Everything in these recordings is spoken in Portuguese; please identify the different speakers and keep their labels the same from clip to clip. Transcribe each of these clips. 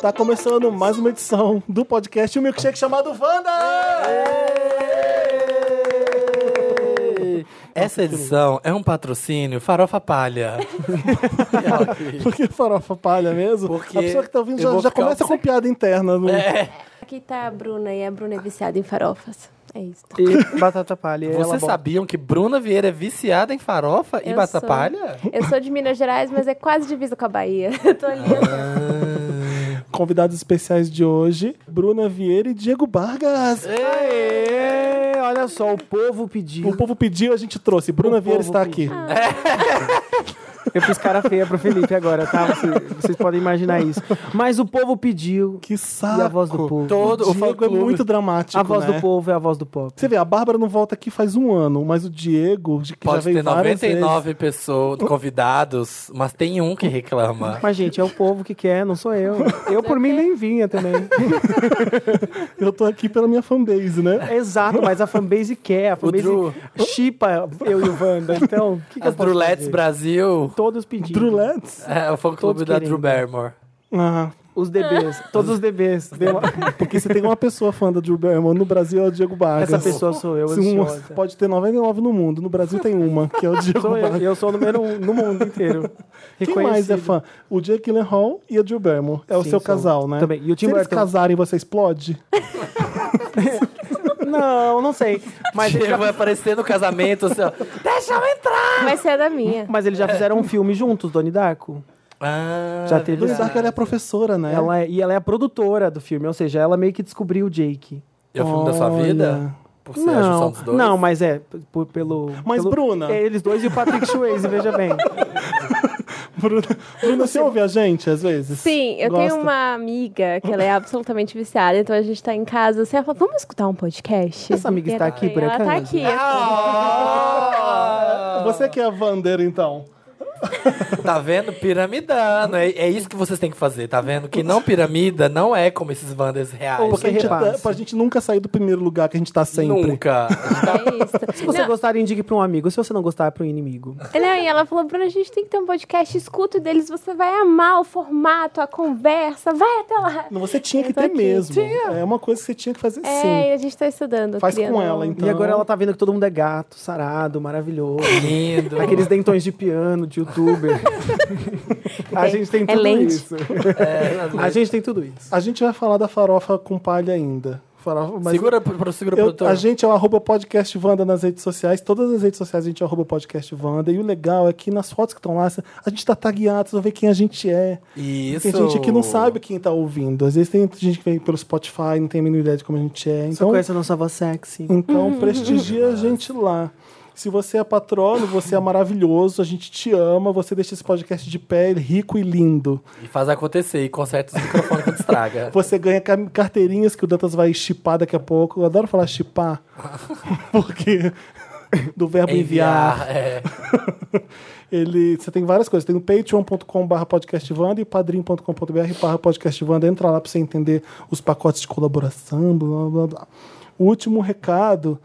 Speaker 1: Tá começando mais uma edição do podcast O Milkshake chamado Wanda!
Speaker 2: Essa edição é um patrocínio farofa palha.
Speaker 1: Porque farofa palha mesmo.
Speaker 2: Porque
Speaker 1: a pessoa que tá ouvindo
Speaker 2: eu
Speaker 1: já,
Speaker 2: vou
Speaker 1: já
Speaker 2: ficar
Speaker 1: começa com piada interna. No...
Speaker 3: É.
Speaker 4: Aqui tá a Bruna e a Bruna é viciada em farofas. É isso.
Speaker 3: E batata palha. e ela
Speaker 2: Vocês sabiam que Bruna Vieira é viciada em farofa e
Speaker 4: Eu
Speaker 2: batata
Speaker 4: sou.
Speaker 2: palha?
Speaker 4: Eu sou de Minas Gerais, mas é quase divisa com a Bahia. Eu tô ali.
Speaker 1: Convidados especiais de hoje, Bruna Vieira e Diego Vargas.
Speaker 3: Aê, olha só, o povo
Speaker 1: O
Speaker 3: pediu.
Speaker 1: povo pediu, a gente trouxe. Bruna
Speaker 3: O
Speaker 1: Vieira
Speaker 3: povo
Speaker 1: está aqui.
Speaker 3: pediu. Eu fiz cara feia pro Felipe agora, tá? Vocês, vocês podem imaginar isso. Mas o povo pediu.
Speaker 1: Que saco.
Speaker 3: E a voz do povo.
Speaker 2: Todo
Speaker 1: o
Speaker 2: o
Speaker 1: Diego é
Speaker 2: fã-clube.
Speaker 1: muito dramático,
Speaker 3: a voz
Speaker 1: né?
Speaker 3: do povo é a voz do pop.
Speaker 1: Você vê, a Bárbara não volta aqui faz um ano, mas o Diego, de que já
Speaker 2: Pode
Speaker 1: veio
Speaker 2: ter
Speaker 1: várias
Speaker 2: 99 pessoas, convidados, mas tem um que reclama.
Speaker 3: Mas, gente, é o povo que quer, não sou eu. Eu, por mim, nem vinha também.
Speaker 1: vezes. Eu tô aqui pela minha fanbase, né?
Speaker 3: Exato, mas a fanbase quer. A fanbase
Speaker 2: Drew.
Speaker 3: chipa eu e o Wanda. Então, o que, que eu
Speaker 2: As
Speaker 3: posso
Speaker 2: Drulettes
Speaker 3: fazer?
Speaker 2: Brasil.
Speaker 3: Todos pedindo.
Speaker 1: Drulettes?
Speaker 2: É, o fã-clube
Speaker 3: Todos
Speaker 2: da Drew
Speaker 3: querendo.
Speaker 2: Barrymore.
Speaker 1: Ah,
Speaker 3: Os DBs. Todos os DBs. Deu-
Speaker 1: porque se tem uma pessoa fã da Drew Barrymore no Brasil é o Diego Vargas.
Speaker 3: Essa pessoa sou eu,
Speaker 1: Se um-
Speaker 3: ansiosa.
Speaker 1: pode ter 99 no mundo, no Brasil tem uma, que é o Diego
Speaker 3: Sou eu,
Speaker 1: Vargas.
Speaker 3: eu sou o número um no mundo inteiro.
Speaker 1: Quem mais é
Speaker 3: Reconhecido.
Speaker 1: fã? O Jake Hall e a Drew Barrymore. É o
Speaker 3: Sim,
Speaker 1: seu
Speaker 3: são.
Speaker 1: casal, né?
Speaker 3: Também. E o Tim
Speaker 1: se eles
Speaker 3: Burton.
Speaker 1: casarem, você explode?
Speaker 3: Não, não sei. Mas, ele
Speaker 2: Ele
Speaker 3: já-
Speaker 2: vai aparecer no casamento, assim, ó. Deixa eu entrar!
Speaker 3: Ah.
Speaker 4: Mas você é da minha.
Speaker 3: mas eles já fizeram um filme juntos, Doni Darko.
Speaker 2: Ah,
Speaker 3: Já teve
Speaker 1: Luiz Dark, ela é a professora, né?
Speaker 3: Ela é- e ela é a produtora do filme, ou seja, ela meio que descobriu o Jake.
Speaker 2: É o filme da sua vida? Por ser a junção
Speaker 3: Não,
Speaker 2: dos dois?
Speaker 3: não, mas é p- p- pelo.
Speaker 1: Mas,
Speaker 3: pelo-
Speaker 1: Bruna-
Speaker 3: é, eles dois e o Patrick Swayze, veja bem.
Speaker 1: Bruna, Bruna, você ouve a gente, às vezes?
Speaker 4: Sim, eu
Speaker 1: Gosta?
Speaker 4: tenho uma amiga que ela é absolutamente viciada, então a gente tá em casa, assim, ela fala, vamos escutar um podcast?
Speaker 3: Essa amiga
Speaker 4: E
Speaker 3: está
Speaker 4: ela
Speaker 3: aqui,
Speaker 4: vem,
Speaker 3: por
Speaker 4: Ela tá
Speaker 3: acaso?
Speaker 4: aqui.
Speaker 2: Ah!
Speaker 1: Você que é a Vander, então.
Speaker 2: Tá vendo? Piramidando. É, é isso que vocês têm que fazer, tá vendo? Que não piramida não é como esses Wanders reais.
Speaker 3: Ou Você
Speaker 1: a gente
Speaker 3: repassa.
Speaker 1: tá- pra gente nunca sair do primeiro lugar que a gente tá sempre.
Speaker 2: Nunca.
Speaker 4: É
Speaker 3: Ah! Se
Speaker 4: isso.
Speaker 3: você gostar, indique pra um amigo. Se você não gostar, é para um inimigo.
Speaker 4: Não, e ela falou, Bruna, a gente tem que ter um podcast, escuta o deles, você vai amar o formato, a conversa, vai até lá.
Speaker 1: Não, Você tinha que
Speaker 4: Eu tô
Speaker 1: ter
Speaker 4: aqui.
Speaker 1: mesmo. É uma coisa que você tinha que fazer
Speaker 4: É,
Speaker 1: sim.
Speaker 4: e a gente tá estudando.
Speaker 1: Faz
Speaker 4: criando
Speaker 1: com ela,
Speaker 4: um-
Speaker 1: então.
Speaker 3: E agora ela tá vendo que todo mundo é gato, sarado, maravilhoso.
Speaker 2: Lindo.
Speaker 1: É
Speaker 3: Aqueles dentões de piano, de youtuber. a gente tem
Speaker 4: É
Speaker 3: tudo
Speaker 4: lente.
Speaker 3: isso.
Speaker 2: É.
Speaker 3: A gente tem tudo isso.
Speaker 1: A gente vai falar da farofa com palha ainda. Farofa, mas
Speaker 2: segura, pro- pro- segura o
Speaker 1: eu-
Speaker 2: produtor.
Speaker 1: a gente é o arroba podcast Wanda nas redes sociais. Todas as redes sociais a gente é o arroba podcast Wanda. E o legal é que nas fotos que estão lá, a gente tá tagueado, você vai ver quem a gente é.
Speaker 2: Isso.
Speaker 1: Tem gente que não sabe quem tá ouvindo. Às vezes tem gente que vem pelo Spotify, não tem a mínima ideia de como a gente é.
Speaker 3: Só
Speaker 1: Então,
Speaker 3: conhece a nossa voz sexy.
Speaker 1: Então
Speaker 2: Uhum.
Speaker 1: prestigia a gente lá. Se você é patrono, você é maravilhoso, a gente te ama, você deixa esse podcast de pé é rico e lindo.
Speaker 2: E faz acontecer, e conserta os microfones quando estraga.
Speaker 1: Você ganha ca- carteirinhas que o Dantas vai chipar daqui a pouco. Eu adoro falar chipar, porque do verbo enviar.
Speaker 2: é.
Speaker 1: Ele, você tem várias coisas. Tem o patreon.com.br podcastvanda e padrim.com.br barra podcastvanda. Entra lá pra você entender os pacotes de colaboração, blá, blá, blá. O último recado.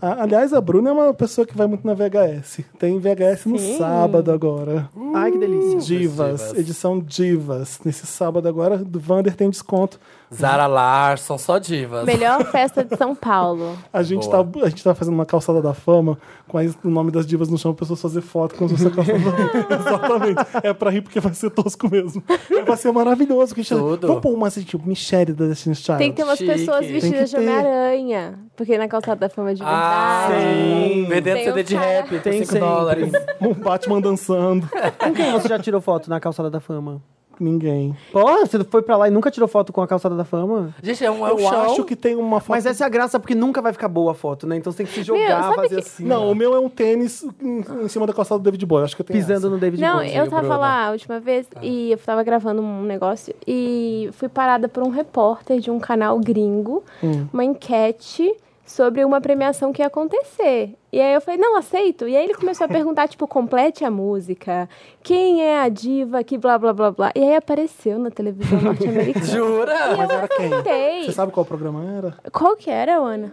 Speaker 1: a- aliás, a Bruna é uma pessoa que vai muito na VHS. Tem VHS no sábado agora.
Speaker 3: Ai, que delícia.
Speaker 1: Divas,
Speaker 2: Divas.
Speaker 1: edição Divas. Nesse sábado agora, do Vander tem desconto.
Speaker 2: Zara Larson, só divas.
Speaker 4: Melhor festa de São Paulo.
Speaker 1: A gente, tá,
Speaker 2: Boa.
Speaker 1: a gente tá fazendo uma calçada da fama com as- o nome das divas no chão, pessoas fazer foto com essa calçada da Exatamente. É pra rir porque vai ser tosco mesmo. Vai ser maravilhoso. Porque a gente-
Speaker 2: Tudo.
Speaker 1: Vamos pôr uma assim, tipo, Michelle da Destiny's Child.
Speaker 4: Tem que ter umas
Speaker 2: Chique.
Speaker 4: pessoas
Speaker 2: Tem
Speaker 4: vestidas
Speaker 1: que
Speaker 4: de
Speaker 1: ter.
Speaker 4: Homem-Aranha. Porque na calçada da fama de
Speaker 2: Ah,
Speaker 4: verdade.
Speaker 2: sim. Vendendo
Speaker 4: Tem
Speaker 2: CD
Speaker 4: o
Speaker 2: de
Speaker 4: cara-
Speaker 2: rap por
Speaker 3: Tem
Speaker 2: 5
Speaker 3: sempre.
Speaker 2: dólares.
Speaker 1: Um Batman dançando.
Speaker 3: Com quem você já tirou foto na calçada da fama?
Speaker 1: Ninguém.
Speaker 3: Pô, você foi pra lá e nunca tirou foto com a calçada da fama?
Speaker 2: Gente, é um, é
Speaker 1: Eu
Speaker 2: um show.
Speaker 1: acho que tem uma foto.
Speaker 3: Mas essa é a graça, porque nunca vai ficar boa a foto, né? Então você tem que se
Speaker 4: Meu,
Speaker 3: jogar,
Speaker 4: sabe
Speaker 3: fazer
Speaker 4: que-
Speaker 3: assim.
Speaker 1: Não, o meu é um tênis em, em cima da calçada do David Bowie. Acho que eu tenho
Speaker 3: Pisando no David
Speaker 4: Não,
Speaker 3: Bowie.
Speaker 4: eu tava
Speaker 2: Bruna.
Speaker 4: lá a última vez
Speaker 1: Tá.
Speaker 4: e eu tava gravando um negócio e fui parada por um repórter de um canal gringo,
Speaker 1: Hum.
Speaker 4: uma enquete sobre uma premiação que ia acontecer. E aí eu falei, não, aceito. E aí ele começou a perguntar, tipo, complete a música, quem é a diva, que blá, blá, blá, blá. E aí apareceu na televisão norte-americana.
Speaker 2: Jura?
Speaker 4: Eu
Speaker 1: assim.
Speaker 4: perguntei.
Speaker 1: Essa. Você sabe qual programa era?
Speaker 4: Qual que era, Ana?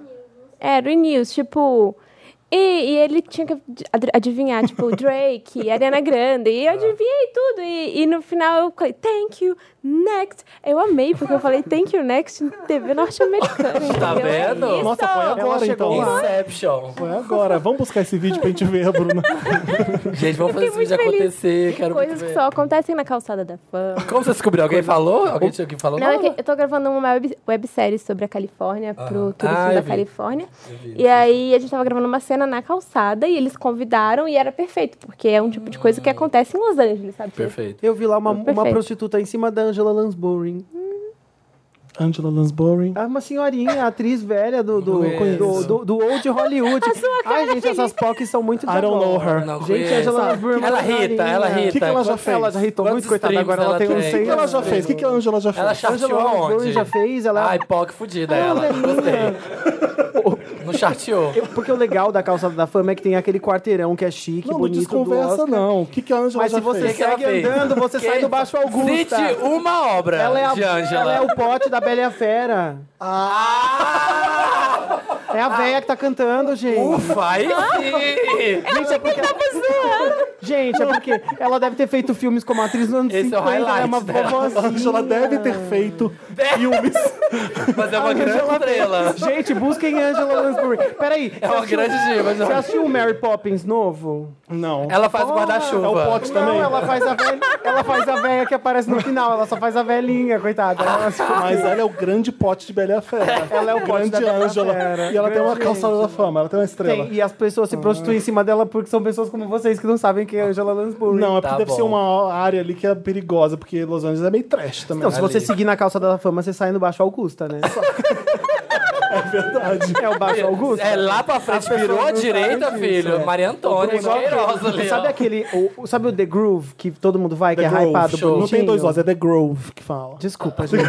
Speaker 4: Era o News, tipo. E, e ele tinha que ad- adivinhar, tipo, Drake, Ariana Grande, e eu
Speaker 2: Ah.
Speaker 4: adivinhei tudo. E, e no final eu falei, thank you, next. Eu amei, porque eu falei thank you, next em TV norte-americana.
Speaker 2: Tá
Speaker 4: entendeu? É
Speaker 2: vendo?
Speaker 4: isso.
Speaker 1: Nossa, foi agora
Speaker 3: chegou
Speaker 1: então.
Speaker 3: lá.
Speaker 2: Inception.
Speaker 1: Foi agora. Vamos buscar esse vídeo pra gente ver, Bruna.
Speaker 2: Gente, vamos fazer
Speaker 4: Fiquei
Speaker 2: esse vídeo
Speaker 4: muito feliz.
Speaker 2: acontecer. Quero
Speaker 4: Coisas
Speaker 2: muito
Speaker 4: que
Speaker 2: ver.
Speaker 4: só acontecem na calçada da fama.
Speaker 2: Como você descobriu? Alguém falou? Alguém tinha que falou?
Speaker 4: Não, é que eu tô gravando uma web, websérie sobre a Califórnia, pro turismo
Speaker 2: Ah, eu
Speaker 4: da
Speaker 2: vi.
Speaker 4: Califórnia.
Speaker 2: Eu vi,
Speaker 4: E aí a gente tava gravando uma cena na calçada e eles convidaram e era perfeito, porque é um tipo de coisa que acontece em Los Angeles, sabe?
Speaker 2: Hum. Perfeito.
Speaker 3: Eu vi lá uma, uma
Speaker 4: Perfeito.
Speaker 3: prostituta em cima da Angela Lansbury.
Speaker 1: Angela Lansbury.
Speaker 3: Ah, uma senhorinha, atriz velha do, do,
Speaker 2: Não conheço.
Speaker 3: do, do, do Old Hollywood. Ai,
Speaker 4: é
Speaker 3: gente, essas POCs são muito de
Speaker 1: I don't
Speaker 3: agora.
Speaker 1: know her.
Speaker 2: Não
Speaker 3: Gente,
Speaker 2: conheço.
Speaker 3: Angela Lansbury é uma
Speaker 2: Ela irrita, ela irrita.
Speaker 3: senhorinha.
Speaker 1: O que, que ela já fez?
Speaker 3: Ela já irritou
Speaker 2: Quantos
Speaker 3: muito, coitada.
Speaker 2: streams
Speaker 3: Agora ela
Speaker 2: ela
Speaker 3: tem
Speaker 2: tem?
Speaker 3: uns
Speaker 1: O que,
Speaker 3: seis.
Speaker 1: que ela já fez? O que, que a Angela já fez?
Speaker 2: Ela charteou
Speaker 3: Angela Lansbury
Speaker 2: aonde?
Speaker 3: já fez, ela- é
Speaker 2: Ai, pó que fudida ela. Gostei. Não charteou.
Speaker 3: Porque o legal da calçada da fama é que tem aquele quarteirão que é chique,
Speaker 1: Não, não
Speaker 3: bonito, do
Speaker 1: desconversa,
Speaker 3: Oscar.
Speaker 1: não. O que, que a Angela
Speaker 3: Mas
Speaker 1: já
Speaker 3: se você
Speaker 1: fez?
Speaker 2: que ela
Speaker 3: segue
Speaker 2: fez?
Speaker 3: andando, você
Speaker 2: Que-
Speaker 3: sai do Baixo Augusta.
Speaker 2: Cite uma obra
Speaker 3: Ela é, a,
Speaker 2: de Angela.
Speaker 3: ela é o pote da Bela e a Fera.
Speaker 2: Ah!
Speaker 3: É a véia que tá cantando, gente.
Speaker 2: Ufa, Tá aí
Speaker 3: Ah!
Speaker 2: sim!
Speaker 3: Gente, é porque... Gente, é porque ela deve ter feito filmes como atriz nos anos
Speaker 2: Esse é o
Speaker 3: 50, ela é
Speaker 2: highlight
Speaker 3: uma
Speaker 2: dela.
Speaker 1: A
Speaker 3: vovozinha.
Speaker 1: Angela deve ter feito filmes.
Speaker 2: Mas é uma grande estrela.
Speaker 3: Gente, busquem Angela Lansbury. Peraí,
Speaker 2: É uma grande diva.
Speaker 3: você
Speaker 2: gente.
Speaker 3: assistiu o Mary Poppins novo?
Speaker 1: Não.
Speaker 2: Ela faz o
Speaker 1: É o
Speaker 2: guarda-chuva.
Speaker 1: pote
Speaker 3: Não,
Speaker 1: também.
Speaker 3: ela faz a velha, ela faz a velha que aparece no final, ela só faz a velhinha, coitada. Ela,
Speaker 1: Mas ela é o grande pote de Bela e a Fera.
Speaker 3: Ela é o pote da
Speaker 1: grande
Speaker 3: Bela e a
Speaker 1: Ângela.
Speaker 3: Fera.
Speaker 1: E ela tem uma
Speaker 3: Grande
Speaker 1: calçada da fama, ela tem uma estrela.
Speaker 3: tem, e as pessoas se prostituem em cima dela porque são pessoas como vocês que não sabem quem é Angela Lansbury.
Speaker 1: Não, é porque
Speaker 2: Tá
Speaker 1: deve
Speaker 2: bom.
Speaker 1: ser uma área ali que é perigosa, porque Los Angeles é meio trash também.
Speaker 3: Então, se
Speaker 1: Não,
Speaker 3: você
Speaker 2: Ali.
Speaker 3: seguir na calçada da fama, você sai no Baixo Augusta, né?
Speaker 1: é verdade.
Speaker 3: É o Baixo Augusta.
Speaker 2: É lá pra frente,
Speaker 3: pessoas
Speaker 2: virou
Speaker 3: não
Speaker 2: à
Speaker 3: sabem
Speaker 2: direita,
Speaker 3: disso,
Speaker 2: filho.
Speaker 3: é.
Speaker 2: Maria Antônia,
Speaker 3: Igual aquele-
Speaker 2: Queiroz ali.
Speaker 3: Sabe
Speaker 2: ó.
Speaker 3: aquele. o- o- sabe o The Groove que todo mundo vai, que é
Speaker 1: Grove,
Speaker 3: hypado?
Speaker 2: show.
Speaker 1: Não tem dois
Speaker 3: bonitinho?
Speaker 1: Os, é The Grove que fala.
Speaker 3: Desculpa, gente.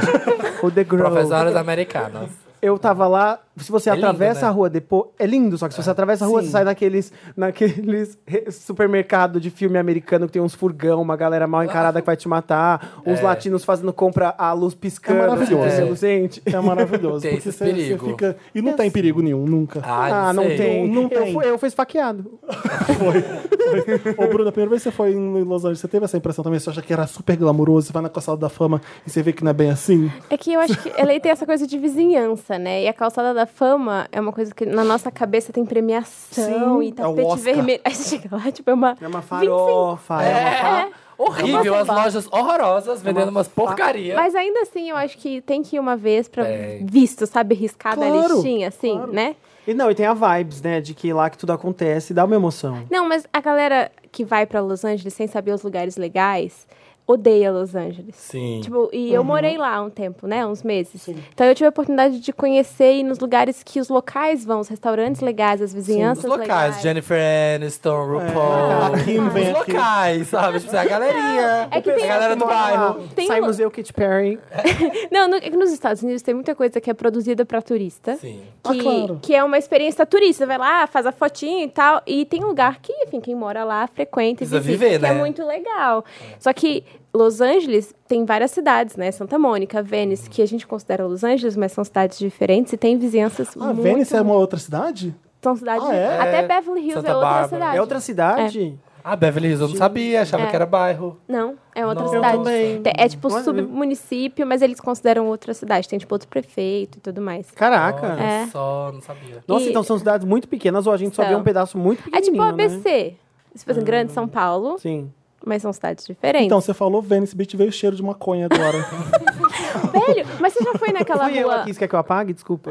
Speaker 3: o The Groove.
Speaker 2: Professoras americanas.
Speaker 3: Eu tava lá, se você
Speaker 2: É lindo,
Speaker 3: atravessa
Speaker 2: né?
Speaker 3: a rua depois. É lindo, só que se você atravessa a rua, você sai naqueles, naqueles re- supermercado de filme americano que tem uns furgão, uma galera mal encarada que vai te matar, uns latinos fazendo compra à luz piscando.
Speaker 1: É maravilhoso.
Speaker 3: assim, Inocente.
Speaker 1: É maravilhoso.
Speaker 2: Tem
Speaker 1: porque
Speaker 2: esses
Speaker 1: você, você
Speaker 2: perigo.
Speaker 1: fica. E não tem perigo nenhum, nunca.
Speaker 3: Ah, não
Speaker 2: sei.
Speaker 3: tem.
Speaker 1: Não- não
Speaker 3: eu,
Speaker 1: tem.
Speaker 3: fui, eu fui esfaqueado.
Speaker 1: Foi. Foi. Ô, Bruno, a primeira vez que você foi em Los Angeles, você teve essa impressão também? Você acha que era super glamuroso, você vai na calçada da fama e você vê que não é bem assim?
Speaker 4: É que eu acho que ela tem essa coisa de vizinhança, né? E a calçada da fama é uma coisa que na nossa cabeça tem premiação
Speaker 1: Sim,
Speaker 4: e
Speaker 1: é o
Speaker 4: tapete
Speaker 1: Oscar.
Speaker 4: vermelho. Aí você chega lá, tipo, é uma.
Speaker 3: É uma
Speaker 4: 25.
Speaker 3: farofa. É, uma farofa.
Speaker 4: É.
Speaker 2: Horrível, as lojas horrorosas vendendo umas porcaria.
Speaker 4: Mas ainda assim, eu acho que tem que ir uma vez pra
Speaker 2: Tem.
Speaker 4: visto, sabe? Riscada a
Speaker 1: Claro,
Speaker 4: listinha, assim, né?
Speaker 3: E não, e tem a vibes, né? De que lá que tudo acontece, dá uma emoção.
Speaker 4: Não, mas a galera que vai pra Los Angeles sem saber os lugares legais odeia Los Angeles.
Speaker 2: Sim.
Speaker 4: Tipo, e eu morei lá um tempo, né? Uns meses. Então eu tive a oportunidade de conhecer e ir nos lugares que os locais vão, os restaurantes legais, as
Speaker 2: Os
Speaker 4: vizinhanças
Speaker 2: locais,
Speaker 4: legais.
Speaker 2: Jennifer Aniston, RuPaul.
Speaker 1: a Kim vem
Speaker 2: Os
Speaker 1: aqui.
Speaker 2: locais, sabe? Tipo, a galerinha.
Speaker 4: É que
Speaker 2: a
Speaker 4: tem-
Speaker 2: galera do bairro.
Speaker 4: Tem
Speaker 3: Sai
Speaker 4: um-
Speaker 3: museu Katy Perry.
Speaker 4: Não, no- é que nos Estados Unidos tem muita coisa que é produzida pra turista.
Speaker 2: Sim.
Speaker 4: Que,
Speaker 1: Ah, claro.
Speaker 4: que é uma experiência turista, vai lá, faz a fotinha e tal. E tem lugar que, enfim, quem mora lá frequenta e
Speaker 2: Precisa
Speaker 4: visita,
Speaker 2: viver,
Speaker 4: que
Speaker 2: né?
Speaker 4: é muito legal. Só que Los Angeles tem várias cidades, né? Santa Mônica, Venice, que a gente considera Los Angeles, mas são cidades diferentes e tem vizinhanças
Speaker 1: Ah,
Speaker 4: muito...
Speaker 1: Venice é uma outra cidade?
Speaker 4: São cidades...
Speaker 1: Ah, é?
Speaker 4: Até Beverly Hills
Speaker 2: Santa
Speaker 4: é outra
Speaker 2: Bárbara.
Speaker 4: cidade.
Speaker 3: É outra cidade?
Speaker 2: Ah, Beverly Hills, eu não sabia, achava
Speaker 4: É.
Speaker 2: que era bairro.
Speaker 4: Não, é outra
Speaker 2: Nossa.
Speaker 4: cidade.
Speaker 2: Eu também.
Speaker 4: Te- É tipo
Speaker 3: Olha.
Speaker 4: submunicípio, mas eles consideram outra cidade. Tem tipo outro prefeito e tudo mais.
Speaker 3: Caraca.
Speaker 2: Olha
Speaker 4: É.
Speaker 2: só, não sabia.
Speaker 3: Nossa,
Speaker 4: E-
Speaker 3: então são cidades muito pequenas ou a gente só vê
Speaker 4: São.
Speaker 3: um pedaço muito
Speaker 4: É tipo
Speaker 3: pequenininho,
Speaker 4: o
Speaker 3: né?
Speaker 4: ABC. Tipo assim, Grande São Paulo,
Speaker 3: Sim.
Speaker 4: mas são cidades diferentes.
Speaker 1: Então, você falou Venice Beach, veio o cheiro de maconha agora.
Speaker 4: Velho, mas você já foi naquela
Speaker 3: Fui eu
Speaker 4: rua...
Speaker 3: aqui, você quer que eu apague? Desculpa.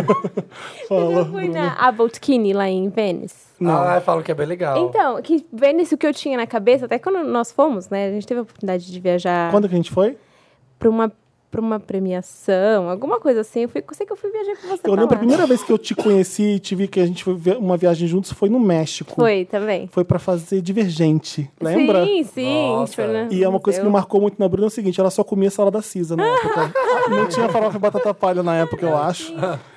Speaker 4: Você já
Speaker 1: Fala.
Speaker 4: foi na Abottkini, lá em Vênice?
Speaker 2: Ah, falam que é bem legal.
Speaker 4: Então, que Vênice, o que eu tinha na cabeça, até quando nós fomos, né? A gente teve a oportunidade de viajar
Speaker 1: Quando que a gente foi?
Speaker 4: pra, uma, pra uma premiação, alguma coisa assim. Eu, fui, eu sei que eu fui viajar com você pra
Speaker 1: Eu lembro
Speaker 4: lá.
Speaker 1: a primeira vez que eu te conheci e te vi que a gente foi ver uma viagem juntos foi no México.
Speaker 4: Foi, também.
Speaker 1: Foi pra fazer Divergente, lembra?
Speaker 4: Sim, sim.
Speaker 2: Nossa.
Speaker 4: tipo, né?
Speaker 1: E é uma coisa que me marcou muito na Bruna é o seguinte, ela só comia salada cisa na época. não tinha farofa e batata palha na época, eu acho.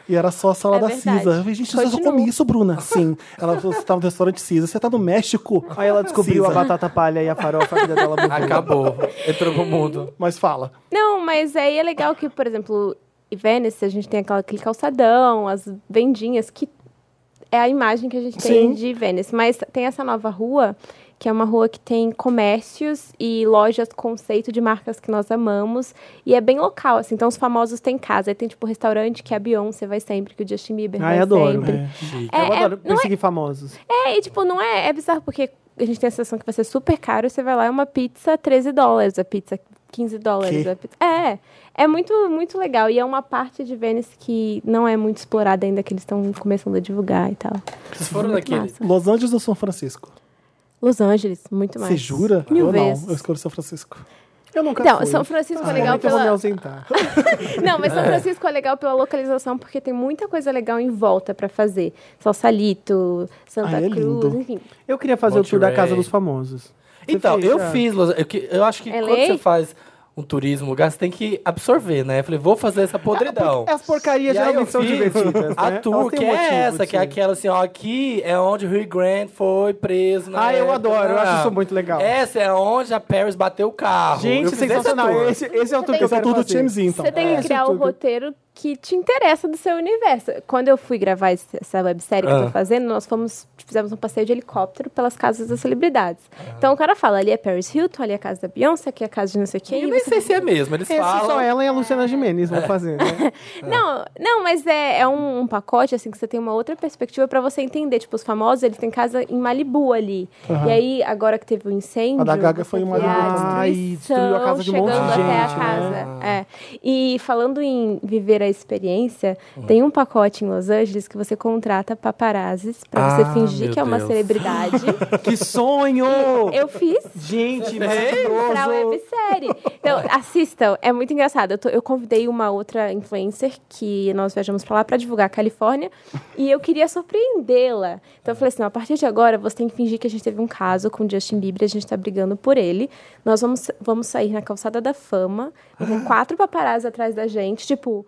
Speaker 1: E era só salada
Speaker 4: É
Speaker 1: cisa.
Speaker 4: verdade.
Speaker 1: Eu falei, gente, você só
Speaker 4: Continua.
Speaker 1: come isso, Bruna? Sim. Ela falou, você tá no restaurante cisa, você tá no México.
Speaker 3: Aí ela descobriu a
Speaker 1: Cisa.
Speaker 3: batata palha e a farofa, a vida dela mudou.
Speaker 2: Acabou. Entrou pro mundo.
Speaker 1: Mas fala.
Speaker 4: Não, mas aí é legal que, por exemplo, em Venice a gente tem aquela, aquele calçadão, as vendinhas que é a imagem que a gente
Speaker 1: Sim.
Speaker 4: tem de Venice. Mas tem essa nova rua, que é uma rua que tem comércios e lojas conceito de marcas que nós amamos. E é bem local, assim. Então, os famosos têm casa. Aí tem, tipo, restaurante que a Beyoncé vai sempre, que o Justin Bieber
Speaker 3: Ai,
Speaker 4: vai
Speaker 3: Ah, adoro. né?
Speaker 4: sempre.
Speaker 1: É.
Speaker 4: É,
Speaker 3: eu
Speaker 4: é,
Speaker 3: adoro
Speaker 4: não é-
Speaker 3: perseguir famosos.
Speaker 4: É, e tipo, não é, é bizarro, porque a gente tem a sensação que vai ser super caro, e você vai lá, é uma pizza 13 dólares, a pizza 15 dólares.
Speaker 1: Que?
Speaker 4: a pizza- É, é muito, muito legal. E é uma parte de Venice que não é muito explorada ainda, que eles estão começando a divulgar e tal.
Speaker 2: Vocês foram
Speaker 4: Muito
Speaker 2: naquele.
Speaker 4: massa.
Speaker 1: Los Angeles ou São Francisco?
Speaker 4: Los Angeles, muito mais.
Speaker 1: Você jura?
Speaker 4: Mil
Speaker 1: ou
Speaker 4: vezes.
Speaker 1: não? Eu escolho São Francisco.
Speaker 3: Eu nunca
Speaker 4: Então,
Speaker 3: fui.
Speaker 4: São Francisco é
Speaker 3: Ah,
Speaker 4: legal
Speaker 3: então eu vou me
Speaker 4: pela...
Speaker 3: ausentar.
Speaker 4: Não, mas São Francisco é legal pela localização, porque tem muita coisa legal em volta pra fazer. Salsalito, Santa
Speaker 1: Ah, é
Speaker 4: Cruz,
Speaker 1: lindo.
Speaker 4: enfim.
Speaker 3: Eu queria fazer o
Speaker 2: Monterey.
Speaker 3: tour da Casa dos Famosos. Você
Speaker 2: Então,
Speaker 3: fez
Speaker 2: eu
Speaker 3: já?
Speaker 2: fiz. Los- Eu, que- eu acho que
Speaker 4: LA?
Speaker 2: quando você faz um turismo, lugar, você tem que absorver, né? Eu falei, vou fazer essa podridão.
Speaker 3: As porcarias
Speaker 2: E aí eu
Speaker 3: geralmente são
Speaker 2: fiz
Speaker 3: divertidas.
Speaker 2: A
Speaker 3: né?
Speaker 2: tour,
Speaker 3: Elas têm
Speaker 2: que
Speaker 3: um
Speaker 2: é
Speaker 3: motivo
Speaker 2: essa,
Speaker 3: de-
Speaker 2: que é aquela assim, ó, aqui é onde o Rio Grande foi preso. na
Speaker 3: Ah, eu
Speaker 2: época.
Speaker 3: adoro, eu acho isso muito legal.
Speaker 2: Essa é onde a Paris bateu o carro. Eu
Speaker 3: Gente,
Speaker 2: fiz essa
Speaker 3: sensacional.
Speaker 2: tour.
Speaker 3: Esse, esse é o tour que eu
Speaker 1: Esse é
Speaker 3: quero
Speaker 1: tudo do
Speaker 3: fazer.
Speaker 1: timezinho, então.
Speaker 4: Você tem que
Speaker 3: É.
Speaker 4: criar
Speaker 3: Isso
Speaker 4: o
Speaker 3: tudo.
Speaker 4: roteiro que te interessa do seu universo. Quando eu fui gravar esse- essa websérie que eu
Speaker 2: Ah.
Speaker 4: tô fazendo, nós fomos, fizemos um passeio de helicóptero pelas casas das celebridades.
Speaker 3: Ah.
Speaker 4: Então o cara fala, ali é Paris Hilton, ali é a casa da Beyoncé, aqui é a casa de não sei quem.
Speaker 2: Eu
Speaker 4: e
Speaker 2: nem
Speaker 4: você-
Speaker 2: sei se é mesmo, eles
Speaker 3: Esse
Speaker 2: falam.
Speaker 3: só ela e a Luciana Gimenez
Speaker 2: É.
Speaker 3: vão fazer, né?
Speaker 4: Não, não, mas é, é um, um pacote, assim, que você tem uma outra perspectiva pra você entender. Tipo, os famosos, eles têm casa em Malibu ali. E aí, agora que teve o incêndio...
Speaker 1: A da Gaga foi em
Speaker 4: você vê
Speaker 1: Malibu também.
Speaker 4: A
Speaker 3: Ai,
Speaker 4: destruição
Speaker 3: destruiu a casa de um monte de
Speaker 4: chegando até
Speaker 3: gente,
Speaker 4: a casa. É. E falando em viver a experiência, tem um pacote em Los Angeles que você contrata paparazzis pra
Speaker 2: Ah,
Speaker 4: você fingir
Speaker 2: meu
Speaker 4: que é uma
Speaker 2: Deus.
Speaker 4: celebridade.
Speaker 3: que sonho!
Speaker 4: Eu fiz
Speaker 3: Gente, é
Speaker 4: pra
Speaker 3: maravilhoso!
Speaker 4: websérie. Então, assistam. É muito engraçado. Eu, tô- eu convidei uma outra influencer que nós viajamos pra lá pra divulgar a Califórnia. E eu queria surpreendê-la. Então, eu falei assim, "Não, a partir de agora, você tem que fingir que a gente teve um caso com o Justin Bieber. A gente tá brigando por ele. Nós vamos, vamos sair na Calçada da Fama. Com quatro paparazzi atrás da gente. Tipo...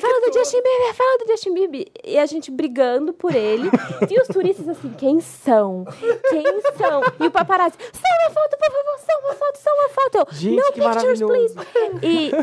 Speaker 4: fala do Justin Bieber, é, fala do Justin Bieber. E a gente brigando por ele. e os turistas assim, quem são? Quem são? E o paparazzi, só uma foto, por favor, só uma foto, só uma foto. Eu,
Speaker 3: Gente,
Speaker 4: no
Speaker 3: que
Speaker 4: pictures,
Speaker 3: maravilhoso.
Speaker 4: please. E é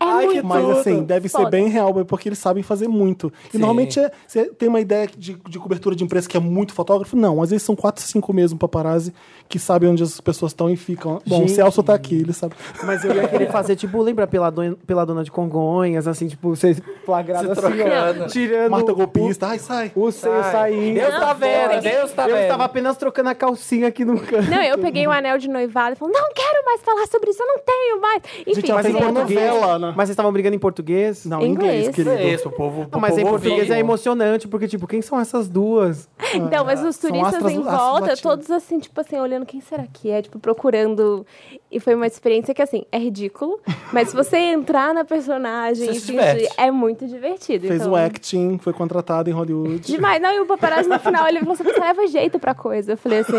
Speaker 2: Ai, que
Speaker 4: muito
Speaker 1: Mas
Speaker 2: Tudo.
Speaker 1: assim, deve ser
Speaker 4: Foda.
Speaker 1: bem real, porque eles sabem fazer muito. E
Speaker 2: Sim.
Speaker 1: normalmente é- você tem uma ideia de, de cobertura de imprensa que é muito fotógrafo. Não, às vezes são quatro, cinco mesmo paparazzi que sabem onde as pessoas estão e ficam. Bom, o
Speaker 3: Gente.
Speaker 1: Celso tá aqui, ele sabe.
Speaker 3: Mas eu ia querer fazer, tipo, lembra pela dona, pela dona de Congonhas, assim, tipo, vocês flagrados
Speaker 2: Se
Speaker 3: assim, ó,
Speaker 2: trocando.
Speaker 3: tirando.
Speaker 1: Marta
Speaker 3: o-
Speaker 1: golpista, ai, sai.
Speaker 3: O seio
Speaker 2: Ai,
Speaker 3: saindo.
Speaker 2: Deus tá vendo,
Speaker 3: Eu
Speaker 2: Deus tá
Speaker 3: Eu
Speaker 2: vendo.
Speaker 3: estava apenas trocando a calcinha aqui no canto.
Speaker 4: Não, eu peguei o anel de noivado e falei, não quero mais falar sobre isso, eu não tenho mais. Enfim,
Speaker 1: ela fez
Speaker 4: é-
Speaker 1: uma novela, né?
Speaker 3: Mas vocês estavam brigando em português?
Speaker 1: Não, em inglês,
Speaker 4: Inglês.
Speaker 1: querido.
Speaker 2: É isso, o povo.
Speaker 3: Não,
Speaker 2: o
Speaker 3: mas em
Speaker 2: povo
Speaker 3: português
Speaker 2: ouviu.
Speaker 3: é emocionante, porque, tipo, quem são essas duas?
Speaker 4: Então, mas os
Speaker 1: São
Speaker 4: turistas
Speaker 1: astros-
Speaker 4: em
Speaker 1: astros
Speaker 4: volta,
Speaker 1: latinos.
Speaker 4: todos assim, tipo assim, olhando quem será que é, tipo, procurando. E foi uma experiência que, assim, é ridículo, mas se você entrar na personagem
Speaker 2: Você
Speaker 4: e
Speaker 2: se
Speaker 4: fingir,
Speaker 2: diverte.
Speaker 4: é muito divertido.
Speaker 1: Fez um
Speaker 4: então...
Speaker 1: o acting, foi contratado em Hollywood.
Speaker 4: Demais. Não, e o paparazzi no final, ele falou assim, você leva jeito pra coisa. Eu falei assim,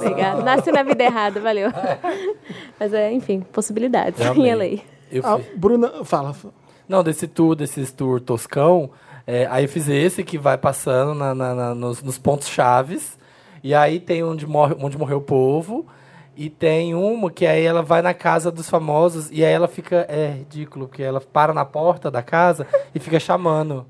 Speaker 4: obrigado. Nasci na vida errada, valeu. Mas, é, enfim, possibilidades
Speaker 2: Eu
Speaker 4: em
Speaker 2: amei.
Speaker 4: LA.
Speaker 2: Eu
Speaker 1: Ah,
Speaker 2: fiz.
Speaker 1: Bruna, fala.
Speaker 2: Não, desse tour, desses tour toscão, é, aí eu fiz esse que vai passando na- na- na- nos, nos pontos chaves. E aí tem onde, morre, onde morreu o povo. E tem uma que aí ela vai na casa dos famosos e aí ela fica. É ridículo, porque ela para na porta da casa e fica chamando.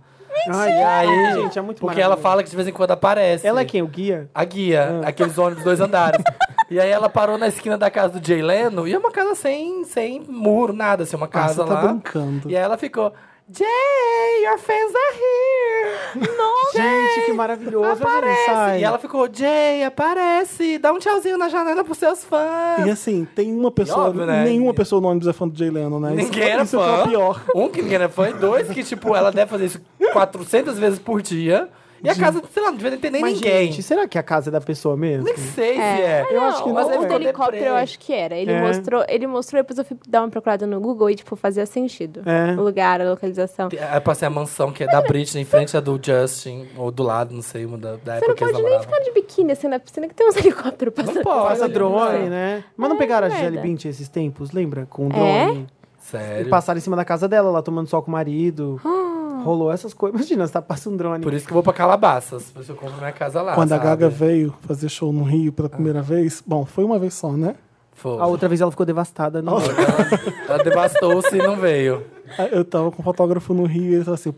Speaker 3: Ai,
Speaker 2: E aí,
Speaker 3: gente, é muito
Speaker 2: Porque ela
Speaker 3: maravilhoso.
Speaker 2: fala assim. que de vez em quando aparece.
Speaker 3: Ela é Ah. quem? O guia?
Speaker 2: A guia, aqueles ônibus dois andares. e aí ela parou na esquina da casa do Jay Leno e é uma casa sem, sem muro, nada, assim,
Speaker 3: Ah,
Speaker 2: uma casa
Speaker 1: você tá
Speaker 2: lá.
Speaker 1: brincando.
Speaker 2: E aí ela ficou. Jay, your fans are here! Nossa!
Speaker 3: Gente, que maravilhoso. Olha isso,
Speaker 2: Aparece!
Speaker 3: ai.
Speaker 2: E ela ficou, Jay, aparece! Dá um tchauzinho na janela pros seus fãs!
Speaker 1: E assim, tem uma pessoa,
Speaker 2: óbvio, né?
Speaker 1: nenhuma pessoa no ônibus é fã do Jay Leno, né? Isso-
Speaker 2: Ninguém era
Speaker 1: isso
Speaker 2: fã.
Speaker 1: é o pior.
Speaker 2: Um que ninguém era fã, e dois que, tipo, ela deve fazer isso 400 vezes por dia. E a casa, sei lá, não devia ter nem
Speaker 3: Mas,
Speaker 2: ninguém.
Speaker 3: gente, será que é a casa é da pessoa mesmo?
Speaker 2: Nem sei se é.
Speaker 4: Eu acho que
Speaker 2: Mas
Speaker 4: não.
Speaker 2: ele
Speaker 4: O do
Speaker 2: ficou
Speaker 4: helicóptero
Speaker 2: deprê.
Speaker 4: eu acho que era. Ele
Speaker 3: É.
Speaker 4: mostrou, ele mostrou, depois eu fui dar uma procurada no Google e, tipo, fazia sentido.
Speaker 3: É.
Speaker 4: O lugar, a localização.
Speaker 2: Tem- Aí passei a mansão que é da Britney, em frente à do Justin, ou do lado, não sei, uma da, da
Speaker 1: É
Speaker 4: Você
Speaker 2: época
Speaker 4: não
Speaker 2: que eles
Speaker 4: pode nem
Speaker 2: namoravam.
Speaker 4: ficar de biquíni assim na piscina que tem uns helicópteros passando.
Speaker 2: pode.
Speaker 3: Passa
Speaker 2: Olha,
Speaker 3: drone,
Speaker 2: não.
Speaker 3: né? Mas não pegaram a
Speaker 4: merda.
Speaker 3: Gisele Bündchen esses tempos, lembra? Com o
Speaker 4: É?
Speaker 3: drone. E
Speaker 2: Sério.
Speaker 3: passaram em cima da casa dela, lá tomando sol com o marido.
Speaker 4: Ah.
Speaker 3: Rolou essas coisas. Imagina, você tá passando drone.
Speaker 2: Por isso que eu vou pra Calabasas, por isso eu compro minha casa lá.
Speaker 1: Quando a
Speaker 2: Ah, sabe? Ah.
Speaker 1: Gaga veio fazer show no Rio pela primeira vez, bom, foi uma vez só, né?
Speaker 2: Foi.
Speaker 3: A outra vez ela ficou devastada. Não.
Speaker 2: Ela devastou-se e não veio.
Speaker 1: Eu tava com um fotógrafo no Rio e ele falou assim: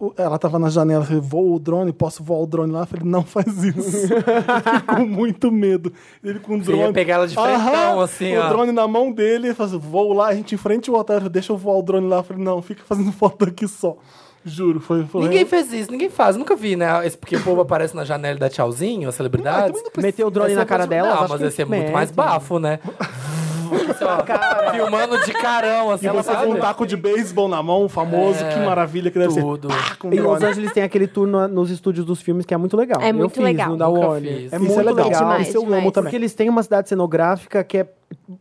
Speaker 1: o- ela tava na janela, eu falei, vou o drone, posso voar o drone lá? Eu falei, não faz isso. Eu fiquei com muito medo. Ele com o
Speaker 2: Você ia
Speaker 1: drone.
Speaker 2: pegar ela de
Speaker 1: Aham,
Speaker 2: frentão, assim,
Speaker 1: O
Speaker 2: ó.
Speaker 1: drone na mão dele, ele falou assim, vou lá, a gente enfrenta o hotel, deixa eu voar o drone lá. Eu falei, não, fica fazendo foto aqui só. Juro, foi. foi
Speaker 2: Ninguém fez isso, ninguém faz. Nunca vi, né? Esse, porque o povo aparece na janela e dá tchauzinho, a celebridade.
Speaker 3: Meteu o drone na cara dela.
Speaker 2: Não, mas ia ser muito mais bafo, né? Assim, ó, filmando de carão, assim,
Speaker 1: E
Speaker 2: ela
Speaker 1: você com um
Speaker 2: sabe? É,
Speaker 1: taco de beisebol na mão, famoso, que maravilha que deve
Speaker 2: Tudo.
Speaker 1: ser. Pá, com
Speaker 3: Em
Speaker 1: drone.
Speaker 3: Los Angeles tem aquele tour na- nos estúdios dos filmes que é muito legal.
Speaker 4: É
Speaker 3: Eu
Speaker 4: muito
Speaker 3: fiz
Speaker 4: legal.
Speaker 3: No da
Speaker 2: Nunca
Speaker 3: Warner.
Speaker 2: fiz.
Speaker 3: É
Speaker 2: Isso
Speaker 3: muito
Speaker 1: Isso é legal.
Speaker 3: legal.
Speaker 4: demais,
Speaker 1: Isso eu amo
Speaker 4: demais.
Speaker 1: também.
Speaker 3: Porque eles têm uma cidade cenográfica que é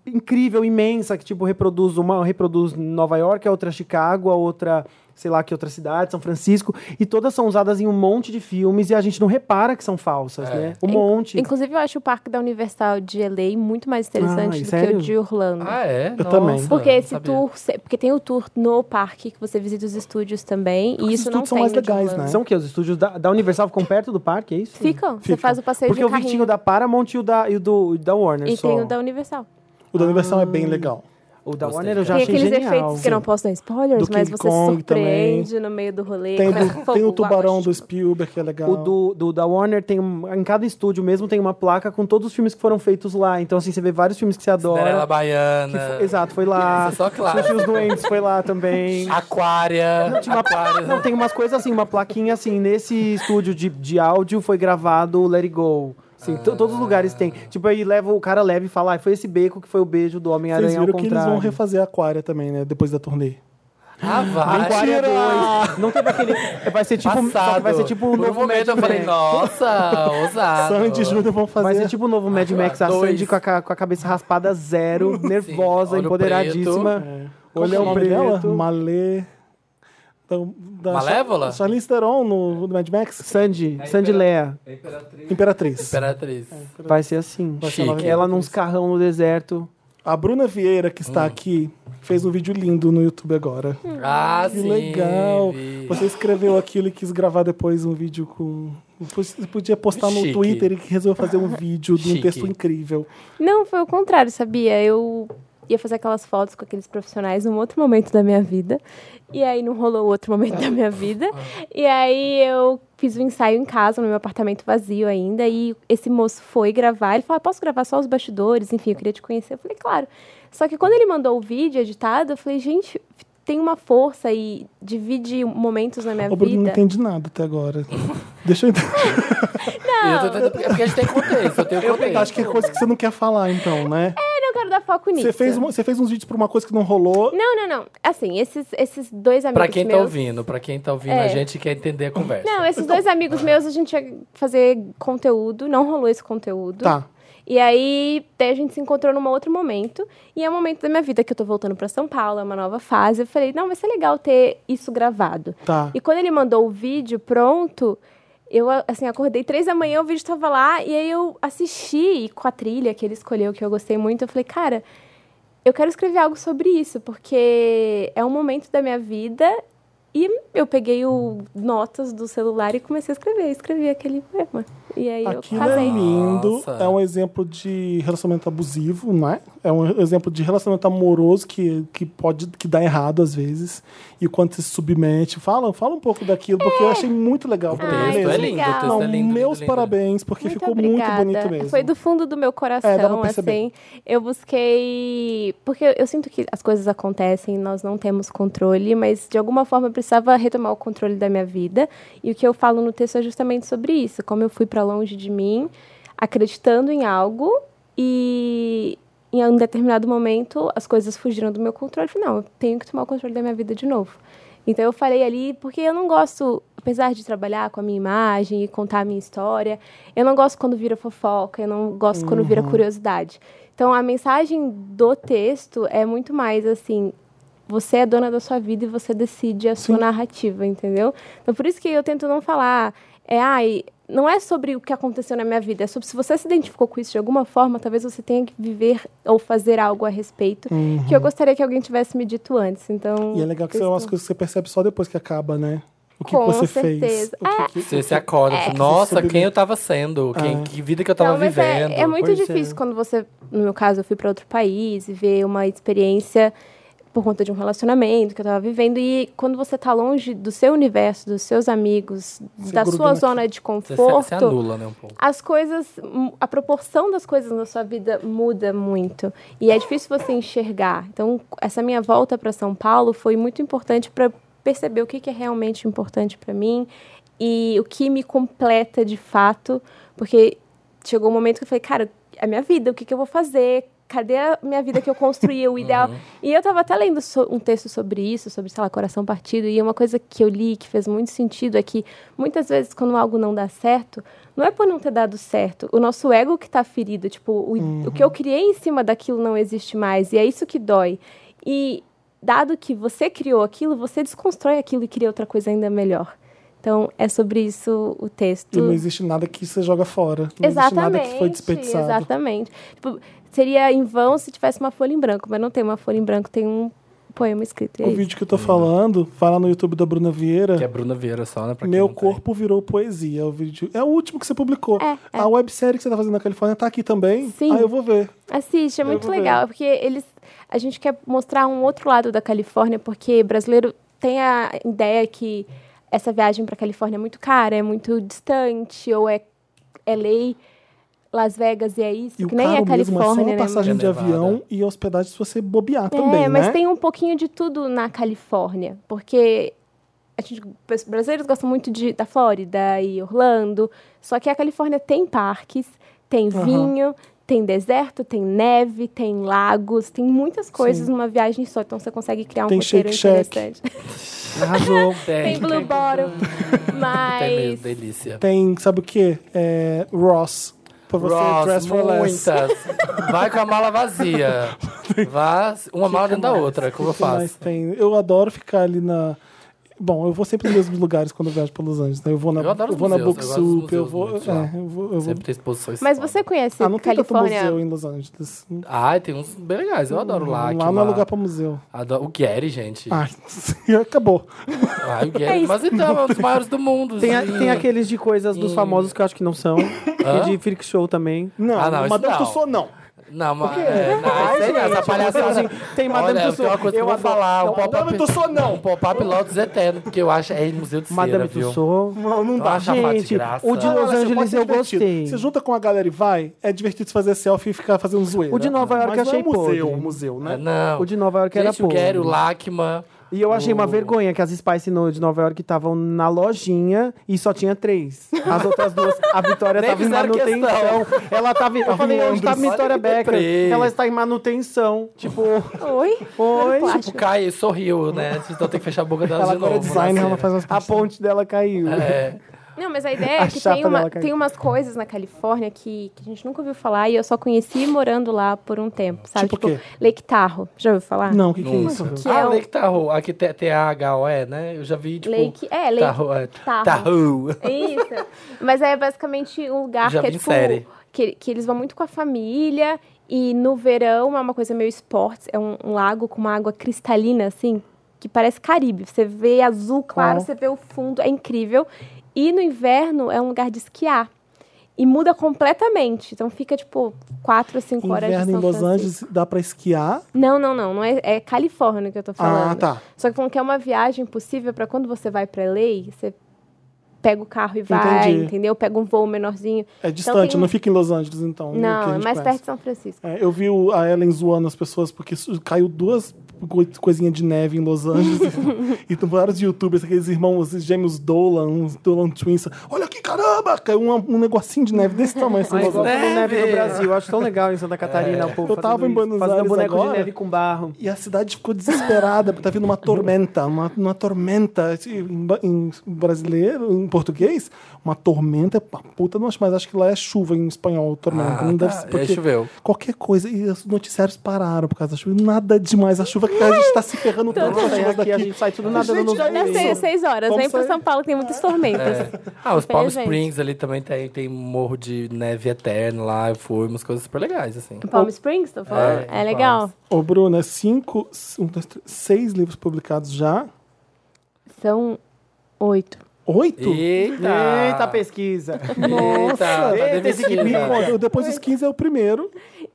Speaker 3: incrível, imensa, que tipo reproduz uma, reproduz Nova York, a outra Chicago, a outra, sei lá, que outra cidade, São Francisco, e todas são usadas em um monte de filmes e a gente não repara que são falsas,
Speaker 2: É.
Speaker 3: né? Um monte.
Speaker 4: Inclusive, eu acho o parque da Universal de LA muito mais interessante
Speaker 3: Ai,
Speaker 4: do que
Speaker 3: sério?
Speaker 4: o de Orlando.
Speaker 2: Ah, é? Eu
Speaker 1: também.
Speaker 4: Porque esse
Speaker 2: sabia.
Speaker 4: tour, se- porque tem o tour no parque que você visita os estúdios também, e
Speaker 1: os
Speaker 4: isso não
Speaker 1: estúdios são
Speaker 4: tem
Speaker 1: mais
Speaker 4: no de
Speaker 1: legais,
Speaker 4: Orlando.
Speaker 1: né?
Speaker 3: São o quê? Os estúdios da, da Universal ficam perto do parque, é isso?
Speaker 4: Ficam, você
Speaker 1: Ficam.
Speaker 4: faz o passeio
Speaker 3: Porque
Speaker 4: de
Speaker 3: eu vi que tinha
Speaker 4: carrinho
Speaker 3: o da Paramount e o da, e o do, e da Warner
Speaker 4: e
Speaker 3: só.
Speaker 4: tem o da Universal.
Speaker 1: O da Universal é bem legal.
Speaker 3: O da
Speaker 2: Gostei.
Speaker 3: Warner eu já
Speaker 4: Tem
Speaker 3: achei
Speaker 4: aqueles
Speaker 3: genial.
Speaker 4: efeitos que eu não posso dar spoilers,
Speaker 1: Do
Speaker 4: mas
Speaker 1: King
Speaker 4: você se
Speaker 1: Kong também.
Speaker 4: surpreende no meio do rolê.
Speaker 1: Tem,
Speaker 4: começa
Speaker 1: do-
Speaker 4: fogo,
Speaker 1: tem o tubarão
Speaker 4: água,
Speaker 1: do Spielberg, que é legal.
Speaker 3: O do, do- da Warner tem um- em cada estúdio mesmo tem uma placa com todos os filmes que foram feitos lá. Então assim, você vê vários filmes que você
Speaker 2: Cinderela
Speaker 3: adora. Que
Speaker 2: Baiana.
Speaker 3: fo- exato, foi lá.
Speaker 2: Isso é só clássico.
Speaker 3: Sushi os doentes foi lá também.
Speaker 2: Aquária.
Speaker 3: Tinha uma-
Speaker 2: Aquária.
Speaker 3: não, tem umas coisas assim, uma plaquinha assim, nesse estúdio de, de áudio foi gravado o Let It Go. Assim,
Speaker 2: Ah.
Speaker 3: to- todos os lugares tem. Tipo, aí leva, o cara leva e fala, ah, foi esse beco que foi o beijo do
Speaker 1: Vocês
Speaker 3: Homem-Aranha ao
Speaker 1: viram que eles vão
Speaker 3: contrário.
Speaker 1: refazer a Aquária também, né? Depois da turnê.
Speaker 2: Ah, vai.
Speaker 3: Aquária
Speaker 1: Mentira!
Speaker 3: 2. Não teve aquele. Vai ser tipo.
Speaker 2: Passado.
Speaker 3: só que Vai ser tipo um
Speaker 2: Por um
Speaker 3: novo Mad
Speaker 2: momento eu falei,
Speaker 3: Max.
Speaker 2: nossa, ousado.
Speaker 1: Sandy e Júnior vão fazer.
Speaker 3: Ah, Mas é tipo o novo Mad Max, a
Speaker 2: Ah, Dois.
Speaker 3: Sandy com a, ca- com a cabeça raspada zero, nervosa,
Speaker 2: olho
Speaker 3: empoderadíssima.
Speaker 1: Olha o nome
Speaker 3: Como que é o nome
Speaker 1: dela?
Speaker 3: dela?
Speaker 1: Malê. Da, da
Speaker 2: Malévola?
Speaker 1: Cha- Charlize Theron no no Mad Max.
Speaker 3: Sandy, Sandy Lea,
Speaker 1: Imperatriz.
Speaker 2: Imperatriz.
Speaker 1: É.
Speaker 3: vai ser assim.
Speaker 2: ser uma
Speaker 3: Ela num carrão no deserto.
Speaker 1: A Bruna Vieira, que
Speaker 2: Hum.
Speaker 1: está aqui, fez um vídeo lindo no YouTube agora.
Speaker 4: Hum.
Speaker 2: Ah,
Speaker 1: Que
Speaker 2: sim.
Speaker 1: legal.
Speaker 2: vi.
Speaker 1: Você escreveu aquilo e quis gravar depois um vídeo com. Você podia postar no
Speaker 2: Chique.
Speaker 1: Twitter e resolveu fazer um vídeo de um
Speaker 2: Chique.
Speaker 1: texto incrível.
Speaker 4: Não, foi o contrário, sabia? Eu ia fazer aquelas fotos com aqueles profissionais num outro momento da minha vida. E aí não rolou outro momento da minha vida. E aí eu fiz o ensaio em casa, no meu apartamento vazio ainda. E esse moço foi gravar. Ele falou: "Ah, posso gravar só os bastidores? Enfim, eu queria te conhecer. Eu falei, claro. Só que quando ele mandou o vídeo editado, eu falei, gente. Tem uma força e divide momentos na minha
Speaker 1: Ô, Bruno, não
Speaker 4: É vida.
Speaker 1: entendi nada até agora. Deixa eu entender.
Speaker 2: Eu tô tentando, porque a gente tem contexto, eu tenho contexto.
Speaker 1: Ah, Acho
Speaker 4: então.
Speaker 1: que é coisa que você não quer falar, então, né?
Speaker 4: Eu não quero dar foco nisso.
Speaker 1: Você fez, um- você fez uns vídeos pra uma coisa que não rolou.
Speaker 4: Não, não, não. Assim, esses, esses dois amigos
Speaker 2: Pra quem tá
Speaker 4: meus...
Speaker 2: ouvindo, pra quem tá ouvindo,
Speaker 4: É.
Speaker 2: a gente quer entender a conversa.
Speaker 4: Não, esses dois amigos meus, a gente ia fazer conteúdo, não rolou esse conteúdo.
Speaker 1: Tá.
Speaker 4: E aí, daí a gente se encontrou num outro momento. E é um momento da minha vida que eu tô voltando pra São Paulo, é uma nova fase. Eu falei, não, vai ser legal ter isso gravado.
Speaker 1: Tá.
Speaker 4: E quando ele mandou o vídeo pronto, eu, assim, acordei três da manhã, o vídeo tava lá. E aí eu assisti com a trilha que ele escolheu, que eu gostei muito. Eu falei, cara, eu quero escrever algo sobre isso, porque é um momento da minha vida. E eu peguei o notas do celular e comecei a escrever, escrevi aquele poema. E aí
Speaker 1: Aquilo
Speaker 4: eu
Speaker 1: é
Speaker 4: casei.
Speaker 1: lindo,
Speaker 2: Nossa.
Speaker 1: é um exemplo de relacionamento abusivo, né? É um exemplo de relacionamento amoroso que, que pode que dá errado às vezes. E quando você se submete, fala, fala um pouco daquilo, porque
Speaker 4: É.
Speaker 1: eu achei muito Ah, legal. porque
Speaker 4: texto é
Speaker 1: mesmo.
Speaker 4: lindo, o texto
Speaker 1: Não,
Speaker 2: é lindo,
Speaker 1: meus
Speaker 2: lindo, lindo.
Speaker 1: parabéns, porque
Speaker 4: Muito
Speaker 1: ficou
Speaker 4: obrigada.
Speaker 1: muito bonito mesmo.
Speaker 4: Foi do fundo do meu coração,
Speaker 1: É, dá pra perceber.
Speaker 4: assim. Eu busquei. Porque eu- eu sinto que as coisas acontecem, nós não temos controle, mas de alguma forma eu precisava retomar o controle da minha vida. E o que eu falo no texto é justamente sobre isso. Como eu fui pra longe de mim, acreditando em algo e. Em um determinado momento, as coisas fugiram do meu controle. Eu falei, não, eu tenho que tomar o controle da minha vida de novo. Então eu falei ali, porque eu não gosto, apesar de trabalhar com a minha imagem e contar a minha história, eu não gosto quando vira fofoca, eu não gosto quando vira
Speaker 1: Uhum.
Speaker 4: curiosidade. Então a mensagem do texto é muito mais assim, você é dona da sua vida e você decide a sua narrativa, entendeu? Então por isso que eu tento não falar, é ai, não é sobre o que aconteceu na minha vida, é sobre se você se identificou com isso de alguma forma, talvez você tenha que viver ou fazer algo a respeito, que eu gostaria que alguém tivesse me dito antes. Então
Speaker 1: Uhum. E é legal que
Speaker 4: eu
Speaker 1: são umas
Speaker 4: estou-
Speaker 1: coisas que você percebe só depois que acaba, né? O que
Speaker 4: Com
Speaker 1: você fez.
Speaker 4: certeza. É.
Speaker 1: O que, que-
Speaker 2: Você se acorda, fala, nossa, quem eu tava sendo, quem,
Speaker 1: É.
Speaker 2: que vida que eu tava
Speaker 4: Não, mas é-
Speaker 2: vivendo.
Speaker 4: É, muito
Speaker 3: pois é.
Speaker 4: difícil quando você, no meu caso, eu fui para outro país e ver uma experiência por conta de um relacionamento que eu estava vivendo. E quando você está longe do seu universo, dos seus amigos,
Speaker 1: Você
Speaker 4: da
Speaker 1: gruda
Speaker 4: sua
Speaker 1: naquilo.
Speaker 4: zona de
Speaker 2: Você, se- você
Speaker 4: conforto,
Speaker 2: anula, né, um pouco.
Speaker 4: as coisas, mu- a proporção das coisas na sua vida muda muito e é difícil você enxergar. Então, essa minha volta para São Paulo foi muito importante para perceber o que, que é realmente importante para mim e o que me completa de fato, porque chegou um momento que eu falei, cara, a minha vida, o que, que eu vou fazer? Cadê a minha vida que eu construí, o ideal? E eu tava até lendo so- um texto sobre isso, sobre, sei lá, coração partido, e uma coisa que eu li que fez muito sentido é que muitas vezes quando algo não dá certo, não é por não ter dado certo, o nosso ego que tá ferido, tipo, o, o que eu criei em cima daquilo não existe mais, e é isso que dói. E dado que você criou aquilo, você desconstrói aquilo e cria outra coisa ainda melhor. Então, é sobre isso o texto.
Speaker 1: E não existe nada que você joga fora. Não existe nada que foi desperdiçado.
Speaker 4: Exatamente. Tipo, seria em vão se tivesse uma folha em branco, mas não tem uma folha em branco, tem um poema escrito. E é
Speaker 1: O
Speaker 4: isso.
Speaker 1: vídeo que eu tô falando, vai lá no YouTube da Bruna Vieira.
Speaker 2: Que é Bruna Vieira só, né? pra quem
Speaker 1: Meu
Speaker 2: não tem.
Speaker 1: corpo virou poesia. O vídeo. É o último que você publicou.
Speaker 4: É, é.
Speaker 1: A websérie que você tá fazendo na Califórnia tá aqui também.
Speaker 4: Sim.
Speaker 1: Ah, eu vou ver.
Speaker 4: Assiste, é muito
Speaker 1: vou ver.
Speaker 4: legal, porque eles a gente quer mostrar um outro lado da Califórnia, porque brasileiro tem a ideia que essa viagem para Califórnia é muito cara, é muito distante ou é é lei Las Vegas e é isso,
Speaker 1: E o
Speaker 4: que nem é
Speaker 1: caro mesmo é só
Speaker 4: Califórnia,
Speaker 1: uma passagem
Speaker 2: né?
Speaker 1: de avião e hospedagem se você bobear também,
Speaker 4: é, mas
Speaker 1: né?
Speaker 4: tem um pouquinho de tudo na Califórnia, porque a gente, os brasileiros gostam muito de, da Flórida e Orlando, só que a Califórnia tem parques, tem
Speaker 1: Aham.
Speaker 4: vinho, tem deserto, tem neve, tem lagos, tem muitas coisas
Speaker 1: Sim.
Speaker 4: numa viagem só, então você consegue criar um
Speaker 1: Tem
Speaker 4: roteiro
Speaker 1: Shake Shack.
Speaker 4: interessante.
Speaker 3: Arrasou.
Speaker 4: Tem Blue Bottom,
Speaker 2: É. Tem mesmo,
Speaker 4: mas
Speaker 2: delícia.
Speaker 1: Tem, sabe o quê? É, Ross. Pra você,
Speaker 2: Ross,
Speaker 1: dress for less.
Speaker 2: muitas. Vai com a mala vazia. Vá, uma mala dentro da outra, como eu
Speaker 1: O que mais
Speaker 2: faço.
Speaker 1: tem? Eu adoro ficar ali na. Bom, eu vou sempre nos mesmos lugares quando eu viajo para Los Angeles. Né? Eu vou na,
Speaker 2: Eu adoro
Speaker 1: vou na
Speaker 2: museus,
Speaker 1: Book
Speaker 2: eu gosto dos
Speaker 1: Soup, eu
Speaker 2: museus
Speaker 1: vou.
Speaker 2: muito lá.
Speaker 1: é, eu vou, eu vou-
Speaker 2: Sempre tem exposições.
Speaker 4: mas
Speaker 2: foda.
Speaker 4: você conhece
Speaker 1: Ah, não tem tanto
Speaker 4: Califórnia?
Speaker 1: museu em Los Angeles.
Speaker 2: Ai, tem uns bem legais. Eu adoro lá.
Speaker 1: lá não é lugar para museu.
Speaker 2: Adoro... O Gary, gente.
Speaker 1: Ah, acabou.
Speaker 2: Ah, o Gary.
Speaker 4: É isso.
Speaker 2: mas então, é um dos maiores do mundo. assim.
Speaker 3: Tem, a-
Speaker 2: sim.
Speaker 3: tem aqueles de coisas dos
Speaker 2: Ih.
Speaker 3: famosos que eu acho que não são.
Speaker 2: Hã?
Speaker 3: Tem de freak show também.
Speaker 1: Não,
Speaker 2: Ah, não, isso
Speaker 1: Madame
Speaker 2: não.
Speaker 1: Tussauds não.
Speaker 2: Não, mas. É, não, sei
Speaker 3: gente,
Speaker 2: não, essa
Speaker 3: eu
Speaker 2: palhaçada.
Speaker 3: vou falar assim, tem
Speaker 2: Olha,
Speaker 3: Madame Tussauds,
Speaker 2: Tem uma coisa que eu
Speaker 3: eu
Speaker 2: vou
Speaker 3: adoro.
Speaker 2: falar. Um
Speaker 1: Madame
Speaker 2: pop-up.
Speaker 1: Tussauds não.
Speaker 2: Um pop-up Lotus Eterno, porque eu acho. É Museu de Cera,
Speaker 3: Madame
Speaker 2: viu?
Speaker 3: Tussauds.
Speaker 1: Não, não
Speaker 2: Eu
Speaker 1: dá.
Speaker 2: acho a parte
Speaker 3: Gente,
Speaker 2: de graça.
Speaker 3: o de
Speaker 1: Ah, olha,
Speaker 3: Los
Speaker 1: você
Speaker 3: Angeles
Speaker 1: pode ser
Speaker 3: eu
Speaker 1: divertido.
Speaker 3: gostei.
Speaker 1: Você junta com a galera e vai, é divertido se fazer selfie e ficar fazendo zoeira.
Speaker 3: O de Nova York
Speaker 1: Mas
Speaker 3: eu achei
Speaker 1: não é museu,
Speaker 3: podre.
Speaker 1: museu,
Speaker 2: Ah,
Speaker 1: né?
Speaker 2: Não.
Speaker 3: O de Nova York era né?
Speaker 2: Gente, o
Speaker 3: pouco.
Speaker 2: Gary, o Lachman.
Speaker 3: E eu achei uma
Speaker 2: o-
Speaker 3: vergonha que as Spice no- de Nova York estavam na lojinha e só tinha três. As outras duas, a Vitória
Speaker 2: Nem
Speaker 3: tava em
Speaker 2: fizeram
Speaker 3: manutenção. Ela tava em. Eu falei, onde tá a
Speaker 2: Londres.
Speaker 3: Vitória
Speaker 2: Olha que
Speaker 3: Becker?
Speaker 2: deprê.
Speaker 3: Ela está em manutenção. Tipo,
Speaker 4: Oi? é
Speaker 3: oi.
Speaker 4: Plástico.
Speaker 2: Tipo, cai e sorriu, né? Então tem que fechar a boca dela
Speaker 1: Ela
Speaker 2: de
Speaker 1: agora
Speaker 2: novo.
Speaker 1: é designer,
Speaker 2: né,
Speaker 1: ela faz umas
Speaker 3: A ponte dela caiu.
Speaker 2: É,
Speaker 4: Não, mas a ideia
Speaker 3: A
Speaker 4: é que
Speaker 3: chapa
Speaker 4: tem, uma,
Speaker 3: dela caiu.
Speaker 4: tem umas coisas na Califórnia que, que a gente nunca ouviu falar e eu só conheci morando lá por um tempo, sabe?
Speaker 1: Tipo o quê?
Speaker 4: Lake Tahoe. Já ouviu falar?
Speaker 1: Não, o que, que é
Speaker 2: não.
Speaker 1: isso?
Speaker 4: Que
Speaker 2: ah,
Speaker 4: é o-
Speaker 2: Lake Tahoe. Aqui tem T-A-H-O-E, né? Eu já vi, tipo...
Speaker 4: Lake... É, Lake
Speaker 2: Tahoe. é,
Speaker 4: Tahoe.
Speaker 2: Tahoe.
Speaker 4: Isso. Mas é basicamente um lugar
Speaker 2: Já
Speaker 4: que é
Speaker 2: vi em
Speaker 4: tipo.
Speaker 2: série.
Speaker 4: Que, que eles vão muito com a família. E no verão é uma coisa meio esportes. É um, um lago com uma água cristalina, assim, que parece Caribe. Você vê azul claro,
Speaker 1: Uau.
Speaker 4: você vê o fundo, é incrível. E no inverno é um lugar de esquiar. E muda completamente. Então fica, tipo, quatro ou cinco horas de
Speaker 1: Inverno em
Speaker 4: São
Speaker 1: Los
Speaker 4: Francisco.
Speaker 1: Angeles dá pra esquiar.
Speaker 4: Não, não, não. não é, é Califórnia que eu tô falando.
Speaker 1: Ah, tá.
Speaker 4: Só que falam que é uma viagem possível para quando você vai para LA, você pega o carro e vai,
Speaker 1: Entendi.
Speaker 4: entendeu? Pega um voo menorzinho.
Speaker 1: É distante,
Speaker 4: tem-
Speaker 1: não fica em Los Angeles, então. que a
Speaker 4: Não, é
Speaker 1: gente
Speaker 4: mais
Speaker 1: conhece.
Speaker 4: perto de São Francisco.
Speaker 1: É, eu vi o- a Ellen zoando as pessoas porque su- caiu duas coi- coisinhas de neve em Los Angeles e, e tem vários youtubers, aqueles irmãos, esses gêmeos Dolan, uns Dolan Twins. Olha que caramba! Caiu uma- um negocinho de neve desse tamanho assim, em
Speaker 3: Mas
Speaker 1: Los
Speaker 3: igual
Speaker 1: Angeles.
Speaker 3: quando neve
Speaker 2: Neve.
Speaker 3: no Brasil. Eu acho tão legal em Santa Catarina, o povo
Speaker 1: Eu tava
Speaker 3: fazendo
Speaker 1: em
Speaker 3: isso,
Speaker 1: Buenos
Speaker 3: fazendo
Speaker 1: Aires
Speaker 3: boneco
Speaker 1: agora.
Speaker 3: de neve com barro.
Speaker 1: E a cidade ficou desesperada, porque tá vindo uma tormenta, uma, uma tormenta assim, em, ba- em brasileiro, em português, uma tormenta, é uma puta, não acho, mas acho que lá é chuva em espanhol, tormenta.
Speaker 2: Ah,
Speaker 1: não deve
Speaker 2: tá.
Speaker 1: ser,
Speaker 2: E aí
Speaker 1: porque
Speaker 2: choveu.
Speaker 1: Qualquer coisa, e os noticiários pararam por causa da chuva, nada demais, a chuva que a gente tá se ferrando tanto com a
Speaker 3: Nossa,
Speaker 1: chuva
Speaker 3: Então, aqui a
Speaker 1: daqui.
Speaker 3: gente sai tudo nadando
Speaker 1: Gente,
Speaker 3: no
Speaker 1: olha
Speaker 3: rio.
Speaker 1: Isso.
Speaker 4: Seis, seis horas,
Speaker 1: Vamos
Speaker 4: vem para
Speaker 1: sair.
Speaker 4: São Paulo, tem muitas tormentas.
Speaker 2: Ah, os Palm
Speaker 4: Infelizmente.
Speaker 2: Springs ali também tem, tem morro de neve eterno lá. Eu fui, umas coisas super legais, assim.
Speaker 4: Palm Springs, tô falando?
Speaker 2: É,
Speaker 4: É, legal.
Speaker 1: Ô, Bruna, cinco, um, dois, três, seis livros publicados já,
Speaker 4: São oito.
Speaker 1: oito?
Speaker 2: Eita!
Speaker 1: Ah.
Speaker 3: Eita pesquisa.
Speaker 2: Eita! tá
Speaker 1: Nossa!
Speaker 3: Eita, esse que
Speaker 2: demitida.
Speaker 1: Me conta, depois dos 15 é o primeiro.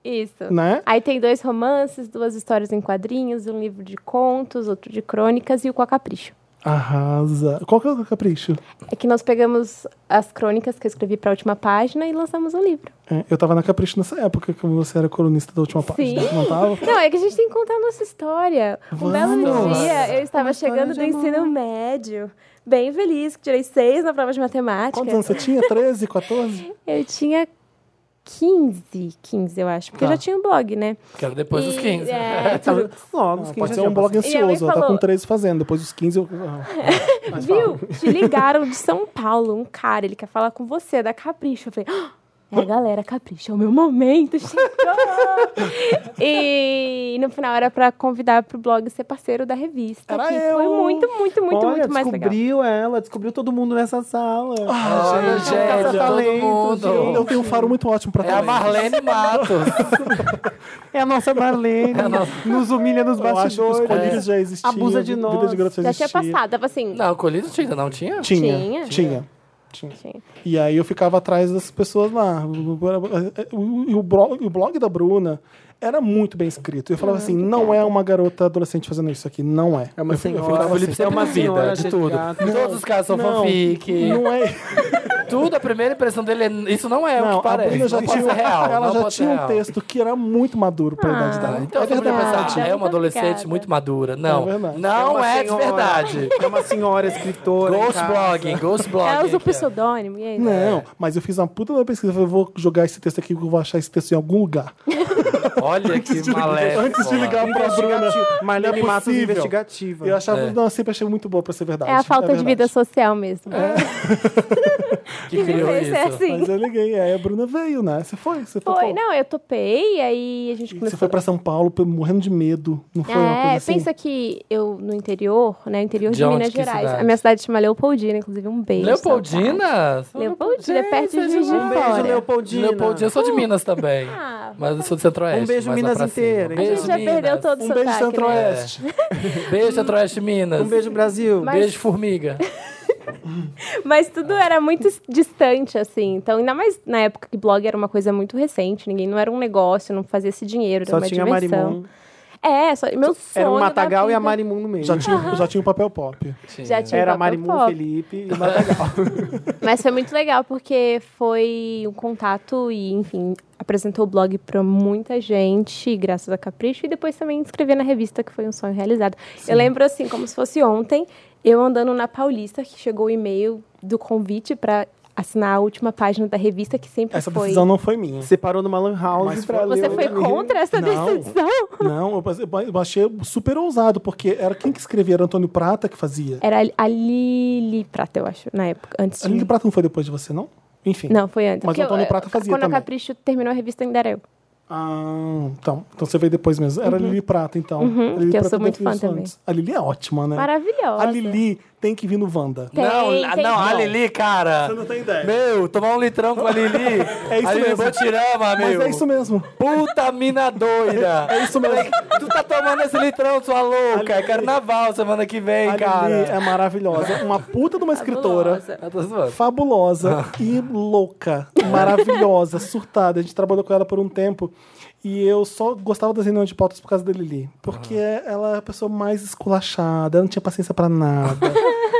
Speaker 4: Isso.
Speaker 1: né?
Speaker 4: Aí tem dois romances, duas histórias em quadrinhos, um livro de contos, outro de crônicas e o Com a Capricho.
Speaker 1: Arrasa. Qual que é o capricho?
Speaker 4: É que nós pegamos as crônicas que eu escrevi para a última página e lançamos um livro.
Speaker 1: É, eu tava na Capricho nessa época, que você era colunista da última página,
Speaker 4: Sim.
Speaker 1: não tava?
Speaker 4: Não, é que a gente tem que contar a nossa história. Um belo
Speaker 1: Vamos.
Speaker 4: dia eu estava
Speaker 3: Uma história
Speaker 4: chegando
Speaker 3: de
Speaker 4: do ensino médio, bem feliz, que tirei seis na prova de matemática.
Speaker 1: Quantos anos você tinha? 13, 14?
Speaker 4: Eu tinha 15, 15 eu acho, porque
Speaker 1: Tá.
Speaker 4: eu já tinha um blog, né?
Speaker 2: Que era depois dos
Speaker 4: E,
Speaker 2: 15.
Speaker 4: é,
Speaker 3: Tá
Speaker 4: tudo-
Speaker 3: Logo,
Speaker 1: Não,
Speaker 3: os
Speaker 1: pode
Speaker 3: 15
Speaker 1: ser
Speaker 3: já
Speaker 1: um blog
Speaker 4: passou. E minha mãe
Speaker 1: ansioso, ela tá
Speaker 4: falou-
Speaker 1: com 13 fazendo, depois dos 15 eu... Ah, mas fala.
Speaker 4: Viu? Te ligaram de São Paulo, um cara, ele quer falar com você, é da Capricho. Eu falei, "Ah, é, galera, Capricho, é o meu momento, chegou! e no final era pra convidar pro blog ser parceiro da revista.
Speaker 1: Era
Speaker 4: que
Speaker 1: eu!
Speaker 4: Foi muito, muito, muito,
Speaker 3: Olha,
Speaker 4: muito mais legal.
Speaker 3: descobriu ela, descobriu todo mundo nessa sala.
Speaker 1: Ah.
Speaker 4: é um
Speaker 2: Olha,
Speaker 1: gente,
Speaker 2: gente,
Speaker 1: caça
Speaker 2: todo
Speaker 3: talento,
Speaker 4: tá.
Speaker 1: Eu
Speaker 2: mundo.
Speaker 1: tenho um faro muito ótimo pra
Speaker 2: É a
Speaker 1: talento.
Speaker 2: Marlene Matos.
Speaker 3: É a nossa Marlene, nos humilha nos
Speaker 1: É Eu acho que os
Speaker 3: bastidores.
Speaker 1: colírios já existiam.
Speaker 3: né? Abusa de nós.
Speaker 1: Vida de garoto já
Speaker 4: Já tinha
Speaker 1: existia.
Speaker 4: passado, tava assim.
Speaker 2: Não, Colírio tinha, não tinha?
Speaker 1: Tinha,
Speaker 4: Tinha?
Speaker 1: tinha. tinha.
Speaker 4: gente.
Speaker 1: E aí eu ficava atrás das pessoas lá. E o bro- e o blog da Bruna era muito bem escrito. Eu falava assim, não é uma garota adolescente fazendo isso aqui, não é.
Speaker 3: É uma
Speaker 1: Eu fi- eu
Speaker 3: senhora.
Speaker 1: ficava
Speaker 2: O Felipe
Speaker 1: assim,
Speaker 2: sempre
Speaker 3: É uma
Speaker 2: duvida
Speaker 3: senhora
Speaker 2: de tudo.
Speaker 3: chegada.
Speaker 2: Todos os casos são
Speaker 1: Não.
Speaker 3: um
Speaker 2: fanfic.
Speaker 1: Não é.
Speaker 2: Tudo, a primeira impressão dele é. Isso não é o
Speaker 1: Não,
Speaker 2: que
Speaker 1: a
Speaker 2: parece.
Speaker 1: Bruna já
Speaker 2: não pode
Speaker 1: tinha,
Speaker 2: ser real.
Speaker 1: ela
Speaker 2: não
Speaker 1: já
Speaker 2: pode ser
Speaker 1: tinha um
Speaker 2: real.
Speaker 1: texto que era muito maduro pra
Speaker 4: Ah,
Speaker 1: idade
Speaker 2: Tá,
Speaker 1: dela.
Speaker 2: Então você podia pensar,
Speaker 4: verdade.
Speaker 2: ah, é uma adolescente
Speaker 4: Obrigada.
Speaker 2: muito madura. Não,
Speaker 1: É verdade.
Speaker 2: não
Speaker 3: uma
Speaker 2: é,
Speaker 4: um
Speaker 2: de
Speaker 3: senhora,
Speaker 2: verdade.
Speaker 3: É uma senhora escritora. em
Speaker 2: Ghost
Speaker 1: tá
Speaker 3: casa.
Speaker 2: blogging,
Speaker 1: É
Speaker 2: ghost blogging.
Speaker 4: Ela É, usa o
Speaker 2: aqui, ó.
Speaker 4: pseudônimo, e aí? né?
Speaker 1: Não, mas eu fiz uma puta da pesquisa. Eu falei, vou jogar esse texto aqui, que eu vou achar esse texto em algum lugar.
Speaker 2: Olha que maléfico.
Speaker 1: Antes de ligar pra Bruna.
Speaker 3: Investigativo.
Speaker 1: Não
Speaker 3: Marlene
Speaker 1: é
Speaker 3: Matos
Speaker 1: possível.
Speaker 3: investigativa.
Speaker 1: Eu achava,
Speaker 2: É.
Speaker 1: não, eu sempre achei muito boa pra ser verdade.
Speaker 4: É a falta de
Speaker 1: verdade.
Speaker 4: vida social mesmo.
Speaker 2: que criou
Speaker 4: Esse é
Speaker 2: isso.
Speaker 4: assim.
Speaker 1: Mas eu liguei, aí a Bruna veio, né? Você foi, você
Speaker 4: Foi,
Speaker 1: topou.
Speaker 4: não, eu topei, aí a gente
Speaker 1: E
Speaker 4: começou.
Speaker 1: Você foi pra São Paulo p- morrendo de medo, não foi? uma coisa
Speaker 4: É,
Speaker 1: assim?
Speaker 4: pensa que eu no interior, né? Interior
Speaker 2: De
Speaker 4: de,
Speaker 2: onde?
Speaker 4: Minas
Speaker 2: Que
Speaker 4: Gerais.
Speaker 2: cidade?
Speaker 4: A minha cidade chama Leopoldina, inclusive um beijo.
Speaker 2: Leopoldina?
Speaker 4: Leopoldina, é perto de Juiz de
Speaker 3: Um beijo,
Speaker 4: Fora.
Speaker 3: Leopoldina.
Speaker 2: Leopoldina, eu sou de Minas também.
Speaker 4: Ah,
Speaker 2: Mas eu sou de Centro-Oeste.
Speaker 3: Um
Speaker 2: mais
Speaker 3: beijo
Speaker 2: lá
Speaker 3: Minas
Speaker 2: pra cima.
Speaker 3: inteira,
Speaker 2: Um
Speaker 3: hein?
Speaker 4: a
Speaker 2: Beijo,
Speaker 4: gente já
Speaker 2: Minas.
Speaker 4: perdeu todo o
Speaker 1: Um beijo
Speaker 4: sotaque, né?
Speaker 1: centro-oeste.
Speaker 2: Beijo, Centro-Oeste Minas.
Speaker 3: Um beijo, Brasil.
Speaker 4: Mas-
Speaker 2: Beijo, formiga.
Speaker 4: Mas tudo era muito s- distante, assim. Então, ainda mais na época que blog era uma coisa muito recente. Ninguém não era um negócio, não fazia esse dinheiro, era
Speaker 3: Só
Speaker 4: uma
Speaker 3: tinha a
Speaker 4: diversão.
Speaker 3: Marimun.
Speaker 4: É, só meu sonho.
Speaker 3: Tipo, Era o
Speaker 4: da
Speaker 3: Matagal e a
Speaker 4: vida.
Speaker 3: Marimun no meio.
Speaker 1: Já
Speaker 4: É.
Speaker 1: tinha, já tinha o papel pop.
Speaker 4: Já tinha um
Speaker 3: Era
Speaker 4: o
Speaker 3: a Marimun,
Speaker 4: Papel Pop.
Speaker 3: Felipe e o Matagal.
Speaker 4: Mas foi muito legal, porque foi um contato e, enfim, apresentou o blog pra muita gente, graças a Capricho, e depois também escrever na revista, que foi um sonho realizado. Eu lembro, assim, como se fosse ontem, eu andando na Paulista, que chegou o e-mail do convite pra assinar a última página da revista, que sempre
Speaker 1: Essa
Speaker 4: foi.
Speaker 1: decisão não foi minha.
Speaker 3: Você parou numa lan
Speaker 1: Mas
Speaker 3: house pra
Speaker 1: foi-
Speaker 3: ler
Speaker 4: Você
Speaker 3: o
Speaker 4: foi
Speaker 3: livro.
Speaker 4: contra essa
Speaker 1: Não.
Speaker 4: decisão?
Speaker 1: Não, eu passei- eu achei super ousado, porque era quem que escrevia, era Antônio Prata que fazia.
Speaker 4: Era a Lili Prata, eu acho, na época, antes
Speaker 1: A
Speaker 4: de...
Speaker 1: Lili Prata não foi depois de você, não? Enfim.
Speaker 4: Não, foi antes.
Speaker 1: Mas
Speaker 4: porque
Speaker 1: o Antônio
Speaker 4: eu-
Speaker 1: Prata fazia
Speaker 4: Quando
Speaker 1: também.
Speaker 4: a Capricho terminou a revista, ainda era eu.
Speaker 1: Ah, então. Então você veio depois mesmo. Era a Lili Prata, então. a Lili
Speaker 4: Uhum. que eu
Speaker 1: Prata
Speaker 4: sou muito
Speaker 1: definiu
Speaker 4: fã
Speaker 1: isso
Speaker 4: também.
Speaker 1: antes. A Lili é ótima, né?
Speaker 4: Maravilhosa.
Speaker 1: A Lili tem que vir no Wanda.
Speaker 4: Tem,
Speaker 2: não,
Speaker 4: tem-
Speaker 2: não, a Lili, cara.
Speaker 1: Você não tem ideia.
Speaker 2: Meu, tomar um litrão com a Lili.
Speaker 1: É isso
Speaker 2: a Lili
Speaker 1: mesmo.
Speaker 2: Botirama,
Speaker 1: Mas
Speaker 2: meu.
Speaker 1: é isso mesmo.
Speaker 2: Puta mina doida.
Speaker 1: É isso mesmo.
Speaker 2: Tu tá tomando esse litrão, sua louca. É carnaval semana que vem,
Speaker 1: A
Speaker 2: cara.
Speaker 1: Lili é maravilhosa. Uma puta de uma escritora.
Speaker 4: Fabulosa.
Speaker 2: Eu tô zoando.
Speaker 1: Fabulosa e louca, maravilhosa, surtada. A gente trabalhou com ela por um tempo e eu só gostava das reuniões de pautas por causa da Lili. Porque ela é a pessoa mais esculachada, ela não tinha paciência pra nada.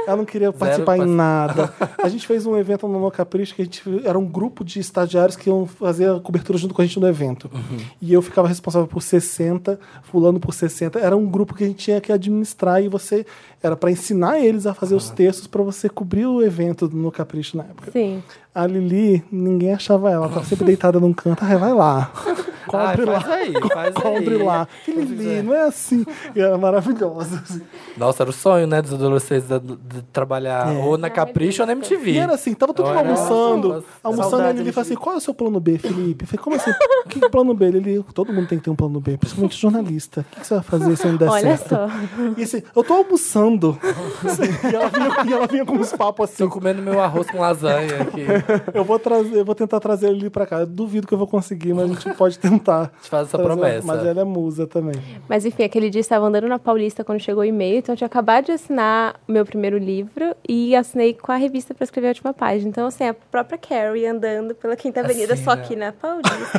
Speaker 1: Ela não queria participar em
Speaker 2: paci-
Speaker 1: nada. A gente fez um evento no No Capricho que a gente era um grupo de estagiários que iam fazer a cobertura junto com a gente no evento.
Speaker 2: Uhum.
Speaker 1: E eu ficava responsável por 60, fulano por 60. Era um grupo que a gente tinha que administrar e você era pra ensinar eles a fazer os textos pra você cobrir o evento do No Capricho na época.
Speaker 4: Sim.
Speaker 1: A Lili, ninguém achava ela, tava sempre deitada num canto. Ai, vai lá.
Speaker 2: Ai,
Speaker 1: Compre
Speaker 2: faz
Speaker 1: lá.
Speaker 2: aí, faz
Speaker 1: Compre
Speaker 2: aí.
Speaker 1: lá. Que Lili, não é assim. E era maravilhosa. assim.
Speaker 2: Nossa, era o sonho, né, dos adolescentes de, de trabalhar ou
Speaker 4: é
Speaker 2: na Capricho ou na MTV.
Speaker 1: É. E era assim, tava todo mundo
Speaker 2: Olha,
Speaker 1: almoçando.
Speaker 2: nossa,
Speaker 1: Almoçando,
Speaker 3: saudade,
Speaker 1: a Lili
Speaker 3: gente.
Speaker 1: fala assim: qual é o seu plano B, Felipe? Eu falei, como assim? O que que é plano B? Ele, todo mundo tem que ter um plano B, principalmente jornalista. O que que você vai fazer se não der
Speaker 4: Olha
Speaker 1: certo?
Speaker 4: só.
Speaker 1: E assim, eu tô almoçando. Assim, e, ela vinha, e ela vinha com uns papos assim.
Speaker 2: Tô comendo meu arroz com lasanha aqui.
Speaker 1: Eu vou, trazer, eu vou tentar trazer ele pra cá. Eu duvido que eu vou conseguir, mas a gente pode tentar.
Speaker 2: gente faz essa
Speaker 1: trazer ela.
Speaker 2: promessa.
Speaker 1: Mas ela é musa também.
Speaker 4: Mas enfim, aquele dia eu estava andando na Paulista quando chegou o e-mail, então eu tinha acabado de assinar o meu primeiro livro e assinei com a revista para escrever a última página. Então, assim, a própria Carrie andando pela Quinta Avenida,
Speaker 2: Assim,
Speaker 4: só
Speaker 2: né?
Speaker 4: que na Paulista.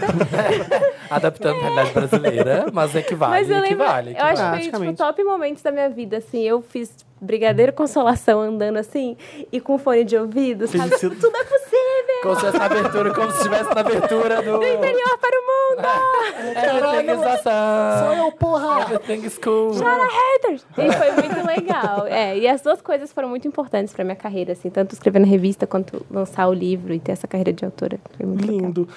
Speaker 2: Adaptando a realidade brasileira, mas é equivale,
Speaker 4: Mas eu lembro,
Speaker 2: equivale.
Speaker 4: eu acho
Speaker 2: equivale.
Speaker 4: que foi tipo,
Speaker 3: praticamente.
Speaker 4: top momentos da minha vida, assim. Eu fiz brigadeiro consolação andando assim e com fone de ouvido, sabe?
Speaker 1: Felicidade.
Speaker 4: Tudo é possível.
Speaker 2: Como se fosse na abertura, como se estivesse na abertura do... É,
Speaker 4: Melhor para o mundo.
Speaker 2: Everything is awesome.
Speaker 1: Só eu, porra!
Speaker 2: Everything is cool.
Speaker 4: Para haters. E foi muito legal. É, e as duas coisas foram muito importantes para minha carreira, assim, tanto escrever na revista quanto lançar o livro e ter essa carreira de autora. Foi muito legal.
Speaker 1: Lindo.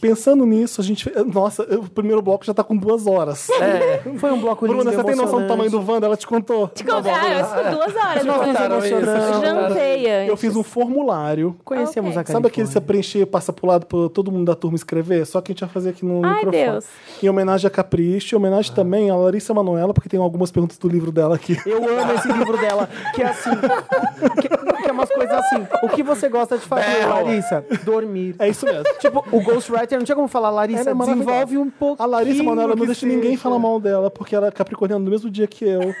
Speaker 1: Pensando nisso, a gente. Nossa, o primeiro bloco já tá com duas horas.
Speaker 2: É.
Speaker 3: Foi um bloco
Speaker 1: Bruna,
Speaker 3: lindo,
Speaker 1: você tem noção do
Speaker 4: Ah,
Speaker 1: tamanho do Wanda? Ela te contou. tá
Speaker 4: Te
Speaker 2: Tá
Speaker 4: contar, eu fico duas horas.
Speaker 3: Não,
Speaker 4: eu
Speaker 2: Contaram isso,
Speaker 3: emocionante.
Speaker 2: contaram.
Speaker 4: Jantei antes.
Speaker 1: Eu fiz um formulário.
Speaker 4: Ok.
Speaker 3: Conhecemos a
Speaker 1: Sabe
Speaker 3: Califórnia.
Speaker 1: aquele que você preencher e passa pro lado pra todo mundo da turma escrever? Só que a gente vai fazer aqui no
Speaker 4: Ai,
Speaker 1: microfone.
Speaker 4: Deus.
Speaker 1: Em homenagem a Capricho, em homenagem
Speaker 3: Ah.
Speaker 1: também a Larissa Manoela, porque tem algumas perguntas do livro dela aqui.
Speaker 3: Eu amo esse livro dela, que é assim. Que, que é umas coisas assim. O que você gosta de fazer,
Speaker 2: Bela.
Speaker 3: Larissa? Dormir.
Speaker 1: É isso mesmo.
Speaker 3: Tipo, o Ghostwriter, não tinha como falar, Larissa,
Speaker 1: Ela é maravilhosa.
Speaker 3: desenvolve um pouco.
Speaker 1: A Larissa Manoela não deixa ninguém falar mal dela, porque ela é capricorniana no mesmo dia que eu.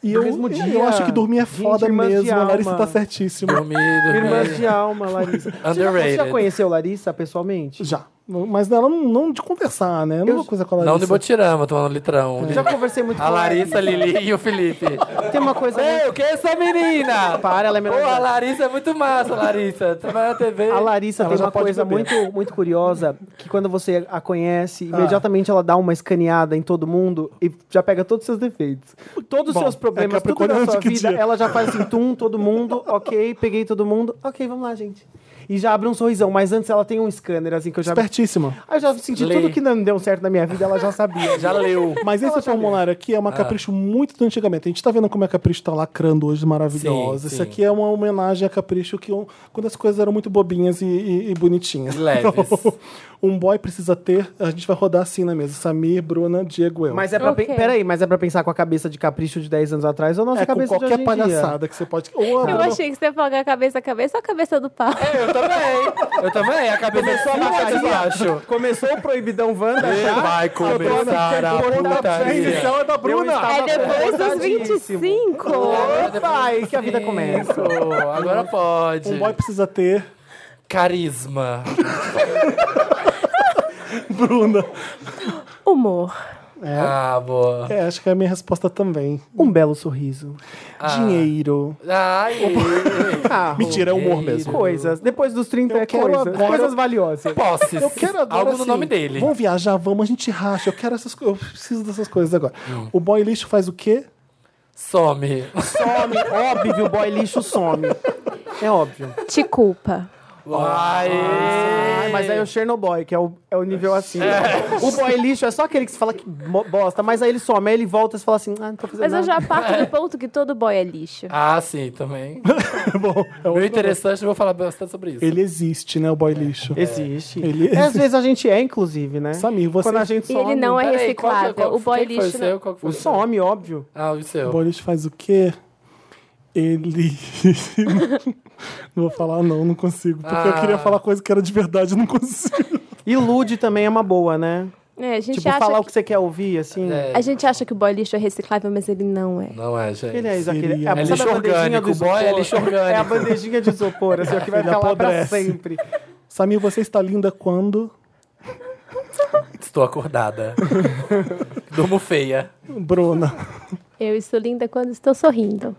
Speaker 1: E
Speaker 3: No
Speaker 1: eu,
Speaker 3: mesmo
Speaker 1: eu
Speaker 3: dia.
Speaker 1: acho que dormir é
Speaker 3: Gente,
Speaker 1: foda
Speaker 3: irmãs de
Speaker 1: mesmo. A Larissa tá
Speaker 3: alma.
Speaker 1: certíssima.
Speaker 2: Dormi, dormi.
Speaker 3: Irmãs de alma, Larissa. Você já, você já
Speaker 2: Underrated.
Speaker 3: conheceu Larissa pessoalmente?
Speaker 1: Já. Mas ela não, não de conversar, né? Não é uma coisa com a Larissa.
Speaker 2: Não de botirama, tomando litrão.
Speaker 1: É.
Speaker 3: Já conversei muito
Speaker 2: A
Speaker 3: com
Speaker 2: Larissa, a Lili e o Felipe.
Speaker 3: ela. Tem uma coisa. muito-
Speaker 2: Ei, o que é essa menina?
Speaker 3: Para, ela é
Speaker 2: Pô,
Speaker 3: melhor.
Speaker 2: a Larissa é muito massa, Larissa. Trabalha na TV.
Speaker 3: A Larissa
Speaker 1: Ela
Speaker 3: tem
Speaker 1: já
Speaker 3: uma
Speaker 1: pode
Speaker 3: coisa
Speaker 1: beber.
Speaker 3: muito, muito curiosa, que quando você a conhece,
Speaker 1: Ah.
Speaker 3: imediatamente ela dá uma escaneada em todo mundo e já pega todos os seus defeitos. Todos os
Speaker 1: Bom,
Speaker 3: seus
Speaker 1: é
Speaker 3: problemas, tudo
Speaker 1: Capricorniano
Speaker 3: da sua
Speaker 1: de que
Speaker 3: vida,
Speaker 1: dia?
Speaker 3: ela já faz assim, tum, todo mundo, ok, peguei todo mundo, ok, vamos lá, gente. E já abre um sorrisão, mas antes ela tem um scanner, assim, que eu já...
Speaker 1: Espertíssima.
Speaker 3: Ah, eu já senti
Speaker 2: Lê.
Speaker 3: tudo que não deu certo na minha vida, ela já sabia.
Speaker 2: Já leu.
Speaker 1: Mas esse formulário aqui
Speaker 2: Ah.
Speaker 1: é uma capricho muito do antigamente. A gente tá vendo como a capricho tá lacrando hoje, maravilhosa.
Speaker 2: Sim,
Speaker 1: Isso
Speaker 2: sim.
Speaker 1: aqui é uma homenagem a capricho que um- quando as coisas eram muito bobinhas e, e- e bonitinhas.
Speaker 2: E leves.
Speaker 1: um boy precisa ter. A gente vai rodar assim na mesa. Samir, Bruna, Diego, eu.
Speaker 3: Mas é pra,
Speaker 4: Ok.
Speaker 3: pe- peraí, mas é pra pensar com a cabeça de capricho de 10 anos atrás ou a nossa
Speaker 1: é com
Speaker 3: cabeça de
Speaker 1: qualquer
Speaker 3: hoje em dia?
Speaker 1: palhaçada que você pode. Ou a
Speaker 4: Eu
Speaker 1: Bruna-
Speaker 4: achei que você ia falar cabeça a cabeça ou a cabeça do pau.
Speaker 2: É, Eu também. Eu também. A cabeça é de cima, a cabeça de baixo.
Speaker 3: Começou o Proibidão Wanda
Speaker 2: E
Speaker 3: já?
Speaker 1: Tá?
Speaker 2: vai começar a putaria.
Speaker 1: Transição é da Bruna.
Speaker 4: É depois dos
Speaker 3: Apertadíssimo.
Speaker 4: 25.
Speaker 3: Opa, aí que a vida começa.
Speaker 2: Isso, Agora pode.
Speaker 1: tá Um boy precisa ter.
Speaker 2: Carisma.
Speaker 1: Bruna.
Speaker 4: Humor.
Speaker 2: Ah, boa.
Speaker 1: É, acho que é a minha resposta também.
Speaker 3: Um belo sorriso. Ah.
Speaker 1: Dinheiro.
Speaker 2: Ai,
Speaker 1: Um
Speaker 3: Carro.
Speaker 1: Mentira, é humor
Speaker 2: Dinheiro.
Speaker 1: mesmo.
Speaker 3: Coisas. Depois dos 30
Speaker 1: Eu
Speaker 3: é
Speaker 1: quero
Speaker 3: coisas.
Speaker 1: agora-
Speaker 3: Coisas valiosas.
Speaker 2: posses.
Speaker 1: Eu quero agora,
Speaker 2: Algo no
Speaker 1: assim,
Speaker 2: nome dele.
Speaker 1: Vamos viajar, vamos, a gente racha. Eu quero essas coisas. Eu preciso dessas coisas agora.
Speaker 2: Hum.
Speaker 1: O boy lixo faz o quê?
Speaker 2: Some.
Speaker 3: Some. Óbvio, o boy lixo some. É óbvio.
Speaker 4: Te culpa.
Speaker 1: Ah.
Speaker 2: Ai.
Speaker 3: Ai, mas aí é o Chernobyl, que é o, é o nível assim. O boy lixo é só aquele que você fala que mo- bosta, mas aí ele some, aí ele volta e você fala assim, ah, não tô fazendo
Speaker 4: Mas eu
Speaker 3: nada.
Speaker 4: já parto do ponto que todo boy é lixo.
Speaker 2: Ah, sim, também.
Speaker 1: Bom, é
Speaker 2: Meu
Speaker 1: outro-
Speaker 2: interessante, eu vou falar bastante sobre isso.
Speaker 1: ele existe, né, o boy lixo.
Speaker 3: Existe.
Speaker 1: Ele-
Speaker 3: É, às vezes a gente é, inclusive, né?
Speaker 1: Samir, você-
Speaker 3: Quando a gente
Speaker 4: E
Speaker 3: some.
Speaker 4: ele não é
Speaker 2: um Peraí, qual que
Speaker 4: reciclável.
Speaker 2: qual-
Speaker 4: o boy
Speaker 2: quem que foi
Speaker 4: lixo.
Speaker 2: O seu? Qual que foi
Speaker 3: O some, óbvio.
Speaker 2: Ah, o seu.
Speaker 1: O boy lixo faz o quê? Ele. não vou falar, não, não consigo. Porque eu
Speaker 2: Ah.
Speaker 1: queria falar coisa que era de verdade, eu não consigo.
Speaker 3: Ilude também é uma boa, né?
Speaker 4: não- É, a gente
Speaker 3: Tipo,
Speaker 4: acha
Speaker 3: falar o
Speaker 4: que...
Speaker 3: que você quer ouvir, assim.
Speaker 2: É,
Speaker 4: A gente acha que o boy lixo é reciclável, mas ele não é.
Speaker 2: Não é, gente.
Speaker 3: Ele é isso, aquele.
Speaker 1: Seria.
Speaker 3: a-
Speaker 1: É
Speaker 3: sabe a
Speaker 2: lixo
Speaker 3: bandejinha
Speaker 2: orgânico,
Speaker 3: do
Speaker 2: o boy é
Speaker 3: isopor?
Speaker 2: lixo orgânico.
Speaker 3: É a bandejinha de isopor, assim, ó, que vai
Speaker 1: Ele
Speaker 3: ficar lá pra
Speaker 1: apodrece.
Speaker 3: sempre.
Speaker 1: Samir, você está linda quando.
Speaker 2: Estou acordada. Durmo feia.
Speaker 1: Bruna.
Speaker 4: Eu estou linda quando estou sorrindo.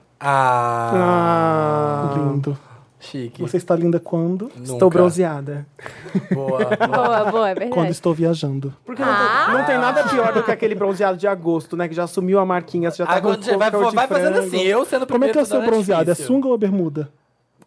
Speaker 2: Ah,
Speaker 1: Lindo.
Speaker 2: chique.
Speaker 1: Você está linda quando?
Speaker 3: Estou
Speaker 2: Nunca.
Speaker 3: bronzeada.
Speaker 2: Boa.
Speaker 4: Boa, boa, é verdade.
Speaker 1: Quando estou viajando.
Speaker 3: Porque não, tem,
Speaker 4: Ah!
Speaker 3: não tem nada pior do que aquele bronzeado de agosto, né? Que já sumiu a marquinha, você já tá
Speaker 2: Agora
Speaker 3: com
Speaker 2: Ah, você vai,
Speaker 3: cor de
Speaker 2: vai fazendo
Speaker 3: frango.
Speaker 2: assim, eu sendo o
Speaker 1: Como é
Speaker 2: primeiro.
Speaker 1: que é o seu
Speaker 2: toda hora
Speaker 1: bronzeado? É
Speaker 2: difícil.
Speaker 1: sunga ou bermuda?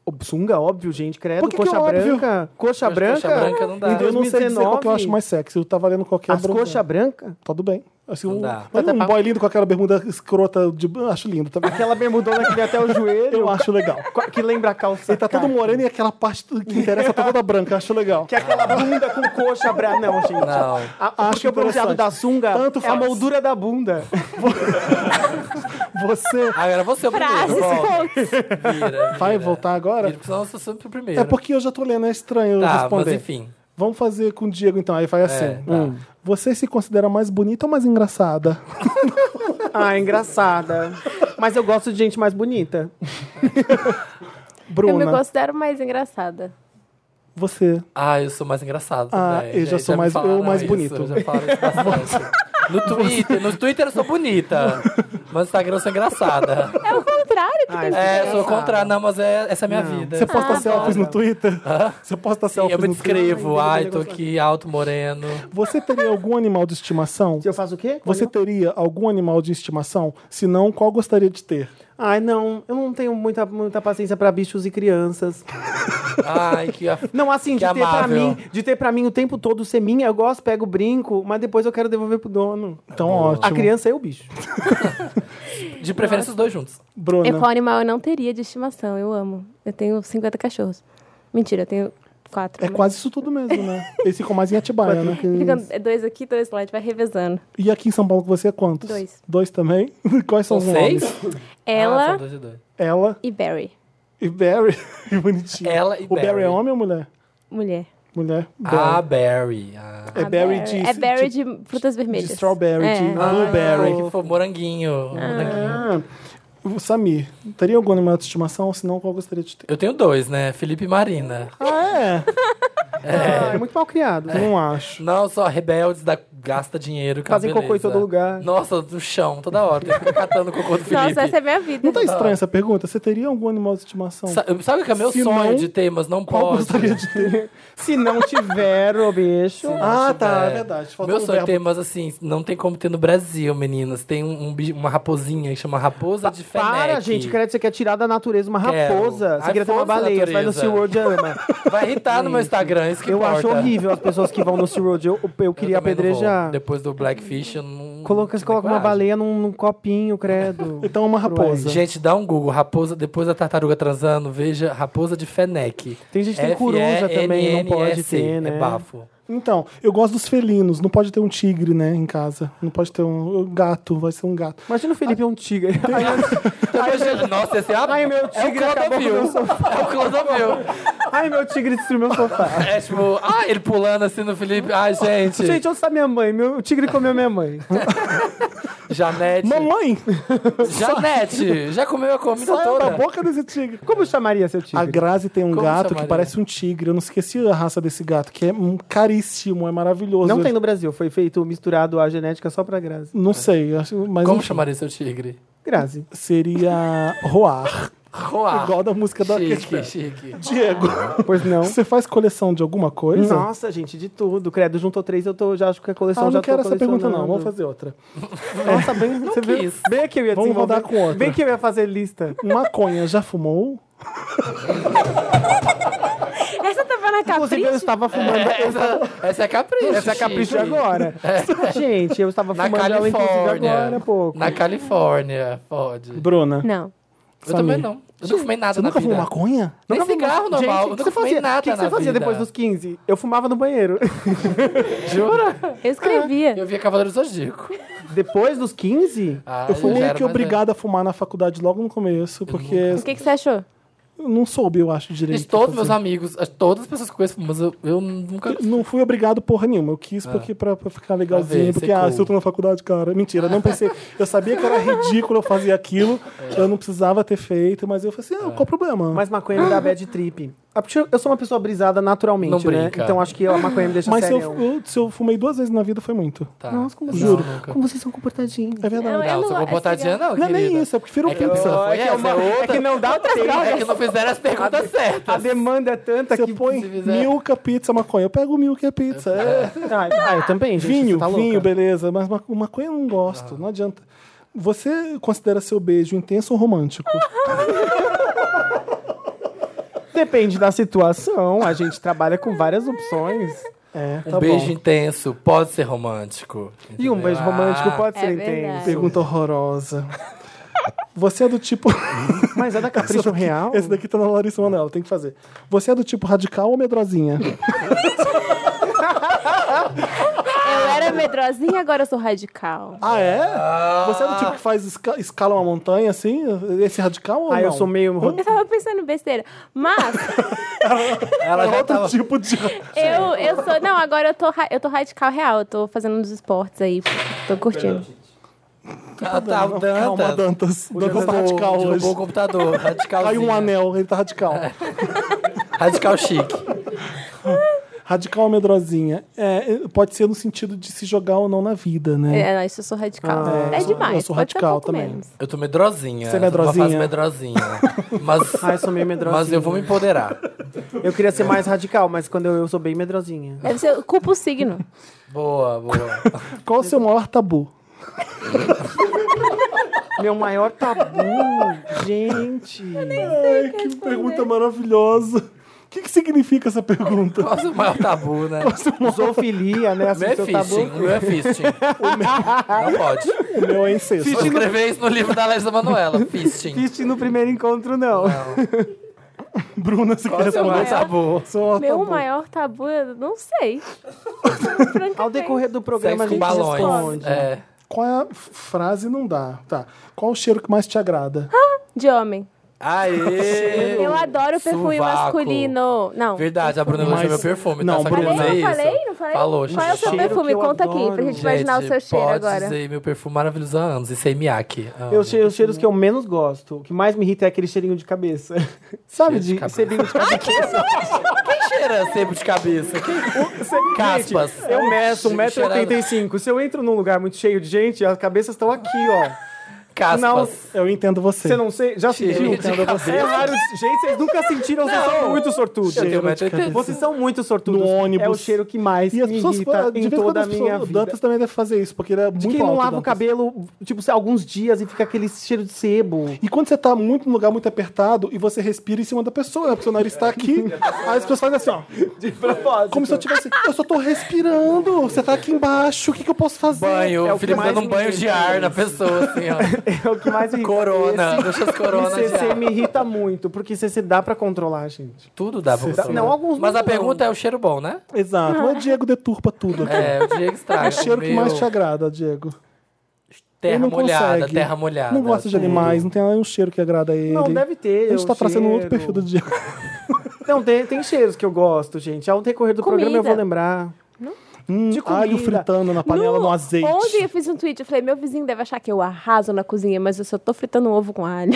Speaker 3: O Sunga, óbvio, gente, credo.
Speaker 1: Por que que
Speaker 3: coxa
Speaker 1: é óbvio?
Speaker 3: branca. Coxa
Speaker 2: Coxa-
Speaker 3: branca?
Speaker 2: coxa branca não dá.
Speaker 3: Em
Speaker 2: Eu
Speaker 1: Eu não sei dizer qual que eu
Speaker 3: 2019,
Speaker 1: acho mais sexy. Eu tava lendo qualquer
Speaker 3: As
Speaker 1: bronzeado.
Speaker 3: coxa branca?
Speaker 1: Tudo bem. Assim,
Speaker 2: Não
Speaker 1: um,
Speaker 2: dá.
Speaker 1: mas
Speaker 3: Até
Speaker 1: um
Speaker 3: pra-
Speaker 1: boy lindo com aquela bermuda escrota de. Acho lindo também.
Speaker 3: Aquela bermudona que vem até o joelho.
Speaker 1: Eu acho legal.
Speaker 3: co- Que lembra a calça.
Speaker 1: Ele tá todo
Speaker 3: caqui.
Speaker 1: moreno e aquela parte que interessa tá toda branca. Acho legal.
Speaker 3: Que é aquela bunda com coxa branca. Não, gente.
Speaker 2: Não.
Speaker 3: A,
Speaker 1: Acho
Speaker 3: porque o bronzeado
Speaker 1: interessante.
Speaker 3: da sunga
Speaker 1: Tanto
Speaker 3: é a
Speaker 1: faz.
Speaker 3: moldura da bunda.
Speaker 1: Você
Speaker 2: Agora você é o primeiro.
Speaker 4: Frases,
Speaker 2: volta.
Speaker 4: pontos.
Speaker 2: Vira,
Speaker 1: vai
Speaker 2: vira.
Speaker 1: voltar agora?
Speaker 2: Vira, porque senão eu sou sempre o primeiro.
Speaker 1: É porque eu já tô lendo, é estranho eu
Speaker 2: Tá,
Speaker 1: responder.
Speaker 2: mas enfim.
Speaker 1: Vamos fazer com o Diego então. Aí vai assim.
Speaker 2: tá.
Speaker 1: Hum. Você se considera mais bonita ou mais engraçada?
Speaker 3: Ah, engraçada. Mas eu gosto de gente mais bonita.
Speaker 4: Eu me
Speaker 1: Bruna,
Speaker 4: considero mais engraçada.
Speaker 1: você.
Speaker 2: Ah, eu sou mais engraçado
Speaker 1: Ah,
Speaker 2: também.
Speaker 1: eu já sou
Speaker 2: me
Speaker 1: mais- eu
Speaker 2: falaram
Speaker 1: mais
Speaker 2: isso,
Speaker 1: bonito.
Speaker 2: Já falaram isso bastante. No Twitter, no Twitter eu sou bonita. Mas no Instagram eu sou engraçada.
Speaker 4: É o contrário que
Speaker 3: Ah,
Speaker 4: tem que
Speaker 2: É,
Speaker 4: ser.
Speaker 2: eu sou contra, não, mas é, essa é a minha vida.
Speaker 1: Você posta
Speaker 4: Ah,
Speaker 1: selfies no Twitter? Você posta
Speaker 2: Sim, eu
Speaker 1: selfies
Speaker 2: me
Speaker 1: no Twitter? né?
Speaker 2: descrevo.
Speaker 3: Ai,
Speaker 2: Ai, tô aqui alto, moreno.
Speaker 1: Você teria algum animal de estimação?
Speaker 3: Eu faço o quê?
Speaker 1: Você teria algum animal de estimação? Se não, qual gostaria de ter?
Speaker 3: Ai, não, eu não tenho muita, muita paciência pra bichos e crianças.
Speaker 2: Ai, que... af-
Speaker 3: Não, assim, de
Speaker 2: Que
Speaker 3: ter, pra
Speaker 2: amável.
Speaker 3: mim, de ter pra mim o tempo todo ser minha, eu gosto, pego o brinco, mas depois eu quero devolver pro dono.
Speaker 1: Então, ótimo.
Speaker 3: A criança é o bicho.
Speaker 2: De preferência os dois juntos.
Speaker 1: Bruna.
Speaker 3: é
Speaker 4: Eu, qual animal eu não teria de estimação? Eu amo. Eu tenho 50 cachorros. Mentira, eu tenho quatro.
Speaker 1: É
Speaker 4: mas-
Speaker 1: quase isso tudo mesmo, né? Esse ficou mais em Atibaia, né?
Speaker 4: Fica é dois aqui, dois lá, a gente vai revezando.
Speaker 1: E aqui em São Paulo com você é quantos?
Speaker 4: Dois.
Speaker 1: Dois também? Quais são
Speaker 2: São
Speaker 1: os nomes?
Speaker 2: seis? Ah,
Speaker 1: tá
Speaker 4: Ela
Speaker 2: são dois e dois.
Speaker 1: Ela
Speaker 4: e Barry,
Speaker 1: e Barry. Que bonitinho.
Speaker 2: Ela e
Speaker 1: o Barry.
Speaker 2: Barry.
Speaker 1: é homem ou mulher?
Speaker 4: mulher.
Speaker 1: Mulher.
Speaker 2: Ah,
Speaker 1: Barry.
Speaker 2: Barry. Ah.
Speaker 1: É
Speaker 4: A
Speaker 1: Barry de-
Speaker 4: É Barry de, frutas
Speaker 1: de
Speaker 4: vermelhas.
Speaker 1: strawberry,
Speaker 4: É.
Speaker 1: de blueberry.
Speaker 2: Ai, que fofo, moranguinho. moranguinho.
Speaker 1: Ah. O Samir, teria algum animal de estimação? Se não, qual gostaria de ter?
Speaker 2: Eu tenho dois, né? Felipe e Marina.
Speaker 1: Ah,
Speaker 3: Ah, é muito mal criado.
Speaker 1: é? Não acho.
Speaker 2: Não, só rebeldes, da, gasta dinheiro. com a
Speaker 3: Fazem cocô em
Speaker 2: beleza.
Speaker 3: todo lugar.
Speaker 2: Nossa, do chão, toda hora. Tem que ficar catando cocô do Felipe.
Speaker 4: Nossa, essa é minha vida.
Speaker 1: Não tá estranha essa pergunta? Você teria algum animal de estimação?
Speaker 2: Sa- Sabe o que é meu
Speaker 1: Se
Speaker 2: sonho
Speaker 1: não,
Speaker 2: de ter, mas não
Speaker 1: qual
Speaker 2: pode?
Speaker 1: gostaria de ter?
Speaker 3: Se não tiver o bicho.
Speaker 1: ah, tá, é
Speaker 2: tiver.
Speaker 1: verdade. Faltou
Speaker 2: Meu
Speaker 1: um
Speaker 2: sonho é
Speaker 1: verbo.
Speaker 2: ter, mas assim, não tem como ter no Brasil, meninas. Tem um, um bi- uma raposinha que chama raposa é de Fenec.
Speaker 3: Para, gente, credo, você quer é tirar da natureza uma
Speaker 2: Quero.
Speaker 3: raposa. Você
Speaker 2: Ai,
Speaker 3: queria ter uma
Speaker 2: força,
Speaker 3: baleia, você vai no
Speaker 2: natureza.
Speaker 3: SeaWorld e ama.
Speaker 2: Vai irritar no meu Instagram, isso que
Speaker 3: Eu
Speaker 2: importa.
Speaker 3: acho horrível as pessoas que vão no SeaWorld. Eu, eu
Speaker 2: Eu
Speaker 3: queria
Speaker 2: também não vou.
Speaker 3: apedrejar.
Speaker 2: Depois do Blackfish, eu não.
Speaker 3: Coloca, você
Speaker 2: não
Speaker 3: coloca uma
Speaker 2: coragem.
Speaker 3: baleia num, num copinho, credo.
Speaker 1: Então, uma raposa.
Speaker 2: Gente, dá um Google. Raposa, depois da tartaruga transando, veja raposa de Fenec.
Speaker 3: Tem gente que tem coruja também, não pode
Speaker 2: F-E-N-N-S,
Speaker 3: ter, né?
Speaker 2: É bafo.
Speaker 1: Então, eu gosto dos felinos. Não pode ter um tigre, né, em casa. Não pode ter um gato, vai ser um gato.
Speaker 3: Imagina o Felipe é um tigre. Ai,
Speaker 2: Nossa, esse é a...
Speaker 3: Ai, meu tigre
Speaker 2: é o
Speaker 3: acabou com o
Speaker 2: Clodovil.
Speaker 3: meu
Speaker 2: É o Clodovil.
Speaker 3: Ai, meu tigre destruiu meu sofá.
Speaker 2: É tipo, ah, ele pulando assim no Felipe. Ai, gente.
Speaker 3: Gente, onde está minha mãe? Meu, o tigre comeu minha mãe.
Speaker 2: Janete.
Speaker 1: Mamãe,
Speaker 2: Janete, já comeu a comida
Speaker 1: sai da
Speaker 2: toda.
Speaker 1: boca desse tigre.
Speaker 3: Como chamaria seu tigre?
Speaker 1: A Grazi tem um
Speaker 2: Como
Speaker 1: gato que
Speaker 2: chamaria?
Speaker 1: parece um tigre. Eu não esqueci a raça desse gato, que é um caríssimo, é maravilhoso.
Speaker 3: Não
Speaker 1: Eu-
Speaker 3: tem no Brasil, foi feito misturado à genética só pra Grazi.
Speaker 1: Não sei, eu acho- mas
Speaker 2: Como
Speaker 1: enfim,
Speaker 2: chamaria seu tigre?
Speaker 3: Grazi.
Speaker 1: seria Roar,
Speaker 2: Roar.
Speaker 1: igual da música da
Speaker 2: Ah.
Speaker 3: tipo,
Speaker 2: Chique, chique.
Speaker 1: Diego.
Speaker 3: Pois não.
Speaker 1: Você faz coleção de alguma coisa?
Speaker 3: Nossa, gente, de tudo. Credo, juntou três, eu tô, já acho que a coleção
Speaker 1: Ah,
Speaker 3: já
Speaker 1: não
Speaker 3: tô
Speaker 1: quero essa pergunta não,
Speaker 3: colecionando. É.
Speaker 1: vamos fazer outra.
Speaker 3: Nossa, bem, você vê,
Speaker 2: quis.
Speaker 3: bem que eu ia
Speaker 1: Vamos
Speaker 3: desenvolver-
Speaker 1: rodar com outra.
Speaker 3: Bem que eu ia fazer lista.
Speaker 1: Maconha já fumou?
Speaker 4: Essa tava na
Speaker 3: Inclusive, eu
Speaker 4: capricho.
Speaker 3: estava fumando.
Speaker 2: Essa, essa é capricho.
Speaker 3: Essa é capricho
Speaker 2: chique.
Speaker 3: de agora. Gente, eu estava
Speaker 2: Na
Speaker 3: fumando ela inclusive
Speaker 2: Califórnia.
Speaker 3: agora há pouco.
Speaker 2: Na Califórnia, pode.
Speaker 1: Bruna,
Speaker 4: Não.
Speaker 2: Eu também
Speaker 1: Samir.
Speaker 2: não. Eu não fumei nada
Speaker 1: você
Speaker 2: na
Speaker 1: nunca fumou
Speaker 2: vida.
Speaker 1: maconha?
Speaker 2: Nem
Speaker 3: Nunca fumou-
Speaker 2: cigarro
Speaker 3: Gente,
Speaker 2: normal.
Speaker 3: o
Speaker 2: Eu
Speaker 3: que
Speaker 2: nunca
Speaker 3: você
Speaker 2: fumei
Speaker 3: fazia?
Speaker 2: nada
Speaker 3: O que que
Speaker 2: na
Speaker 3: você fazia
Speaker 2: vida.
Speaker 3: depois dos 15? Eu fumava no banheiro.
Speaker 2: Jura?
Speaker 4: Eu
Speaker 1: Ah,
Speaker 4: escrevia.
Speaker 2: Eu via Cavaleiro Zodíaco.
Speaker 3: depois dos 15?
Speaker 2: Ah,
Speaker 1: Eu fui
Speaker 2: já
Speaker 1: meio
Speaker 2: era
Speaker 1: que
Speaker 2: mais
Speaker 1: obrigado a fumar na faculdade logo no começo, porque
Speaker 4: O que, que você achou?
Speaker 1: eu não soube, eu acho,
Speaker 2: velho.
Speaker 1: direito.
Speaker 2: Fiz todos meus
Speaker 1: fazer.
Speaker 2: amigos, as- todas as pessoas que conheço, mas eu, eu nunca.
Speaker 1: Não fui obrigado porra nenhuma. Eu quis porque pra, pra ficar legalzinho.
Speaker 2: Pra ver,
Speaker 1: porque,
Speaker 2: ser
Speaker 1: ah,
Speaker 2: cool.
Speaker 1: se eu tô na faculdade, cara. Mentira, eu não pensei. Eu sabia que era ridículo eu fazer aquilo. Eu não precisava ter feito, mas eu falei assim, ah, qual o problema? Mas,
Speaker 3: Mas maconha me dá bad trip. Ah, porque Eu eu sou uma pessoa brisada naturalmente,
Speaker 2: Não
Speaker 3: né?
Speaker 2: brinca.
Speaker 3: Então acho que a maconha me deixa
Speaker 1: se, eu,
Speaker 3: sério.
Speaker 1: eu- se eu fumei duas vezes na vida, foi muito.
Speaker 2: Tá.
Speaker 3: Nossa, como
Speaker 2: Não,
Speaker 1: juro.
Speaker 2: nunca.
Speaker 3: Como vocês são comportadinhos.
Speaker 1: É verdade.
Speaker 4: Não,
Speaker 1: Não,
Speaker 4: é-
Speaker 2: Não, só vou
Speaker 4: é
Speaker 2: botar
Speaker 4: cigarro.
Speaker 2: dinheiro, não.
Speaker 1: é nem
Speaker 2: querida.
Speaker 1: isso, eu prefiro
Speaker 2: É que eu-
Speaker 1: pizza.
Speaker 3: É que, é,
Speaker 2: Essa é
Speaker 3: uma-
Speaker 2: outra.
Speaker 3: é que não dá tempo.
Speaker 2: É que não fizeram as perguntas certas.
Speaker 3: A demanda é tanta
Speaker 1: Você
Speaker 3: que...
Speaker 1: põe
Speaker 2: se fizer-
Speaker 1: milka, pizza, maconha. Eu pego milka e a pizza. É.
Speaker 3: Ah, ah, eu também, gente.
Speaker 1: Vinho,
Speaker 3: você tá louca.
Speaker 1: vinho, beleza. Mas ma- maconha eu não gosto, não adianta. Você considera seu beijo intenso ou romântico?
Speaker 3: Depende da situação. A gente trabalha com várias opções.
Speaker 1: É, tá
Speaker 2: Um
Speaker 1: bom.
Speaker 2: beijo intenso pode ser romântico.
Speaker 3: E um
Speaker 2: entendeu?
Speaker 3: beijo romântico
Speaker 2: Ah,
Speaker 3: pode
Speaker 4: É
Speaker 3: ser
Speaker 4: verdade.
Speaker 3: intenso.
Speaker 1: Pergunta horrorosa. Você é do tipo.
Speaker 3: Mas é da Capricho Real?
Speaker 1: Esse daqui tá na Larissa Manoela, tem que fazer. Você é do tipo radical ou medrosinha?
Speaker 4: É, Eu
Speaker 2: "Ah!"
Speaker 4: era medrosinha, agora eu sou radical.
Speaker 1: ah, é? Você é do tipo que faz esca- escala uma montanha assim? Esse radical ou
Speaker 3: Ah,
Speaker 1: não?
Speaker 3: eu sou meio...
Speaker 4: Eu tava pensando besteira. Mas
Speaker 2: Ela
Speaker 1: É
Speaker 2: já
Speaker 1: outro
Speaker 2: tava...
Speaker 1: tipo de.
Speaker 4: eu, eu sou. Não, agora eu tô, ra- eu tô radical real. Eu tô fazendo uns esportes aí. Tô curtindo.
Speaker 1: com
Speaker 2: Ah,
Speaker 1: problema.
Speaker 2: tá, o Dantas.
Speaker 1: Calma, Dantas.
Speaker 2: O
Speaker 1: Dantas
Speaker 2: Dantas
Speaker 1: radical
Speaker 2: derrubou
Speaker 1: hoje.
Speaker 2: o computador. Radical.
Speaker 1: Caiu um anel, ele tá radical.
Speaker 2: Radical chique.
Speaker 1: Radical medrosinha. É, pode ser no sentido de se jogar ou não na vida, né?
Speaker 4: É, não, isso eu sou radical.
Speaker 3: Ah,
Speaker 1: eu
Speaker 4: é
Speaker 1: sou-
Speaker 4: demais.
Speaker 1: eu sou
Speaker 4: pode ser um
Speaker 1: radical
Speaker 4: pouco
Speaker 1: também.
Speaker 4: menos.
Speaker 2: Eu tô medrosinha.
Speaker 1: Você é
Speaker 2: eu tô numa fase
Speaker 1: medrosinha?
Speaker 2: medrosinha. Mas,
Speaker 3: Ah, eu sou meio medrosinha.
Speaker 2: mas eu vou me empoderar.
Speaker 3: Eu queria ser mais radical, mas quando eu, eu sou bem medrosinha.
Speaker 4: Deve ser culpa o signo.
Speaker 2: Boa, boa.
Speaker 1: Qual o seu maior tabu?
Speaker 3: Meu maior tabu, gente.
Speaker 1: Ai, que pergunta maravilhosa. O que, que significa essa pergunta?
Speaker 2: Qual o maior tabu, né?
Speaker 3: Zoofilia, né?
Speaker 2: O meu é
Speaker 3: Assim, seu
Speaker 2: fisting.
Speaker 3: tabu.
Speaker 2: O meu é fisting. Não pode.
Speaker 1: O meu é incesto.
Speaker 2: Vou escrever isso no livro da Larissa Manoela. Fisting.
Speaker 3: Fist no primeiro encontro, não.
Speaker 1: Bruna, você quer
Speaker 2: Qual o seu maior
Speaker 1: responder?
Speaker 2: tabu?
Speaker 1: Seu
Speaker 3: Tá
Speaker 1: maior
Speaker 4: Meu
Speaker 1: tabu.
Speaker 4: maior tabu, eu não sei.
Speaker 3: Ao decorrer do programa,
Speaker 2: Sexo
Speaker 3: a
Speaker 2: com
Speaker 3: gente
Speaker 2: balões.
Speaker 3: responde.
Speaker 2: É.
Speaker 1: Qual é a f- frase? Não dá. Tá. Qual o cheiro que mais te agrada?
Speaker 3: Ah!
Speaker 4: De homem.
Speaker 2: Aê!
Speaker 4: Eu adoro perfume
Speaker 2: Sovaco.
Speaker 4: masculino. Não.
Speaker 2: Verdade, a Bruna elogiou
Speaker 1: Mas-
Speaker 2: meu perfume.
Speaker 1: não,
Speaker 2: tá? Só
Speaker 1: Bruna.
Speaker 2: queria
Speaker 4: Falei,
Speaker 2: dizer
Speaker 4: não falei?
Speaker 2: isso.
Speaker 4: Não falei?
Speaker 2: Falou,
Speaker 4: Qual é o seu
Speaker 2: Xixi.
Speaker 4: perfume?
Speaker 3: Cheiro que eu
Speaker 4: Conta aqui, pra
Speaker 3: adoro.
Speaker 4: gente, imaginar o
Speaker 2: Gente,
Speaker 4: seu cheiro
Speaker 2: pode
Speaker 4: agora.
Speaker 2: dizer meu perfume maravilhoso há anos. Isso é Miyake. Amo.
Speaker 3: Eu sei os cheiros que eu menos gosto. O que mais me irrita é aquele cheirinho de cabeça. Sabe,
Speaker 2: de
Speaker 3: de,
Speaker 2: cabeça.
Speaker 3: cheirinho de cabeça.
Speaker 2: Quem cheira sebo de cabeça? Quem... Caspas.
Speaker 3: Eu meço
Speaker 2: Cheirando
Speaker 3: 1,85m. Se eu entro num lugar muito cheio de gente, as cabeças estão aqui, ó.
Speaker 2: Caspas.
Speaker 1: Eu entendo você.
Speaker 3: Você não sei, já sentiu?
Speaker 2: Cheiro de cabeça.
Speaker 3: É raro. de- Gente, vocês nunca sentiram, vocês são muito sortudos.
Speaker 2: Eu tenho
Speaker 1: Cheiro de
Speaker 2: 1,85.
Speaker 3: Vocês são muito sortudos.
Speaker 1: No ônibus.
Speaker 3: É o cheiro que mais
Speaker 1: E as
Speaker 3: me
Speaker 1: pessoas
Speaker 3: irrita
Speaker 1: falam, de
Speaker 3: em
Speaker 1: vez em quando
Speaker 3: toda a
Speaker 1: as
Speaker 3: minha
Speaker 1: pessoas, o
Speaker 3: vida.
Speaker 1: Dantas também deve fazer isso, porque ele é
Speaker 3: de
Speaker 1: muito
Speaker 3: quem não
Speaker 1: alto,
Speaker 3: lava o
Speaker 1: Dantas.
Speaker 3: cabelo, tipo, sei, alguns dias e fica aquele cheiro de sebo.
Speaker 1: E quando você tá muito num lugar muito apertado e você respira em cima da pessoa, né? Porque seu nariz tá aqui, aí as pessoas fazem assim, ó.
Speaker 3: De propósito.
Speaker 1: Como se eu tivesse. Eu só tô respirando. Você tá aqui embaixo. O que, que eu posso fazer?
Speaker 2: Banho.
Speaker 3: É o
Speaker 2: o Felipe
Speaker 3: que mais
Speaker 2: dando um banho
Speaker 3: me
Speaker 2: de ar na pessoa, assim, ó.
Speaker 3: É o que mais me irrita.
Speaker 2: Corona.
Speaker 3: Esse-
Speaker 2: Deixa as
Speaker 3: E
Speaker 2: coronas de
Speaker 3: CC
Speaker 2: ar.
Speaker 3: me irrita muito, porque CC dá pra controlar, gente.
Speaker 2: Tudo dá pra você.
Speaker 3: Não, alguns
Speaker 2: Mas
Speaker 3: não
Speaker 2: a pergunta é o cheiro bom, né?
Speaker 1: Exato.
Speaker 3: Ah.
Speaker 1: Mas o Diego deturpa tudo aqui.
Speaker 2: É, o Diego estraga.
Speaker 1: o cheiro que
Speaker 2: meu,
Speaker 1: mais te agrada, Diego.
Speaker 2: Terra
Speaker 1: Ele não
Speaker 2: molhada,
Speaker 1: consegue.
Speaker 2: terra molhada.
Speaker 1: não gosta de animais, não tem nenhum cheiro que agrada a ele.
Speaker 3: Não, deve ter.
Speaker 1: A gente tá
Speaker 3: o
Speaker 1: traçando um outro
Speaker 3: cheiro.
Speaker 1: perfil do Diego.
Speaker 3: Não, tem, tem cheiros que eu gosto, gente. Ao decorrer do
Speaker 4: Comida.
Speaker 3: programa eu vou lembrar.
Speaker 1: Hum,
Speaker 3: De comida.
Speaker 1: alho fritando na panela no, azeite.
Speaker 4: Ontem eu fiz um tweet, eu falei, meu vizinho deve achar que eu arraso na cozinha, mas eu só tô fritando um ovo com alho.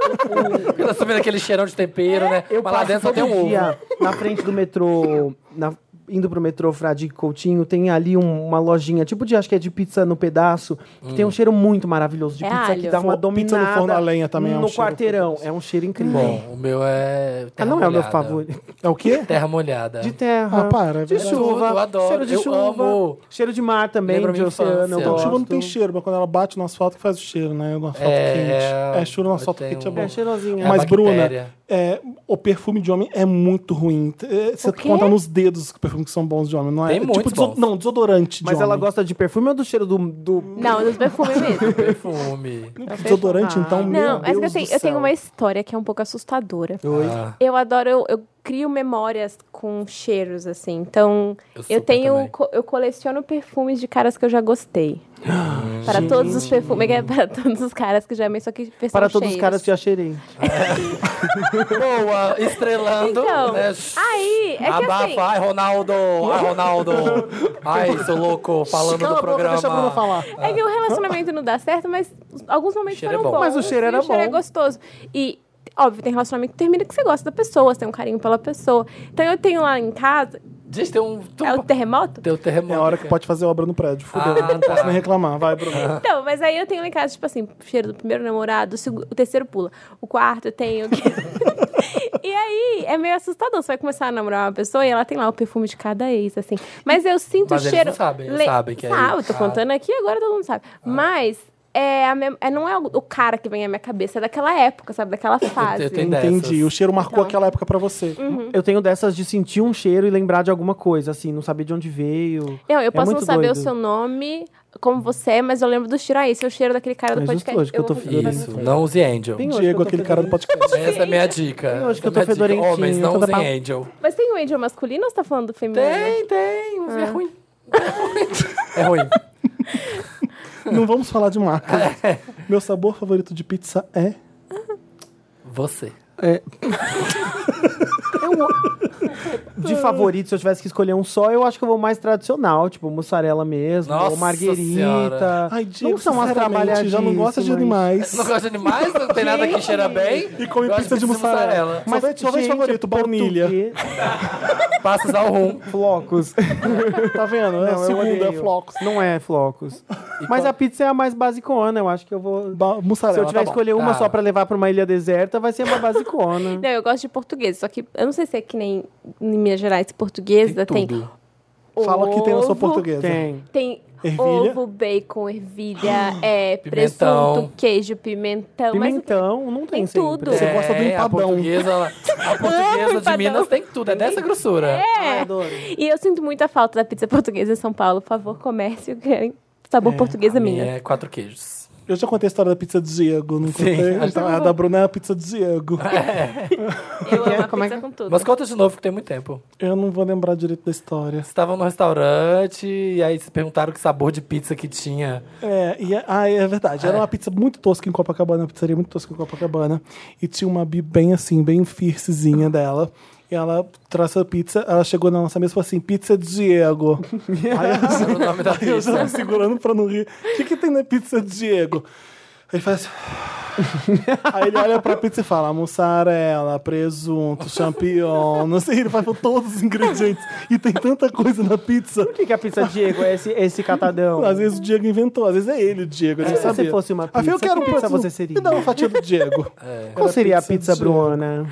Speaker 2: Ela tá vendo aquele cheirão de tempero, né?
Speaker 3: É, Eu
Speaker 2: Mas lá
Speaker 3: passo
Speaker 2: dentro só
Speaker 3: todo
Speaker 2: tem um ovo.
Speaker 3: dia na frente do metrô, na- indo pro metrô Frade Coutinho, tem ali um- uma lojinha, tipo de, acho que é de pizza no pedaço, que tem um cheiro muito maravilhoso de
Speaker 4: É
Speaker 3: pizza que
Speaker 4: alho.
Speaker 3: dá uma
Speaker 1: Pô, pizza
Speaker 3: dominada
Speaker 1: no forno a lenha também é um
Speaker 3: no
Speaker 1: cheiro
Speaker 3: quarteirão. É um cheiro incrível.
Speaker 2: Bom, o meu é.
Speaker 3: Ah,
Speaker 2: Terra
Speaker 3: não é o meu
Speaker 2: molhada.
Speaker 3: favorito.
Speaker 1: É o quê?
Speaker 2: Terra molhada.
Speaker 3: De terra.
Speaker 1: Ah, para, é
Speaker 3: de
Speaker 1: verdade.
Speaker 3: chuva.
Speaker 2: Eu adoro,
Speaker 3: Cheiro de
Speaker 2: eu
Speaker 3: chuva.
Speaker 2: amo.
Speaker 3: Cheiro de mar também,
Speaker 2: Lembra
Speaker 3: de
Speaker 2: minha
Speaker 3: oceano.
Speaker 2: infância. Então,
Speaker 3: Eu gosto.
Speaker 1: Chuva não tem cheiro, mas quando ela bate no asfalto que faz o cheiro, né? No asfalto
Speaker 2: É,
Speaker 1: quente. É cheiro no
Speaker 2: eu
Speaker 1: asfalto
Speaker 2: tenho
Speaker 1: quente, é
Speaker 2: um-
Speaker 1: bom.
Speaker 3: É cheirosinho.
Speaker 2: É
Speaker 1: Mas,
Speaker 2: bactéria.
Speaker 1: Bruna, é, o perfume de homem é muito ruim. É, Você
Speaker 4: O quê?
Speaker 1: conta nos dedos os perfumes que são bons de homem, não é?
Speaker 2: Tem
Speaker 1: É
Speaker 2: muitos
Speaker 1: deso-
Speaker 2: bons.
Speaker 1: Não, desodorante de
Speaker 3: Mas ela
Speaker 1: homem.
Speaker 3: gosta de perfume ou do cheiro do. do...
Speaker 4: Não, dos perfumes mesmo.
Speaker 2: Perfume.
Speaker 1: Desodorante, então, meu
Speaker 4: Não, mas
Speaker 1: Deus
Speaker 4: que assim,
Speaker 1: do
Speaker 4: eu tenho
Speaker 1: céu.
Speaker 4: uma história que é um pouco assustadora.
Speaker 3: Oi.
Speaker 2: Ah,
Speaker 4: Eu adoro, eu, eu crio memórias com cheiros, assim. Então,
Speaker 2: Eu super
Speaker 4: eu, tenho,
Speaker 2: também.
Speaker 4: co- eu coleciono perfumes de caras que eu já gostei. para todos os perfumes, é, para todos os caras que já amei, só que versão
Speaker 3: Para todos os
Speaker 4: cheiros.
Speaker 3: caras que já cheirei.
Speaker 2: Boa, estrelando.
Speaker 4: Então,
Speaker 2: né?
Speaker 4: Aí, é que
Speaker 2: Abafa,
Speaker 4: assim,
Speaker 2: ai, Ronaldo! Ai, Ronaldo! Ai, seu louco,
Speaker 1: Cala
Speaker 2: falando do
Speaker 1: a boca,
Speaker 2: programa.
Speaker 1: deixa a Bruna falar.
Speaker 4: é que o relacionamento não dá certo, mas alguns momentos tá
Speaker 2: O Ah. cheiro
Speaker 4: foram
Speaker 2: é bom.
Speaker 4: bons.
Speaker 3: Mas o cheiro
Speaker 4: e
Speaker 3: era
Speaker 4: O cheiro é
Speaker 3: bom.
Speaker 4: gostoso. E, óbvio, tem relacionamento que termina que você gosta da pessoa, você tem um carinho pela pessoa. Então, eu tenho lá em casa,
Speaker 2: Gente, tem um.
Speaker 4: é o terremoto?
Speaker 2: Tem um terremoto.
Speaker 1: É a hora que pode fazer obra no prédio. Fudeu,
Speaker 2: Ah,
Speaker 1: não posso
Speaker 2: tá.
Speaker 1: nem reclamar. Vai, Bruna.
Speaker 4: Então, mas aí eu tenho lá em casa, tipo assim, cheiro do primeiro namorado, o, segu- o terceiro pula, o quarto eu tenho. e aí é meio assustador. Você vai começar a namorar uma pessoa e ela tem lá o perfume de cada ex, assim. Mas eu sinto
Speaker 2: Mas
Speaker 4: o
Speaker 2: eles
Speaker 4: cheiro.
Speaker 2: não sabem, eles sabem que é
Speaker 4: Sabe,
Speaker 2: isso.
Speaker 4: eu tô
Speaker 2: Ah.
Speaker 4: contando aqui agora todo mundo sabe. Mas. É a mem- é, não é o o cara que vem à minha cabeça, é daquela época, sabe? Daquela fase.
Speaker 2: eu tenho-
Speaker 1: Entendi.
Speaker 2: dessas.
Speaker 1: O cheiro marcou
Speaker 4: Tá.
Speaker 1: aquela época pra você.
Speaker 4: Uhum.
Speaker 3: Eu tenho dessas de sentir um cheiro e lembrar de alguma coisa, assim, não saber de onde veio.
Speaker 4: Não,
Speaker 2: É
Speaker 4: eu posso não
Speaker 3: muito
Speaker 4: saber
Speaker 3: doido.
Speaker 4: o seu nome, como você é, mas eu lembro do cheiro. Ah, esse é o cheiro daquele cara do
Speaker 3: Mas
Speaker 4: podcast.
Speaker 3: hoje que eu tô
Speaker 4: vou-
Speaker 1: né?
Speaker 3: fedorento.
Speaker 2: Isso, não use Angel.
Speaker 3: Bem hoje que eu
Speaker 1: Diego,
Speaker 3: tô
Speaker 1: aquele cara do podcast.
Speaker 2: Essa é a minha dica.
Speaker 3: Eu acho que eu
Speaker 2: Essa é
Speaker 3: tô
Speaker 2: a minha dica.
Speaker 3: fedorentinho,
Speaker 2: Homens, não
Speaker 3: toda
Speaker 2: usem
Speaker 3: pa-
Speaker 2: Angel.
Speaker 4: Mas tem o angel masculino ou você tá falando do feminino?
Speaker 2: Tem, tem. É ruim. É ruim.
Speaker 1: Não vamos falar de marca. Meu sabor favorito de pizza é.
Speaker 2: Você.
Speaker 3: É. Eu De favorito, se eu tivesse que escolher um só, eu acho que eu vou mais tradicional, tipo mussarela mesmo,
Speaker 2: Nossa
Speaker 3: ou marguerita.
Speaker 2: Senhora.
Speaker 1: Ai, Diego,
Speaker 3: não são as
Speaker 1: sinceramente,
Speaker 3: trabalhadíssimas.
Speaker 1: Já não gosta de animais.
Speaker 2: Não gosta de animais? Não tem nada que cheira bem?
Speaker 1: E come
Speaker 2: Gosta
Speaker 1: pizza de mussarela.
Speaker 3: Mas,
Speaker 1: Sorvete, sorvete
Speaker 3: gente, é
Speaker 1: favorito, baunilha.
Speaker 3: português-
Speaker 2: Passas ao rum.
Speaker 3: Flocos.
Speaker 1: Tá vendo? É
Speaker 3: Não,
Speaker 1: a
Speaker 3: eu
Speaker 1: segunda,
Speaker 3: odeio.
Speaker 1: flocos.
Speaker 3: Não é flocos. Mas a pizza é a mais basicona, eu acho que eu vou...
Speaker 1: Ba mussarela,
Speaker 3: Se eu tiver
Speaker 1: tá bom.
Speaker 3: escolher uma
Speaker 2: Tá.
Speaker 3: só pra levar pra uma ilha deserta, vai ser uma basicona.
Speaker 4: Não, eu gosto de português, só que eu não sei se é que nem em Minas Gerais portuguesa tem,
Speaker 2: Tudo.
Speaker 1: Fala o que tem na sua
Speaker 4: ovo,
Speaker 1: portuguesa.
Speaker 3: Tem.
Speaker 4: Tem
Speaker 1: Ervilha.
Speaker 4: ovo, bacon, ervilha, é,
Speaker 2: Pimentão.
Speaker 4: presunto, queijo, pimentão.
Speaker 3: Pimentão, não tem,
Speaker 4: tem
Speaker 3: sempre.
Speaker 4: tudo.
Speaker 1: Você gosta do
Speaker 2: É, A
Speaker 1: empadão.
Speaker 2: portuguesa, ela- a portuguesa de
Speaker 4: empadão.
Speaker 2: Minas tem tudo, é dessa grossura.
Speaker 3: Ai,
Speaker 4: Mas... É.
Speaker 3: adoro.
Speaker 4: E eu sinto muita falta da pizza portuguesa em São Paulo. Por favor, comércio, querem sabor portuguesa
Speaker 2: A
Speaker 4: minha.
Speaker 2: minha é quatro queijos.
Speaker 1: Eu já contei a história da pizza do Diego, não
Speaker 2: Sim.
Speaker 1: contei? Então, a da Bruna é a pizza do Diego.
Speaker 4: Eu amo a
Speaker 3: Como é
Speaker 4: pizza
Speaker 3: que-
Speaker 4: com tudo.
Speaker 2: Mas conta de novo, que tem muito tempo.
Speaker 1: Eu não vou lembrar direito da história.
Speaker 2: Vocês estavam no restaurante e aí se perguntaram que sabor de pizza que tinha.
Speaker 1: É, e é- ah, é verdade. Era uma pizza muito tosca em Copacabana, uma pizzaria muito tosca em Copacabana. E tinha uma bi bem assim, bem fiercezinha dela. E ela trouxe a pizza, ela chegou na nossa mesa e falou assim, pizza Diego. aí
Speaker 2: Era o nome da
Speaker 1: eu, eu já
Speaker 2: pizza.
Speaker 1: me segurando pra não rir. O que, que tem na pizza Diego? Aí ele faz assim... Aí ele olha pra pizza e fala mussarela, presunto, champignon, não sei, ele faz todos os ingredientes. E tem tanta coisa na pizza.
Speaker 3: Por que, que a pizza Diego é esse, esse catadão?
Speaker 1: Às vezes o Diego inventou, às vezes é ele o Diego. às
Speaker 3: É,
Speaker 1: vezes
Speaker 3: se
Speaker 1: sabia.
Speaker 3: fosse uma
Speaker 1: Ah, eu
Speaker 3: pizza,
Speaker 1: quero
Speaker 3: que
Speaker 1: um
Speaker 3: pizza
Speaker 1: presunto.
Speaker 3: você seria? É.
Speaker 1: Me dá uma fatia do Diego.
Speaker 3: Qual
Speaker 1: Era
Speaker 3: seria a
Speaker 1: pizza
Speaker 3: pizza
Speaker 1: de Diego.
Speaker 3: Bruna?
Speaker 4: Não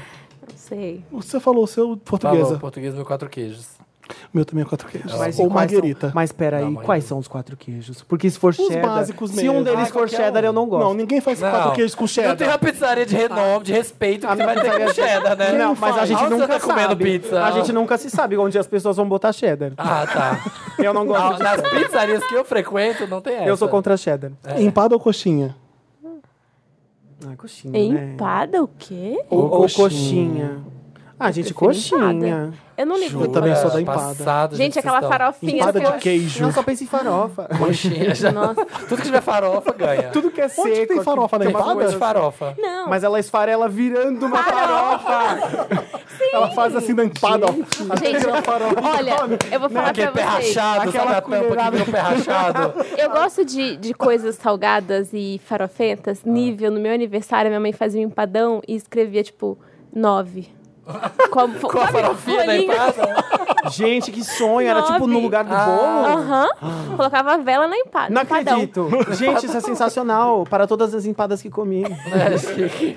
Speaker 4: sei.
Speaker 1: Você falou o seu portuguesa.
Speaker 2: Falou, portuguesa meu quatro queijos.
Speaker 1: O Meu também é quatro queijos.
Speaker 3: Mas e
Speaker 1: Ou
Speaker 3: quais
Speaker 1: marguerita.
Speaker 3: São, mas peraí,
Speaker 2: Não, mas-
Speaker 3: quais são os quatro queijos? Porque se for cheddar...
Speaker 1: básicos
Speaker 3: se
Speaker 1: mesmo.
Speaker 3: um deles
Speaker 2: Ah,
Speaker 3: for
Speaker 2: qualquer
Speaker 3: cheddar,
Speaker 2: um.
Speaker 3: eu não gosto.
Speaker 1: Não, ninguém faz quatro queijos com
Speaker 2: Não tem
Speaker 1: cheddar.
Speaker 2: uma pizzaria de renome, de respeito, que vai ter com cheddar, né?
Speaker 3: Não, mas a gente
Speaker 2: Aonde
Speaker 3: nunca
Speaker 2: você tá comendo
Speaker 3: sabe.
Speaker 2: pizza.
Speaker 3: A gente nunca se sabe onde as pessoas vão botar cheddar.
Speaker 2: Ah, tá.
Speaker 3: Eu não
Speaker 2: Ah,
Speaker 3: gosto. de-
Speaker 2: Nas pizzarias que eu frequento, não tem essa.
Speaker 3: Eu sou contra cheddar.
Speaker 1: Empada ou coxinha?
Speaker 3: Ah, coxinha, né?
Speaker 4: É Empada o quê?
Speaker 3: Ou, ou
Speaker 1: coxinha.
Speaker 3: coxinha. Ah, gente,
Speaker 4: Prefiro
Speaker 3: coxinha.
Speaker 4: empada. Eu não ligo.
Speaker 1: Eu também sou da empada.
Speaker 2: Passado,
Speaker 4: Gente,
Speaker 2: vocês
Speaker 4: aquela
Speaker 2: estão-
Speaker 4: farofinha.
Speaker 1: Empada
Speaker 4: assim,
Speaker 1: de queijo.
Speaker 3: Não, só pensa em farofa.
Speaker 2: Coxinha, já- Tudo que tiver farofa ganha.
Speaker 3: Tudo que é seco.
Speaker 1: Onde que tem
Speaker 3: aqui-
Speaker 1: farofa na
Speaker 2: tem uma
Speaker 1: empada?
Speaker 2: coisa de farofa.
Speaker 4: Não,
Speaker 3: Mas ela esfarela virando uma farofa.
Speaker 1: Ela faz assim na empada. ó.
Speaker 4: gente, olha, eu vou falar
Speaker 2: Aquele pé
Speaker 4: pra vocês.
Speaker 2: rachado,
Speaker 3: Aquela
Speaker 2: sabe a tampa que
Speaker 3: colherada.
Speaker 2: vira um pé rachado?
Speaker 4: Eu gosto de, de coisas salgadas e
Speaker 3: Ah.
Speaker 4: farofentas. Nível, no meu aniversário, minha mãe fazia um empadão e escrevia, tipo, nove. Com,
Speaker 2: Com a farofinha da empada?
Speaker 3: Gente, que sonho. Era tipo no
Speaker 4: Nove.
Speaker 3: lugar do
Speaker 2: Ah.
Speaker 3: bolo.
Speaker 4: Aham. Colocava a vela na empada.
Speaker 3: Não
Speaker 4: empadão.
Speaker 3: acredito. Gente, isso é sensacional. Para todas as empadas que comi.
Speaker 2: É, chique.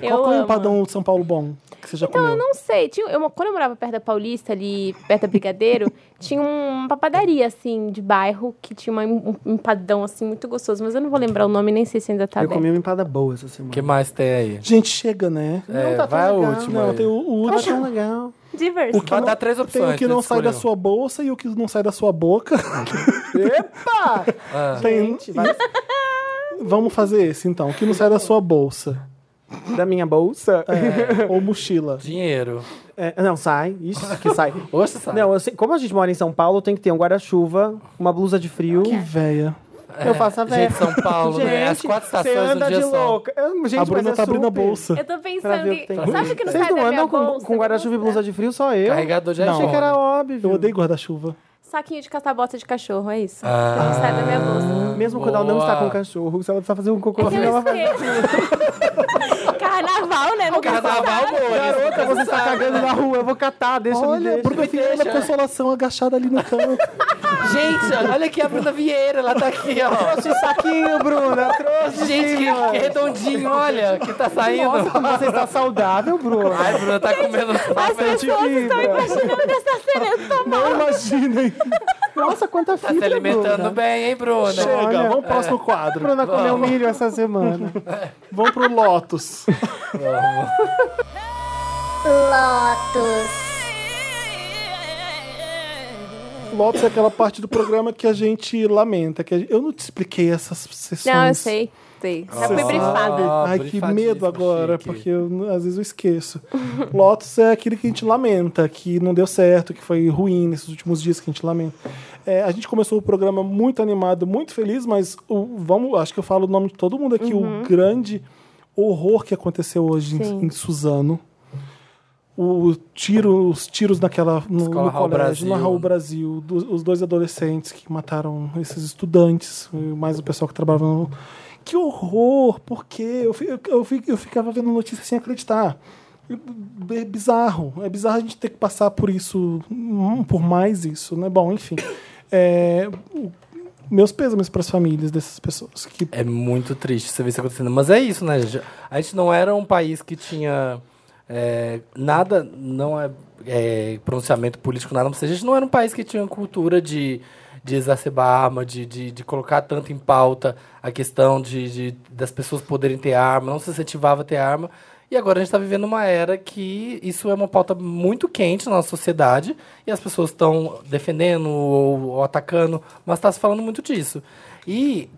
Speaker 1: Qual
Speaker 4: Eu
Speaker 1: que é o
Speaker 4: amo. Então,
Speaker 1: empadão de São Paulo bom que você já comeu?
Speaker 4: Eu não sei. Tinha, eu, quando eu morava perto da Paulista, ali perto da Brigadeiro, tinha um, uma papadaria, assim, de bairro, que tinha uma- um empadão, assim, muito gostoso. Mas eu não vou lembrar o nome, nem sei se ainda tá
Speaker 3: Eu
Speaker 4: aberto.
Speaker 3: comi uma empada boa essa semana.
Speaker 2: O que mais tem aí?
Speaker 1: Gente, chega, né?
Speaker 2: É,
Speaker 3: tá tão
Speaker 2: vai o
Speaker 3: legal.
Speaker 2: último.
Speaker 1: Não,
Speaker 2: aí.
Speaker 1: tem o, o
Speaker 3: Tá
Speaker 1: último.
Speaker 3: tão legal.
Speaker 4: Diverso.
Speaker 2: Vai dar três opções.
Speaker 1: Tem o que não
Speaker 2: você
Speaker 1: sai da
Speaker 2: escolheu.
Speaker 1: sua bolsa e o que não sai da sua boca.
Speaker 3: Epa! É.
Speaker 1: Tem-
Speaker 3: Gente, vai
Speaker 1: Vamos fazer esse então. O que não sai da sua bolsa.
Speaker 3: da minha bolsa.
Speaker 1: É, ou mochila.
Speaker 2: um. Dinheiro.
Speaker 3: É, não, sai. Isso que sai.
Speaker 2: Oxe, sabe?
Speaker 3: Não, eu sei- como a gente mora em São Paulo, tem que ter um guarda-chuva, uma blusa de frio.
Speaker 1: Que véia.
Speaker 3: Eu faço a velha.
Speaker 2: É, Gente, São Paulo, né? As quatro
Speaker 3: você
Speaker 2: estações
Speaker 3: anda
Speaker 2: no dia
Speaker 3: de
Speaker 2: só.
Speaker 3: louca. Eu- gente,
Speaker 1: A Bruna
Speaker 3: mas
Speaker 1: tá
Speaker 3: é
Speaker 1: abrindo a
Speaker 3: super.
Speaker 1: bolsa.
Speaker 4: Eu tô
Speaker 3: Pra
Speaker 4: pensando
Speaker 3: ver o que
Speaker 4: que...
Speaker 3: tem.
Speaker 4: Sabe o que não
Speaker 3: Vocês
Speaker 4: sai
Speaker 3: não
Speaker 4: da minha
Speaker 3: andam com,
Speaker 4: bolsa?
Speaker 3: com guarda-chuva e blusa de frio? Só eu.
Speaker 2: Carregador é de
Speaker 3: Achei
Speaker 2: iPhone.
Speaker 3: que era óbvio.
Speaker 1: Eu odeio guarda-chuva.
Speaker 4: Saquinho de catabota de cachorro, é isso.
Speaker 2: Ah.
Speaker 4: não sai da minha bolsa.
Speaker 3: Mesmo quando ela não
Speaker 2: Boa.
Speaker 3: está com o cachorro, se ela precisar fazer um
Speaker 4: É que
Speaker 3: cocôzinho,
Speaker 4: eu
Speaker 3: ela vai.
Speaker 4: esqueço. Carnaval, né? Não
Speaker 2: Carnaval, amor.
Speaker 3: Garota, Então você está cagando na rua, eu vou catar, deixa eu me
Speaker 1: Olha,
Speaker 3: deixa.
Speaker 1: a Bruna fica na consolação agachada ali no canto.
Speaker 2: Gente, olha aqui a Bruna Vieira, ela tá aqui, ó.
Speaker 3: Trouxe o saquinho, Bruna, trouxe.
Speaker 2: Gente, que, que redondinho, olha, que tá saindo.
Speaker 3: Nossa, como você está saudável, Bruna.
Speaker 2: Ai, Bruna tá comendo
Speaker 4: As
Speaker 2: papel de
Speaker 4: pessoas estão imaginando essa cena. Eu tô mal.
Speaker 1: Não imaginem.
Speaker 3: Nossa, quanta
Speaker 2: Tá se
Speaker 3: fibra,
Speaker 2: alimentando
Speaker 3: Bruna.
Speaker 2: bem, hein, Bruna?
Speaker 1: Chega,
Speaker 3: Olha, é.
Speaker 1: vamos pro próximo quadro.
Speaker 3: Bruna comeu um milho essa semana.
Speaker 1: Vamos pro Lotus. Lotus é aquela parte do programa que a gente lamenta. Que a gente- Eu não te expliquei essas sessões.
Speaker 4: Não, eu sei. sei. Já fui
Speaker 1: Ah.
Speaker 4: brifada.
Speaker 1: Ai, que medo agora, porque eu- às vezes eu esqueço. Lotus é aquele que a gente lamenta, que não deu certo, que foi ruim nesses últimos dias que a gente lamenta. É, a gente começou o programa muito animado, muito feliz, mas o- vamos, acho que eu falo o nome de todo mundo aqui, o grande horror que aconteceu hoje em,
Speaker 4: Sim.
Speaker 1: em Suzano. o tiro, os tiros naquela no,
Speaker 2: Escola
Speaker 1: no colégio,
Speaker 2: Raul Brasil.
Speaker 1: na Raul Brasil, do- os dois adolescentes que mataram esses estudantes, mais o pessoal que trabalhava no... Que horror! Porque eu, fi- eu, eu, fi- eu ficava vendo notícias sem acreditar. É bizarro. É bizarro a gente ter que passar por isso, hum, por mais isso, né? Bom, enfim. É, o- meus pêsames para as famílias dessas pessoas que
Speaker 2: É muito triste você ver isso acontecendo. Mas é isso, né? gente? A gente não era um país que tinha é, nada, não é, é, pronunciamento político, nada. Mas a gente não era um país que tinha cultura de, de exacerbar arma, de, de, de colocar tanto em pauta a questão de, de- das pessoas poderem ter arma, não se incentivava a ter arma. E agora a gente está vivendo uma era que isso é uma pauta muito quente na nossa sociedade e as pessoas estão defendendo ou, ou atacando, mas está se falando muito disso. E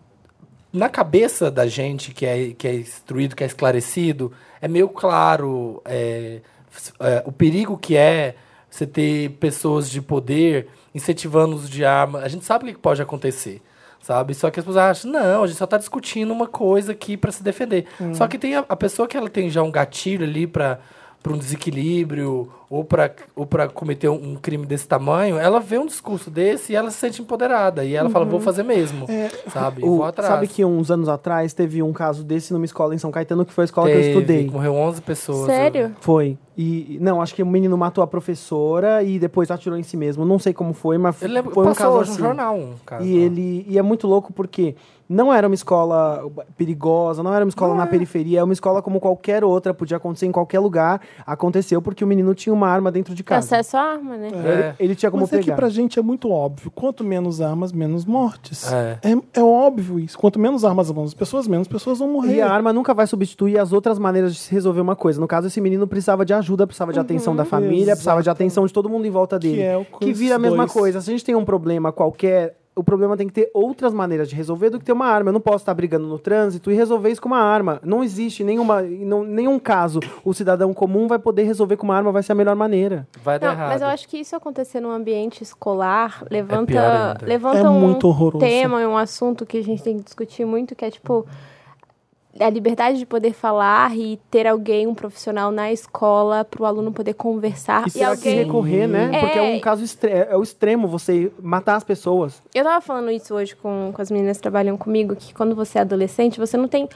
Speaker 2: na cabeça da gente que é, que é instruído, que é esclarecido, é meio claro é, s- é, o perigo que é você ter pessoas de poder incentivando o uso de arma. A gente sabe o que que pode acontecer, sabe? Só que as pessoas acham, não, a gente só está discutindo uma coisa aqui para se defender.
Speaker 3: Hum.
Speaker 2: Só que tem a, a pessoa que ela tem já um gatilho ali para para um desequilíbrio ou para ou pra cometer um, um crime desse tamanho, ela vê um discurso desse e ela se sente empoderada. E ela fala, vou fazer mesmo, sabe?
Speaker 3: Uhum. É, O-
Speaker 2: vou atrás.
Speaker 3: sabe que uns anos atrás teve um caso desse numa escola em São Caetano, que foi a escola que eu
Speaker 2: Teve,
Speaker 3: estudei.
Speaker 2: que Morreu 11 pessoas.
Speaker 4: Sério?
Speaker 3: Foi. E, não, acho que o menino matou a professora e depois atirou em si mesmo. Não sei como foi, mas
Speaker 2: Eu lembro,
Speaker 3: foi um
Speaker 2: passou
Speaker 3: caso
Speaker 2: hoje
Speaker 3: assim.
Speaker 2: no jornal um caso.
Speaker 3: E ele e é muito louco porque não era uma escola perigosa, não era uma escola na periferia, é uma escola como qualquer outra, podia acontecer em qualquer lugar. Aconteceu porque o menino tinha uma arma dentro de casa.
Speaker 4: Acesso à arma, né?
Speaker 3: Ele,
Speaker 2: É.
Speaker 3: ele tinha como
Speaker 1: Mas é que
Speaker 3: pegar.
Speaker 1: pra gente é muito óbvio. Quanto menos armas, menos mortes.
Speaker 2: É.
Speaker 1: É, é óbvio isso. Quanto menos armas, menos pessoas, menos pessoas vão morrer.
Speaker 3: E a arma nunca vai substituir as outras maneiras de se resolver uma coisa. No caso, esse menino precisava de ajuda, precisava de atenção da família, precisava de atenção de todo mundo em volta dele.
Speaker 1: Uhum. é o
Speaker 3: que vira
Speaker 1: coisa
Speaker 3: a mesma
Speaker 1: dois.
Speaker 3: coisa. Se a gente tem um problema qualquer, o problema tem que ter outras maneiras de resolver do que ter uma arma. Eu não posso estar brigando no trânsito e resolver isso com uma arma. Não existe nenhuma, não- nenhum caso o cidadão comum vai poder resolver com uma arma, vai ser a melhor maneira.
Speaker 2: Vai dar
Speaker 4: Não,
Speaker 2: errado.
Speaker 4: mas eu acho que isso acontecer num ambiente escolar levanta,
Speaker 2: pior ainda.
Speaker 4: levanta
Speaker 1: É
Speaker 4: um
Speaker 1: muito horroroso.
Speaker 4: tema e um assunto que a gente tem que discutir muito, que é tipo a liberdade de poder falar e ter alguém, um profissional na escola, para o aluno poder conversar.
Speaker 3: E,
Speaker 4: E,
Speaker 3: será que
Speaker 4: alguém.
Speaker 3: recorrer, né?
Speaker 4: É.
Speaker 3: Porque é um caso extre- é o extremo você matar as pessoas.
Speaker 4: Eu tava falando isso hoje com, com as meninas que trabalham comigo, que quando você é adolescente, você não tem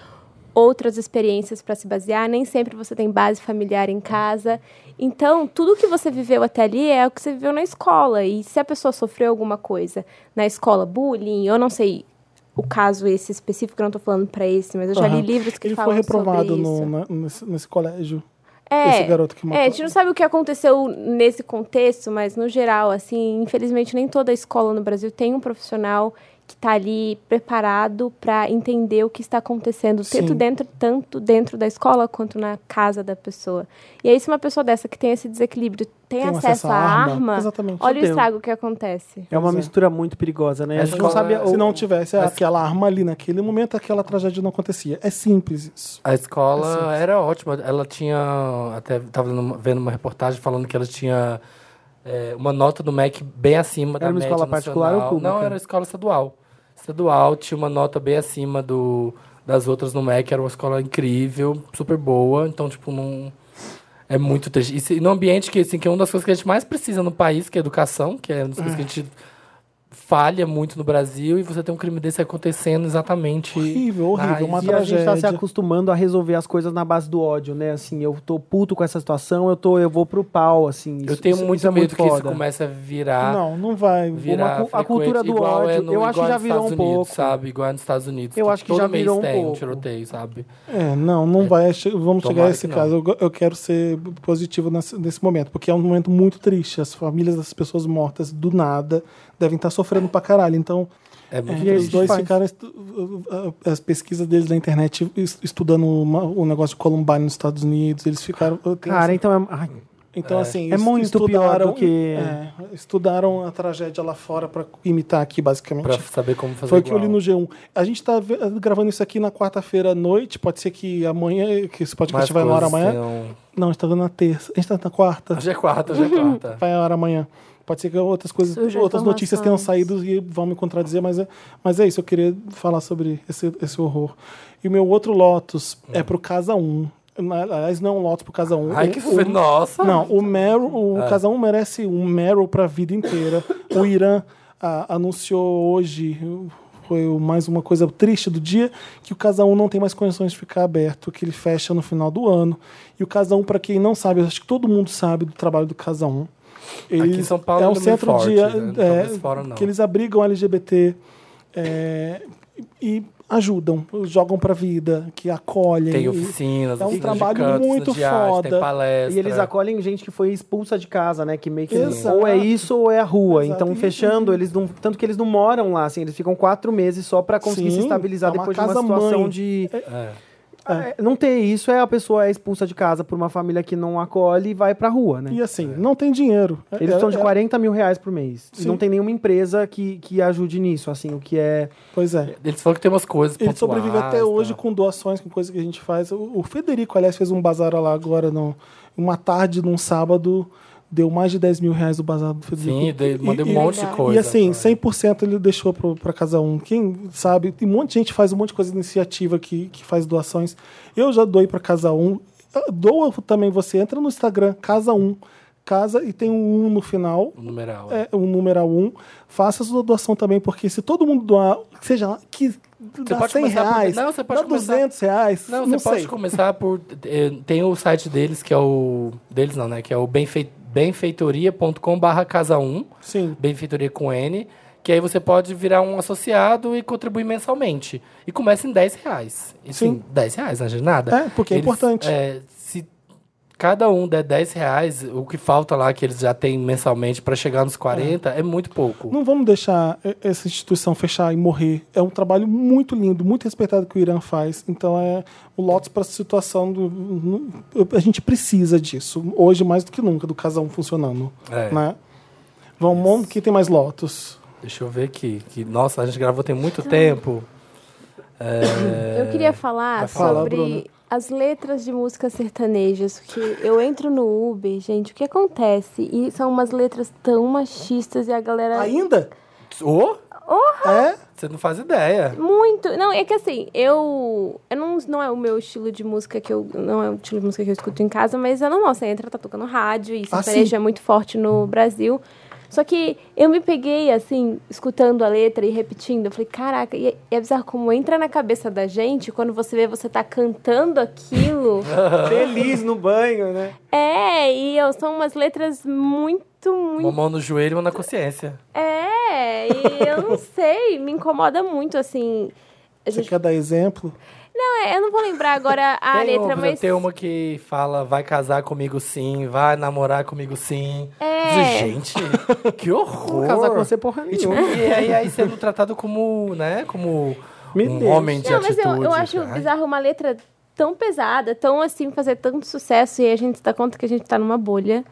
Speaker 4: outras experiências para se basear, nem sempre você tem base familiar em casa. Então, tudo que você viveu até ali é o que você viveu na escola. E se a pessoa sofreu alguma coisa na escola, bullying, eu não sei o caso esse específico, eu não tô falando para esse, mas eu já
Speaker 1: Aham.
Speaker 4: li livros que
Speaker 1: Ele foi
Speaker 4: falam
Speaker 1: reprovado
Speaker 4: sobre
Speaker 1: no-
Speaker 4: isso.
Speaker 1: na- nesse, nesse colégio.
Speaker 4: É,
Speaker 1: esse garoto que matou.
Speaker 4: é, a gente não sabe o que aconteceu nesse contexto, mas no geral, assim, infelizmente nem toda escola no Brasil tem um profissional que está ali preparado para entender o que está acontecendo, tanto
Speaker 1: Sim.
Speaker 4: dentro, tanto dentro da escola quanto na casa da pessoa. E aí, se uma pessoa dessa que tem esse desequilíbrio tem,
Speaker 1: Tem
Speaker 4: acesso à arma,
Speaker 1: Exatamente.
Speaker 4: olha o
Speaker 3: Fudeu.
Speaker 4: estrago que acontece.
Speaker 3: É uma
Speaker 1: Pois é.
Speaker 3: mistura muito perigosa, né?
Speaker 2: É
Speaker 3: A gente não
Speaker 2: escola-
Speaker 3: sabe.
Speaker 1: Se
Speaker 3: o-
Speaker 1: não tivesse
Speaker 2: Mas-
Speaker 1: aquela arma ali naquele momento, aquela tragédia não acontecia. É simples isso.
Speaker 2: A
Speaker 3: É
Speaker 2: escola
Speaker 1: Assim.
Speaker 2: era ótima. Ela tinha. Até estava vendo uma- vendo uma reportagem falando que ela tinha é, uma nota do MEC bem acima da
Speaker 3: Era uma
Speaker 2: média
Speaker 3: escola particular ou
Speaker 2: nacional.
Speaker 3: pública?
Speaker 2: Não, era escola estadual. Estadual tinha uma nota bem acima do, das outras no MEC. Era uma escola incrível, super boa. Então, tipo, não. É muito triste. E se- num ambiente que, assim, que é uma das coisas que a gente mais precisa no país, que é educação, que é uma das coisas
Speaker 3: Hum.
Speaker 2: que a gente falha muito no Brasil, e você tem um crime desse acontecendo exatamente.
Speaker 1: É Horrível, horrível.
Speaker 2: Ah,
Speaker 1: Uma
Speaker 3: E a gente tá se
Speaker 1: tragédia.
Speaker 3: acostumando a resolver as coisas na base do ódio, né? Assim, eu tô puto com essa situação, eu, tô, eu vou pro pau, assim.
Speaker 2: Eu
Speaker 3: isso-
Speaker 2: tenho
Speaker 3: isso-
Speaker 2: muito
Speaker 3: isso é
Speaker 2: medo que isso
Speaker 3: foda.
Speaker 2: comece a virar.
Speaker 1: Não, não vai.
Speaker 2: virar
Speaker 3: Uma cu- a cultura
Speaker 2: frequente,
Speaker 3: do
Speaker 2: igual é
Speaker 3: ódio,
Speaker 2: no-
Speaker 3: eu
Speaker 2: igual
Speaker 3: acho que já
Speaker 2: nos
Speaker 3: virou
Speaker 2: Estados
Speaker 3: um
Speaker 2: Unidos,
Speaker 3: pouco.
Speaker 2: Sabe? Igual nos Estados Unidos. tá
Speaker 3: Eu acho que
Speaker 2: todo
Speaker 3: já
Speaker 2: mês
Speaker 3: virou um
Speaker 2: tem
Speaker 3: pouco.
Speaker 2: tiroteio, sabe?
Speaker 1: É, não, não vai. che- Vamos chegar a
Speaker 2: Tomara
Speaker 1: esse
Speaker 2: que não.
Speaker 1: caso. Eu, go- eu quero ser positivo nesse, nesse momento, porque é um momento muito triste. As famílias das pessoas mortas do nada devem estar sofrendo pra caralho. Então,
Speaker 2: É muito
Speaker 1: é,
Speaker 3: aí,
Speaker 1: os
Speaker 3: que
Speaker 1: dois
Speaker 3: faz?
Speaker 1: ficaram estu- uh, as pesquisas deles na internet es- estudando uma- o negócio de Columbine nos Estados Unidos. Eles ficaram. eu tenho assim,
Speaker 3: Cara, então é. ai,
Speaker 1: então, assim,
Speaker 3: É
Speaker 1: eles
Speaker 3: muito pior do que-
Speaker 1: é, estudaram a tragédia lá fora para imitar aqui, basicamente.
Speaker 2: pra saber como fazer
Speaker 1: Foi o que eu
Speaker 2: igual.
Speaker 1: li no G1. A gente tá ve- gravando isso aqui na quarta-feira à noite. Pode ser que amanhã, que esse
Speaker 2: Mais
Speaker 1: podcast vai no ar
Speaker 2: coisas assim,
Speaker 1: amanhã.
Speaker 2: tenham-
Speaker 1: Não, a gente tá dando na terça. A gente tá na quarta.
Speaker 2: Hoje é quarta, hoje é quarta.
Speaker 1: Vai ao ar amanhã. Pode ser que outras coisas,
Speaker 4: Surjam
Speaker 1: outras notícias tenham
Speaker 4: informações.
Speaker 1: saído e vão me contradizer, mas é, mas é isso. Eu queria falar sobre esse, esse horror. E o meu outro Lotus é pro Casa 1. Na- Aliás, não é um Lotus pro Casa 1.
Speaker 2: Hum. Ai, que
Speaker 1: o,
Speaker 2: susto. Nossa.
Speaker 1: Não, o Meryl, o
Speaker 2: É.
Speaker 1: Casa 1 merece um Meryl pra vida inteira. O Irã ah, anunciou hoje, foi o- mais uma coisa triste do dia, que o Casa 1 não tem mais condições de ficar aberto, que ele fecha no final do ano. E o Casa 1, pra quem não sabe, eu acho que todo mundo sabe do trabalho do Casa 1.
Speaker 2: Aqui em São Paulo
Speaker 1: é um
Speaker 2: ainda é muito
Speaker 1: centro
Speaker 2: forte,
Speaker 1: de
Speaker 2: né? Não tá
Speaker 1: é,
Speaker 2: mais fora, não.
Speaker 1: que eles abrigam LGBT é, e ajudam, jogam pra vida, que acolhem.
Speaker 2: Tem
Speaker 1: e-
Speaker 2: oficinas,
Speaker 1: É um
Speaker 2: oficinas de
Speaker 1: trabalho
Speaker 2: canto,
Speaker 1: muito
Speaker 2: oficinas de arte,
Speaker 1: foda.
Speaker 2: Tem palestra.
Speaker 3: E eles acolhem gente que foi expulsa de casa, né? Que meio que
Speaker 1: Exato.
Speaker 3: ou é isso ou é a rua.
Speaker 1: Exato.
Speaker 3: Então,
Speaker 1: E-
Speaker 3: fechando, eles não. Tanto que eles não moram lá, assim, eles ficam quatro meses só pra conseguir
Speaker 1: Sim,
Speaker 3: se estabilizar
Speaker 1: é uma
Speaker 3: depois de uma
Speaker 1: casa
Speaker 3: situação
Speaker 1: mãe.
Speaker 3: de.
Speaker 2: É.
Speaker 3: Ah, é, Não ter isso é a pessoa é expulsa de casa por uma família que não acolhe e vai pra rua, né?
Speaker 1: E assim,
Speaker 2: é.
Speaker 1: não tem dinheiro.
Speaker 3: Eles
Speaker 1: É-
Speaker 3: precisam de
Speaker 1: é-
Speaker 3: 40 mil reais por mês. E
Speaker 1: Sim.
Speaker 3: não tem nenhuma empresa que, que ajude nisso, assim, o que é.
Speaker 1: Pois é.
Speaker 2: Eles falam que tem umas coisas
Speaker 1: Ele sobrevive
Speaker 2: pontuais,
Speaker 1: até hoje
Speaker 2: tá?
Speaker 1: com doações, com coisa que a gente faz. O o Federico, aliás, fez um bazar lá agora, não, uma tarde, num sábado, deu mais de 10 mil reais o bazar do Federico.
Speaker 2: Sim, dei- mandei um monte de
Speaker 4: e
Speaker 2: coisa.
Speaker 1: E assim,
Speaker 2: pra-
Speaker 1: 100% ele deixou para casa um. Quem sabe, tem um monte de gente que faz um monte de coisa de iniciativa que, que faz doações. Eu já doei para casa um. Ah, Doa também, você entra no Instagram, casa um. Casa e tem um 1 no final.
Speaker 2: O numeral.
Speaker 1: é, o número um, faça sua doação também, porque se todo mundo doar, seja lá, que dá
Speaker 2: pode
Speaker 1: 100
Speaker 2: começar por-
Speaker 1: reais,
Speaker 2: não, você pode
Speaker 1: dá
Speaker 2: começar-
Speaker 1: 200 reais,
Speaker 2: Não,
Speaker 1: não,
Speaker 2: você
Speaker 1: sei.
Speaker 2: pode começar por. eh, Tem o site deles, que é o. Deles não, né? Que é o benfei- benfeitoria.com/barra casa 1.
Speaker 1: Sim,
Speaker 2: Benfeitoria com N. Que aí você pode virar um associado e contribuir mensalmente. E começa em 10 reais. E, sim,
Speaker 1: Sim.
Speaker 2: 10 reais, não é nada.
Speaker 1: É, porque é importante.
Speaker 2: é, se cada um der 10 reais, o que falta lá que eles já têm mensalmente para chegar nos 40 é, muito pouco.
Speaker 1: não vamos deixar e- essa instituição fechar e morrer. É um trabalho muito lindo, muito respeitado que o Irã faz. Então é o Lotus para essa situação. do- no- a gente precisa disso, hoje mais do que nunca, do casal funcionando.
Speaker 2: É.
Speaker 1: Né? Vamos, que tem mais Lotus?
Speaker 2: Deixa eu ver aqui. Que, nossa, a gente gravou tem muito tempo.
Speaker 4: Eu queria falar
Speaker 2: É, vai falar,
Speaker 4: sobre
Speaker 1: Bruna.
Speaker 4: as letras de músicas sertanejas, que eu entro no Uber, gente, o que acontece? E são umas letras tão machistas e a galera...
Speaker 1: Ainda?
Speaker 2: Ô,
Speaker 1: É?
Speaker 2: você não faz ideia.
Speaker 4: Muito. Não, é que assim, eu. eu não, não é o meu estilo de música que eu. Não é o estilo de música que eu escuto em casa, mas é normal. Você entra, tá tocando rádio
Speaker 2: Ah,
Speaker 4: e sertanejo é muito forte no Brasil. Só que eu me peguei, assim, escutando a letra e repetindo. Eu falei, caraca, e é- é bizarro como entra na cabeça da gente quando você vê você tá cantando aquilo.
Speaker 3: Feliz no banho, né?
Speaker 4: é, e eu- são umas letras muito, muito.
Speaker 2: Uma mão no joelho e uma na consciência.
Speaker 4: É, e eu não sei, me incomoda muito, assim. A
Speaker 1: Você
Speaker 4: gente
Speaker 1: quer dar exemplo?
Speaker 4: Não, é, eu não vou lembrar agora a
Speaker 2: tem
Speaker 4: letra,
Speaker 2: uma,
Speaker 4: mas.
Speaker 2: tem uma que fala, vai casar comigo sim, vai namorar comigo sim.
Speaker 4: É.
Speaker 2: Gente, que horror.
Speaker 3: Vou casar com você porra
Speaker 2: E, tipo,
Speaker 3: nenhuma.
Speaker 2: e aí, aí sendo tratado como, né, como
Speaker 3: Me
Speaker 2: um
Speaker 3: deixa.
Speaker 2: homem de né?
Speaker 4: Não, mas
Speaker 2: atitude.
Speaker 4: eu, eu acho
Speaker 2: Ai,
Speaker 4: bizarro uma letra tão pesada, tão assim, fazer tanto sucesso e a gente se dá conta que a gente tá numa bolha.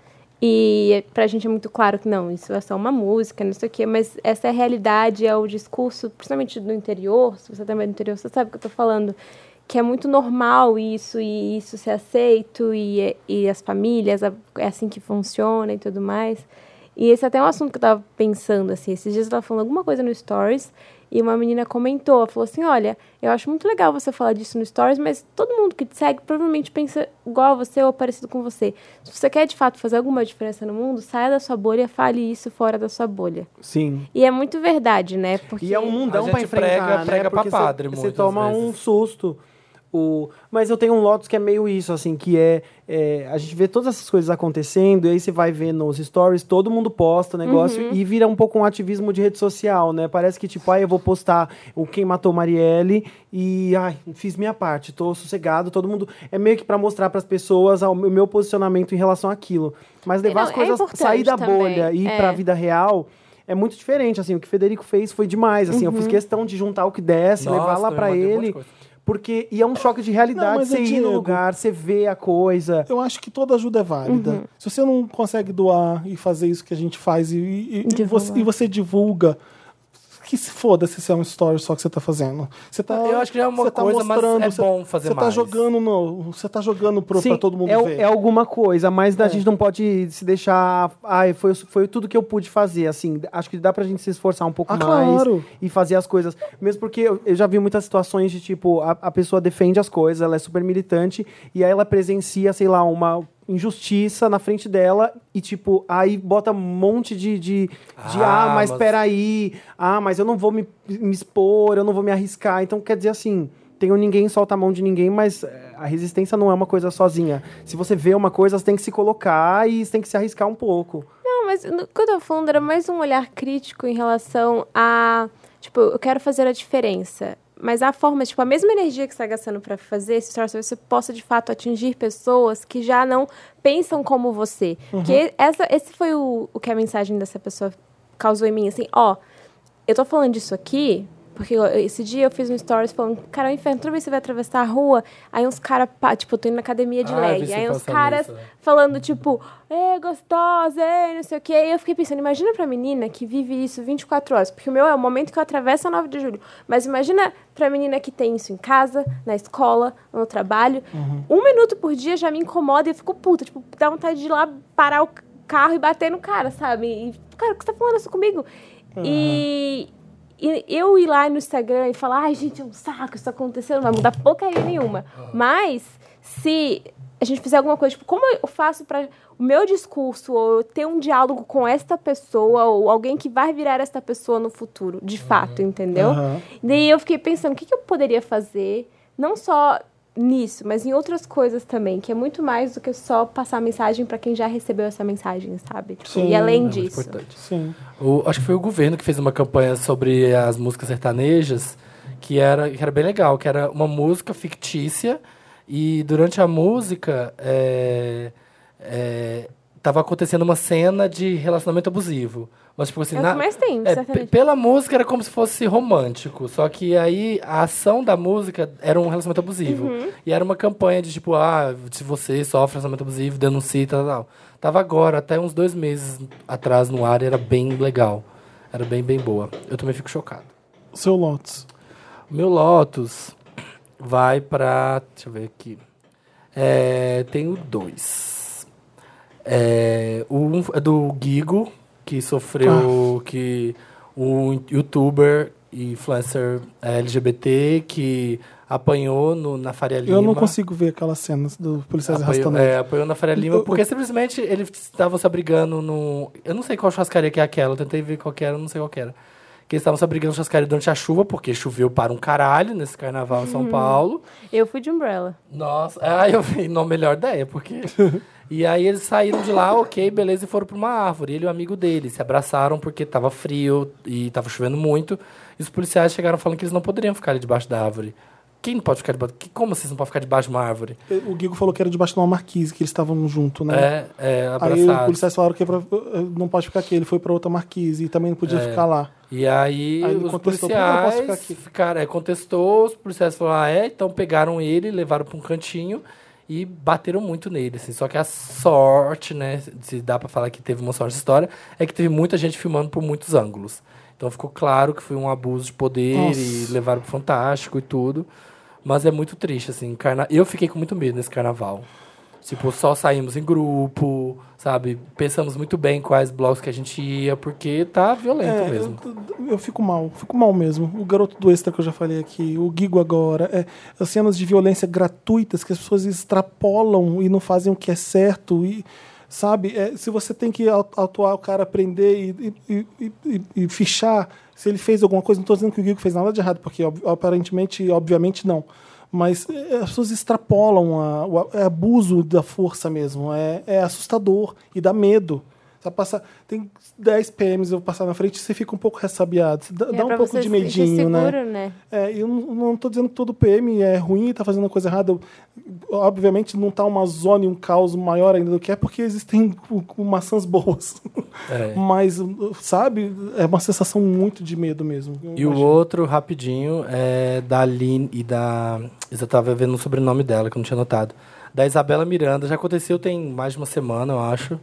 Speaker 4: E é- pra gente é muito claro que não, isso é só uma música, não sei o quê, mas essa é a realidade, é o discurso, principalmente do interior, se você também é do interior, você sabe o que eu tô falando, que é muito normal isso, e isso ser aceito, e, é- e as famílias, a- é assim que funciona e tudo mais. E esse é até um assunto que eu tava pensando, assim, esses dias eu tava falando alguma coisa no Stories, e uma menina comentou, ela falou assim, olha, eu acho muito legal você falar disso no Stories, mas todo mundo que te segue provavelmente pensa igual a você ou parecido com você. Se você quer, de fato, fazer alguma diferença no mundo, saia da sua bolha, fale isso fora da sua bolha.
Speaker 3: Sim.
Speaker 4: E é muito verdade, né? Porque...
Speaker 3: E é um
Speaker 2: A
Speaker 3: mundão
Speaker 2: gente
Speaker 3: pra enfrentar,
Speaker 2: prega-
Speaker 3: né?
Speaker 2: prega pra
Speaker 3: Porque cê-
Speaker 2: padre
Speaker 3: cê
Speaker 2: muitas
Speaker 3: toma
Speaker 2: vezes.
Speaker 3: um susto. O... Mas eu tenho um Lotus que é meio isso, assim, que é, é, A gente vê todas essas coisas acontecendo, e aí você vai ver nos stories, todo mundo posta o negócio
Speaker 2: Uhum.
Speaker 3: e vira um pouco um ativismo de rede social, né? Parece que, tipo, ai, eu vou postar o Quem Matou Marielle e, ai, fiz minha parte, tô sossegado, todo mundo. É meio que pra mostrar pras pessoas ao- o meu posicionamento em relação àquilo. Mas levar
Speaker 4: Não,
Speaker 3: as
Speaker 4: é
Speaker 3: coisas,
Speaker 4: importante
Speaker 3: sair da
Speaker 4: também,
Speaker 3: bolha e ir
Speaker 4: é.
Speaker 3: pra vida real é muito diferente, assim, o que o Federico fez foi demais, assim, eu fiz questão de juntar o que desse,
Speaker 2: Nossa,
Speaker 3: levar lá
Speaker 2: eu
Speaker 3: pra
Speaker 2: mandei um monte de
Speaker 3: ele,
Speaker 2: coisa.
Speaker 3: porque e é um choque de
Speaker 1: Não,
Speaker 3: realidade,
Speaker 1: mas,
Speaker 3: você ir no
Speaker 1: Diego,
Speaker 3: lugar, você vê a coisa.
Speaker 1: Eu acho que toda ajuda é válida.
Speaker 3: Uhum.
Speaker 1: Se você não consegue doar e fazer isso que a gente faz e, e- e
Speaker 4: Divulgar.
Speaker 1: você, e você divulga, que se foda se isso é um story só que você tá fazendo. Você tá,
Speaker 2: Eu acho que já é uma
Speaker 1: você tá
Speaker 2: coisa, mas
Speaker 1: mostrando,
Speaker 2: é
Speaker 1: você-
Speaker 2: bom fazer
Speaker 1: você Tá
Speaker 2: mais.
Speaker 1: jogando no, você tá jogando pro,
Speaker 3: Sim,
Speaker 1: pra todo mundo
Speaker 3: é,
Speaker 1: ver. É.
Speaker 3: é alguma coisa, mas a gente não pode se deixar. Ai, foi, foi tudo que eu pude fazer. Assim, acho que dá pra gente se esforçar um pouco
Speaker 1: Ah,
Speaker 3: mais
Speaker 1: claro.
Speaker 3: e fazer as coisas. Mesmo porque eu, eu já vi muitas situações de tipo, a, a pessoa defende as coisas, ela é super militante, e aí ela presencia, sei lá, uma injustiça na frente dela e tipo, aí bota um monte de. de, de, ah,
Speaker 2: Ah,
Speaker 3: mas
Speaker 2: mas-
Speaker 3: peraí, ah, mas eu não vou me, me expor, eu não vou me arriscar. Então quer dizer assim. Tem um ninguém solta a mão de ninguém, mas eh, a resistência não é uma coisa sozinha. Se você vê uma coisa, você tem que se colocar e você tem que se arriscar um pouco.
Speaker 4: Não, mas no- quando eu fundo, era mais um olhar crítico em relação a. Tipo, eu quero fazer a diferença. Mas a forma, tipo, a mesma energia que você está gastando para fazer esse stories, talvez você possa de fato atingir pessoas que já não pensam como você.
Speaker 2: Uhum.
Speaker 4: Porque essa, esse foi o, o que a mensagem dessa pessoa causou em mim. Assim, ó, eu tô falando disso aqui. Porque eu- esse dia eu fiz um stories falando, cara, inferno, toda vez que você vai atravessar a rua, aí uns caras, tipo, eu tô indo na academia de
Speaker 2: Ah, eu vi
Speaker 4: leg,
Speaker 2: você
Speaker 4: aí uns
Speaker 2: postando
Speaker 4: caras
Speaker 2: isso, né?
Speaker 4: falando, tipo, é gostosa, é, não sei o quê. E eu fiquei pensando, imagina pra menina que vive isso 24 horas, porque o meu é o momento que eu atravesso a 9 de julho. Mas imagina pra menina que tem isso em casa, na escola, no trabalho. Um minuto por dia já me incomoda e eu fico puta, tipo, dá vontade de ir lá parar o c- carro e bater no cara, sabe? E, cara, o que você tá falando isso comigo? E. e eu ir lá no Instagram e falar, ai gente, é um saco, isso tá acontecendo, não vai mudar porcaria nenhuma.
Speaker 2: Ah.
Speaker 4: Mas se a gente fizer alguma coisa, tipo, como eu faço para o meu discurso, ou eu ter um diálogo com esta pessoa, ou alguém que vai virar esta pessoa no futuro,
Speaker 2: Uhum.
Speaker 4: de fato, entendeu?
Speaker 1: Aham.
Speaker 4: Daí eu fiquei pensando, o que, que eu poderia fazer, não só nisso, mas em outras coisas também, que é muito mais do que só passar mensagem para quem já recebeu essa mensagem, sabe? Tipo,
Speaker 1: Sim,
Speaker 4: e além
Speaker 2: É muito
Speaker 4: disso.
Speaker 2: importante.
Speaker 1: Sim.
Speaker 2: O- acho que foi o governo que fez uma campanha sobre as músicas sertanejas, que era, que era bem legal, que era uma música fictícia, e durante a música é, é, tava acontecendo uma cena de relacionamento abusivo. Mas, tipo assim,
Speaker 4: É o que
Speaker 2: na-
Speaker 4: mais tem,
Speaker 2: é, pe-
Speaker 4: certamente.
Speaker 2: pela música era como se fosse romântico, só que aí a ação da música era um relacionamento abusivo. E era uma campanha de tipo, ah, se você sofre um relacionamento abusivo, denuncie e tal, tal. Tava agora, até uns dois meses atrás no ar, e era bem legal. Era bem, bem boa. Eu também fico chocado.
Speaker 1: Seu Lotus.
Speaker 2: Meu Lotus vai pra. Deixa eu ver aqui. É, tenho dois. É, um é do Gigo, que
Speaker 1: Ah.
Speaker 2: sofreu que um youtuber e influencer é, LGBT que apanhou no, na Faria Lima.
Speaker 1: Eu não consigo ver aquelas cenas do policiais
Speaker 2: Apoiou,
Speaker 1: arrastando.
Speaker 2: é, apoiou na Faria Lima,
Speaker 1: Eu-
Speaker 2: porque simplesmente eles estavam se abrigando no... Eu não sei qual churrascaria que é aquela, eu tentei ver qual que era, eu não sei qual que era. Que eles estavam se abrigando na churrascaria durante a chuva, porque choveu para um caralho nesse carnaval em São Paulo.
Speaker 4: Eu fui de umbrella.
Speaker 2: Nossa, aí eu vi, não, melhor ideia, porque... e aí eles saíram de lá, ok, beleza, e foram para uma árvore. Ele e o amigo dele se abraçaram porque tava frio e tava chovendo muito. E os policiais chegaram falando que eles não poderiam ficar ali debaixo da árvore. Quem não pode ficar debaixo? que- Como vocês não podem ficar debaixo de uma árvore?
Speaker 1: O Guigo falou que era debaixo de uma marquise, que eles estavam junto, né?
Speaker 2: É,
Speaker 1: Aí
Speaker 2: é,
Speaker 1: os
Speaker 2: abraçados.
Speaker 1: policiais falaram que é pra- não pode ficar aqui, ele foi pra outra marquise e também não podia
Speaker 2: É.
Speaker 1: ficar lá.
Speaker 2: E aí,
Speaker 1: Aí ele
Speaker 2: os
Speaker 1: contestou, "Por que eu não posso ficar
Speaker 2: policiais
Speaker 1: aqui?"
Speaker 2: ficaram, é, contestou, os policiais falaram, ah, é, então pegaram ele, levaram para um cantinho e bateram muito nele, assim. Só que a sorte, né, se dá para falar que teve uma sorte de história, é que teve muita gente filmando por muitos ângulos. Então ficou claro que foi um abuso de poder
Speaker 1: Nossa.
Speaker 2: e levaram pro Fantástico e tudo. Mas é muito triste, assim. Carna... Eu fiquei com muito medo nesse carnaval. Tipo, só saímos em grupo, sabe? Pensamos muito bem quais blocos que a gente ia, porque tá violento
Speaker 1: É,
Speaker 2: mesmo.
Speaker 1: Eu, eu fico mal, fico mal mesmo. O garoto do extra que eu já falei aqui, o Guigo agora, é, as cenas de violência gratuitas que as pessoas extrapolam e não fazem o que é certo e sabe, é, se você tem que au- autuar o cara, prender e, e, e- e- e fichar se ele fez alguma coisa, não estou dizendo que o Guigo fez nada de errado, porque ob- aparentemente, obviamente não. Mas é, as pessoas extrapolam a- o a- é abuso da força mesmo. É, é assustador e dá medo. Você passa, tem 10 PMs, eu vou passar na frente e você fica um pouco ressabiado. Você dá,
Speaker 4: É
Speaker 1: dá um
Speaker 4: pra
Speaker 1: pouco
Speaker 4: você
Speaker 1: de
Speaker 4: se sentir
Speaker 1: medinho, né?
Speaker 4: seguro, né?
Speaker 1: É, eu não- não estou dizendo que todo PM é ruim e está fazendo coisa errada. Obviamente não está uma zona e um caos maior ainda do que é, porque existem cu- cu- maçãs boas.
Speaker 2: É.
Speaker 1: Mas, sabe, é uma sensação muito de medo mesmo. Eu
Speaker 2: E o
Speaker 1: imagino.
Speaker 2: outro, rapidinho, é da Aline e da. Eu já tava vendo o sobrenome dela, que eu não tinha notado. Da Isabela Miranda. Já aconteceu tem mais de uma semana, eu acho.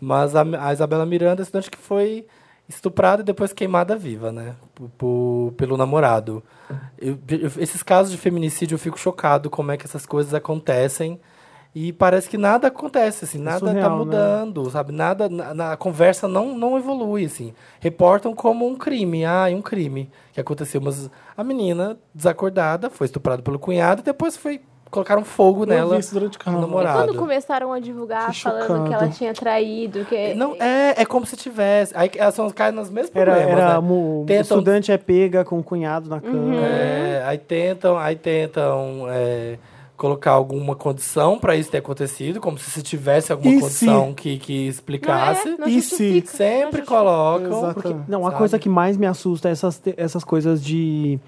Speaker 2: Mas a, a Isabela Miranda, é estudante que foi estuprada e depois queimada viva, né? Por- por- pelo namorado. Eu- eu- esses casos de feminicídio eu fico chocado como é que essas coisas acontecem. E parece que nada acontece, assim, nada
Speaker 3: surreal,
Speaker 2: tá
Speaker 3: né?
Speaker 2: mudando, sabe? Nada, na, na- a conversa não, não evolui, assim. Reportam como um crime, ah, é um crime que aconteceu. Mas a menina, desacordada, foi estuprada pelo cunhado e depois foi, colocaram fogo
Speaker 1: Eu vi
Speaker 2: nela.
Speaker 1: isso durante o
Speaker 2: O
Speaker 1: carnaval.
Speaker 2: namorado.
Speaker 4: Quando começaram a divulgar,
Speaker 1: Fiquei
Speaker 4: falando que
Speaker 1: chocado.
Speaker 4: ela tinha traído, que...
Speaker 2: Não, é, é como se tivesse. Aí elas são, caem nos mesmos
Speaker 3: Era,
Speaker 2: problemas,
Speaker 3: era
Speaker 2: né?
Speaker 3: mu-
Speaker 2: Tentam-
Speaker 3: estudante é pega com o cunhado na cama.
Speaker 2: É, aí tentam, aí tentam é, colocar alguma condição para isso ter acontecido, como se se tivesse alguma
Speaker 1: E se?
Speaker 2: condição que, que
Speaker 4: Não é,
Speaker 2: explicasse.
Speaker 4: não
Speaker 1: E se-
Speaker 4: justifica, não
Speaker 2: Sempre
Speaker 4: justifica.
Speaker 2: colocam.
Speaker 1: Exato.
Speaker 2: Porque,
Speaker 3: Não, a
Speaker 2: sabe?
Speaker 3: coisa que mais me assusta é essas, te- essas coisas de.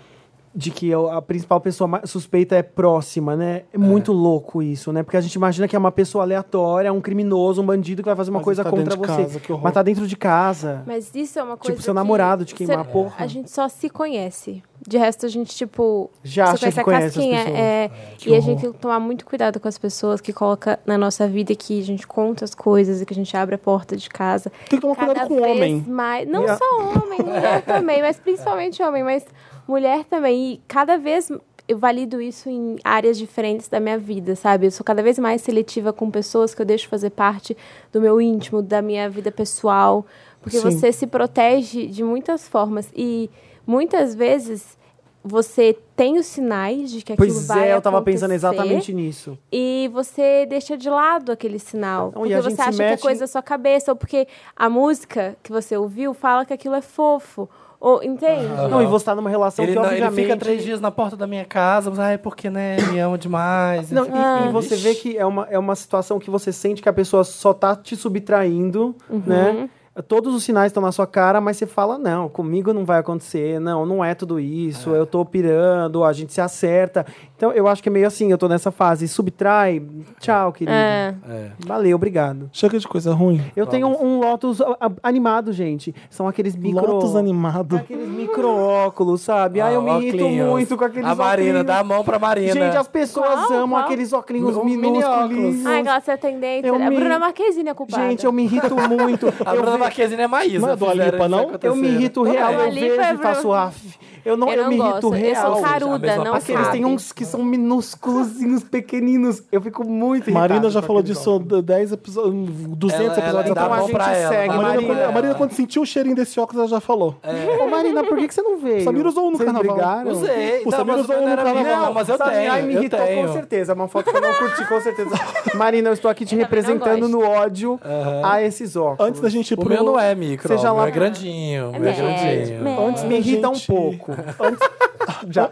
Speaker 3: De que eu- a principal pessoa mais suspeita é próxima, né? É muito louco isso, né? Porque a gente imagina que é uma pessoa aleatória, um criminoso, um bandido que vai fazer uma
Speaker 1: Mas
Speaker 3: coisa
Speaker 1: tá
Speaker 3: contra
Speaker 1: dentro de
Speaker 3: você.
Speaker 1: casa, que horror.
Speaker 3: Mas tá dentro de casa.
Speaker 4: Mas isso é uma coisa
Speaker 3: Tipo, seu
Speaker 4: que-
Speaker 3: namorado te queimar,
Speaker 4: cê-
Speaker 3: porra.
Speaker 4: A gente só se conhece. De resto, a gente, tipo...
Speaker 3: Já
Speaker 4: você
Speaker 3: acha que
Speaker 4: a
Speaker 3: conhece as
Speaker 4: casquinha,
Speaker 3: pessoas.
Speaker 4: é,
Speaker 1: que
Speaker 4: E a
Speaker 1: horror.
Speaker 4: gente tem que tomar muito cuidado com as pessoas que coloca na nossa vida, que a gente conta as coisas e que a gente abre a porta de casa.
Speaker 1: Tem que tomar cuidado com o
Speaker 4: vez
Speaker 1: homem.
Speaker 4: Mais, não
Speaker 3: E a-
Speaker 4: só homem, mulher também, mas principalmente homem, mas mulher também. E cada vez eu valido isso em áreas diferentes da minha vida, sabe? Eu sou cada vez mais seletiva com pessoas que eu deixo fazer parte do meu íntimo, da minha vida pessoal. Porque
Speaker 1: Sim.
Speaker 4: você se protege de muitas formas. E muitas vezes você tem os sinais de que aquilo
Speaker 3: Pois
Speaker 4: vai
Speaker 3: é, eu tava pensando
Speaker 4: acontecer
Speaker 3: exatamente nisso.
Speaker 4: e você deixa de lado aquele sinal.
Speaker 3: Não, e
Speaker 4: porque
Speaker 3: a gente
Speaker 4: você
Speaker 3: se
Speaker 4: acha que
Speaker 3: mete
Speaker 4: é coisa da sua cabeça, ou porque a música que você ouviu fala que aquilo é fofo. Ou, entende?
Speaker 3: Não, e você tá numa relação
Speaker 2: Ele,
Speaker 3: que
Speaker 2: não- ele
Speaker 3: obviamente.
Speaker 2: fica três dias na porta da minha casa, mas ah, é porque, né, me ama demais.
Speaker 3: Não, e-
Speaker 2: enfim.
Speaker 4: Ah.
Speaker 3: e, você vê que é uma, é uma situação que você sente que a pessoa só tá te subtraindo,
Speaker 4: Uhum.
Speaker 3: né? Todos os sinais estão na sua cara, mas você fala, não, comigo não vai acontecer, não, não é tudo isso, eu tô pirando, a gente se acerta. Então, eu acho que é meio assim, eu tô nessa fase, subtrai, tchau, querido.
Speaker 4: É.
Speaker 2: É.
Speaker 3: Valeu, obrigado.
Speaker 1: Chega de coisa ruim.
Speaker 3: Eu tenho um, um Lotus a- a- animado, gente. São aqueles micro...
Speaker 1: Lotus animado.
Speaker 3: Aqueles micro óculos, sabe? Ai, eu me irrito
Speaker 2: Ah, óculos.
Speaker 3: muito com aqueles
Speaker 2: A Marina,
Speaker 3: óculos.
Speaker 2: dá a mão pra Marina.
Speaker 3: Gente, as pessoas
Speaker 4: Qual?
Speaker 3: amam
Speaker 4: Qual?
Speaker 3: aqueles óculos
Speaker 1: Os
Speaker 3: mini
Speaker 1: minúsculos.
Speaker 3: óculos.
Speaker 4: Ai, Glácia atendente.
Speaker 3: Eu
Speaker 4: A
Speaker 3: me-
Speaker 4: Bruna Marquezine é culpada.
Speaker 3: Gente, eu me irrito muito.
Speaker 2: a
Speaker 3: eu,
Speaker 2: Bruna
Speaker 3: ve-
Speaker 2: Marquezine é Maísa.
Speaker 1: Não é Dua
Speaker 2: fizeram
Speaker 1: Lipa,
Speaker 2: isso
Speaker 1: não?
Speaker 2: acontecer,
Speaker 3: eu me
Speaker 2: né?
Speaker 3: irrito
Speaker 4: Não,
Speaker 3: real,
Speaker 4: Dua
Speaker 3: eu
Speaker 4: Lipa
Speaker 3: vejo
Speaker 4: é
Speaker 3: e
Speaker 4: Bruna-
Speaker 3: faço af. Eu não,
Speaker 4: Eu
Speaker 3: eu,
Speaker 4: não
Speaker 3: me irrito
Speaker 4: gosto, eu
Speaker 3: real.
Speaker 4: sou
Speaker 2: cara-
Speaker 4: caruda,
Speaker 2: Já, mas
Speaker 4: não
Speaker 2: uma
Speaker 3: Porque eles têm uns que são minúsculozinhos, pequeninos. Eu fico muito irritado.
Speaker 1: Marina já
Speaker 3: com
Speaker 1: falou
Speaker 3: aqueles
Speaker 1: disso d-
Speaker 3: óculos.
Speaker 1: 10 episódios, 200
Speaker 2: Ela- é ela
Speaker 1: hum, episódios
Speaker 2: dá então a
Speaker 3: a
Speaker 1: atrás.
Speaker 2: mão pra
Speaker 3: gente
Speaker 2: ela,
Speaker 3: segue,
Speaker 1: A
Speaker 2: dá mão
Speaker 1: Marina,
Speaker 2: pra
Speaker 1: quando-
Speaker 2: ela.
Speaker 1: a Marina, quando sentiu o cheirinho desse óculos, ela já falou.
Speaker 2: É.
Speaker 3: Ô, Marina, por que, que você não veio?
Speaker 1: Samir usou um no
Speaker 3: Vocês
Speaker 1: carnaval.
Speaker 3: brigaram?
Speaker 2: Usei.
Speaker 1: O
Speaker 2: não,
Speaker 1: Samir
Speaker 2: mas
Speaker 1: usou
Speaker 2: quando
Speaker 1: um
Speaker 2: era
Speaker 1: no
Speaker 2: menina,
Speaker 1: carnaval.
Speaker 2: Não, mas eu
Speaker 3: Sabe,
Speaker 2: tenho.
Speaker 3: Ai, me
Speaker 2: eu
Speaker 3: irritou
Speaker 2: tenho.
Speaker 3: com certeza. É uma foto que eu não curti, com certeza. Marina, eu estou aqui te
Speaker 4: Eu também não
Speaker 3: representando
Speaker 4: gosto.
Speaker 3: no ódio a esses óculos.
Speaker 1: Antes da gente ir
Speaker 2: O
Speaker 1: pro...
Speaker 2: meu não é micro,
Speaker 3: Seja
Speaker 2: ó, o meu
Speaker 3: lá-
Speaker 2: é grandinho. o
Speaker 4: É
Speaker 2: meu É
Speaker 4: médio,
Speaker 2: grandinho.
Speaker 4: médio.
Speaker 1: Antes
Speaker 3: Me
Speaker 1: da
Speaker 3: irrita um
Speaker 1: gente-
Speaker 3: pouco. Já.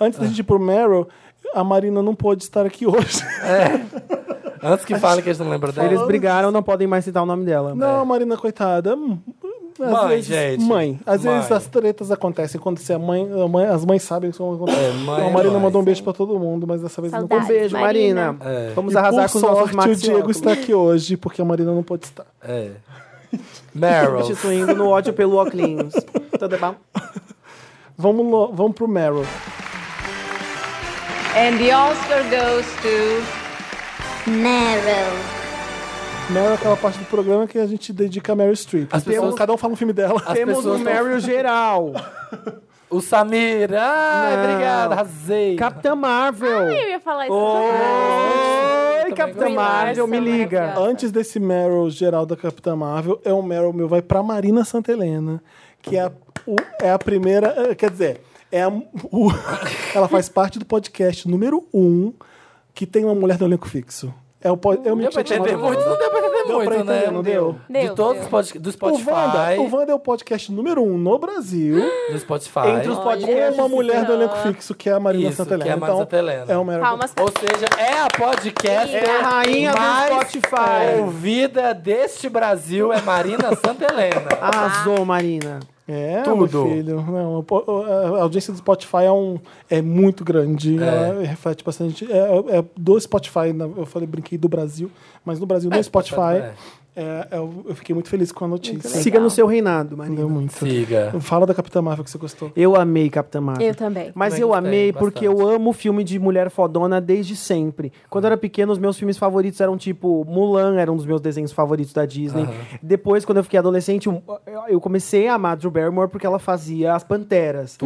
Speaker 1: Antes da gente ir pro Meryl, a Marina não pôde estar aqui hoje.
Speaker 2: É. Antes que falem que eles não lembram dela.
Speaker 3: Eles brigaram, não podem mais citar o nome dela.
Speaker 1: Não, Marina, coitada. Hum, às
Speaker 2: Mãe,
Speaker 1: vezes-
Speaker 2: gente.
Speaker 1: Mãe. Às
Speaker 2: Mãe.
Speaker 1: vezes as tretas acontecem quando você é mãe. a mãe- as mães sabem que vão acontecer.
Speaker 2: É, mãe
Speaker 1: a
Speaker 2: é
Speaker 1: Marina
Speaker 2: mãe,
Speaker 1: mandou um beijo
Speaker 2: sim.
Speaker 1: pra todo mundo, mas dessa vez não
Speaker 4: Saudade.
Speaker 3: Um beijo, Marina.
Speaker 2: Marina. É.
Speaker 3: Vamos
Speaker 1: E
Speaker 3: arrasar
Speaker 1: por
Speaker 3: com os nossos
Speaker 1: sorte, o
Speaker 3: maxi
Speaker 1: Diego está aqui hoje, porque a Marina não pôde estar.
Speaker 2: É. Meryl.
Speaker 3: Substituindo no ódio pelo óculos. Tudo bom?
Speaker 1: Vamos, lo- vamos pro Meryl.
Speaker 5: And the Oscar goes to.
Speaker 6: Meryl.
Speaker 1: Meryl é aquela parte do programa que a gente dedica a Meryl Streep.
Speaker 2: As
Speaker 1: Então,
Speaker 2: pessoas-
Speaker 1: Cada um fala um filme dela.
Speaker 2: As
Speaker 3: Temos
Speaker 2: pessoas
Speaker 3: um Meryl geral.
Speaker 2: O Samir. Ai,
Speaker 3: Não.
Speaker 2: obrigado. Arrasei.
Speaker 3: Capitã Marvel.
Speaker 4: Eu ia falar isso.
Speaker 3: Oi,
Speaker 2: também
Speaker 3: Capitã
Speaker 2: gosto.
Speaker 3: Marvel, me
Speaker 4: Larson,
Speaker 2: é
Speaker 3: liga.
Speaker 4: maravilhosa.
Speaker 1: Antes desse Meryl geral da Capitã Marvel, é um Meryl meu, vai pra Marina Santelena, que é a, o- é a primeira. eh, Quer dizer, é a, o- ela faz parte do podcast número um que tem uma mulher no elenco fixo. É o pod, eu me
Speaker 2: Deu pra entender muito? Não deu pra
Speaker 1: Deu
Speaker 2: entender
Speaker 1: pra
Speaker 2: muito, né?
Speaker 1: entender, não deu?
Speaker 2: De
Speaker 4: Deu,
Speaker 2: todos
Speaker 4: deu.
Speaker 2: os pod... do
Speaker 1: O
Speaker 2: Spotify.
Speaker 1: Wanda, o Wanda é o podcast número um no Brasil.
Speaker 2: Do Spotify.
Speaker 3: Entre os
Speaker 1: É
Speaker 3: podcasts.
Speaker 1: uma mulher do
Speaker 4: senhor.
Speaker 1: elenco fixo, que é a Marina
Speaker 2: Isso,
Speaker 1: Santelena.
Speaker 2: que é a Marina
Speaker 1: então,
Speaker 2: Santelena.
Speaker 1: É o Meryl.
Speaker 4: Palmas.
Speaker 2: Ou seja, é a podcast
Speaker 3: É a rainha
Speaker 2: mais
Speaker 3: do Spotify.
Speaker 2: ouvida deste Brasil é Marina Santelena.
Speaker 3: Ah, Arrasou, Marina.
Speaker 1: É,
Speaker 2: Tudo.
Speaker 1: meu filho. Não, o po- o- a audiência do Spotify é, um, é muito grande. Ela reflete é bastante. É, é do Spotify, na- eu falei, brinquei do Brasil, mas no Brasil, no Spotify.
Speaker 2: Spotify,
Speaker 1: É. É, eu, eu fiquei muito feliz com a notícia.
Speaker 4: Legal.
Speaker 3: Siga no seu reinado, Marina.
Speaker 1: Deu muito.
Speaker 2: Siga.
Speaker 1: Fala da Capitã Marvel que você gostou.
Speaker 3: Eu amei Capitã Marvel.
Speaker 4: Eu também.
Speaker 3: Mas
Speaker 2: Também
Speaker 3: eu
Speaker 2: gostei,
Speaker 3: amei porque eu
Speaker 2: bastante.
Speaker 3: amo filme de mulher fodona desde sempre. Quando eu era pequeno, os meus filmes favoritos eram tipo Mulan, era um dos meus desenhos favoritos da Disney.
Speaker 2: Aham.
Speaker 3: Depois, quando eu fiquei adolescente, eu- eu comecei a amar Drew Barrymore porque ela fazia as panteras.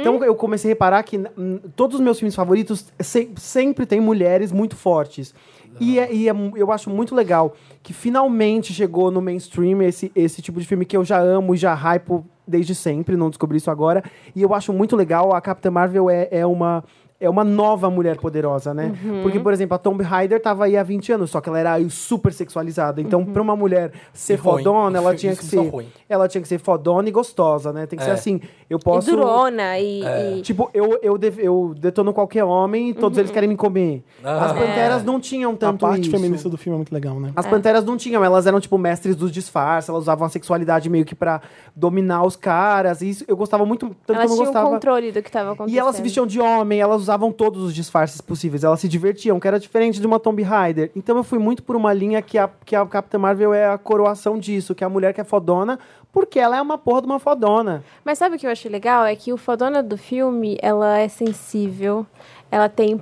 Speaker 3: Então eu comecei a reparar que hum, todos os meus filmes favoritos se- sempre tem mulheres muito fortes. E, é- e é mu- eu acho muito legal que finalmente chegou no mainstream esse, esse tipo de filme que eu já amo e já hypo desde sempre, não descobri isso agora. E eu acho muito legal, a Capitã Marvel é, é uma. É uma nova mulher poderosa, né?
Speaker 2: Uhum.
Speaker 3: Porque, por exemplo, a Tomb Raider tava aí há 20 anos, só que ela era aí super sexualizada. Então, pra uma mulher ser
Speaker 2: Uhum. E ruim.
Speaker 3: fodona, ela
Speaker 2: Isso
Speaker 3: tinha que
Speaker 2: é só
Speaker 3: ser.
Speaker 2: ruim.
Speaker 3: Ela tinha que ser fodona e gostosa, né? Tem que ser
Speaker 2: É.
Speaker 3: assim. Eu posso.
Speaker 4: E durona e. e-
Speaker 3: Tipo, eu, eu, def- eu detono qualquer homem e todos eles
Speaker 4: Uhum.
Speaker 3: querem me comer.
Speaker 2: Ah.
Speaker 3: As
Speaker 4: É.
Speaker 3: panteras não tinham
Speaker 1: A
Speaker 3: tanto
Speaker 1: parte
Speaker 3: isso.
Speaker 1: feminista do filme é muito legal, né?
Speaker 3: As panteras não tinham, elas eram tipo mestres dos disfarces, elas usavam a sexualidade meio que pra dominar os caras. E isso eu gostava muito, tanto que eu
Speaker 4: Elas
Speaker 3: não
Speaker 4: tinham
Speaker 3: gostava.
Speaker 4: um controle do que estava acontecendo.
Speaker 3: E elas se vestiam de homem, elas usavam todos os disfarces possíveis, elas se divertiam, que era diferente de uma Tomb Raider. Então eu fui muito por uma linha que a, que a Capitã Marvel é a coroação disso, que é a mulher que é fodona, porque ela é uma porra de uma fodona.
Speaker 4: Mas sabe o que eu achei legal? É que o fodona do filme, ela é sensível, ela tem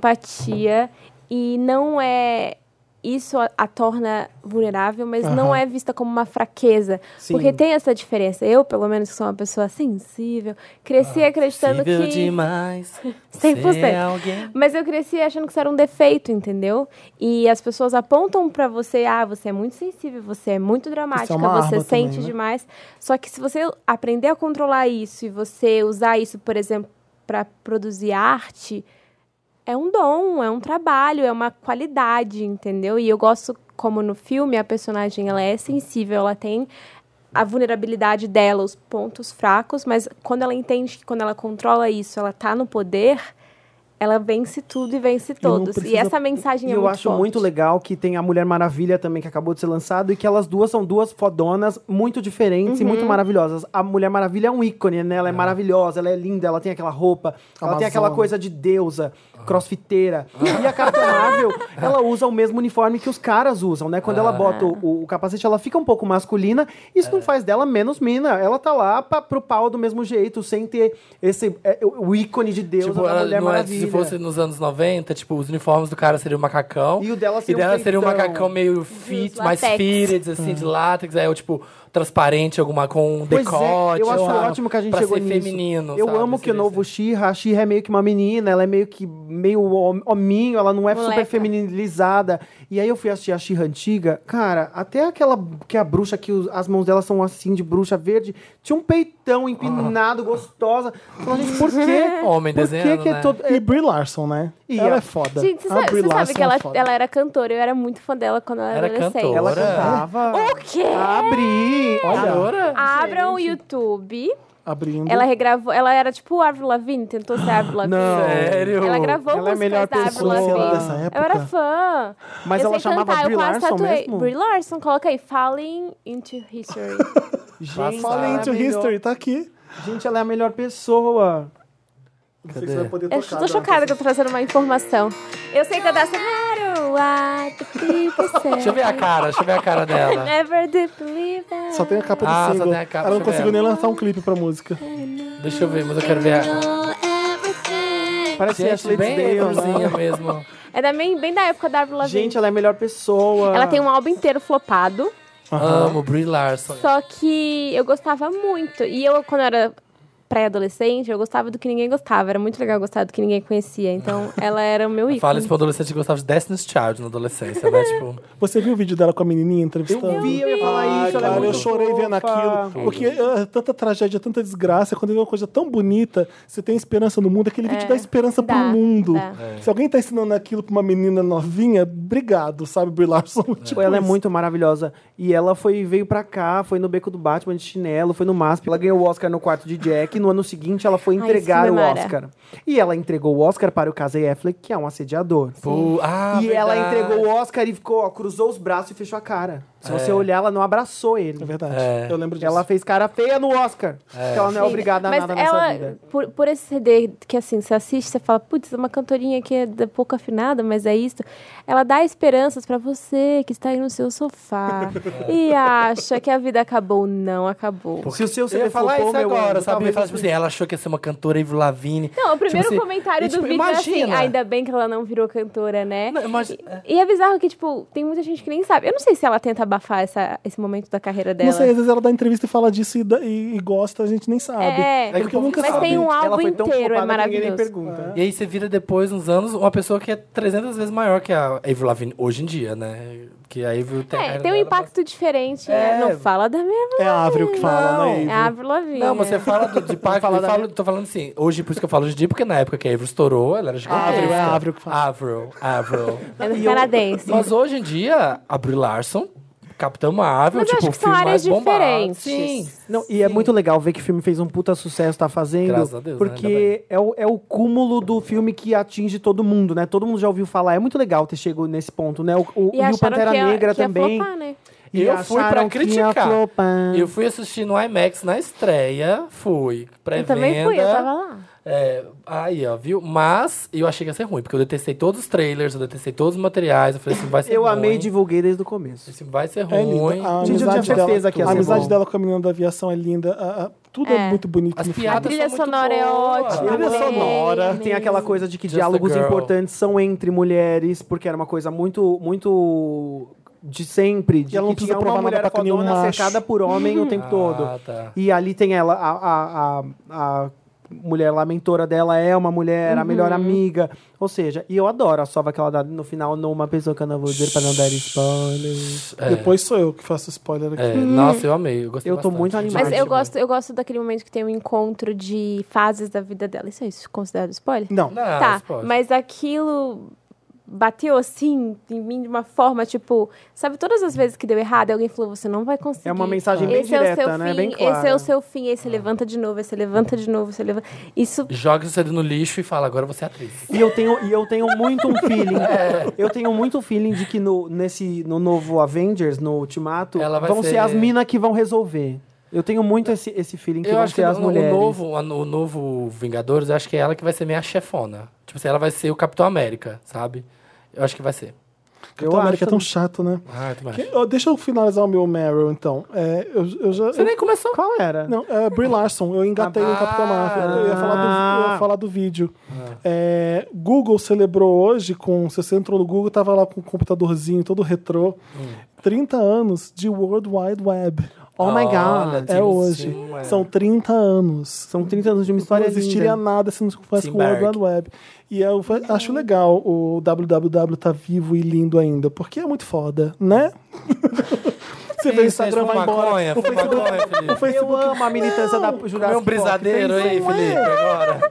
Speaker 4: empatia e não é. Isso a, a torna vulnerável, mas não
Speaker 1: Aham.
Speaker 4: é vista como uma fraqueza.
Speaker 3: Sim.
Speaker 4: Porque tem essa diferença. Eu, pelo menos, que sou uma pessoa sensível, cresci acreditando
Speaker 2: Sensível
Speaker 4: que.
Speaker 2: demais.
Speaker 4: 100%.
Speaker 2: Ser alguém.
Speaker 4: Mas eu cresci achando que isso era um defeito, entendeu? E as pessoas apontam pra você, ah, você é muito sensível, você é muito dramática,
Speaker 1: uma
Speaker 4: você
Speaker 1: arma também,
Speaker 4: sente
Speaker 1: né?
Speaker 4: demais. Só que se você aprender a controlar isso e você usar isso, por exemplo, pra produzir arte, é um dom, é um trabalho, é uma qualidade, entendeu? E eu gosto como no filme a personagem ela é sensível, ela tem a vulnerabilidade dela, os pontos fracos, mas quando ela entende que quando ela controla isso, ela tá no poder, ela vence tudo e vence
Speaker 1: não
Speaker 4: todos. E,
Speaker 1: precisa-
Speaker 4: essa mensagem
Speaker 3: E
Speaker 4: é
Speaker 3: eu
Speaker 4: muito
Speaker 3: acho
Speaker 4: forte.
Speaker 3: muito legal que tem a Mulher Maravilha também, que acabou de ser lançado, e que elas duas são duas fodonas muito diferentes e
Speaker 4: Uhum.
Speaker 3: muito maravilhosas. A Mulher Maravilha é um ícone, né? Ela é maravilhosa, ela é linda, ela tem aquela roupa, ela tem
Speaker 1: Amazona.
Speaker 3: aquela coisa de deusa,
Speaker 2: Ah.
Speaker 3: crossfiteira. E a Capitã Marvel, ela usa o mesmo uniforme que os caras usam, né? Quando
Speaker 2: Ah.
Speaker 3: ela bota o, o capacete, ela fica um pouco masculina, isso
Speaker 2: É.
Speaker 3: não faz dela menos mina. Ela tá lá pra, pro pau do mesmo jeito, sem ter esse, é, o o ícone de deusa
Speaker 2: Tipo,
Speaker 3: da
Speaker 2: ela-
Speaker 3: Mulher
Speaker 2: não é,
Speaker 3: Maravilha.
Speaker 2: se fosse nos anos 90, tipo, os uniformes do cara seriam um macacão.
Speaker 3: E o dela seria um
Speaker 2: seria um
Speaker 3: peitão. Hum.
Speaker 2: macacão meio fit, mais
Speaker 4: latex.
Speaker 2: fitted, assim, de látex. Aí, eu, tipo, transparente, alguma com um
Speaker 3: Pois é,
Speaker 2: decote.
Speaker 3: eu acho
Speaker 2: sabe?
Speaker 3: ótimo que a gente
Speaker 2: pra
Speaker 3: chegou
Speaker 2: ser
Speaker 3: nisso.
Speaker 2: feminino,
Speaker 3: Eu
Speaker 2: sabe? assim,
Speaker 3: amo que o
Speaker 2: Seria
Speaker 3: novo She-Ra, a She-Ra é meio que uma menina, ela é meio que meio hom- hominho, ela não é super
Speaker 4: Moleca.
Speaker 3: feminilizada. E aí eu fui assistir a She-Ra antiga, cara, até aquela que a bruxa, que os- as mãos dela são assim de bruxa verde, tinha um peitão empinado, gostosa. Eu Falei, gente, por quê?
Speaker 2: Homem
Speaker 3: por que
Speaker 2: desenhando,
Speaker 3: que é
Speaker 2: né?
Speaker 3: todo...
Speaker 1: E
Speaker 3: é-
Speaker 1: Brie Larson, né?
Speaker 3: E
Speaker 1: ela
Speaker 3: a-
Speaker 1: é foda.
Speaker 4: Gente, você
Speaker 1: a
Speaker 4: sabe,
Speaker 1: Brie
Speaker 4: você
Speaker 1: Larson
Speaker 4: sabe que ela,
Speaker 1: é foda.
Speaker 4: ela era cantora, eu era muito fã dela quando ela era,
Speaker 2: Era
Speaker 4: adolescente.
Speaker 2: cantora.
Speaker 3: Ela é
Speaker 2: Ora.
Speaker 3: cantava.
Speaker 4: O quê?
Speaker 3: Abri!
Speaker 2: Ah,
Speaker 3: Olha,
Speaker 2: Agora?
Speaker 4: Abram o YouTube.
Speaker 1: Abrindo.
Speaker 4: Ela é regravou. Ela era tipo Avril Lavigne, tentou ser Avril Lavigne.
Speaker 3: Não.
Speaker 2: Sério?
Speaker 4: Ela gravou
Speaker 3: Ela é a
Speaker 4: músicas
Speaker 3: melhor
Speaker 4: da Avril
Speaker 3: pessoa
Speaker 4: Lavigne.
Speaker 1: dessa
Speaker 4: Eu era
Speaker 1: época.
Speaker 4: fã.
Speaker 3: é Mas
Speaker 4: eu
Speaker 3: ela
Speaker 4: sei
Speaker 3: chamava
Speaker 4: cantar,
Speaker 3: Brie
Speaker 4: eu quase
Speaker 3: Larson
Speaker 4: tatuei.
Speaker 3: mesmo?
Speaker 4: Brie Larson, coloca aí. Falling into history.
Speaker 3: gente,
Speaker 2: Fala
Speaker 3: ela é
Speaker 1: Fala
Speaker 3: a
Speaker 1: into
Speaker 3: melhor-
Speaker 1: history, tá aqui.
Speaker 3: Gente, ela é a melhor pessoa.
Speaker 1: Não sei se você vai poder
Speaker 4: eu
Speaker 1: tocar.
Speaker 4: É, tô chocada que eu tô trazendo uma informação. Eu sei é cantar essa. No matter what the people say,
Speaker 2: Deixa eu ver a cara, deixa eu ver a cara dela.
Speaker 4: Never did believe that.
Speaker 1: Só tem a capa do
Speaker 2: Ah, só
Speaker 1: single.
Speaker 2: tem a
Speaker 1: ela
Speaker 2: capa, deixa eu
Speaker 1: não conseguiu
Speaker 2: ver
Speaker 1: nem
Speaker 2: ela.
Speaker 1: lançar um clipe pra música.
Speaker 2: Deixa eu ver, mas eu quero ver a...
Speaker 6: Know everything.
Speaker 3: Parece
Speaker 2: Gente,
Speaker 3: Ashley
Speaker 2: bem
Speaker 3: Tisdale.
Speaker 2: Avrzinha mesmo.
Speaker 4: É da bem, bem da época da Avril Lavigne.
Speaker 3: Gente, ah. ela é a melhor pessoa.
Speaker 4: ela tem um álbum inteiro flopado.
Speaker 2: Amo Brie Larson.
Speaker 4: Só que eu gostava muito. E eu, quando era pré-adolescente, eu gostava do que ninguém gostava. Era muito legal gostar do que ninguém conhecia. Então, ela era o meu ícone.
Speaker 2: Fala isso pra um adolescente que gostava de Destiny's Child na adolescência, né? Tipo,
Speaker 1: Você viu o vídeo dela com a menininha
Speaker 3: Eu
Speaker 1: entrevistando?
Speaker 3: vi, eu ia falar
Speaker 1: Ai,
Speaker 3: isso. ela é
Speaker 1: cara, eu
Speaker 3: muito
Speaker 1: chorei
Speaker 3: fofa.
Speaker 1: vendo aquilo. Porque é, tanta tragédia, tanta desgraça. Quando vê uma coisa tão bonita, você tem esperança no mundo. Aquele vídeo dá esperança
Speaker 4: dá,
Speaker 1: pro mundo.
Speaker 4: dá.
Speaker 3: É.
Speaker 1: Se alguém tá ensinando aquilo pra uma menina novinha, obrigado, sabe, Brie Larson? Tipo,
Speaker 3: ela é
Speaker 1: isso.
Speaker 3: muito maravilhosa. E ela foi, veio pra cá, foi no Beco do Batman de chinelo, foi no MASP. Ela ganhou o Oscar no quarto de Jack. E no ano seguinte, ela foi
Speaker 4: Ai,
Speaker 3: entregar
Speaker 4: isso
Speaker 3: o
Speaker 4: me mara.
Speaker 3: Oscar. E ela entregou o Oscar para o Casey Affleck, que é um assediador.
Speaker 2: pu- ah,
Speaker 3: e ela
Speaker 2: verdade.
Speaker 3: entregou o Oscar e ficou, ó, cruzou os braços e fechou a cara. Se você olhar, ela não abraçou ele.
Speaker 1: É verdade.
Speaker 2: É.
Speaker 1: Eu lembro disso.
Speaker 3: Ela fez cara feia no Oscar. Porque ela não é
Speaker 4: Sim,
Speaker 3: obrigada a
Speaker 4: mas
Speaker 3: nada
Speaker 4: ela,
Speaker 3: nessa vida.
Speaker 4: Por, por esse CD que assim, você assiste, você fala, putz, é uma cantorinha que é da- pouco afinada, mas é isso. Ela dá esperanças pra você que está aí no seu sofá e acha que a vida acabou. Não acabou.
Speaker 3: Se o seu
Speaker 2: Eu ia
Speaker 3: CD
Speaker 2: falar
Speaker 3: flopou,
Speaker 2: isso
Speaker 3: meu
Speaker 2: agora,
Speaker 3: anjo,
Speaker 2: sabe? Eu ia
Speaker 3: talvez
Speaker 2: falar,
Speaker 3: você-
Speaker 2: tipo assim, ela achou que ia ser uma cantora Ivy Lavigne.
Speaker 4: Não, o primeiro
Speaker 2: Tipo assim,
Speaker 4: comentário
Speaker 2: e,
Speaker 4: do
Speaker 2: tipo,
Speaker 4: vídeo é assim,
Speaker 2: imagina.
Speaker 4: ainda bem que ela não virou cantora, né?
Speaker 2: Não, imagi-
Speaker 4: E é bizarro que, tipo, tem muita gente que nem sabe. Eu não sei se ela tenta abafar essa, esse momento da carreira dela.
Speaker 1: Não sei, às vezes ela dá entrevista e fala disso e, dá- e- e gosta, a gente nem sabe.
Speaker 4: É,
Speaker 1: porque eu nunca
Speaker 4: mas
Speaker 1: sabe.
Speaker 4: tem um
Speaker 3: Ela
Speaker 4: álbum
Speaker 3: foi tão
Speaker 4: inteiro, é
Speaker 3: flopada que ninguém nem
Speaker 4: maravilhoso. É.
Speaker 3: pergunta.
Speaker 2: E aí você vira depois, nos anos, uma pessoa que é 300 vezes maior que a Avril Lavigne hoje em dia, né? Que a Avril tem... a
Speaker 4: É,
Speaker 2: carreira
Speaker 4: tem um
Speaker 2: dela,
Speaker 4: impacto diferente.
Speaker 2: É.
Speaker 4: né? Não fala da minha
Speaker 1: É, a Avril que fala,
Speaker 2: Não.
Speaker 1: né?
Speaker 4: É
Speaker 1: Avril?
Speaker 4: a Avril Lavigne.
Speaker 2: mas- Não, mas
Speaker 4: é.
Speaker 2: você fala do, de impacto, eu falo- tô falando assim, hoje, por isso que eu falo hoje em dia, porque na época que a Avril estourou, ela era
Speaker 1: Avril,
Speaker 2: gigantesca.
Speaker 1: é a Avril que fala.
Speaker 2: Avril, Avril.
Speaker 4: É canadense.
Speaker 2: Mas hoje em dia, Avril Larson, Capitão Marvel,
Speaker 4: Mas eu
Speaker 2: tipo,
Speaker 4: acho
Speaker 2: o
Speaker 4: que são
Speaker 2: filme mais
Speaker 4: áreas
Speaker 2: bombado.
Speaker 4: diferentes.
Speaker 2: Sim.
Speaker 3: Não, e é muito legal ver que o filme fez um puta sucesso, tá fazendo.
Speaker 2: Graças a Deus, né? Ainda
Speaker 3: porque é, o, é o cúmulo do filme que atinge todo mundo, né? Todo mundo já ouviu falar. É muito legal ter chegado nesse ponto, né? O, o-
Speaker 4: E,
Speaker 3: e o
Speaker 4: acharam
Speaker 3: Pantera
Speaker 4: que ia-
Speaker 3: Negra
Speaker 4: que ia
Speaker 3: também.
Speaker 4: flopar, né?
Speaker 3: E
Speaker 2: Eu fui pra
Speaker 3: acharam que ia
Speaker 2: criticar.
Speaker 3: flopar.
Speaker 2: Eu fui assistir no IMAX na estreia, fui.
Speaker 4: Eu
Speaker 2: Pré-venda.
Speaker 4: também fui, eu tava lá.
Speaker 2: É, aí, ó, viu? Mas eu achei que ia ser ruim, porque eu detestei todos os trailers, eu detestei todos os materiais. Eu falei assim, vai ser
Speaker 3: Eu
Speaker 2: ruim.
Speaker 3: amei e divulguei desde o começo.
Speaker 2: Esse vai ser
Speaker 1: É linda.
Speaker 2: ruim. Ah, tá.
Speaker 1: A
Speaker 3: Gente, eu tinha
Speaker 1: amizade dela-
Speaker 3: certeza que ia
Speaker 1: a
Speaker 3: ser
Speaker 1: amizade
Speaker 3: bom.
Speaker 1: dela com a menina da aviação é linda. a- a- tudo é,
Speaker 4: É.
Speaker 1: muito bonito.
Speaker 2: As
Speaker 1: no filme.
Speaker 2: piadas
Speaker 4: A trilha
Speaker 2: são muito
Speaker 4: sonora é
Speaker 2: boas.
Speaker 4: ótima.
Speaker 1: Trilha
Speaker 4: Amei,
Speaker 1: sonora.
Speaker 4: amei.
Speaker 3: Tem aquela coisa de que
Speaker 2: Just a
Speaker 3: diálogos
Speaker 2: girl.
Speaker 3: importantes são entre mulheres, porque era uma coisa muito, muito de sempre. De
Speaker 1: E ela não
Speaker 3: que
Speaker 1: precisa
Speaker 3: tinha
Speaker 1: provar
Speaker 3: uma
Speaker 1: nada
Speaker 3: mulher
Speaker 1: pra nenhum
Speaker 3: fodona
Speaker 1: macho.
Speaker 3: cercada por homem o tempo todo.
Speaker 2: Ah, tá.
Speaker 3: E ali tem ela, a, a, a, a mulher lá, a mentora dela é uma mulher, a melhor amiga. Ou seja, e eu adoro a sova que ela dá no final numa pessoa que eu não vou dizer pra não dar spoiler.
Speaker 2: É.
Speaker 1: Depois sou eu que faço spoiler aqui.
Speaker 2: É, Nossa, eu amei. Eu, gostei
Speaker 3: Eu tô
Speaker 2: bastante.
Speaker 3: muito animado.
Speaker 4: Mas
Speaker 3: Marge,
Speaker 4: eu gosto, eu gosto daquele momento que tem um encontro de fases da vida dela. Isso é isso considerado spoiler?
Speaker 1: Não.
Speaker 2: Não,
Speaker 4: tá,
Speaker 2: isso pode.
Speaker 4: mas aquilo bateu assim em mim de uma forma, tipo, sabe todas as vezes que deu errado, alguém falou, você não vai conseguir.
Speaker 3: É uma mensagem bem
Speaker 4: esse é o
Speaker 3: direta,
Speaker 4: seu
Speaker 3: né?
Speaker 4: fim,
Speaker 3: Bem clara.
Speaker 4: esse é o seu fim, aí você levanta de novo, aí você levanta de novo, você levanta. Isso
Speaker 2: Joga isso ali no lixo e fala, agora você é atriz.
Speaker 3: E eu tenho, e eu tenho muito um feeling.
Speaker 2: É.
Speaker 3: Eu tenho muito um feeling de que no, nesse, no novo Avengers, no Ultimato,
Speaker 2: Ela vai
Speaker 3: vão ser...
Speaker 2: ser-
Speaker 3: as minas que vão resolver. Eu tenho muito esse, esse feeling que
Speaker 2: eu
Speaker 3: vão
Speaker 2: acho
Speaker 3: ser
Speaker 2: que
Speaker 3: as
Speaker 2: no- o
Speaker 3: mulheres.
Speaker 2: novo, a- o novo Vingadores, eu acho que é ela que vai ser minha chefona. Tipo assim, ela vai ser o Capitão América, sabe? Eu acho que vai ser.
Speaker 1: Capitão América é
Speaker 3: acho-
Speaker 1: tão chato, né?
Speaker 2: Ah, tu
Speaker 1: Que- ó, deixa eu finalizar o meu Meryl, então. É, eu, eu já.
Speaker 2: Você nem começou.
Speaker 3: Qual era?
Speaker 1: Não, é Brie Larson. Eu engatei
Speaker 2: Ah,
Speaker 1: o Capitão Marvel. Eu ia falar do, eu ia falar do vídeo. É, Google celebrou hoje com... Se você entrou no Google, tava lá com o computadorzinho todo retrô.
Speaker 2: Hum.
Speaker 1: 30 anos de World Wide Web.
Speaker 3: Oh my
Speaker 2: Olha,
Speaker 3: God.
Speaker 1: É
Speaker 2: Sim,
Speaker 1: hoje.
Speaker 2: sim, é.
Speaker 1: São 30 anos.
Speaker 3: São 30 anos de uma história
Speaker 1: não existiria
Speaker 3: linda.
Speaker 1: nada se não se fosse
Speaker 2: Tim
Speaker 1: com o World
Speaker 2: Burke.
Speaker 1: Wide Web. E eu fa- acho legal o WWW tá vivo e lindo ainda, porque é muito foda, né? Você vê o Instagram vai
Speaker 2: fuma
Speaker 1: embora.
Speaker 2: maconha,
Speaker 1: O
Speaker 2: fuma
Speaker 1: Facebook,
Speaker 2: maconha,
Speaker 1: o
Speaker 2: Felipe.
Speaker 1: Facebook
Speaker 3: Eu amo a militância da Jurassic
Speaker 2: Comeu um
Speaker 3: Park.
Speaker 2: brisadeiro
Speaker 3: Tem-
Speaker 2: aí, Felipe, agora.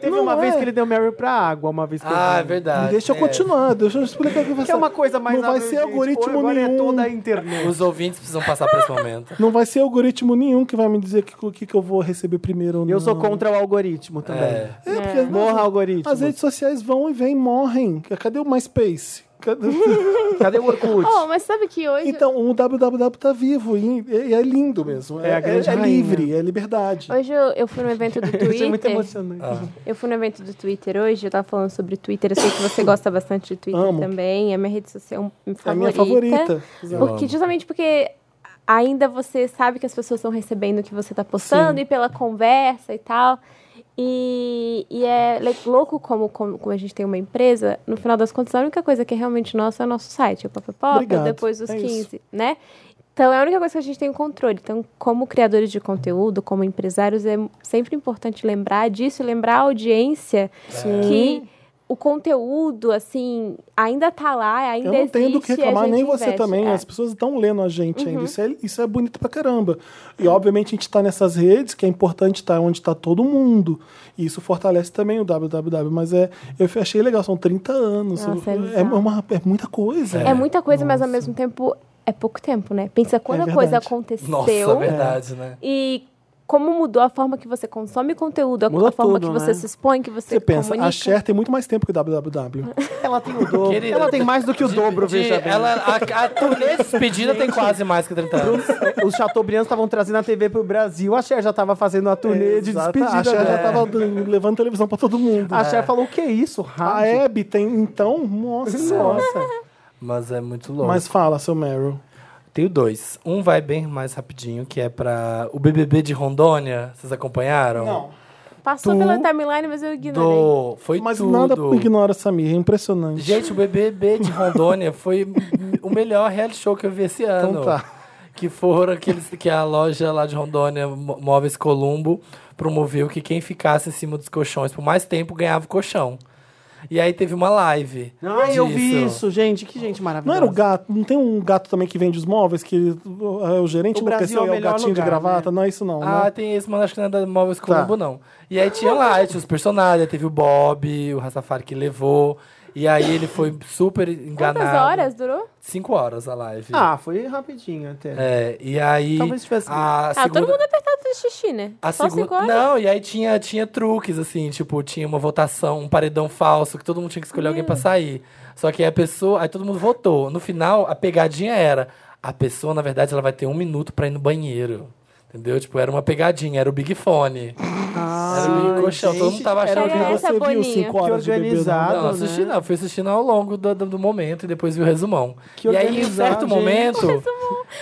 Speaker 3: Teve
Speaker 1: Não
Speaker 3: uma vez
Speaker 1: é.
Speaker 3: que ele deu Mary pra água, uma vez que
Speaker 2: Ah, é
Speaker 3: eu vi.
Speaker 2: verdade.
Speaker 1: Deixa eu
Speaker 2: é.
Speaker 1: continuar, deixa eu explicar o que vai
Speaker 3: Que é uma coisa mais
Speaker 1: Não vai
Speaker 3: abrangente.
Speaker 1: ser algoritmo
Speaker 3: Pô, agora
Speaker 1: nenhum.
Speaker 3: é toda a internet.
Speaker 2: Os ouvintes precisam passar por esse momento.
Speaker 1: Não vai ser algoritmo nenhum que vai me dizer o que, o que, que eu vou receber primeiro ou não.
Speaker 3: Eu sou contra o algoritmo também.
Speaker 2: É.
Speaker 1: É, porque
Speaker 3: Morra algoritmo.
Speaker 1: as redes sociais vão e vêm, morrem. Cadê o MySpace? Cadê...
Speaker 3: Cadê o Orkut?
Speaker 4: Oh, mas sabe que hoje
Speaker 1: Então, o www tá vivo e, e é lindo mesmo.
Speaker 3: É a grande rainha.
Speaker 1: livre, é liberdade.
Speaker 4: Hoje eu, eu fui no evento do Twitter.
Speaker 3: Isso é muito emocionante.
Speaker 1: Ah.
Speaker 4: Eu fui no evento do Twitter hoje, eu tava falando sobre Twitter. Eu sei que você gosta bastante de Twitter
Speaker 1: Amo.
Speaker 4: também. É minha rede social favorita.
Speaker 1: É a minha favorita.
Speaker 4: Porque, justamente porque ainda você sabe que as pessoas estão recebendo o que você tá postando e pela conversa e tal. E, e é le- louco como, como, como a gente tem uma empresa, no final das contas, a única coisa que é realmente nossa é o nosso site, é o Pop Pop,
Speaker 1: Obrigado.
Speaker 4: depois dos
Speaker 1: É isso.
Speaker 4: 15, né? Então é a única coisa que a gente tem o controle. Então, como criadores de conteúdo, como empresários, é sempre importante lembrar disso, e lembrar a audiência que o conteúdo, assim, ainda tá lá, ainda
Speaker 1: Eu não
Speaker 4: existe.
Speaker 1: tenho do que
Speaker 4: e a
Speaker 1: reclamar,
Speaker 4: gente
Speaker 1: nem você
Speaker 4: investe.
Speaker 1: também.
Speaker 4: É. Uhum.
Speaker 1: As pessoas estão lendo a gente ainda. Isso é, isso é bonito pra caramba. E, obviamente, a gente está nessas redes, que é importante estar onde está todo mundo. E isso fortalece também o www. Mas é, eu achei legal, são 30 anos.
Speaker 4: Nossa, é
Speaker 1: Eu- é,
Speaker 4: bizarro.
Speaker 1: uma, é muita coisa.
Speaker 4: É muita coisa, mas ao mesmo tempo é pouco tempo, né? Pensa quando
Speaker 1: É
Speaker 4: a coisa
Speaker 1: verdade.
Speaker 2: é
Speaker 4: aconteceu
Speaker 2: Nossa, é verdade, né?
Speaker 4: e como mudou a forma que você consome conteúdo, a,
Speaker 3: Mudou
Speaker 4: a forma
Speaker 3: tudo,
Speaker 4: que você
Speaker 3: né?
Speaker 4: se expõe, que você,
Speaker 1: Você pensa,
Speaker 4: comunica.
Speaker 1: a Cher tem muito mais tempo que o WWW.
Speaker 3: Ela tem o dobro.
Speaker 2: Querida,
Speaker 3: ela tem mais do que o
Speaker 2: de-
Speaker 3: dobro,
Speaker 2: de-
Speaker 3: veja bem.
Speaker 2: Ela, a, a turnê de despedida tem quase mais que 30 anos.
Speaker 3: Os Chateaubriands estavam trazendo a TV pro Brasil. A Cher já tava fazendo a turnê de
Speaker 1: Exato.
Speaker 3: despedida.
Speaker 1: A Cher é
Speaker 3: dela.
Speaker 4: É.
Speaker 1: já tava d- levando televisão pra todo mundo.
Speaker 3: A Cher falou: o que é isso?
Speaker 1: A
Speaker 3: Rádio?
Speaker 1: Abby tem, então, nossa senhora.
Speaker 2: Mas é muito louco.
Speaker 1: Mas fala, seu Meryl.
Speaker 2: Tenho dois. Um vai bem mais rapidinho, que é pra o BBB de Rondônia. Vocês acompanharam?
Speaker 4: Passou
Speaker 2: tu-
Speaker 4: pela timeline, mas eu ignorei.
Speaker 2: Do... Foi
Speaker 1: Mas
Speaker 2: tudo.
Speaker 1: nada ignora Samir, é impressionante.
Speaker 2: Gente, o BBB de Rondônia foi o melhor reality show que eu vi esse ano.
Speaker 1: Então tá.
Speaker 2: Que foram aqueles que a loja lá de Rondônia, Mo- Móveis Columbo, promoveu que quem ficasse em cima dos colchões por mais tempo ganhava o colchão. E aí teve uma live.
Speaker 3: Ai, eu vi
Speaker 2: disso.
Speaker 3: isso, gente. Que gente
Speaker 1: Não
Speaker 3: maravilhosa.
Speaker 1: era o gato, não tem um gato também que vende os móveis, que uh, é o gerente
Speaker 3: O Brasil
Speaker 1: enlouqueceu
Speaker 3: é o
Speaker 1: e é o
Speaker 3: melhor
Speaker 1: gatinho de
Speaker 3: lugar,
Speaker 1: gravata? Não é isso não,
Speaker 2: Ah,
Speaker 1: né?
Speaker 2: tem esse, mas acho que não é da
Speaker 3: Tá.
Speaker 2: Móveis Colombo, não. E aí tinha lá, aí tinha os personagens, aí teve o Bob, o Rastafari que levou. E aí ele foi super enganado.
Speaker 4: Quantas horas durou?
Speaker 2: Cinco horas a live.
Speaker 3: Ah, foi rapidinho até.
Speaker 2: É, e aí.
Speaker 3: Talvez tivesse-
Speaker 2: A
Speaker 4: Ah, todo
Speaker 2: segunda,
Speaker 4: mundo apertado de xixi, né?
Speaker 2: a
Speaker 4: Só
Speaker 2: segunda-
Speaker 4: cinco horas?
Speaker 2: Não, e aí tinha, tinha truques, assim, tipo, tinha uma votação, um paredão falso, que todo mundo tinha que escolher
Speaker 4: Hum.
Speaker 2: alguém pra sair. Só que aí a pessoa. Aí todo mundo votou. No final, a pegadinha era. A pessoa, na verdade, ela vai ter um minuto pra ir no banheiro. Entendeu? Tipo, era uma pegadinha, era o Big Fone. era o Big Colchão. então, Todo mundo tava achando
Speaker 4: Era
Speaker 2: que
Speaker 1: E
Speaker 4: essa
Speaker 1: você viu
Speaker 4: boninha.
Speaker 1: 5 horas de bebê?
Speaker 3: organizado.
Speaker 2: não, não assisti
Speaker 3: né?
Speaker 2: não, fui assistindo ao longo do, do- do momento e depois vi o resumão.
Speaker 3: Que
Speaker 2: e aí, em um
Speaker 3: organizado,
Speaker 2: certo
Speaker 3: gente.
Speaker 2: momento.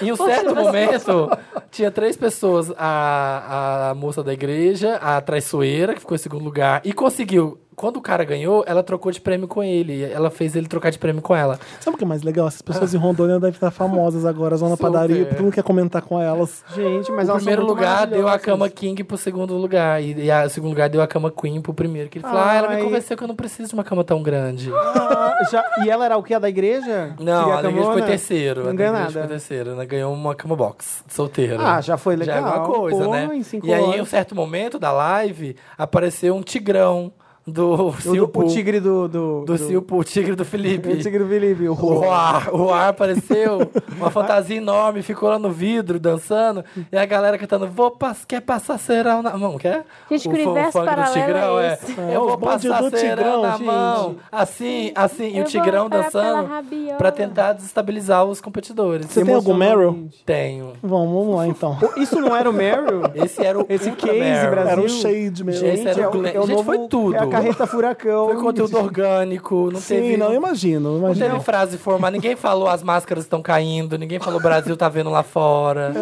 Speaker 2: em um
Speaker 4: Poxa,
Speaker 2: certo
Speaker 4: mas-
Speaker 2: momento, tinha três pessoas: a, a moça da igreja, a traiçoeira, que ficou em segundo lugar, e conseguiu. Quando o cara ganhou, ela trocou de prêmio com ele. Ela fez ele trocar de prêmio com ela.
Speaker 1: Sabe o que é mais legal? Essas pessoas em Rondônia devem estar famosas agora, zona
Speaker 2: Super.
Speaker 1: padaria, todo mundo quer comentar com elas.
Speaker 3: Gente,
Speaker 2: o
Speaker 3: mas elas são
Speaker 2: primeiro
Speaker 3: muito
Speaker 2: lugar deu a
Speaker 3: maravilhosas.
Speaker 2: cama King pro segundo lugar. E, e a- o segundo lugar deu a cama Queen pro primeiro. Que ele falou: Ah, ela me
Speaker 3: Ai.
Speaker 2: convenceu que eu não preciso de uma cama tão grande.
Speaker 3: Ah, já- E ela era o que? A da igreja?
Speaker 2: Não,
Speaker 3: Queria
Speaker 2: a da igreja foi
Speaker 3: camona?
Speaker 2: terceiro.
Speaker 3: Não
Speaker 2: a da
Speaker 3: ganha
Speaker 2: igreja foi
Speaker 3: nada.
Speaker 2: terceiro. Ela ganhou uma cama box solteira.
Speaker 3: Ah, já foi
Speaker 2: Já
Speaker 3: legal.
Speaker 2: é alguma coisa,
Speaker 3: Pô,
Speaker 2: né?
Speaker 3: em cinco
Speaker 2: E aí,
Speaker 3: horas.
Speaker 2: em um certo momento da live, apareceu um tigrão do
Speaker 3: O, do-
Speaker 2: Silpo.
Speaker 3: o tigre do... Do,
Speaker 2: do Silpo, o tigre do Felipe.
Speaker 3: O tigre do Felipe. O
Speaker 2: O Roar, o Roar apareceu, uma fantasia enorme, ficou lá no vidro dançando, e a galera cantando, vou pas quer passar serão na mão, quer?
Speaker 4: Gente,
Speaker 2: o
Speaker 4: que
Speaker 2: fun-
Speaker 4: universo
Speaker 2: funk do
Speaker 4: paralelo
Speaker 2: tigrão,
Speaker 4: é
Speaker 2: é,
Speaker 4: esse?
Speaker 1: É,
Speaker 2: eu
Speaker 1: os
Speaker 2: vou
Speaker 1: bondes
Speaker 2: passar
Speaker 1: do
Speaker 2: serão
Speaker 1: Tigrão,
Speaker 2: na
Speaker 1: gente.
Speaker 2: mão, assim, assim, e
Speaker 4: Eu
Speaker 2: o
Speaker 4: vou
Speaker 2: tigrão
Speaker 4: parar pela
Speaker 2: dançando
Speaker 4: rabiola.
Speaker 2: pra tentar desestabilizar os competidores.
Speaker 1: Você tem algum Meryl?
Speaker 2: Tenho.
Speaker 1: Vamos, vamos lá então.
Speaker 3: Isso não era o Meryl?
Speaker 2: Esse era o
Speaker 3: Esse
Speaker 2: Ultra
Speaker 3: case
Speaker 2: Meryl.
Speaker 3: Brasil.
Speaker 1: Era um shade mesmo.
Speaker 2: Gente, era o Glenn. Gente, foi tudo.
Speaker 3: É a carreta furacão.
Speaker 2: Foi conteúdo orgânico, não
Speaker 1: Sim,
Speaker 2: teve... um-
Speaker 1: não, eu imagino, eu
Speaker 2: Não
Speaker 1: imagino.
Speaker 2: teve frase formal, ninguém falou as máscaras estão caindo, ninguém falou Brasil tá vendo lá fora.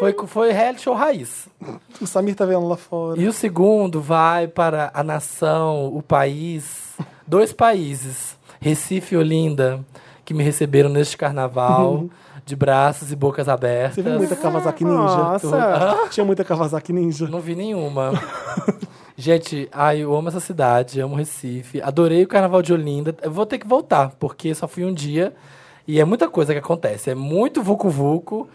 Speaker 2: Foi, foi reality show raiz. um-
Speaker 1: O Samir tá vendo lá fora.
Speaker 2: E o segundo vai para a nação, o país, dois países, Recife e Olinda, que me receberam neste carnaval de braços e bocas abertas.
Speaker 1: Uhum. Você viu muita Kawasaki Ninja?
Speaker 3: Nossa.
Speaker 1: Tinha muita Kawasaki Ninja.
Speaker 2: Não vi nenhuma. Gente, ai, eu amo essa cidade, amo Recife. Adorei o carnaval de Olinda. Eu vou ter que voltar, porque só fui um dia. E é muita coisa que acontece. É muito vucu-vucu.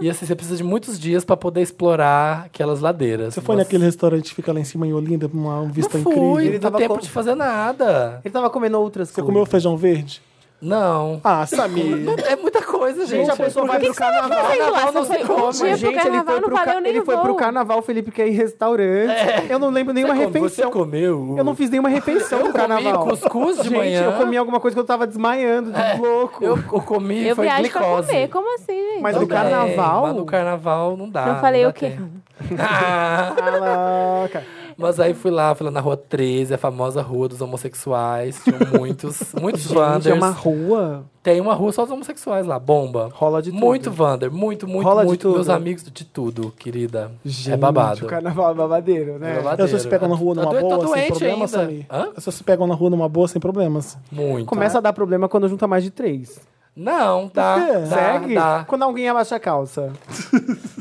Speaker 2: E assim, você precisa de muitos dias pra poder explorar aquelas ladeiras.
Speaker 1: Você foi
Speaker 2: Nossa.
Speaker 1: naquele restaurante que fica lá em cima em Olinda, uma vista
Speaker 2: Não
Speaker 1: incrível?
Speaker 2: fui,
Speaker 3: Ele
Speaker 2: não deu
Speaker 3: tava
Speaker 2: tempo
Speaker 3: com-
Speaker 2: de fazer nada.
Speaker 3: Ele tava comendo outras
Speaker 1: Você comeu feijão verde?
Speaker 2: Não.
Speaker 1: Ah, Samir.
Speaker 2: Não- É muita coisa, gente.
Speaker 3: Gente, a pessoa vai pro carnaval.
Speaker 4: Sei lá,
Speaker 2: Carnaval não
Speaker 4: só
Speaker 2: se
Speaker 4: foi um
Speaker 2: come.
Speaker 4: dia pro
Speaker 3: Gente, ele
Speaker 4: carnaval,
Speaker 3: foi
Speaker 4: não
Speaker 3: pro,
Speaker 4: valeu
Speaker 3: ca...
Speaker 4: nem
Speaker 2: um
Speaker 3: ele
Speaker 4: o
Speaker 3: foi pro
Speaker 4: voo.
Speaker 3: carnaval, o Felipe quer ir em restaurante. Eu não lembro nenhuma
Speaker 2: É. Você come-
Speaker 3: refeição.
Speaker 2: Você comeu?
Speaker 3: Eu não fiz nenhuma refeição
Speaker 2: Eu
Speaker 3: no
Speaker 2: comi
Speaker 3: carnaval.
Speaker 2: cuscuz de
Speaker 3: Gente,
Speaker 2: manhã. É.
Speaker 3: eu comi alguma coisa que eu tava desmaiando, de louco.
Speaker 2: Eu, eu comi,
Speaker 4: Eu
Speaker 2: foi
Speaker 4: viajo pra
Speaker 2: glicose.
Speaker 4: comer, como assim, gente?
Speaker 3: Mas
Speaker 2: Tudo
Speaker 3: no carnaval?
Speaker 2: bem, Mas no carnaval não dá.
Speaker 4: Não falei
Speaker 2: dá
Speaker 4: o quê?
Speaker 2: tempo. Ah,
Speaker 3: Caraca.
Speaker 2: mas aí fui lá, fui lá na rua 13, a famosa rua dos homossexuais. Tinham muitos, muitos
Speaker 3: Gente, é
Speaker 2: Wanders.
Speaker 3: uma rua.
Speaker 2: Tem uma rua só dos homossexuais lá, bomba.
Speaker 3: Rola de tudo.
Speaker 2: Muito Wander, muito, muito,
Speaker 3: Rola de
Speaker 2: muito.
Speaker 3: tudo.
Speaker 2: Meus amigos de tudo, querida.
Speaker 3: Gente,
Speaker 2: é babado.
Speaker 3: O carnaval é babadeiro, né?
Speaker 2: É babadeiro.
Speaker 1: As pessoas se pegam na rua
Speaker 2: Eu
Speaker 1: numa
Speaker 2: tô- tô
Speaker 1: boa,
Speaker 3: assim,
Speaker 1: sem
Speaker 2: Tá doente
Speaker 1: problemas,
Speaker 2: ainda.
Speaker 1: Samir?
Speaker 2: Hã?
Speaker 1: As pessoas se pegam na rua numa boa, sem problemas?
Speaker 2: Muito.
Speaker 3: Começa a dar problema quando junta mais de três.
Speaker 2: Não, dá.
Speaker 1: Por quê?
Speaker 2: dá,
Speaker 3: É. Segue?
Speaker 2: dá.
Speaker 3: Quando alguém abaixa a calça.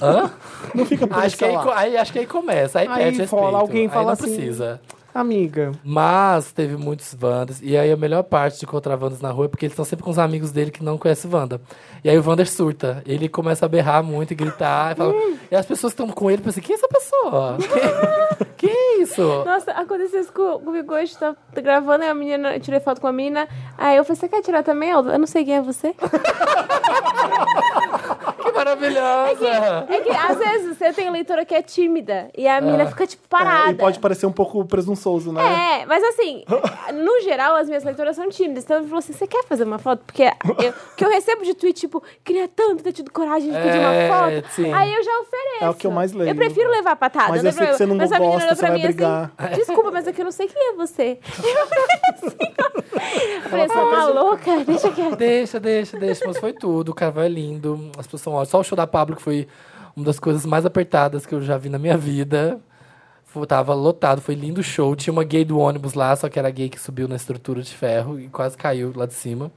Speaker 2: Hã?
Speaker 1: Não fica por
Speaker 2: Acho que, aí,
Speaker 1: sei lá.
Speaker 2: aí- acho que aí começa, aí,
Speaker 3: Aí
Speaker 2: perde respeito.
Speaker 3: fala, alguém
Speaker 2: aí
Speaker 3: fala
Speaker 2: não
Speaker 3: assim-
Speaker 2: precisa.
Speaker 3: Amiga.
Speaker 2: Mas teve muitos Wanders. E aí a melhor parte de encontrar Wanders na rua é porque eles estão sempre com os amigos dele que não conhecem o Wanda. E aí o Wander surta. Ele começa a berrar muito e gritar. E, fala- e as pessoas que estão com ele pensam, quem é essa pessoa? Que, que é isso?
Speaker 4: Nossa, aconteceu isso com- comigo hoje, tá gravando, aí a menina, eu tirei foto com a menina, aí eu falei, você quer tirar também? Ela, Eu não sei quem é você.
Speaker 2: Que maravilhosa!
Speaker 4: É que às vezes você tem leitora que é tímida e a mina fica, tipo, parada.
Speaker 1: E pode parecer um pouco o presunçoso, né?
Speaker 4: É, mas assim, no geral, as minhas leituras são tímidas. Então ele falou assim: você quer fazer uma foto? Porque eu, que eu recebo de tweet, tipo, queria tanto ter tido coragem de pedir
Speaker 2: É,
Speaker 4: uma foto.
Speaker 2: sim.
Speaker 4: Aí eu já ofereço.
Speaker 1: É o que eu mais leio.
Speaker 4: Eu prefiro levar a patada.
Speaker 1: Mas
Speaker 4: não
Speaker 1: eu sei que
Speaker 4: tem
Speaker 1: você não
Speaker 4: problema. mas a menina
Speaker 1: gosta,
Speaker 4: olhou pra
Speaker 1: você vai
Speaker 4: mim assim: desculpa, mas é que eu não sei quem é você. Eu falei assim, ó. Eu falei, "Essa maluca, deixa quieto.
Speaker 2: Deixa, deixa, deixa. Mas foi tudo. O carnaval é lindo. As pessoas são ótimas. Só o show da Pablo, que foi uma das coisas mais apertadas que eu já vi na minha vida. Foi- Tava lotado, foi lindo o show. Tinha uma gay do ônibus lá, só que era gay que subiu na estrutura de ferro e quase caiu lá de cima.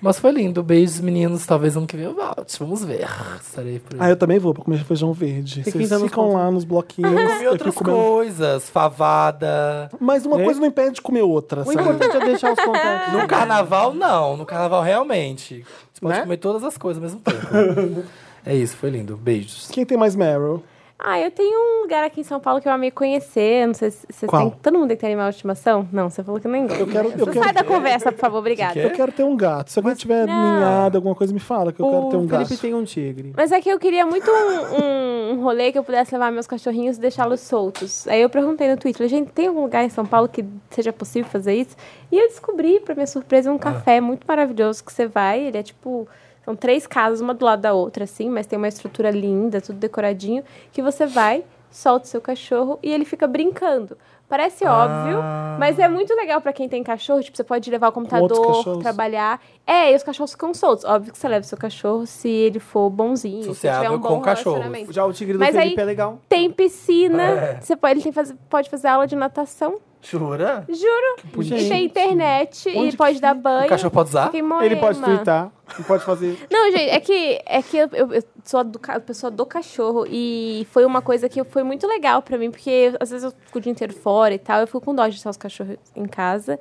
Speaker 2: Mas foi lindo. Beijos, meninos. Talvez ano que vem eu volte. Vamos ver. Estarei por
Speaker 1: Ah,
Speaker 2: aí.
Speaker 1: eu também vou pra comer feijão verde.
Speaker 3: Tem
Speaker 1: Vocês
Speaker 3: 15 anos
Speaker 1: ficam
Speaker 3: contra.
Speaker 1: lá nos bloquinhos.
Speaker 2: Comi
Speaker 1: eu
Speaker 2: outras
Speaker 1: fico comendo-
Speaker 2: coisas. Favada.
Speaker 1: Mas uma
Speaker 3: É?
Speaker 1: coisa não impede de comer outra,
Speaker 3: O
Speaker 1: sabe?
Speaker 3: importante é deixar os contatos.
Speaker 2: No carnaval, não. No carnaval, realmente. Você pode
Speaker 3: Né?
Speaker 2: comer todas as coisas ao mesmo tempo. é isso, foi lindo. Beijos.
Speaker 1: Quem tem mais Meryl?
Speaker 4: Ah, eu tenho um lugar aqui em São Paulo que eu amei conhecer. Não sei se vocês
Speaker 1: Qual?
Speaker 4: têm. Todo mundo tem que ter animal de estimação? Não, você falou que nem gosta.
Speaker 1: Eu quero- eu
Speaker 4: Não
Speaker 1: quero-
Speaker 4: Sai da conversa, por favor, obrigada.
Speaker 2: É?
Speaker 1: Eu quero ter um gato. Se alguém tiver ninhado, alguma coisa, me fala que eu quero ter um
Speaker 3: O Felipe
Speaker 1: gato.
Speaker 3: tem um tigre.
Speaker 4: Mas é que eu queria muito um, um- um rolê que eu pudesse levar meus cachorrinhos e deixá-los soltos. Aí eu perguntei no Twitter, gente, tem algum lugar em São Paulo que seja possível fazer isso? E eu descobri, pra minha surpresa, um café muito maravilhoso que você vai. Ele é tipo. São três casas, uma do lado da outra, assim, mas tem uma estrutura linda, tudo decoradinho, que você vai, solta o seu cachorro e ele fica brincando. Parece
Speaker 2: Ah.
Speaker 4: óbvio, mas é muito legal pra quem tem cachorro. Tipo, você pode levar o computador,
Speaker 1: cachorros?
Speaker 4: trabalhar. É, e os cachorros ficam soltos. Óbvio que você leva o seu cachorro se ele for bonzinho, se
Speaker 2: Sociável
Speaker 4: tiver um
Speaker 2: com
Speaker 4: bom
Speaker 2: o cachorro.
Speaker 4: relacionamento.
Speaker 3: Já o tigre do
Speaker 4: Mas
Speaker 3: Felipe
Speaker 4: aí-
Speaker 3: é legal.
Speaker 4: Tem piscina,
Speaker 2: É.
Speaker 4: você pode, ele tem faz- pode fazer aula de natação,
Speaker 2: Jura?
Speaker 4: juro. E tem internet,
Speaker 1: Onde
Speaker 4: e pode dar banho.
Speaker 2: O cachorro pode usar?
Speaker 4: Fica em Moema.
Speaker 3: Ele pode tweetar, ele pode fazer.
Speaker 4: Não, gente, é que, é que eu, eu- eu sou a do, ca- pessoa do cachorro e foi uma coisa que foi muito legal pra mim, porque às vezes eu fico o dia inteiro fora e tal, eu fico com dó de deixar os cachorros em casa.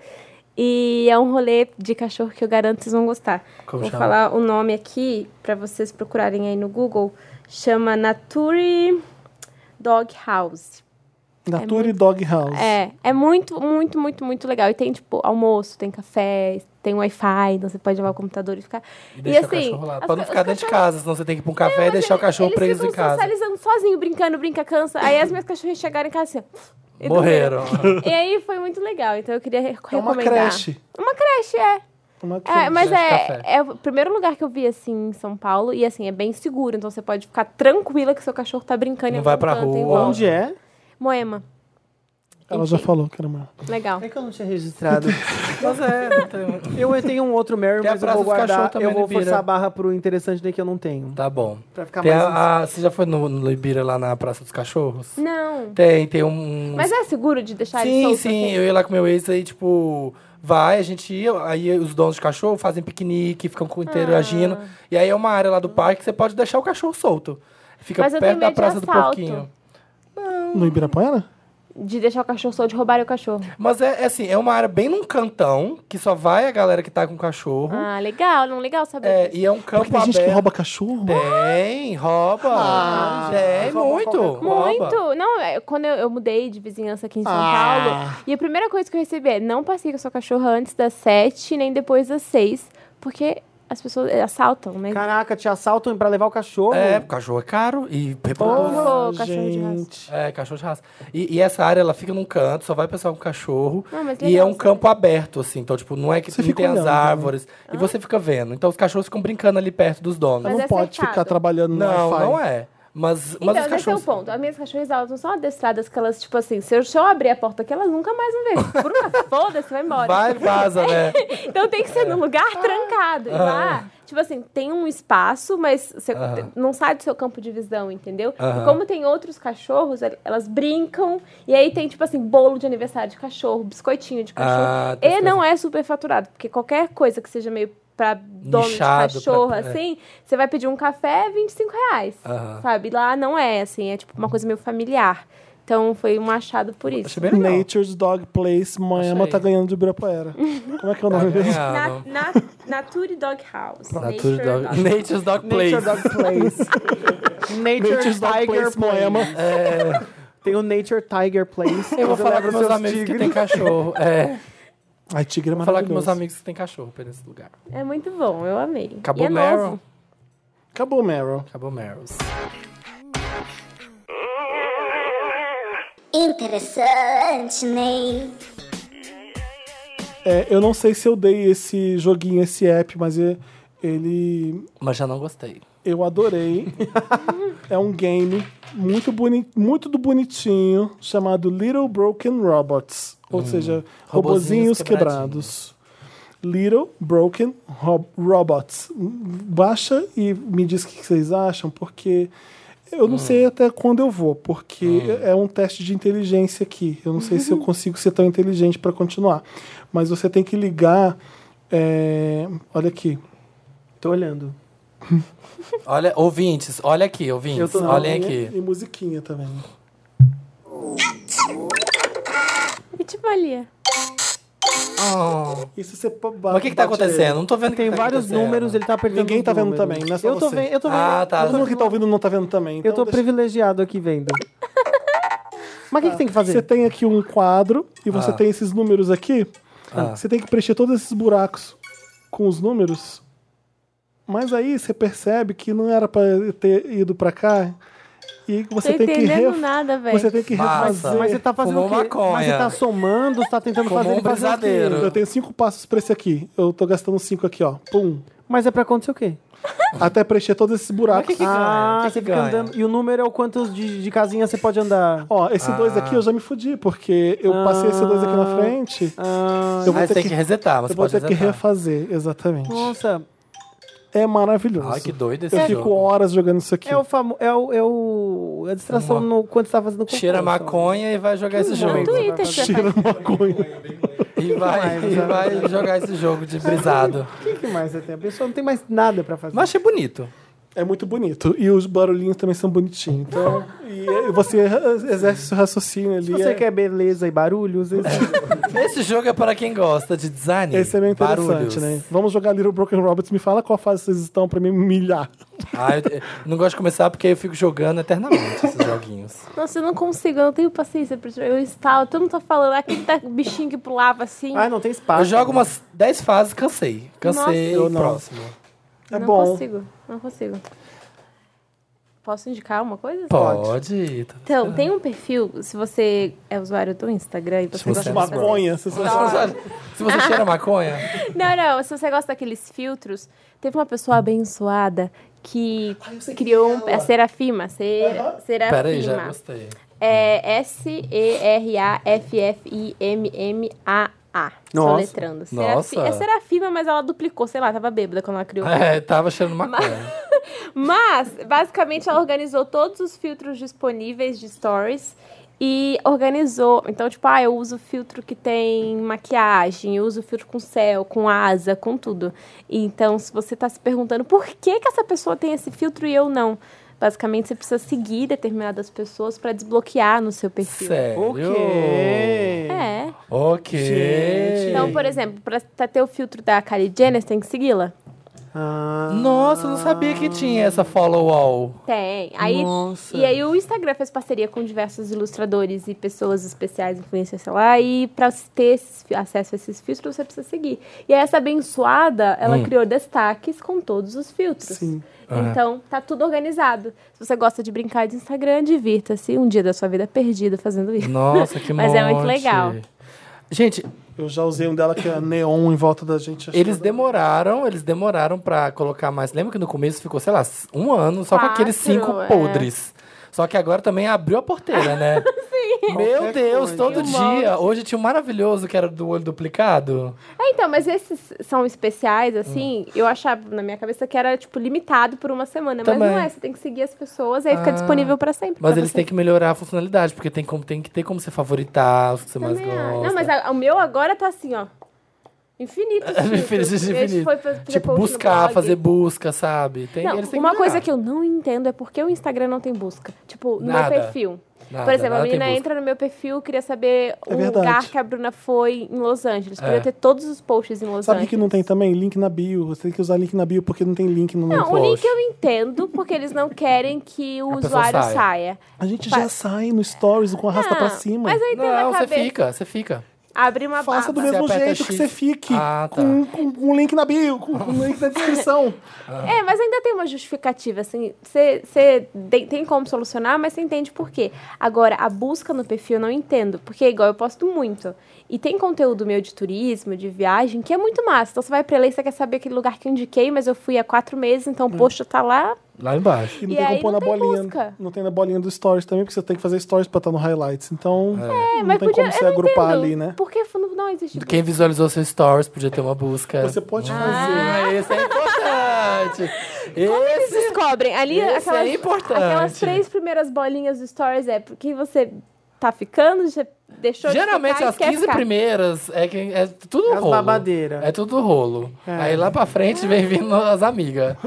Speaker 4: E é um rolê de cachorro que eu garanto que vocês vão gostar.
Speaker 2: Como
Speaker 4: Vou
Speaker 2: chama?
Speaker 4: falar o nome aqui pra vocês procurarem aí no Google. Chama Nature Dog House.
Speaker 1: Nature Dog House.
Speaker 4: É, é muito, muito, muito, muito legal. E tem, tipo, almoço, tem café, tem Wi-Fi, então você pode levar o computador e ficar.
Speaker 2: E deixa
Speaker 4: e
Speaker 2: o
Speaker 4: assim,
Speaker 2: cachorro lá.
Speaker 4: as
Speaker 2: Pra não
Speaker 4: ca-
Speaker 2: ficar
Speaker 4: os
Speaker 2: dentro de
Speaker 4: cachorros- É,
Speaker 2: casa, senão você tem que ir pra um café e deixar o cachorro
Speaker 4: eles
Speaker 2: preso em
Speaker 4: ficam
Speaker 2: casa.
Speaker 4: socializando sozinho, brincando, brinca, cansa. Aí as minhas cachorrinhas chegaram em casa assim. ó, e dormiram.
Speaker 2: Morreram.
Speaker 4: E aí foi muito legal, então eu queria re-
Speaker 1: É uma
Speaker 4: recomendar.
Speaker 1: creche.
Speaker 4: Uma creche, é.
Speaker 1: Uma creche.
Speaker 4: É, mas
Speaker 2: Creche
Speaker 4: é,
Speaker 2: café.
Speaker 4: é o primeiro lugar que eu vi, assim, em São Paulo. E, assim, é bem seguro. Então, você pode ficar tranquila que seu cachorro tá brincando. em
Speaker 2: Não vai
Speaker 4: algum
Speaker 2: pra
Speaker 4: canto, em
Speaker 2: rua.
Speaker 4: volta.
Speaker 3: Onde é?
Speaker 4: Moema.
Speaker 1: Ela já
Speaker 4: Enfim,
Speaker 1: falou que era uma.
Speaker 4: Legal.
Speaker 3: É que eu não tinha registrado.
Speaker 2: Mas é, não tem-
Speaker 3: Eu tenho um outro Meryl,
Speaker 2: Tem a
Speaker 3: mas eu
Speaker 2: Praça
Speaker 3: vou
Speaker 2: dos Cachorros
Speaker 3: guardar.
Speaker 2: também,
Speaker 3: Eu vou
Speaker 2: Libira.
Speaker 3: forçar a barra pro interessante daí que eu não tenho.
Speaker 2: Tá bom.
Speaker 3: Pra ficar
Speaker 2: Tem
Speaker 3: mais.
Speaker 2: a- a- você já foi no, no Libira lá na Praça dos Cachorros?
Speaker 4: Não.
Speaker 2: Tem, tem um.
Speaker 4: Mas é seguro de deixar ele
Speaker 2: sim,
Speaker 4: solto?
Speaker 2: sim,
Speaker 4: assim?
Speaker 2: eu ia lá com meu ex aí, tipo, vai, a gente ia, aí os donos de cachorro fazem piquenique, ficam com-
Speaker 4: Ah.
Speaker 2: interagindo. E aí é uma área lá do parque que você pode deixar o cachorro solto. Fica
Speaker 4: Mas eu tenho
Speaker 2: perto da
Speaker 4: medo de
Speaker 2: Praça do
Speaker 4: assalto.
Speaker 2: Porquinho.
Speaker 1: No
Speaker 2: É
Speaker 1: Ibirapuera?
Speaker 4: De deixar o cachorro solto, de roubar o cachorro.
Speaker 2: Mas é, é assim, é uma área bem num cantão, que só vai a galera que tá com cachorro.
Speaker 4: Ah, legal, não legal saber.
Speaker 2: É, e é um campo
Speaker 1: Porque tem gente que
Speaker 2: aberto.
Speaker 1: rouba Ah, cachorro.
Speaker 2: Tem, rouba. tem,
Speaker 3: rouba
Speaker 2: muito.
Speaker 3: qualquer
Speaker 2: rouba.
Speaker 4: Muito! Não, é, quando eu, eu mudei de vizinhança aqui em São
Speaker 1: Ah.
Speaker 4: Paulo, e a primeira coisa que eu recebi é não passeie com a sua cachorra antes das sete, nem depois das seis, porque as pessoas eh, assaltam, né?
Speaker 3: Caraca, te assaltam pra levar o cachorro?
Speaker 2: um. É, porque cachorro é caro e reproduz.
Speaker 4: Porra,
Speaker 1: Ah,
Speaker 4: cachorro de raça.
Speaker 1: gente.
Speaker 2: É, cachorro de raça. E, e essa área, ela fica num canto, só vai pessoal com cachorro.
Speaker 4: Ah, mas
Speaker 2: e é
Speaker 4: legal,
Speaker 2: um
Speaker 4: isso
Speaker 2: campo aberto, assim. Então, tipo, não é que
Speaker 1: Você
Speaker 2: não
Speaker 1: fica
Speaker 2: tem as
Speaker 1: olhando, né?
Speaker 2: árvores. E você fica vendo. Então, os cachorros ficam brincando ali perto dos donos.
Speaker 4: Ah. Mas
Speaker 1: não
Speaker 4: é
Speaker 1: pode
Speaker 4: acertado.
Speaker 1: ficar trabalhando no
Speaker 2: não,
Speaker 1: Wi-Fi.
Speaker 2: não é. Mas, mas os
Speaker 4: então, esse é o
Speaker 2: cachorros...
Speaker 4: ponto. As minhas cachorras, elas não são adestradas que elas, tipo assim, se eu, se eu abrir a porta aqui, elas nunca mais vão ver. Bruna, foda-se, vai embora.
Speaker 2: Vai, vaza, né?
Speaker 4: Então tem que ser num lugar
Speaker 2: É.
Speaker 4: trancado. E lá, tipo assim, tem um espaço, mas você
Speaker 2: Aham.
Speaker 4: não sai do seu campo de visão, entendeu?
Speaker 2: Aham.
Speaker 4: E como tem outros cachorros, el- elas brincam. E aí tem, tipo assim, bolo de aniversário de cachorro, biscoitinho de
Speaker 2: Ah,
Speaker 4: cachorro.
Speaker 2: tem
Speaker 4: e
Speaker 2: essa
Speaker 4: não é superfaturado, porque qualquer coisa que seja meio pra dono
Speaker 2: Nichado,
Speaker 4: de cachorro,
Speaker 2: pra- é.
Speaker 4: assim, você vai pedir um café, 25 reais.
Speaker 2: Aham.
Speaker 4: Sabe? Lá não é, assim, é tipo uma coisa meio familiar. Então foi um achado por isso.
Speaker 2: Achei bem legal.
Speaker 1: Nature's Dog Place, Moema
Speaker 2: Achei. Tá
Speaker 1: tá ganhando de Ibirapuera. Como é que é o nome mesmo?
Speaker 4: Na,
Speaker 2: Ganharam.
Speaker 4: na, Nature Dog House.
Speaker 2: Nature
Speaker 4: Nature
Speaker 2: Dog- Ah, Nature's Dog Place.
Speaker 3: Nature Dog Place. Nature
Speaker 1: Nature's Dog
Speaker 3: Tiger
Speaker 1: Place, Moema.
Speaker 2: É.
Speaker 3: Tem o Nature Tiger Place.
Speaker 2: Eu vou
Speaker 3: onde
Speaker 2: falar
Speaker 3: levo
Speaker 2: com meus
Speaker 3: seus
Speaker 2: amigos que
Speaker 3: tigres.
Speaker 2: tem cachorro. É,
Speaker 1: Ai, tigre é
Speaker 2: vou falar com
Speaker 1: maravilhoso.
Speaker 2: meus amigos que tem cachorro pra esse lugar.
Speaker 4: É muito bom, eu amei.
Speaker 2: Acabou
Speaker 4: e é
Speaker 2: Meryl?
Speaker 4: novo.
Speaker 1: Acabou Meryl.
Speaker 2: Acabou Meryl's.
Speaker 6: Interessante, Ney.
Speaker 1: É, eu não sei se eu dei esse joguinho, esse app, mas e- ele.
Speaker 2: Mas já não gostei.
Speaker 1: Eu adorei. é um game muito, boni muito do bonitinho, chamado Little Broken Robots. Ou seja, robozinhos
Speaker 2: robozinhos
Speaker 1: quebrados. Little Broken Ro- Robots. Baixa e me diz o que vocês acham, porque eu não sei até quando eu vou, porque é um teste de inteligência aqui. Eu não sei se eu consigo ser tão inteligente para continuar. Mas você tem que ligar. é, Olha aqui.
Speaker 3: Tô olhando.
Speaker 2: Olha, ouvintes, olha aqui, ouvintes.
Speaker 3: Eu tô-
Speaker 2: Olhem
Speaker 1: E-
Speaker 2: aqui.
Speaker 1: E musiquinha também.
Speaker 4: E tipo ali.
Speaker 2: Oh.
Speaker 1: Isso você pa-
Speaker 2: Mas o que, que tá
Speaker 1: bate
Speaker 2: acontecendo?
Speaker 1: nele.
Speaker 2: Não tô vendo o que
Speaker 3: Tem
Speaker 2: que tá
Speaker 3: vários
Speaker 2: acontecendo.
Speaker 3: números, ele tá apertando
Speaker 1: Ninguém
Speaker 3: os
Speaker 1: tá vendo
Speaker 3: números.
Speaker 1: também, não é só
Speaker 3: eu tô
Speaker 1: você.
Speaker 3: vendo, eu tô vendo.
Speaker 2: Ah, tá.
Speaker 3: Eu
Speaker 1: Todo
Speaker 3: tô,
Speaker 1: mundo que tá ouvindo não tá vendo também.
Speaker 3: eu tô
Speaker 1: então deixa-
Speaker 3: privilegiado aqui vendo. Mas o que, que tem que fazer?
Speaker 1: Você tem aqui um quadro e você
Speaker 3: Ah.
Speaker 1: tem esses números aqui.
Speaker 2: Ah.
Speaker 1: Você tem que preencher todos esses buracos com os números. Mas aí você percebe que não era pra ter ido pra cá e você
Speaker 4: Tô
Speaker 1: tem que
Speaker 4: entendendo
Speaker 1: ref-
Speaker 4: nada, véi.
Speaker 1: Você tem que
Speaker 2: Massa.
Speaker 1: refazer.
Speaker 3: Mas você tá fazendo
Speaker 2: Fumou
Speaker 3: o quê? Mas você
Speaker 2: maconha.
Speaker 3: tá somando, você tá tentando
Speaker 2: Fumou
Speaker 3: fazer
Speaker 2: um
Speaker 3: ele fazer o quê?
Speaker 2: brisadeiro.
Speaker 1: Eu tenho cinco passos pra esse aqui. Eu tô gastando cinco aqui, ó. Pum.
Speaker 3: Mas é pra acontecer o quê?
Speaker 1: Até preencher todos esses buracos.
Speaker 2: que que-
Speaker 3: ah,
Speaker 2: ganha? O que
Speaker 3: você
Speaker 2: que
Speaker 3: fica
Speaker 2: ganha?
Speaker 3: andando. E o número é o quantos de, de casinha você pode andar.
Speaker 1: Ó, esse dois aqui eu já me fudi, porque eu passei esse dois aqui na frente.
Speaker 3: Ah,
Speaker 1: eu vou
Speaker 2: Ah,
Speaker 1: ter
Speaker 2: você tem
Speaker 1: que-
Speaker 2: que, resetar, mas
Speaker 1: Eu
Speaker 2: você
Speaker 1: vou
Speaker 2: pode
Speaker 1: ter que
Speaker 2: resetar.
Speaker 1: refazer, exatamente.
Speaker 3: nossa,
Speaker 1: É maravilhoso.
Speaker 2: Ai, que doido esse
Speaker 1: Eu
Speaker 2: jogo.
Speaker 1: fico horas jogando isso aqui.
Speaker 3: é o famo... é o, é o- a distração
Speaker 2: Uma-
Speaker 3: no... quando você tá fazendo concurso.
Speaker 2: Cheira maconha e vai jogar esse jogo.
Speaker 4: Twitter, você
Speaker 1: Cheira
Speaker 4: faz.
Speaker 1: maconha.
Speaker 2: E vai,
Speaker 3: mais,
Speaker 2: e
Speaker 3: né?
Speaker 2: vai jogar esse jogo de brisado.
Speaker 3: O que, que mais você tem? A pessoa não tem mais nada pra fazer.
Speaker 2: Mas achei bonito.
Speaker 1: É muito bonito. E os barulhinhos também são bonitinhos. Então, e é- você exerce seu raciocínio ali.
Speaker 3: Se você
Speaker 1: é-
Speaker 3: quer beleza e barulhos,
Speaker 2: Esse jogo é para quem gosta de design.
Speaker 1: Esse é bem interessante,
Speaker 2: barulhos.
Speaker 1: né? Vamos jogar Little Broken Robots. Me fala qual fase vocês estão pra me humilhar.
Speaker 2: Ah, eu eu não gosto de começar porque eu fico jogando eternamente esses joguinhos.
Speaker 4: Nossa, eu não consigo, eu não tenho paciência pra isso. Eu instalo, todo mundo tá falando, aquele tá bichinho que pulava assim.
Speaker 3: ah, não tem espaço.
Speaker 2: Eu jogo umas 10 fases, cansei. Cansei
Speaker 1: Nossa. Eu
Speaker 2: o
Speaker 1: não.
Speaker 2: próximo.
Speaker 1: É
Speaker 4: não
Speaker 1: bom.
Speaker 4: consigo, não consigo. Posso indicar uma coisa?
Speaker 2: Pode. tá-
Speaker 4: Então, tem um perfil, se você é usuário do Instagram e você
Speaker 2: Se você
Speaker 4: gosta
Speaker 2: é
Speaker 4: de fazer-
Speaker 1: Maconha. Vocês vão-
Speaker 3: Tá.
Speaker 2: Se você cheira maconha,
Speaker 4: Não, não, se você gosta daqueles filtros, teve uma pessoa abençoada que criou um... É Serafima, ser, Serafima.
Speaker 2: peraí, já gostei.
Speaker 4: É S-E-R-A-F-F-I-M-M-A-A.
Speaker 3: Nossa.
Speaker 4: Soletrando.
Speaker 2: Nossa.
Speaker 4: Serafi- É Serafima, mas ela duplicou, sei lá, tava bêbada quando ela criou.
Speaker 2: É, tava cheirando maconha.
Speaker 4: Mas, basicamente, ela organizou todos os filtros disponíveis de stories e organizou. Então, tipo, ah, eu uso filtro que tem maquiagem, eu uso filtro com céu, com asa, com tudo. Então, se você tá se perguntando por que, que essa pessoa tem esse filtro e eu não, basicamente você precisa seguir determinadas pessoas pra desbloquear no seu perfil.
Speaker 2: Sério?
Speaker 3: Ok.
Speaker 4: É.
Speaker 2: Ok.
Speaker 1: Gente.
Speaker 4: Então, por exemplo, pra, pra ter o filtro da Kylie Jenner, você tem que segui-la?
Speaker 3: Ah,
Speaker 2: Nossa, eu não sabia que tinha essa follow-all.
Speaker 4: Tem. Aí,
Speaker 3: Nossa.
Speaker 4: E aí o Instagram fez parceria com diversos ilustradores e pessoas especiais, influencers, sei lá, e pra se ter esses fi- acesso a esses filtros, você precisa seguir. E aí essa abençoada, ela criou destaques com todos os filtros.
Speaker 1: Sim.
Speaker 4: Então, tá tudo organizado. Se você gosta de brincar de Instagram, divirta-se um dia da sua vida perdida fazendo isso.
Speaker 2: Nossa, que
Speaker 4: Mas
Speaker 2: monte.
Speaker 4: é muito legal.
Speaker 2: Gente,
Speaker 1: Eu já usei um dela que é neon em volta da gente. achei
Speaker 2: eles
Speaker 1: que-
Speaker 2: demoraram, eles demoraram pra colocar mais. Lembra que no começo ficou, sei lá, um ano só com
Speaker 4: Quatro,
Speaker 2: aqueles cinco
Speaker 4: é.
Speaker 2: podres. Só que agora também abriu a porteira, né? Sim. Meu Deus, todo
Speaker 4: E um
Speaker 2: dia. Hoje tinha um maravilhoso que era do olho duplicado.
Speaker 4: É, então, mas esses são
Speaker 2: Hum.
Speaker 4: especiais, assim, eu achava na minha cabeça que era, tipo, limitado por uma semana.
Speaker 2: Também.
Speaker 4: Mas não é, você tem que seguir as pessoas, aí fica
Speaker 2: Ah,
Speaker 4: disponível pra sempre.
Speaker 2: Mas
Speaker 4: pra
Speaker 2: eles
Speaker 4: você.
Speaker 2: têm que melhorar a funcionalidade, porque tem, como, tem que ter como você favoritar os que você mais
Speaker 4: Também acho.
Speaker 2: gosta.
Speaker 4: Não, mas a- o meu agora tá assim, ó. Infinito.
Speaker 2: Infinito,
Speaker 4: filtros.
Speaker 2: infinito.
Speaker 4: Esse foi pra- pra
Speaker 2: Tipo,
Speaker 4: post no
Speaker 2: buscar,
Speaker 4: blog.
Speaker 2: fazer busca, sabe? Tem,
Speaker 4: Não,
Speaker 2: eles têm
Speaker 4: uma coisa
Speaker 2: melhorar.
Speaker 4: que eu não entendo é por que o Instagram não tem busca. Tipo, no
Speaker 2: Nada.
Speaker 4: meu perfil.
Speaker 2: Nada,
Speaker 4: Por exemplo, a
Speaker 2: nada tem
Speaker 4: menina
Speaker 2: busca.
Speaker 4: entra no meu perfil queria saber
Speaker 1: É
Speaker 4: o
Speaker 1: verdade.
Speaker 4: lugar que a Bruna foi em Los Angeles.
Speaker 2: É.
Speaker 4: Podia ter todos os posts em
Speaker 1: Sabe o
Speaker 4: Los
Speaker 1: que
Speaker 4: Angeles.
Speaker 1: que não tem também? Link na bio. Você tem que usar link na bio porque não tem link no
Speaker 4: Não, o
Speaker 1: post.
Speaker 4: link eu entendo, porque eles não querem que o
Speaker 2: A pessoa
Speaker 4: usuário
Speaker 2: saia.
Speaker 4: saia.
Speaker 1: A gente
Speaker 4: Fa-
Speaker 1: já sai no stories com arrasta
Speaker 4: Ah,
Speaker 1: pra cima.
Speaker 4: Mas aí tem na
Speaker 2: Não, você
Speaker 4: cabeça.
Speaker 2: fica, você fica.
Speaker 4: Abre uma
Speaker 1: Faça do
Speaker 4: barra.
Speaker 1: mesmo
Speaker 2: Você aperta
Speaker 1: jeito que
Speaker 2: X.
Speaker 1: você fique.
Speaker 2: Ah, tá.
Speaker 1: com, com, com um link na bio, com um link na descrição.
Speaker 4: É, mas ainda tem uma justificativa, assim, você tem, tem como solucionar, mas você entende por quê. Agora, a busca no perfil eu não entendo, porque igual eu posto muito. E tem conteúdo meu de turismo, de viagem, que é muito massa. Então você vai pra lá e você quer saber aquele lugar que eu indiquei, mas eu fui há quatro meses, então
Speaker 1: Hum.
Speaker 4: o post tá lá.
Speaker 2: Lá embaixo.
Speaker 1: E não
Speaker 4: E
Speaker 1: tem como
Speaker 4: aí
Speaker 1: pôr
Speaker 4: não
Speaker 1: na
Speaker 4: tem
Speaker 1: bolinha.
Speaker 4: busca.
Speaker 1: Não tem na bolinha do stories também, porque você tem que fazer stories pra estar no highlights. Então,
Speaker 2: É,
Speaker 1: não
Speaker 4: É, mas
Speaker 1: tem
Speaker 4: podia.
Speaker 1: como
Speaker 4: eu
Speaker 1: você
Speaker 4: não
Speaker 1: agrupar
Speaker 4: entendo.
Speaker 1: ali, né?
Speaker 4: Por que não, não existe busca?
Speaker 2: Quem visualizou seus stories podia ter uma busca.
Speaker 1: Você pode fazer.
Speaker 2: Ah, esse é importante.
Speaker 4: Eles
Speaker 2: Esse...
Speaker 4: descobrem. Ali,
Speaker 2: Esse é
Speaker 4: aquelas,
Speaker 2: importante.
Speaker 4: aquelas três primeiras bolinhas do stories é porque você tá ficando, já deixou
Speaker 2: Geralmente
Speaker 4: de ficar,
Speaker 2: as
Speaker 4: e quer
Speaker 2: 15
Speaker 4: ficar.
Speaker 2: primeiras é, que é tudo
Speaker 3: É as
Speaker 2: rolo.
Speaker 3: babadeiras.
Speaker 2: É tudo rolo. Aí lá pra frente vem vindo as amigas.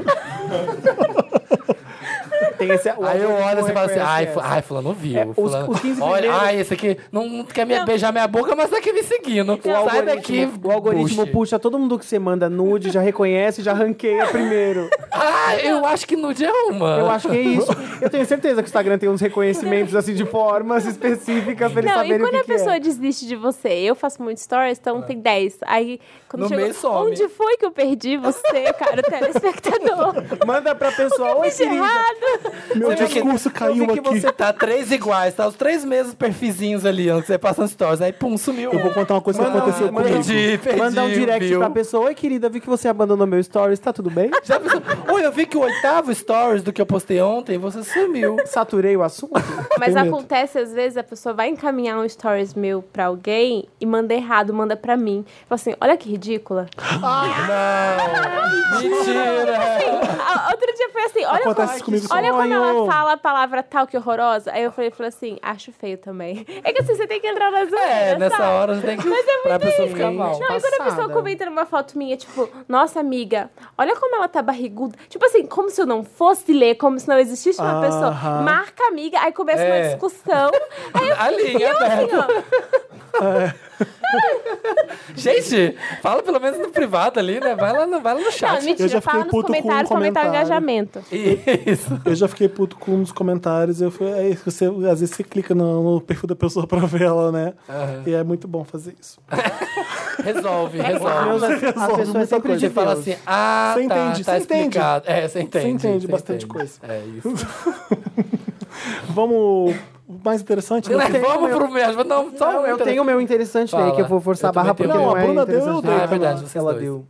Speaker 3: Tem esse, o
Speaker 2: Aí eu olho e
Speaker 3: algoritmo
Speaker 2: você fala assim,
Speaker 3: reconhece
Speaker 2: ai,
Speaker 3: essa.
Speaker 2: fu- ai fulano viu.
Speaker 3: É, os-
Speaker 2: fulano.
Speaker 3: os 15
Speaker 2: Olha,
Speaker 3: primeiros-
Speaker 2: ai, esse aqui não não quer me- beijar minha boca, mas tá aqui me seguindo. Sai daqui,
Speaker 3: o algoritmo
Speaker 2: buche.
Speaker 3: puxa todo mundo que você manda nude, já reconhece, já ranqueia primeiro.
Speaker 2: Ah, eu acho que nude é uma.
Speaker 3: Eu acho que é isso. Eu tenho certeza que o Instagram tem uns reconhecimentos assim de formas específicas pra eles
Speaker 4: Não, e
Speaker 3: saberem o
Speaker 4: quando
Speaker 3: que,
Speaker 4: a
Speaker 3: que
Speaker 4: pessoa
Speaker 3: é.
Speaker 4: desiste de você? Eu faço muito stories, então tem 10. Aí, quando
Speaker 2: É. No
Speaker 4: chegou,
Speaker 2: meio some.
Speaker 4: onde foi que eu perdi você, cara, telespectador?
Speaker 3: Manda pra pessoa, oi,
Speaker 4: Fiz
Speaker 3: querida.
Speaker 4: errado.
Speaker 1: Meu
Speaker 2: Eu vi que-
Speaker 1: discurso caiu
Speaker 3: eu vi que
Speaker 1: aqui.
Speaker 3: você-
Speaker 2: Tá três iguais, tá os três mesmos perfilzinhos ali, antes você passando stories, aí pum, sumiu.
Speaker 1: Eu vou contar uma coisa que
Speaker 3: Manda um-
Speaker 1: aconteceu
Speaker 3: manda um-
Speaker 1: comigo.
Speaker 2: Perdi, perdi.
Speaker 3: Manda um direct
Speaker 2: viu?
Speaker 3: pra pessoa, oi, querida, vi que você abandonou meu stories, tá tudo bem?
Speaker 2: Já pensou? Oi, eu vi que o oitavo stories do que eu postei ontem, você sumiu.
Speaker 3: Saturei o assunto?
Speaker 4: Mas
Speaker 1: medo.
Speaker 4: acontece, às vezes, a pessoa vai encaminhar um stories meu pra alguém e manda errado, manda pra mim. Fala assim, olha que ridícula. Tipo,
Speaker 2: Não! Mentira!
Speaker 4: A- Outro dia foi assim, olha,
Speaker 1: Acontece
Speaker 4: como,
Speaker 1: comigo
Speaker 4: olha
Speaker 1: também.
Speaker 4: quando ela
Speaker 1: Sonho.
Speaker 4: fala a palavra tal que é horrorosa. Aí eu falei, falei assim, acho feio também. É que assim, você tem que entrar na zoeira,
Speaker 2: É, nessa
Speaker 4: sabe?
Speaker 2: hora você tem que. pra pessoa ficar mal.
Speaker 4: Não, e quando a pessoa
Speaker 3: Passada.
Speaker 4: comenta numa foto minha, tipo, nossa amiga, olha como ela tá barriguda. Tipo assim, como se eu não fosse ler, como se não existisse uma pessoa. Marca amiga, aí começa
Speaker 2: É.
Speaker 4: uma discussão. Aí eu
Speaker 2: Ali,
Speaker 4: fico, e eu assim, ó.
Speaker 2: Gente, fala pelo menos no privado ali, né? Vai lá no, vai lá no
Speaker 4: Não,
Speaker 2: chat.
Speaker 1: Eu
Speaker 4: mentira,
Speaker 1: já
Speaker 4: fala
Speaker 1: fiquei
Speaker 4: nos
Speaker 1: puto com um
Speaker 4: comentários,
Speaker 1: comentário.
Speaker 4: comentário engajamento.
Speaker 2: Isso.
Speaker 1: Eu já fiquei puto com uns comentários. Eu fui, aí você, às vezes você clica no, no perfil da pessoa pra ver ela, né? E é muito bom fazer isso.
Speaker 2: Resolve,
Speaker 3: Meus-
Speaker 2: resolve.
Speaker 3: as pessoas sempre
Speaker 2: Você
Speaker 3: dizem
Speaker 2: fala assim, ah,
Speaker 1: Você
Speaker 2: tá,
Speaker 1: entende,
Speaker 2: tá
Speaker 1: você entende.
Speaker 2: explicado. É, você entende.
Speaker 1: entende bastante
Speaker 2: entende.
Speaker 1: coisa.
Speaker 2: É isso.
Speaker 1: Vamos. O mais interessante. né?
Speaker 2: Vamos pro mesmo. Não, só
Speaker 3: Não,
Speaker 2: um
Speaker 3: eu tenho o meu interessante daí,
Speaker 2: Fala.
Speaker 3: que eu vou forçar
Speaker 2: Eu
Speaker 3: a barra
Speaker 2: também
Speaker 3: porque
Speaker 2: tenho.
Speaker 3: não,
Speaker 1: Não, a
Speaker 3: é
Speaker 1: Bruna deu, eu
Speaker 3: interessante.
Speaker 1: dei
Speaker 3: Ah,
Speaker 1: também.
Speaker 2: verdade, vocês
Speaker 3: Ela
Speaker 2: dois.
Speaker 3: deu.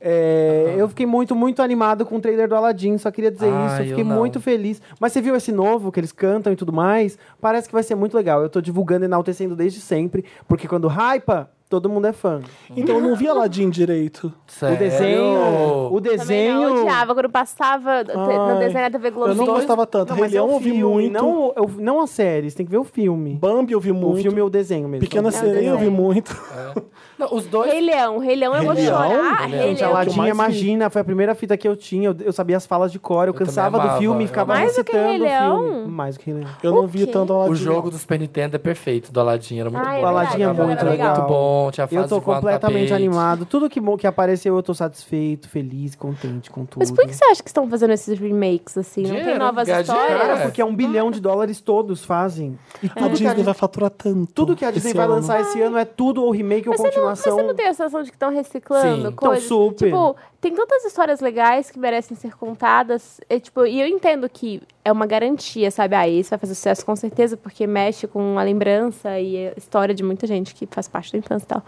Speaker 3: É, Eu fiquei muito, muito animado com o trailer do Aladdin, só queria dizer
Speaker 2: Ah,
Speaker 3: isso. Eu
Speaker 2: eu
Speaker 3: fiquei
Speaker 2: não.
Speaker 3: muito feliz. Mas você viu esse novo que eles cantam e tudo mais? Parece que vai ser muito legal. Eu tô divulgando e enaltecendo desde sempre, porque quando hypa, todo mundo é fã.
Speaker 1: Então eu não vi Aladdin direito.
Speaker 2: Sério?
Speaker 3: O desenho. O
Speaker 4: Também
Speaker 3: desenho.
Speaker 4: não, eu odiava quando passava te- no
Speaker 1: Ai.
Speaker 4: desenho da TV Globo.
Speaker 1: Eu não gostava tanto.
Speaker 3: Não,
Speaker 1: Rei
Speaker 3: mas é
Speaker 1: Leão
Speaker 3: o
Speaker 1: eu vi
Speaker 3: filme,
Speaker 1: muito.
Speaker 3: Não, o- eu- não a série, você tem que ver o filme.
Speaker 1: Bambi eu vi muito.
Speaker 3: O filme é o desenho mesmo.
Speaker 1: Pequena
Speaker 3: Não,
Speaker 1: Sereia eu vi muito.
Speaker 2: Não, os dois.
Speaker 4: Rei Leão, Rei Leão, eu vou
Speaker 1: Leão? é
Speaker 4: chorar.
Speaker 2: Rei
Speaker 4: é
Speaker 2: Leão.
Speaker 4: Rei
Speaker 3: Gente,
Speaker 4: Leão.
Speaker 1: que eu
Speaker 3: Aladdin,
Speaker 1: mais
Speaker 3: Então, imagina, foi a primeira fita que eu tinha. Eu, eu sabia as falas de cor, eu,
Speaker 2: também
Speaker 3: cansava
Speaker 2: amava,
Speaker 3: do filme
Speaker 2: eu
Speaker 3: e ficava
Speaker 2: amava.
Speaker 4: Mais do que
Speaker 3: recitando
Speaker 4: Rei
Speaker 3: o filme.
Speaker 4: Leão?
Speaker 3: Mais do que Rei Leão.
Speaker 1: Eu não vi
Speaker 4: Ok.
Speaker 1: tanto Aladdin.
Speaker 2: O jogo do Super Nintendo é perfeito, do Aladdin. Era muito
Speaker 4: Ah, é
Speaker 2: bom.
Speaker 3: O Aladdin é
Speaker 2: Era
Speaker 3: muito legal.
Speaker 2: Muito bom, tinha fase
Speaker 3: Eu tô
Speaker 2: de voar no
Speaker 3: completamente
Speaker 2: tapete.
Speaker 3: animado. Tudo que, mo- que apareceu, eu tô satisfeito, feliz, contente com tudo.
Speaker 4: Mas por que você acha que estão fazendo esses remakes, assim? Não tem
Speaker 2: Dinheiro,
Speaker 4: novas
Speaker 2: ganhar dinheiro.
Speaker 4: histórias?
Speaker 3: Cara, porque é um bilhão de dólares todos fazem.
Speaker 4: É.
Speaker 3: E
Speaker 1: A
Speaker 3: tudo, que, a
Speaker 1: Disney
Speaker 3: Disney,
Speaker 1: vai faturar tanto.
Speaker 3: tudo que a Disney
Speaker 1: esse
Speaker 3: vai
Speaker 1: ano.
Speaker 3: lançar esse ano é tudo ou remake
Speaker 4: Mas
Speaker 3: ou
Speaker 4: você, não, mas
Speaker 3: continuação.
Speaker 4: você não tem a sensação de que estão reciclando
Speaker 2: Sim.
Speaker 4: coisas?
Speaker 3: Então, super.
Speaker 4: Tipo, tem tantas histórias legais que merecem ser contadas. É, tipo, e eu entendo que é uma garantia, sabe? Ah, isso vai fazer sucesso com certeza, porque mexe com a lembrança e a história de muita gente que faz parte da infância e tal.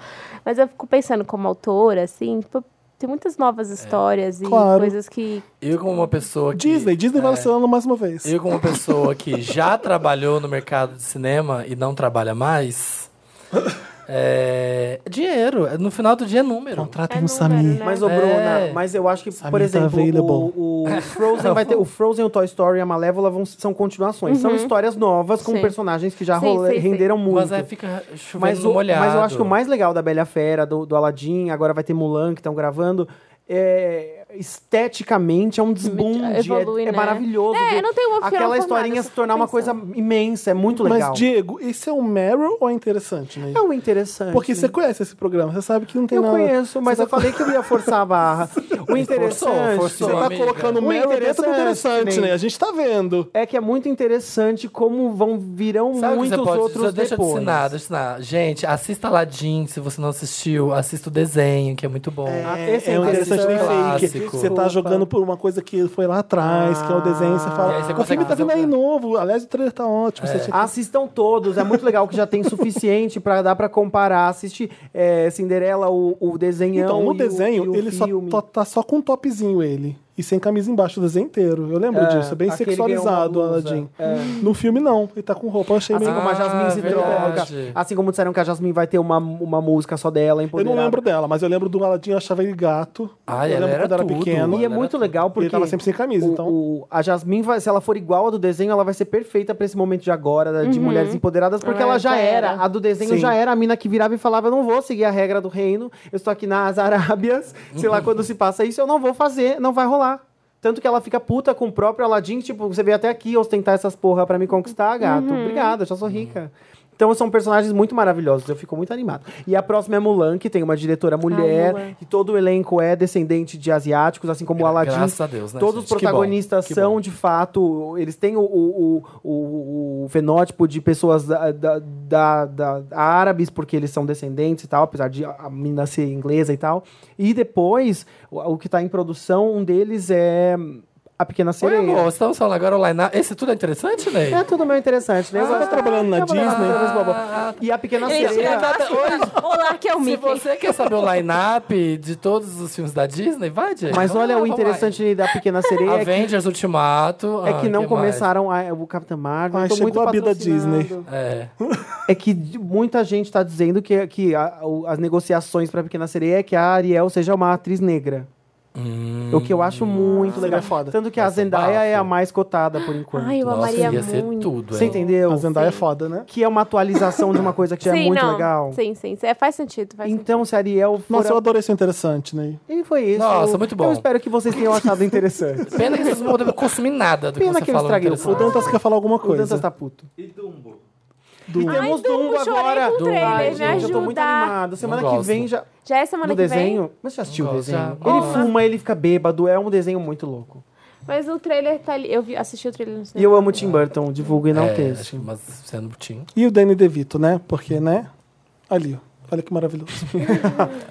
Speaker 4: Mas eu fico pensando como autora, assim, tipo, tem muitas novas histórias e
Speaker 1: Claro.
Speaker 4: coisas que...
Speaker 2: Eu, como uma pessoa
Speaker 3: é
Speaker 2: que.
Speaker 1: Disney, Disney vai lançar ano mais uma vez.
Speaker 2: Eu, como uma pessoa que já trabalhou no mercado de cinema e não trabalha mais. É. Dinheiro. No final do dia é número.
Speaker 1: Contratem o
Speaker 4: É número,
Speaker 1: Samir.
Speaker 4: né?
Speaker 3: Mas, ô,
Speaker 2: É.
Speaker 3: Bruna, mas eu acho que,
Speaker 1: Samir
Speaker 3: por
Speaker 1: tá
Speaker 3: exemplo,
Speaker 1: available.
Speaker 3: o, o Frozen vai ter. O Frozen, o Toy Story e a Malévola vão- são continuações. São histórias novas com
Speaker 4: Uhum. Sim.
Speaker 3: personagens que já
Speaker 4: Sim,
Speaker 3: role-
Speaker 4: sim, sim.
Speaker 3: renderam muito.
Speaker 2: Mas aí fica chovendo
Speaker 3: Mas,
Speaker 2: no
Speaker 3: o-
Speaker 2: molhado.
Speaker 3: mas eu acho que o mais legal da Bela e a Fera, do, do Aladdin, agora vai ter Mulan que estão gravando. é, esteticamente é um desbunde.
Speaker 4: Evolui,
Speaker 3: é, é
Speaker 4: né?
Speaker 3: maravilhoso.
Speaker 4: É,
Speaker 3: ver
Speaker 4: não tem uma opinião
Speaker 3: Aquela
Speaker 4: formada,
Speaker 3: historinha
Speaker 4: eu
Speaker 3: se
Speaker 4: fico
Speaker 3: tornar uma coisa
Speaker 4: pensando.
Speaker 3: imensa, é muito legal.
Speaker 1: Mas, Diego, isso é um Meryl ou é interessante, né?
Speaker 3: É um interessante.
Speaker 1: Porque
Speaker 3: né?
Speaker 1: você conhece esse programa, você sabe que não tem
Speaker 3: Eu
Speaker 1: nada.
Speaker 3: conheço, mas
Speaker 1: Você
Speaker 3: eu falei que eu ia forçar a barra. O interessante
Speaker 2: tá forçou,
Speaker 1: tá, você tá
Speaker 2: amiga.
Speaker 1: colocando
Speaker 3: O
Speaker 1: Meryl dentro do
Speaker 3: interessante,
Speaker 1: interessante, né?
Speaker 3: né?
Speaker 1: A gente tá vendo.
Speaker 3: é que é muito interessante como vão virão
Speaker 2: Sabe o que
Speaker 3: muitos
Speaker 2: você pode,
Speaker 3: outros
Speaker 2: só deixa eu te
Speaker 3: depois.
Speaker 2: ensinar, deixa eu te ensinar. Gente, assista Aladdin, se você não assistiu, assista o desenho, que é muito bom.
Speaker 3: Ah, esse
Speaker 1: É, é um interessante bem fake.
Speaker 2: Clássico.
Speaker 1: Você tá jogando por uma coisa que foi lá atrás, que é o desenho,
Speaker 3: Ah.
Speaker 1: você
Speaker 2: E
Speaker 1: fala.
Speaker 2: aí você
Speaker 1: o filme
Speaker 2: consegue
Speaker 1: tá vindo aí
Speaker 2: resolver.
Speaker 1: novo. Aliás, o trailer tá ótimo. Você tinha que-
Speaker 3: Assistam todos, é muito legal que já tem suficiente pra dar pra comparar. Assiste é, Cinderela, o, o desenhão.
Speaker 1: Então, no
Speaker 3: e o-
Speaker 1: desenho,
Speaker 3: e o
Speaker 1: ele só
Speaker 3: filme.
Speaker 1: tó- tá só com um topzinho ele. E sem camisa embaixo o desenho inteiro. Eu lembro
Speaker 3: É,
Speaker 1: disso. É bem
Speaker 3: aquele
Speaker 1: sexualizado o
Speaker 3: ganhou uma blusa.
Speaker 1: Aladdin.
Speaker 3: É.
Speaker 1: No filme, não. Ele tá com roupa. Eu achei
Speaker 3: Assim
Speaker 1: meio. é
Speaker 3: como a Jasmine
Speaker 2: Ah,
Speaker 3: se
Speaker 2: verdade.
Speaker 3: droga. Assim como disseram que a Jasmine vai ter uma, uma música só
Speaker 1: Eu
Speaker 3: dela,
Speaker 1: não
Speaker 3: empoderada.
Speaker 1: lembro dela, mas eu lembro do Aladdin, eu achava ele gato.
Speaker 2: Ai,
Speaker 1: eu
Speaker 2: Ah, ela
Speaker 1: lembro
Speaker 2: era
Speaker 1: quando eu era
Speaker 2: tudo.
Speaker 1: pequeno.
Speaker 3: E é
Speaker 2: Ela
Speaker 3: muito
Speaker 2: era-
Speaker 3: legal porque.
Speaker 1: né? Ele tava sempre sem camisa,
Speaker 3: o-
Speaker 1: então.
Speaker 3: o- a Jasmine, vai, se ela for igual a do desenho, ela vai ser perfeita pra esse momento de agora, da- de mulheres empoderadas, porque
Speaker 4: Ela
Speaker 3: ela já
Speaker 4: já
Speaker 3: era.
Speaker 4: era.
Speaker 3: A do desenho
Speaker 1: Sim.
Speaker 3: já era a mina que virava e falava: Eu não vou seguir a regra do reino, eu estou aqui nas Arábias, sei
Speaker 1: Uhum.
Speaker 3: lá, quando se passa isso, eu não vou fazer, não vai rolar. Tanto que ela fica puta com o próprio Aladdin, tipo, você veio até aqui ostentar essas porra pra me conquistar, gato. Obrigada, eu já sou rica. Então são personagens muito maravilhosos, eu fico muito animado. E a próxima é Mulan, que tem uma diretora mulher,
Speaker 4: Mulan.
Speaker 3: e todo o elenco é descendente de asiáticos, assim como o
Speaker 2: Gra-
Speaker 3: Aladdin.
Speaker 2: graças a Deus, né,
Speaker 3: Todos os
Speaker 2: gente? Que bom,
Speaker 3: protagonistas
Speaker 2: que
Speaker 3: são,
Speaker 2: bom.
Speaker 3: de fato, eles têm o, o, o, o- o fenótipo de pessoas da, da, da- da- árabes, porque eles são descendentes e tal, apesar de a a menina ser inglesa e tal. E depois, o, o que está em produção, um deles é A Pequena
Speaker 2: Oi, amor,
Speaker 3: Sereia.
Speaker 2: estamos falando agora online. Esse tudo é interessante, Ney?
Speaker 3: É tudo meio interessante, né? Eu
Speaker 1: Você tá
Speaker 3: gosto-
Speaker 1: trabalhando na
Speaker 3: eu gosto-
Speaker 1: Disney? é
Speaker 3: eu gosto- eu gosto- E A Pequena Sereia...
Speaker 4: Olá, que é o
Speaker 2: Se
Speaker 4: Mickey.
Speaker 2: você quer saber o line-up de todos os filmes da Disney, vai, Diego.
Speaker 3: Mas
Speaker 2: Vamos
Speaker 3: olha,
Speaker 2: lá,
Speaker 3: o
Speaker 2: vamos lá.
Speaker 3: interessante da Pequena Sereia é que
Speaker 2: Avengers Ultimato.
Speaker 3: É que
Speaker 2: ah,
Speaker 3: não
Speaker 2: que mais?
Speaker 3: começaram a- o Capitão Marvel.
Speaker 1: Ai,
Speaker 3: eu tô
Speaker 1: chegou
Speaker 3: muito
Speaker 1: a vida
Speaker 3: patrocinado.
Speaker 1: Disney.
Speaker 2: É.
Speaker 3: É que d- muita gente tá dizendo que, que a- o- as negociações pra Pequena Sereia é que a Ariel seja uma atriz negra. É
Speaker 2: Hum.
Speaker 3: O que eu acho muito legal.
Speaker 1: é foda.
Speaker 3: Tanto que a
Speaker 2: Vai ser
Speaker 3: Zendaya é a
Speaker 2: bafo.
Speaker 3: mais cotada por enquanto.
Speaker 4: Ai, eu
Speaker 2: Nossa,
Speaker 4: amaria
Speaker 2: ia ser
Speaker 4: muito.
Speaker 2: tudo.
Speaker 3: Você
Speaker 2: hein?
Speaker 3: entendeu?
Speaker 1: A Zendaya é foda, né?
Speaker 3: Que é uma atualização de uma coisa que já é muito
Speaker 4: não.
Speaker 3: legal.
Speaker 4: Sim, sim. É, faz sentido, faz
Speaker 3: Então, se a Ariel for.
Speaker 1: Nossa, eu
Speaker 3: a-
Speaker 1: adorei isso interessante, né?
Speaker 3: E foi isso.
Speaker 2: Nossa, muito
Speaker 3: Eu
Speaker 2: bom.
Speaker 3: espero que vocês tenham achado interessante.
Speaker 2: Pena que vocês não podem consumir nada do que
Speaker 3: Pena
Speaker 2: você
Speaker 3: que eu
Speaker 2: falou.
Speaker 3: estraguei o
Speaker 1: O
Speaker 2: interessante.
Speaker 1: Dantas quer falar alguma
Speaker 3: o
Speaker 1: coisa.
Speaker 3: Dantas tá puto.
Speaker 1: Do-
Speaker 4: Ai,
Speaker 3: Temos
Speaker 4: Dumbo,
Speaker 3: Dumbo
Speaker 4: chorei
Speaker 3: agora.
Speaker 4: com o trailer,
Speaker 3: Ai,
Speaker 4: me
Speaker 3: gente, eu tô muito
Speaker 4: ajuda.
Speaker 3: animado. Semana
Speaker 2: Não
Speaker 3: que
Speaker 2: gosto.
Speaker 3: vem já.
Speaker 4: sentido. Já é semana
Speaker 3: do
Speaker 4: que
Speaker 3: desenho?
Speaker 4: vem?
Speaker 3: Mas você assistiu o
Speaker 2: Não gosto,
Speaker 3: desenho?
Speaker 2: já.
Speaker 3: Ele
Speaker 2: Ah.
Speaker 3: fuma, ele fica bêbado, é um desenho muito louco.
Speaker 4: Mas o trailer tá ali. Eu vi, assisti o trailer no
Speaker 3: E
Speaker 4: cinema.
Speaker 3: eu amo Tim Burton, divulgo e não assim.
Speaker 2: É, acho que-
Speaker 3: texto.
Speaker 2: mas sendo putinho.
Speaker 1: E o Danny DeVito, né? Porque, né? Ali, ó. olha que maravilhoso.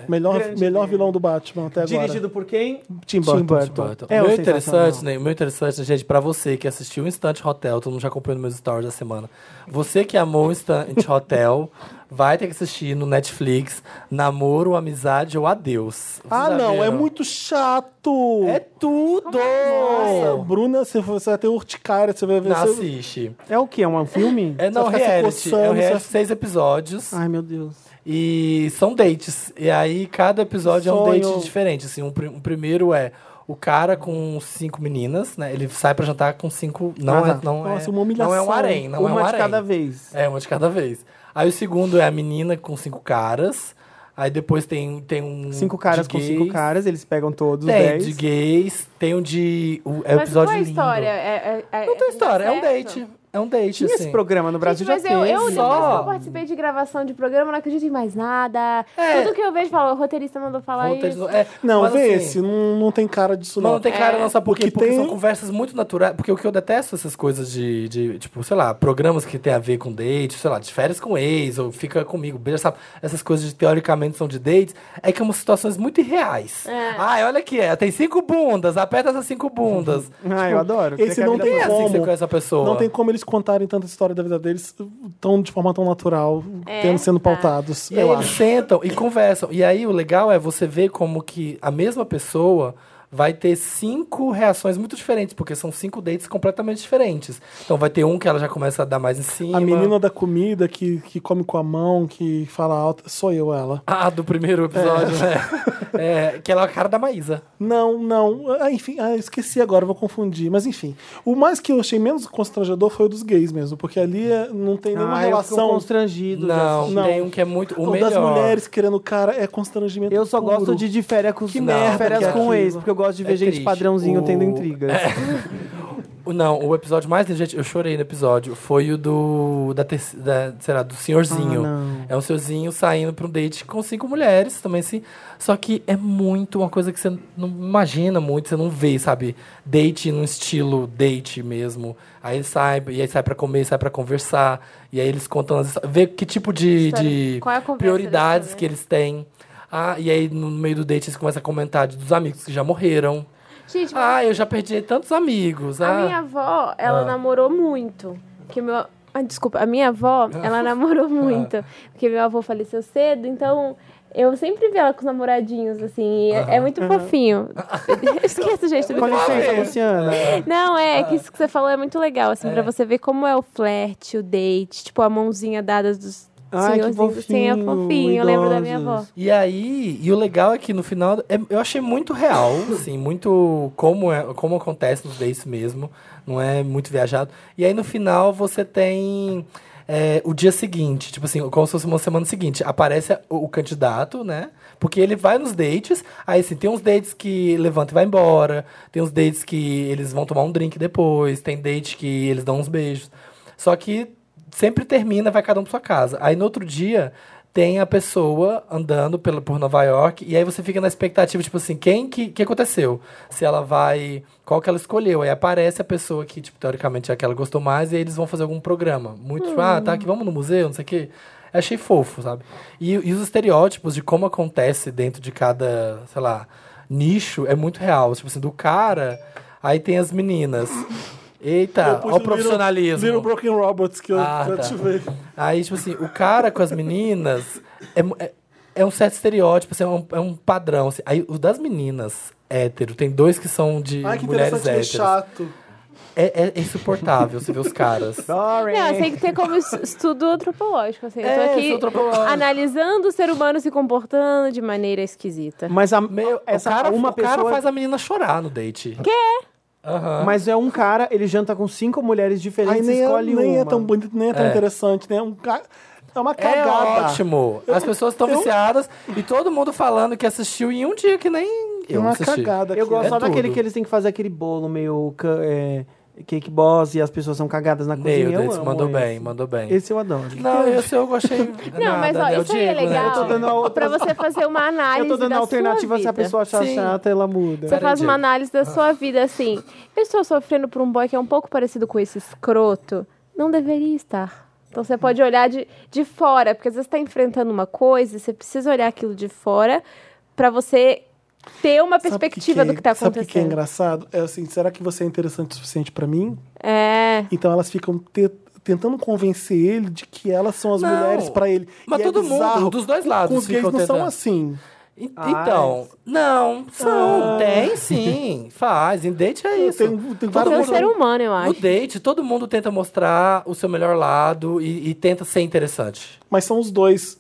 Speaker 1: melhor
Speaker 3: Grande
Speaker 1: melhor vilão do Batman até agora.
Speaker 3: Dirigido por quem?
Speaker 1: Tim Burton.
Speaker 3: Tim Burton.
Speaker 2: Burton.
Speaker 3: É
Speaker 2: o
Speaker 3: o
Speaker 2: meu
Speaker 3: sensacional.
Speaker 2: interessante, né? O meu interessante, gente, pra você que assistiu o Instant Hotel, todo mundo já acompanhou nos meus stories da semana. Você que amou o Instant Hotel, vai ter que assistir no Netflix Namoro, Amizade ou Adeus. Vocês
Speaker 1: Ah,
Speaker 2: já
Speaker 1: não, é
Speaker 2: viram?
Speaker 1: muito chato.
Speaker 2: É tudo!
Speaker 1: Nossa, Bruna, você, você vai ter urticária, você vai ver.
Speaker 2: Não
Speaker 1: você...
Speaker 2: assiste.
Speaker 3: É o quê? É um filme?
Speaker 2: É não
Speaker 1: vai ficar se
Speaker 2: reality. É um
Speaker 1: coçando,
Speaker 2: reality de
Speaker 1: você-
Speaker 2: seis episódios.
Speaker 3: Ai, meu Deus.
Speaker 2: E são dates. E aí cada episódio é um
Speaker 3: Sonho.
Speaker 2: date diferente. Assim, um, pri- um primeiro é o cara com cinco meninas, né? Ele sai pra jantar com cinco. Não,
Speaker 3: Ah, tá.
Speaker 2: é, não
Speaker 1: Nossa,
Speaker 2: é.
Speaker 1: uma humilhação.
Speaker 2: Não é um harém, não
Speaker 3: Uma
Speaker 2: é um
Speaker 3: de
Speaker 2: harém.
Speaker 3: cada vez.
Speaker 2: É, uma de cada vez. Aí o segundo é a menina com cinco caras. Aí depois tem, tem um.
Speaker 3: Cinco caras
Speaker 2: de
Speaker 3: com
Speaker 2: gays.
Speaker 3: cinco caras, eles pegam todos,
Speaker 2: Tem
Speaker 3: dez.
Speaker 2: de gays, tem um de. O, é o
Speaker 4: Mas qual
Speaker 2: episódio
Speaker 4: é a
Speaker 2: lindo.
Speaker 4: história? É, é- é-
Speaker 2: Não tem história, é um
Speaker 4: certo?
Speaker 2: date. É um date,
Speaker 3: Tinha
Speaker 2: assim.
Speaker 3: esse programa no Brasil
Speaker 4: Gente, mas
Speaker 3: já
Speaker 4: eu,
Speaker 3: teve.
Speaker 4: eu, depois
Speaker 2: Só.
Speaker 4: que eu participei de gravação de programa, não acredito em mais nada.
Speaker 2: É.
Speaker 4: Tudo que eu vejo, fala, o roteirista mandou falar
Speaker 2: Volta de
Speaker 4: isso.
Speaker 2: novo. É,
Speaker 1: Não,
Speaker 2: mas,
Speaker 1: vê
Speaker 2: assim,
Speaker 1: esse, não, não tem cara disso,
Speaker 2: Não,
Speaker 1: não. É,
Speaker 2: não tem cara, não, sabe por
Speaker 1: Porque
Speaker 2: quê? Porque
Speaker 1: tem-
Speaker 2: são conversas muito naturais. Porque o que eu detesto é essas coisas de, de, tipo, sei lá, programas que tem a ver com date, sei lá, de férias com ex, ou fica comigo, beija, sabe? Essas coisas de teoricamente são de dates, é que são situações muito irreais. Ai, olha aqui, é, tem cinco bundas, aperta essas cinco bundas.
Speaker 3: Ai, eu adoro.
Speaker 1: esse
Speaker 3: Quer que a
Speaker 1: não
Speaker 3: vida
Speaker 1: tem
Speaker 2: É
Speaker 3: passe?
Speaker 2: assim que você
Speaker 1: Uhum. Como?
Speaker 2: conhece a pessoa.
Speaker 1: Não tem como eles contarem tanta história da vida deles tão, de forma tão natural,
Speaker 4: É,
Speaker 1: tendo sendo
Speaker 4: tá.
Speaker 1: pautados,
Speaker 2: E aí
Speaker 1: eu
Speaker 2: eles
Speaker 1: acho.
Speaker 2: sentam e conversam. E aí o legal é você ver como que a mesma pessoa vai ter cinco reações muito diferentes, porque são cinco dates completamente diferentes. Então vai ter um que ela já começa a dar mais em cima.
Speaker 1: A menina da comida que, que come com a mão, que fala alto, sou eu ela.
Speaker 2: Ah, do primeiro episódio, né? É, que ela é a cara da Maísa.
Speaker 1: Não, não. Ah, enfim, ah, esqueci agora, vou confundir. Mas enfim. O mais que eu achei menos constrangedor foi o dos gays mesmo, porque ali é- não tem nenhuma
Speaker 3: Ah, eu fico
Speaker 1: relação.
Speaker 3: constrangido.
Speaker 2: Não,
Speaker 1: Não.
Speaker 2: tem um que é muito. O
Speaker 1: O
Speaker 2: melhor.
Speaker 1: das mulheres querendo o cara é constrangimento.
Speaker 3: Eu só
Speaker 1: puro.
Speaker 3: gosto de, de férias com
Speaker 2: merda
Speaker 3: férias
Speaker 2: que é
Speaker 3: com
Speaker 1: aquilo.
Speaker 3: ex, porque eu gosto de ver
Speaker 2: É
Speaker 3: gente
Speaker 2: triste. Uh.
Speaker 3: padrãozinho
Speaker 2: O- É.
Speaker 3: tendo intrigas.
Speaker 2: O- Não, o episódio mais gente, eu chorei no episódio, foi o do da, terce- da sei lá, do senhorzinho.
Speaker 3: Ah, não.
Speaker 2: é um senhorzinho saindo para um date com cinco mulheres, também assim. Só que é muito uma coisa que você não imagina muito, você não vê, sabe? Date num estilo date mesmo. Aí ele sai, e aí sai para comer, sai para conversar, e aí eles contam as histó- vê que tipo de,
Speaker 4: História.
Speaker 2: de
Speaker 4: Qual é a conversa
Speaker 2: prioridades
Speaker 4: dessa, né?
Speaker 2: que eles têm. Ah, e aí no meio do date eles começam a comentar de- dos amigos que já morreram.
Speaker 4: Gente, mas
Speaker 2: Ah, eu já perdi tantos amigos.
Speaker 4: a
Speaker 2: ah.
Speaker 4: minha avó, ela
Speaker 2: Ah.
Speaker 4: namorou muito. Que meu... ah, desculpa, a minha avó, ela namorou muito. Porque meu avô faleceu cedo, então... Eu sempre vi ela com os namoradinhos, assim, e é- é muito fofinho. Esqueça, gente, tudo
Speaker 3: Com licença,
Speaker 2: É.
Speaker 3: Luciana.
Speaker 4: Não, é que isso que você falou é muito legal, assim, pra você ver como é o flerte, o date, tipo, a mãozinha dada dos
Speaker 3: Ai, que
Speaker 4: senhorzinhos. assim, é
Speaker 3: fofinho,
Speaker 4: fofinho, eu lembro da minha avó.
Speaker 3: idosos.
Speaker 2: E aí, e o legal é que no final, é- eu achei muito real, assim, muito como, é, como acontece nos dates mesmo, não é muito viajado. E aí no final você tem é, o dia seguinte, tipo assim, como se fosse uma semana seguinte, aparece o, o candidato, né? Porque ele vai nos dates, aí assim, tem uns dates que levanta e vai embora, tem uns dates que eles vão tomar um drink depois, tem date que eles dão uns beijos. Só que sempre termina, vai cada um pra sua casa. Aí no outro dia tem a pessoa andando pelo, por Nova York e aí você fica na expectativa, tipo assim, quem que, que aconteceu? Se ela vai, qual que ela escolheu? Aí aparece a pessoa que, tipo, teoricamente é a que ela gostou mais e aí eles vão fazer algum programa. Muito, tipo, ah, tá aqui, vamos no museu, não sei o quê. Achei fofo, sabe? E, e os estereótipos de como acontece dentro de cada, sei lá, nicho é muito real. Tipo assim, do cara, aí tem as meninas.
Speaker 1: pus
Speaker 2: Eita, ó Ah, o
Speaker 1: um Little-
Speaker 2: profissionalismo.
Speaker 1: Little Broken Robots que eu
Speaker 2: Ah,
Speaker 1: já
Speaker 2: tá.
Speaker 1: ativei.
Speaker 2: Aí, tipo assim, o cara com as meninas é, mu- é, é um certo estereótipo, assim, é, um, é um padrão. assim. Aí, o das meninas hétero, tem dois que são de
Speaker 1: Ai, que
Speaker 2: mulheres
Speaker 1: interessante, meio
Speaker 2: héteras.
Speaker 1: chato.
Speaker 2: É, é insuportável você ver os caras.
Speaker 3: Sorry.
Speaker 4: Não, assim, que tem como es- estudo antropológico, assim. Eu
Speaker 2: É,
Speaker 4: tô
Speaker 2: estudo
Speaker 4: aqui
Speaker 2: antropológico.
Speaker 4: analisando o ser humano se comportando de maneira esquisita.
Speaker 3: Mas a,
Speaker 2: Meu,
Speaker 3: essa
Speaker 2: o cara,
Speaker 3: uma
Speaker 2: o
Speaker 3: pessoa.
Speaker 2: cara faz a menina chorar no date. Quê? Ah.
Speaker 3: Mas é um cara, ele janta com cinco mulheres
Speaker 1: Aí
Speaker 3: diferentes e
Speaker 1: nem, é,
Speaker 3: escolhe
Speaker 1: nem
Speaker 3: uma.
Speaker 1: é tão bonito, nem é tão interessante, né? É um ca- é uma
Speaker 2: É
Speaker 1: cagada.
Speaker 2: ótimo. As pessoas estão viciadas e todo mundo falando que assistiu em um dia que nem
Speaker 1: É
Speaker 2: eu
Speaker 1: uma
Speaker 2: assisti.
Speaker 1: cagada.
Speaker 3: Eu
Speaker 1: aquilo.
Speaker 3: gosto
Speaker 2: É
Speaker 3: só daquele
Speaker 2: tudo.
Speaker 3: que eles têm que fazer aquele bolo meio ca- é, cake boss e as pessoas são cagadas na cozinha.
Speaker 2: Nailed
Speaker 3: Eu
Speaker 2: it,
Speaker 3: amo
Speaker 2: mandou
Speaker 3: esse.
Speaker 2: bem, mandou bem.
Speaker 3: Esse eu adoro.
Speaker 2: Não, esse eu gostei.
Speaker 4: Não, mas ó, isso aí é
Speaker 2: né?
Speaker 4: legal.
Speaker 3: tô dando a outra-
Speaker 4: Pra você fazer uma análise.
Speaker 3: eu tô dando
Speaker 4: da
Speaker 3: a
Speaker 4: sua
Speaker 3: alternativa se a
Speaker 4: vida.
Speaker 3: pessoa achar
Speaker 2: Sim.
Speaker 3: chata, ela
Speaker 4: Você
Speaker 3: muda.
Speaker 4: faz
Speaker 2: Diego.
Speaker 4: uma análise da sua vida assim. Eu estou sofrendo por um boy que é um pouco parecido com esse escroto. Não deveria estar. Então você pode olhar de, de fora, porque às vezes você está enfrentando uma coisa e você precisa olhar aquilo de fora pra você ter uma
Speaker 1: Sabe o
Speaker 4: perspectiva
Speaker 1: é-
Speaker 4: do que tá
Speaker 1: Sabe o que, que é
Speaker 4: acontecendo.
Speaker 1: engraçado? É assim, será que você é interessante o suficiente pra mim?
Speaker 4: É.
Speaker 1: Então elas ficam te- tentando convencer ele de que elas são as
Speaker 2: Não.
Speaker 1: mulheres pra ele.
Speaker 2: Mas
Speaker 1: E é
Speaker 2: todo mundo,
Speaker 1: bizarro.
Speaker 2: dos dois lados
Speaker 1: Com os gays
Speaker 2: ficam
Speaker 1: não são
Speaker 2: tentando.
Speaker 1: assim.
Speaker 2: E-
Speaker 3: Ah,
Speaker 2: Então, não,
Speaker 1: Ah.
Speaker 2: são, tem sim, faz, em date é isso.
Speaker 1: Tem- tem
Speaker 2: Todo
Speaker 1: vários-
Speaker 4: Você é um
Speaker 2: mundo-
Speaker 4: ser humano, eu
Speaker 2: No
Speaker 4: acho.
Speaker 2: date, todo mundo tenta mostrar o seu melhor lado e, e tenta ser interessante.
Speaker 1: Mas são os dois.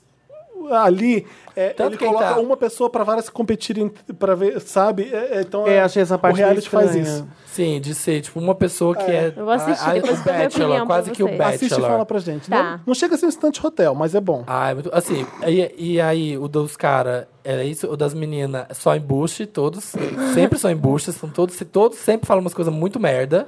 Speaker 1: Ali, é,
Speaker 2: Tanto
Speaker 1: ele
Speaker 2: quem
Speaker 1: coloca
Speaker 2: tá-
Speaker 1: uma pessoa pra várias competirem, pra ver, sabe? É, é, então,
Speaker 3: É, achei essa
Speaker 1: O
Speaker 3: parte
Speaker 1: reality
Speaker 3: meio
Speaker 1: faz
Speaker 3: estranha.
Speaker 1: isso.
Speaker 2: Sim, de ser, tipo, uma pessoa que é...
Speaker 4: Eu vou assistir, depois
Speaker 2: o
Speaker 4: eu dou minha opinião
Speaker 2: Bachelor,
Speaker 4: pra
Speaker 2: quase que o
Speaker 4: vocês.
Speaker 2: Bachelor.
Speaker 1: Assiste e fala pra gente.
Speaker 4: Tá.
Speaker 1: Não, não chega a ser um instante hotel, mas é bom.
Speaker 2: Ah, é muito... Assim, e, e aí, o dos caras, era isso? O das meninas, só embuste, todos. Sempre são embustes, são todos, todos sempre falam umas coisas muito merda.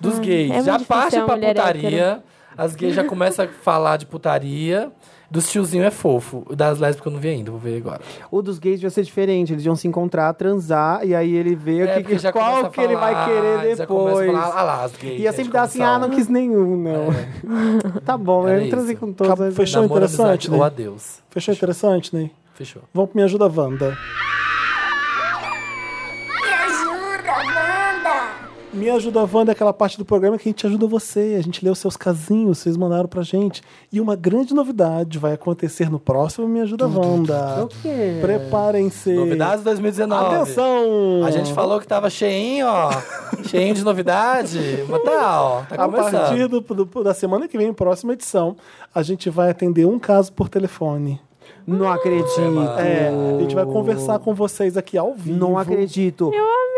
Speaker 2: Dos gays,
Speaker 4: Hum, é muito
Speaker 2: já
Speaker 4: difícil ser
Speaker 2: parte
Speaker 4: uma
Speaker 2: pra
Speaker 4: mulher
Speaker 2: putaria.
Speaker 4: hétero.
Speaker 2: As gays já começam a falar de putaria. Dos tiozinho é fofo. O Das lésbicas eu não vi ainda, vou ver agora.
Speaker 3: O dos gays devia ser diferente. Eles iam se encontrar, transar, e aí ele vê o que
Speaker 2: É, porque
Speaker 3: que, qual
Speaker 2: começa a
Speaker 3: que ele vai
Speaker 2: falar,
Speaker 3: querer
Speaker 2: Já começa a
Speaker 3: depois.
Speaker 2: falar, ah lá, as gays.
Speaker 3: Ia
Speaker 2: né,
Speaker 3: sempre
Speaker 2: de
Speaker 3: dar assim,
Speaker 2: comissão.
Speaker 3: ah, não quis nenhum, não. tá bom,
Speaker 2: É. Era
Speaker 3: eu transei
Speaker 2: isso.
Speaker 3: com todos.
Speaker 1: Acabou,
Speaker 3: mas- é
Speaker 1: fechou.
Speaker 2: Namoro,
Speaker 1: Interessante,
Speaker 2: amizade
Speaker 1: né?
Speaker 2: ou adeus.
Speaker 1: Fechou interessante, Ney?
Speaker 2: Fechou.
Speaker 1: Vamos pro Me Ajuda Wanda.
Speaker 6: Me ajuda, Wanda!
Speaker 1: Me Ajuda Wanda é aquela parte do programa que a gente ajuda você. A gente lê os seus casinhos, vocês mandaram pra gente. E uma grande novidade vai acontecer no próximo Me Ajuda Wanda.
Speaker 3: O quê?
Speaker 1: Preparem-se.
Speaker 2: Novidades 2019.
Speaker 1: Atenção!
Speaker 2: A gente falou que tava cheinho, ó. cheinho de novidade. Mas tá, ó. Tá
Speaker 1: A
Speaker 2: começando.
Speaker 1: partir do- do- da semana que vem, próxima edição, a gente vai atender um caso por telefone.
Speaker 4: Hum.
Speaker 3: Não acredito.
Speaker 1: É, a gente vai
Speaker 2: Oh.
Speaker 1: conversar com vocês aqui ao vivo.
Speaker 3: Não acredito.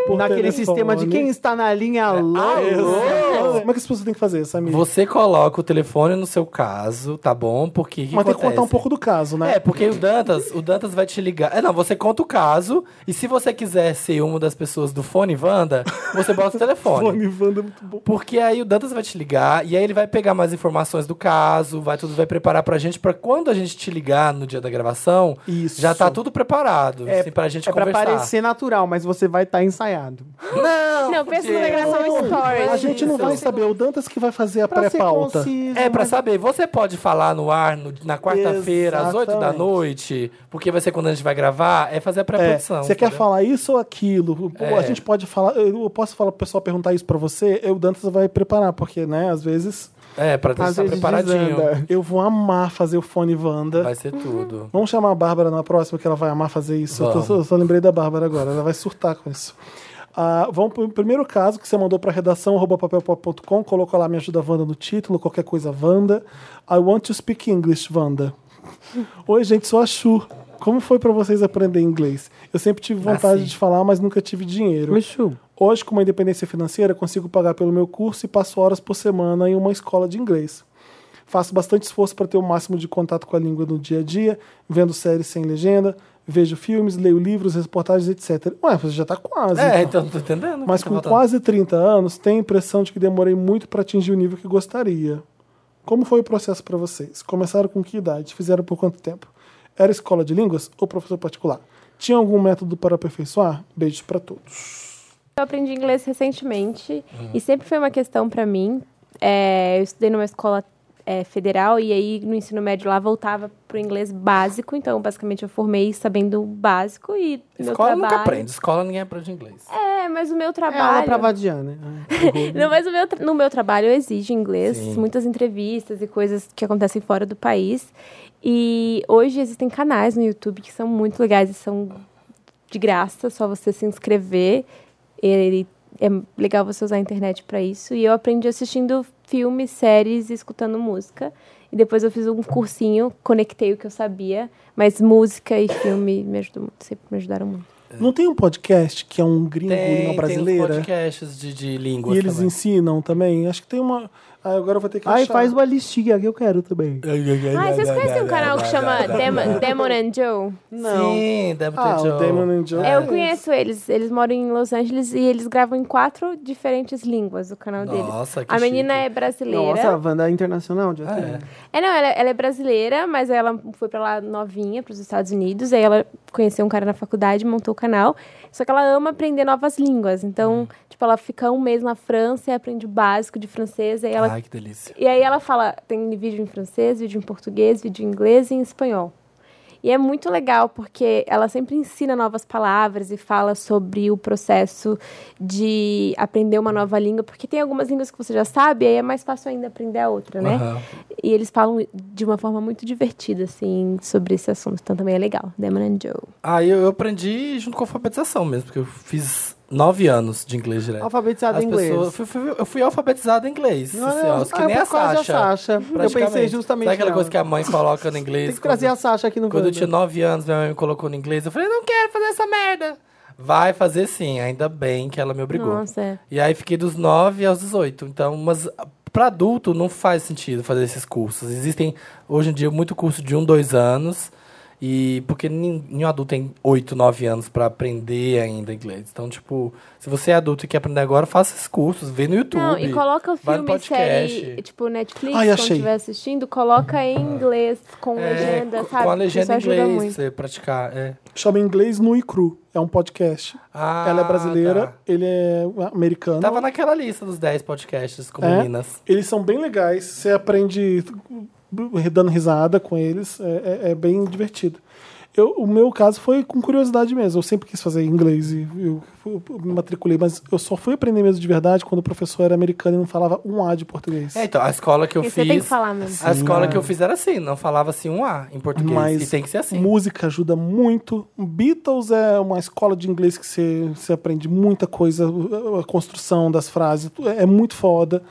Speaker 1: Por
Speaker 3: Naquele
Speaker 1: telefone.
Speaker 2: É, ah,
Speaker 3: sistema de quem está na linha alô.
Speaker 2: Alô?
Speaker 1: pessoas- como é que as pessoas têm que fazer, Samir?
Speaker 2: Você coloca o telefone no seu caso, tá bom? Porque que
Speaker 1: Mas tem que
Speaker 2: acontece?
Speaker 1: contar um pouco do caso, né?
Speaker 2: É, porque o Dantas, o Dantas vai te ligar. É, não, você conta o caso e se você quiser ser uma das pessoas do fone Wanda, você bota o telefone.
Speaker 1: Fone Wanda é muito bom.
Speaker 2: Porque aí o Dantas vai te ligar e aí ele vai pegar mais informações do caso, vai tudo vai preparar pra gente pra quando a gente te ligar no dia da gravação,
Speaker 1: Isso.
Speaker 2: já tá tudo preparado,
Speaker 3: É-
Speaker 2: assim, pra gente
Speaker 3: É pra
Speaker 2: conversar.
Speaker 3: parecer natural, mas você vai estar ensaiado.
Speaker 2: Não.
Speaker 4: Não, pensa numa gravação
Speaker 1: Não,
Speaker 4: um story.
Speaker 1: A gente não vai saber, o Dantas que vai fazer a pré-pauta.
Speaker 2: É, pra saber, você pode falar no ar no- na quarta-feira, às 8 da
Speaker 1: Exatamente.
Speaker 2: noite, porque vai ser quando a gente vai gravar, é fazer a
Speaker 1: É,
Speaker 2: pré-produção.
Speaker 1: você quer
Speaker 2: entendeu? É.
Speaker 1: falar isso ou aquilo? Pô, A gente pode falar. Eu posso falar pro pessoal perguntar isso pra você? Eu, o Dantas vai preparar, porque, né, às vezes
Speaker 2: É, pra
Speaker 3: Às
Speaker 2: estar
Speaker 3: vezes
Speaker 2: preparadinho.
Speaker 3: desanda.
Speaker 1: eu vou amar fazer o fone Wanda.
Speaker 2: Vai ser tudo.
Speaker 1: Vamos chamar a Bárbara na próxima, que ela vai amar fazer isso. Eu, tô-
Speaker 2: Vamos.
Speaker 1: eu só lembrei da Bárbara agora, ela vai surtar com isso. Ah, vamos pro primeiro caso que você mandou pra redação arroba papelpop.com, colocou lá Me Ajuda Wanda no título, qualquer coisa Wanda. I want to speak English, Wanda. Oi, gente, sou a Chu. Como foi pra vocês aprender inglês? Eu sempre tive
Speaker 3: Ah,
Speaker 1: vontade
Speaker 2: sim.
Speaker 1: de falar, mas nunca tive dinheiro. Hoje, com uma independência financeira, consigo pagar pelo meu curso e passo horas por semana em uma escola de inglês. Faço bastante esforço para ter o máximo de contato com a língua no dia a dia, vendo séries sem legenda, vejo filmes, leio livros, reportagens, etc. Ué, você já está quase. então.
Speaker 2: É, então não tô entendendo.
Speaker 1: Mas
Speaker 2: Tá
Speaker 1: com
Speaker 2: voltando.
Speaker 1: quase 30 anos, tenho a impressão de que demorei muito para atingir o nível que gostaria. Como foi o processo para vocês? Começaram com que idade? Fizeram por quanto tempo? Era escola de línguas ou professor particular? Tinha algum método para aperfeiçoar? Beijos para todos.
Speaker 4: Eu aprendi inglês recentemente
Speaker 2: Uhum.
Speaker 4: e sempre foi uma questão pra mim. É, eu estudei numa escola é, federal e aí no ensino médio lá voltava pro inglês básico, então basicamente eu formei sabendo o básico e meu
Speaker 2: Escola
Speaker 4: trabalho.
Speaker 2: nunca aprende, escola ninguém aprende inglês.
Speaker 4: É, mas o meu
Speaker 3: É aula pra
Speaker 4: trabalho.
Speaker 3: vadiar, né?
Speaker 4: Não, mas o meu tra- no meu trabalho eu exijo inglês,
Speaker 2: Sim.
Speaker 4: muitas entrevistas e coisas que acontecem fora do país. E hoje existem canais no YouTube que são muito legais e são de graça, só você se inscrever. E é legal você usar a internet para isso. E eu aprendi assistindo filmes, séries e escutando música. E depois eu fiz um cursinho, conectei o que eu sabia, mas música e filme me ajudou muito, sempre me ajudaram muito.
Speaker 1: Não tem um podcast que é um gringo e uma
Speaker 2: tem
Speaker 1: brasileira?
Speaker 2: uns podcasts de, de
Speaker 1: e
Speaker 2: línguas
Speaker 1: eles
Speaker 2: também.
Speaker 1: ensinam também? Acho que tem uma. Ah, agora eu vou ter que
Speaker 3: Aí
Speaker 1: achar.
Speaker 3: faz uma listinha que eu quero também.
Speaker 4: Ah, vocês conhecem um canal que chama Demon, Demon and Joe?
Speaker 2: Sim, deve ter
Speaker 1: Ah, o
Speaker 2: Joe.
Speaker 1: Damon and
Speaker 2: É,
Speaker 1: Joe.
Speaker 4: É, Eu conheço eles. Eles moram em Los Angeles e eles gravam em quatro diferentes línguas o canal deles.
Speaker 2: Nossa, que
Speaker 4: A menina
Speaker 2: chique.
Speaker 4: é brasileira.
Speaker 3: Nossa, a Wanda é internacional. Já
Speaker 2: Ah,
Speaker 3: tem.
Speaker 2: é.
Speaker 4: É, não, ela, ela é brasileira, mas ela foi pra lá novinha, pros Estados Unidos. Aí ela conheceu um cara na faculdade, montou o canal. Só que ela ama aprender novas línguas. Então,
Speaker 2: Hum.
Speaker 4: tipo, ela fica um mês na França e aprende o básico de francês. Aí ela
Speaker 2: Ai, que delícia.
Speaker 4: E aí ela fala, tem vídeo em francês, vídeo em português, vídeo em inglês e em espanhol. E é muito legal porque ela sempre ensina novas palavras e fala sobre o processo de aprender uma nova língua, porque tem algumas línguas que você já sabe, aí é mais fácil ainda aprender a outra, né?
Speaker 2: Aham.
Speaker 4: E eles falam de uma forma muito divertida, assim, sobre esse assunto. Então também é legal. Demon and Joe.
Speaker 2: Ah, eu, eu aprendi junto com a alfabetização mesmo, porque eu fiz nove anos de inglês direto.
Speaker 3: Alfabetizada
Speaker 2: As
Speaker 3: em inglês.
Speaker 2: pessoas- fui- fui- eu fui alfabetizado em inglês.
Speaker 3: Não,
Speaker 2: assim,
Speaker 3: não,
Speaker 2: ó, que
Speaker 3: ah,
Speaker 2: nem
Speaker 3: eu
Speaker 2: a
Speaker 3: quase a
Speaker 2: Sasha.
Speaker 3: Sasha. Eu
Speaker 2: praticamente.
Speaker 3: pensei justamente
Speaker 2: Sabe aquela
Speaker 3: nela.
Speaker 2: coisa que a mãe coloca no inglês?
Speaker 3: Tem que trazer né?
Speaker 2: quando-
Speaker 3: a Sasha aqui no
Speaker 2: Quando eu
Speaker 3: Wanda.
Speaker 2: tinha 9 anos, minha mãe me colocou no inglês. Eu falei, não quero fazer essa merda. Vai fazer sim, ainda bem que ela me obrigou.
Speaker 4: Nossa, é.
Speaker 2: E aí fiquei dos 9 aos 18. Então, mas para adulto não faz sentido fazer esses cursos. Existem hoje em dia muito curso de 1, 2 anos. E porque nin- nenhum adulto tem 8, 9 anos para aprender ainda inglês. Então, tipo, se você é adulto e quer aprender agora, faça esses cursos, vê no YouTube.
Speaker 4: Não, e coloca o
Speaker 2: vai no
Speaker 4: filme,
Speaker 2: podcast.
Speaker 4: série, tipo Netflix,
Speaker 1: Ai,
Speaker 4: quando
Speaker 1: achei.
Speaker 4: estiver assistindo, coloca em inglês, com
Speaker 2: É,
Speaker 4: legenda,
Speaker 2: com-
Speaker 4: sabe?
Speaker 2: Com a
Speaker 4: Porque isso
Speaker 2: legenda em
Speaker 4: ajuda
Speaker 2: inglês,
Speaker 4: muito.
Speaker 2: você praticar. É.
Speaker 1: Chama Inglês Nu e Cru. É um podcast.
Speaker 2: Ah,
Speaker 1: ela é brasileira,
Speaker 2: tá.
Speaker 1: ele é americano.
Speaker 2: Tava naquela lista dos 10 podcasts com
Speaker 1: É.
Speaker 2: meninas.
Speaker 1: Eles são bem legais. Você aprende eh, dando risada com eles. É, é- é bem divertido. Eu, o meu caso foi com curiosidade mesmo. Eu sempre quis fazer inglês e eu, eu me matriculei, mas eu só fui aprender mesmo de verdade quando o professor era americano e não falava um A de português.
Speaker 2: É, então, a escola que eu
Speaker 4: Porque
Speaker 2: fiz.
Speaker 4: você tem que falar mesmo.
Speaker 2: A escola que eu fiz era assim, não falava assim um A em português.
Speaker 1: Mas
Speaker 2: e tem que ser assim.
Speaker 1: música ajuda muito. Beatles é uma escola de inglês que você, você aprende muita coisa, a construção das frases, tu- é muito foda.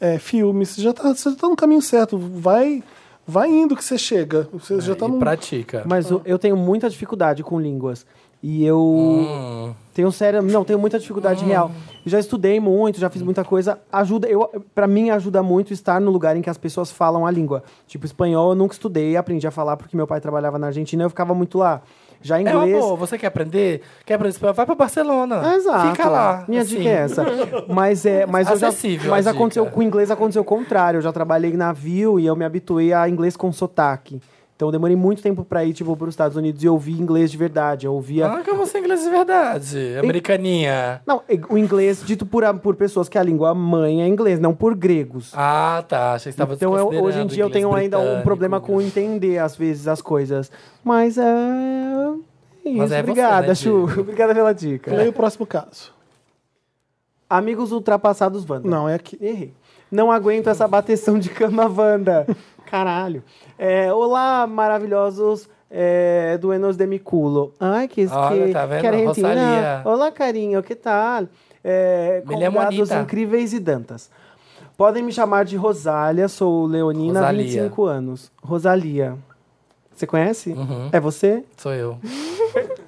Speaker 1: É, filmes, você já tá, você já tá no caminho certo. Vai, vai indo que você chega. Você já tá
Speaker 2: É, e
Speaker 1: num...
Speaker 2: pratica.
Speaker 3: Mas eu- eu tenho muita dificuldade com línguas. E eu.
Speaker 2: Hum,
Speaker 3: Tenho sério, não, tenho muita dificuldade real. Já estudei muito, já fiz
Speaker 2: Hum.
Speaker 3: muita coisa. Ajuda, eu, para mim ajuda muito estar no lugar em que as pessoas falam a língua. Tipo espanhol, eu nunca estudei, aprendi a falar porque meu pai trabalhava na Argentina, eu ficava muito lá.
Speaker 2: É
Speaker 3: Já
Speaker 2: uma
Speaker 3: inglês,
Speaker 2: boa, você quer aprender? Quer aprender espanhol? Vai pra Barcelona.
Speaker 3: ah, Exato.
Speaker 2: Fica lá.
Speaker 3: Minha
Speaker 2: assim.
Speaker 3: dica é essa. Mas é, mas eu já,
Speaker 2: Acessível
Speaker 3: mas
Speaker 2: a
Speaker 3: aconteceu
Speaker 2: dica.
Speaker 3: com o inglês aconteceu o contrário. Eu já trabalhei em navio e eu me habituei a inglês com sotaque. Então eu demorei muito tempo pra ir tipo para os Estados Unidos e ouvir inglês de verdade. Eu ouvia
Speaker 2: Ah, que eu vou ser inglês de verdade. Americaninha.
Speaker 3: não, o inglês dito por, por pessoas que a língua mãe é inglês, não por gregos.
Speaker 2: Ah, tá. Achei que você estava
Speaker 3: Então, eu-
Speaker 2: desconsiderando
Speaker 3: hoje em dia eu
Speaker 2: inglês
Speaker 3: tenho ainda um
Speaker 2: britânico. né?
Speaker 3: problema com entender, às vezes, as coisas. Mas é. é Isso,
Speaker 2: Mas é você,
Speaker 3: obrigada,
Speaker 2: né,
Speaker 3: Chu.
Speaker 2: Diego?
Speaker 3: Obrigada pela dica.
Speaker 1: Leia o próximo caso.
Speaker 3: Amigos ultrapassados, Wanda.
Speaker 1: Não, é aqui.
Speaker 3: Errei. Não aguento essa bateção de cama, Wanda. Caralho. É, olá, maravilhosos é, duenos de mi culo. Ai, que,
Speaker 2: Olha,
Speaker 3: que,
Speaker 2: tá vendo?
Speaker 3: que argentina.
Speaker 2: Rosalía.
Speaker 3: Olá, carinho, que tal? É,
Speaker 2: Me llamo
Speaker 3: convidados
Speaker 2: Anita.
Speaker 3: incríveis e dantas. Podem me chamar de Rosália, sou leonina,
Speaker 2: Rosalia.
Speaker 3: 25 anos. Rosalia. Você conhece?
Speaker 2: Uhum.
Speaker 3: É você?
Speaker 2: Sou eu.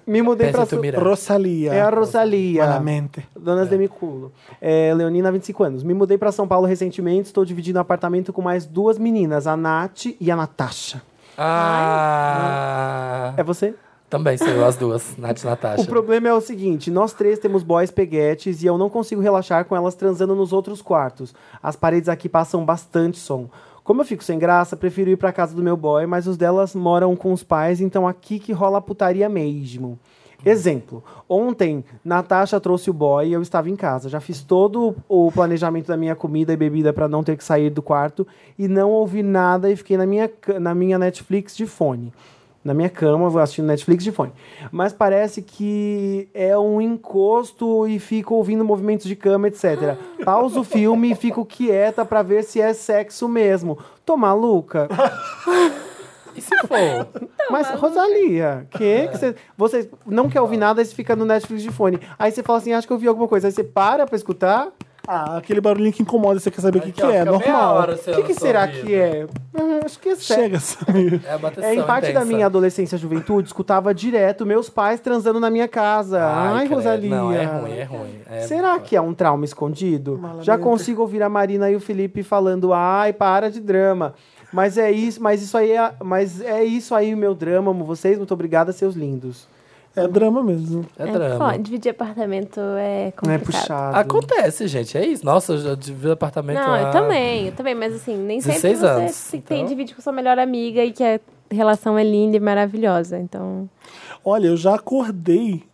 Speaker 3: Me mudei
Speaker 2: Pensa
Speaker 3: pra...
Speaker 2: tu,
Speaker 3: Su-
Speaker 2: mira.
Speaker 1: Rosalia.
Speaker 3: É a Rosalia.
Speaker 1: Malamente.
Speaker 3: Donas de Miculo. É, Leonina, 25 anos. Me mudei pra São Paulo recentemente. Estou dividindo apartamento com mais duas meninas, a Nath e a Natasha.
Speaker 2: Ah.
Speaker 3: É você?
Speaker 2: Também sou eu, as duas. Nath e Natasha.
Speaker 3: O problema é o seguinte: nós três temos boys peguetes e eu não consigo relaxar com elas transando nos outros quartos. As paredes aqui passam bastante som. Como eu fico sem graça, prefiro ir pra casa do meu boy, mas os delas moram com os pais, então aqui que rola a putaria mesmo. Exemplo, ontem Natasha trouxe o boy e eu estava em casa. Já fiz todo o planejamento da minha comida e bebida pra não ter que sair do quarto e não ouvi nada e fiquei na minha, ca- na minha Netflix de fone na minha cama, vou assistindo Netflix de fone. Mas parece que é um encosto e fico ouvindo movimentos de cama, etc. Pauso o filme e fico quieta pra ver se é sexo mesmo. Tô maluca?
Speaker 2: E se for?
Speaker 3: Mas, Rosalia, que que você... Você não quer ouvir nada e você fica no Netflix de fone. Aí você fala assim, acho que eu vi alguma coisa. Aí você para pra escutar.
Speaker 1: Ah, aquele barulhinho que incomoda, você quer saber o que,
Speaker 2: Aqui,
Speaker 1: que
Speaker 2: ó,
Speaker 1: é,
Speaker 2: fica meia
Speaker 1: normal.
Speaker 2: hora.
Speaker 3: O
Speaker 2: seu-
Speaker 3: que, que
Speaker 2: seu
Speaker 3: será
Speaker 2: ouvido.
Speaker 3: que é? Hum, acho que é sexo.
Speaker 1: Chega, Samir.
Speaker 2: É a bateção
Speaker 3: É, em parte
Speaker 2: intensa.
Speaker 3: da minha adolescência e juventude, escutava direto meus pais transando na minha casa. Ai,
Speaker 2: credo.
Speaker 3: Rosalia.
Speaker 2: Não, é ruim, é ruim. É-
Speaker 3: Será que é um trauma escondido? Já consigo ouvir a Marina e o Felipe falando: "Ai, para de drama". Mas é isso, mas isso aí é, mas é isso aí meu drama, amo vocês, muito obrigada, seus lindos.
Speaker 1: É drama mesmo.
Speaker 2: É drama.
Speaker 4: foda, dividir apartamento é complicado.
Speaker 3: Não é puxado.
Speaker 2: Acontece, gente. É isso. Nossa, eu já dividi apartamento
Speaker 4: Não, eu
Speaker 2: há-
Speaker 4: também, eu também, mas assim, nem sempre
Speaker 2: 16
Speaker 4: você
Speaker 2: né, anos,
Speaker 4: se tem
Speaker 2: então.
Speaker 4: divide com sua melhor amiga e que a relação é linda e maravilhosa. Então,
Speaker 1: Olha, eu já acordei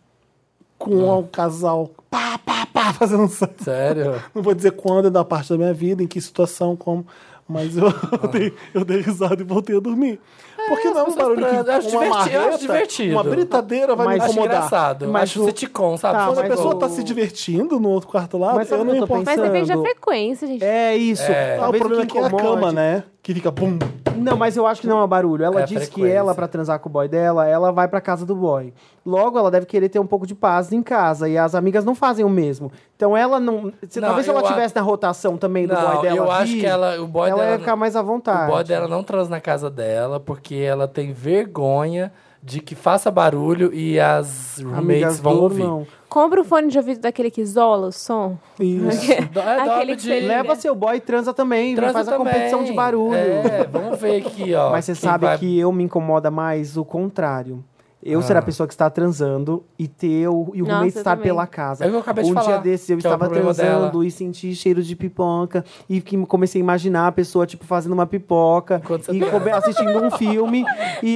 Speaker 1: com um casal pá, pá, pá, fazendo sexo.
Speaker 2: Sério?
Speaker 1: Não vou dizer quando é da parte da minha vida, em que situação, como. Mas eu, dei, eu dei risada e voltei a dormir. Porque não é um
Speaker 2: pessoas
Speaker 1: barulho que
Speaker 2: transam, eu acho
Speaker 1: uma
Speaker 2: diverti- eu acho
Speaker 1: marreta,
Speaker 2: divertido.
Speaker 1: uma britadeira vai
Speaker 3: Mas
Speaker 1: me
Speaker 2: Acho
Speaker 1: incomodar.
Speaker 2: engraçado.
Speaker 3: Mas
Speaker 2: acho
Speaker 3: o-
Speaker 2: sitcom, sabe?
Speaker 3: Tá,
Speaker 1: Quando a
Speaker 3: mas
Speaker 1: pessoa
Speaker 3: o-
Speaker 1: tá se divertindo no outro quarto lá,
Speaker 3: Mas sabe
Speaker 1: eu
Speaker 3: o
Speaker 1: não
Speaker 3: que
Speaker 1: me
Speaker 3: eu tô
Speaker 1: importo.
Speaker 4: mas depende da
Speaker 3: Pensando.
Speaker 4: frequência, gente.
Speaker 3: É isso.
Speaker 2: É.
Speaker 1: Ah, o
Speaker 3: Talvez
Speaker 1: problema
Speaker 3: que
Speaker 1: aqui é a
Speaker 3: incomode-
Speaker 1: cama, né? Que fica bum.
Speaker 3: Não, mas eu acho que não é um barulho. Ela
Speaker 2: É a
Speaker 3: diz que
Speaker 2: frequência.
Speaker 3: ela, pra transar com o boy dela, ela vai pra casa do boy. Logo, ela deve querer ter um pouco de paz em casa. E as amigas não fazem o mesmo. Então, ela não. se-
Speaker 2: Não,
Speaker 3: talvez se ela
Speaker 2: eu a-
Speaker 3: tivesse na rotação também do
Speaker 2: Não,
Speaker 3: boy dela.
Speaker 2: eu acho
Speaker 3: vir,
Speaker 2: que ela- o boy
Speaker 3: ela
Speaker 2: dela
Speaker 3: ia
Speaker 2: não-
Speaker 3: ficar mais à vontade.
Speaker 2: O boy dela não transa na casa dela porque ela tem vergonha de que faça barulho e as roommates
Speaker 3: Amigas
Speaker 2: vão
Speaker 3: do
Speaker 2: ouvir.
Speaker 3: não.
Speaker 4: Compra um fone de ouvido daquele que isola o som.
Speaker 1: Isso.
Speaker 2: Do- é,
Speaker 4: Aquele
Speaker 2: dobra
Speaker 4: que
Speaker 2: de-
Speaker 4: você liga.
Speaker 3: Leva seu boy e transa também.
Speaker 2: Transa
Speaker 3: faz a
Speaker 2: também.
Speaker 3: competição de barulho.
Speaker 2: É, vamos ver aqui, ó.
Speaker 3: Mas você
Speaker 2: quem
Speaker 3: sabe
Speaker 2: vai-
Speaker 3: que eu me incomoda mais o contrário. Eu ser a
Speaker 2: Ah.
Speaker 3: pessoa que está transando e ter o, e o
Speaker 4: Nossa,
Speaker 3: roommate
Speaker 4: eu
Speaker 3: estar
Speaker 4: também.
Speaker 3: pela casa.
Speaker 2: É o que eu acabei de
Speaker 3: um
Speaker 2: falar,
Speaker 3: dia desses eu
Speaker 2: que é o
Speaker 3: estava
Speaker 2: problema
Speaker 3: transando
Speaker 2: dela.
Speaker 3: e senti cheiro de pipoca e que comecei a imaginar a pessoa tipo fazendo uma pipoca
Speaker 2: Enquanto você
Speaker 3: e
Speaker 2: tá-
Speaker 3: come- assistindo um filme e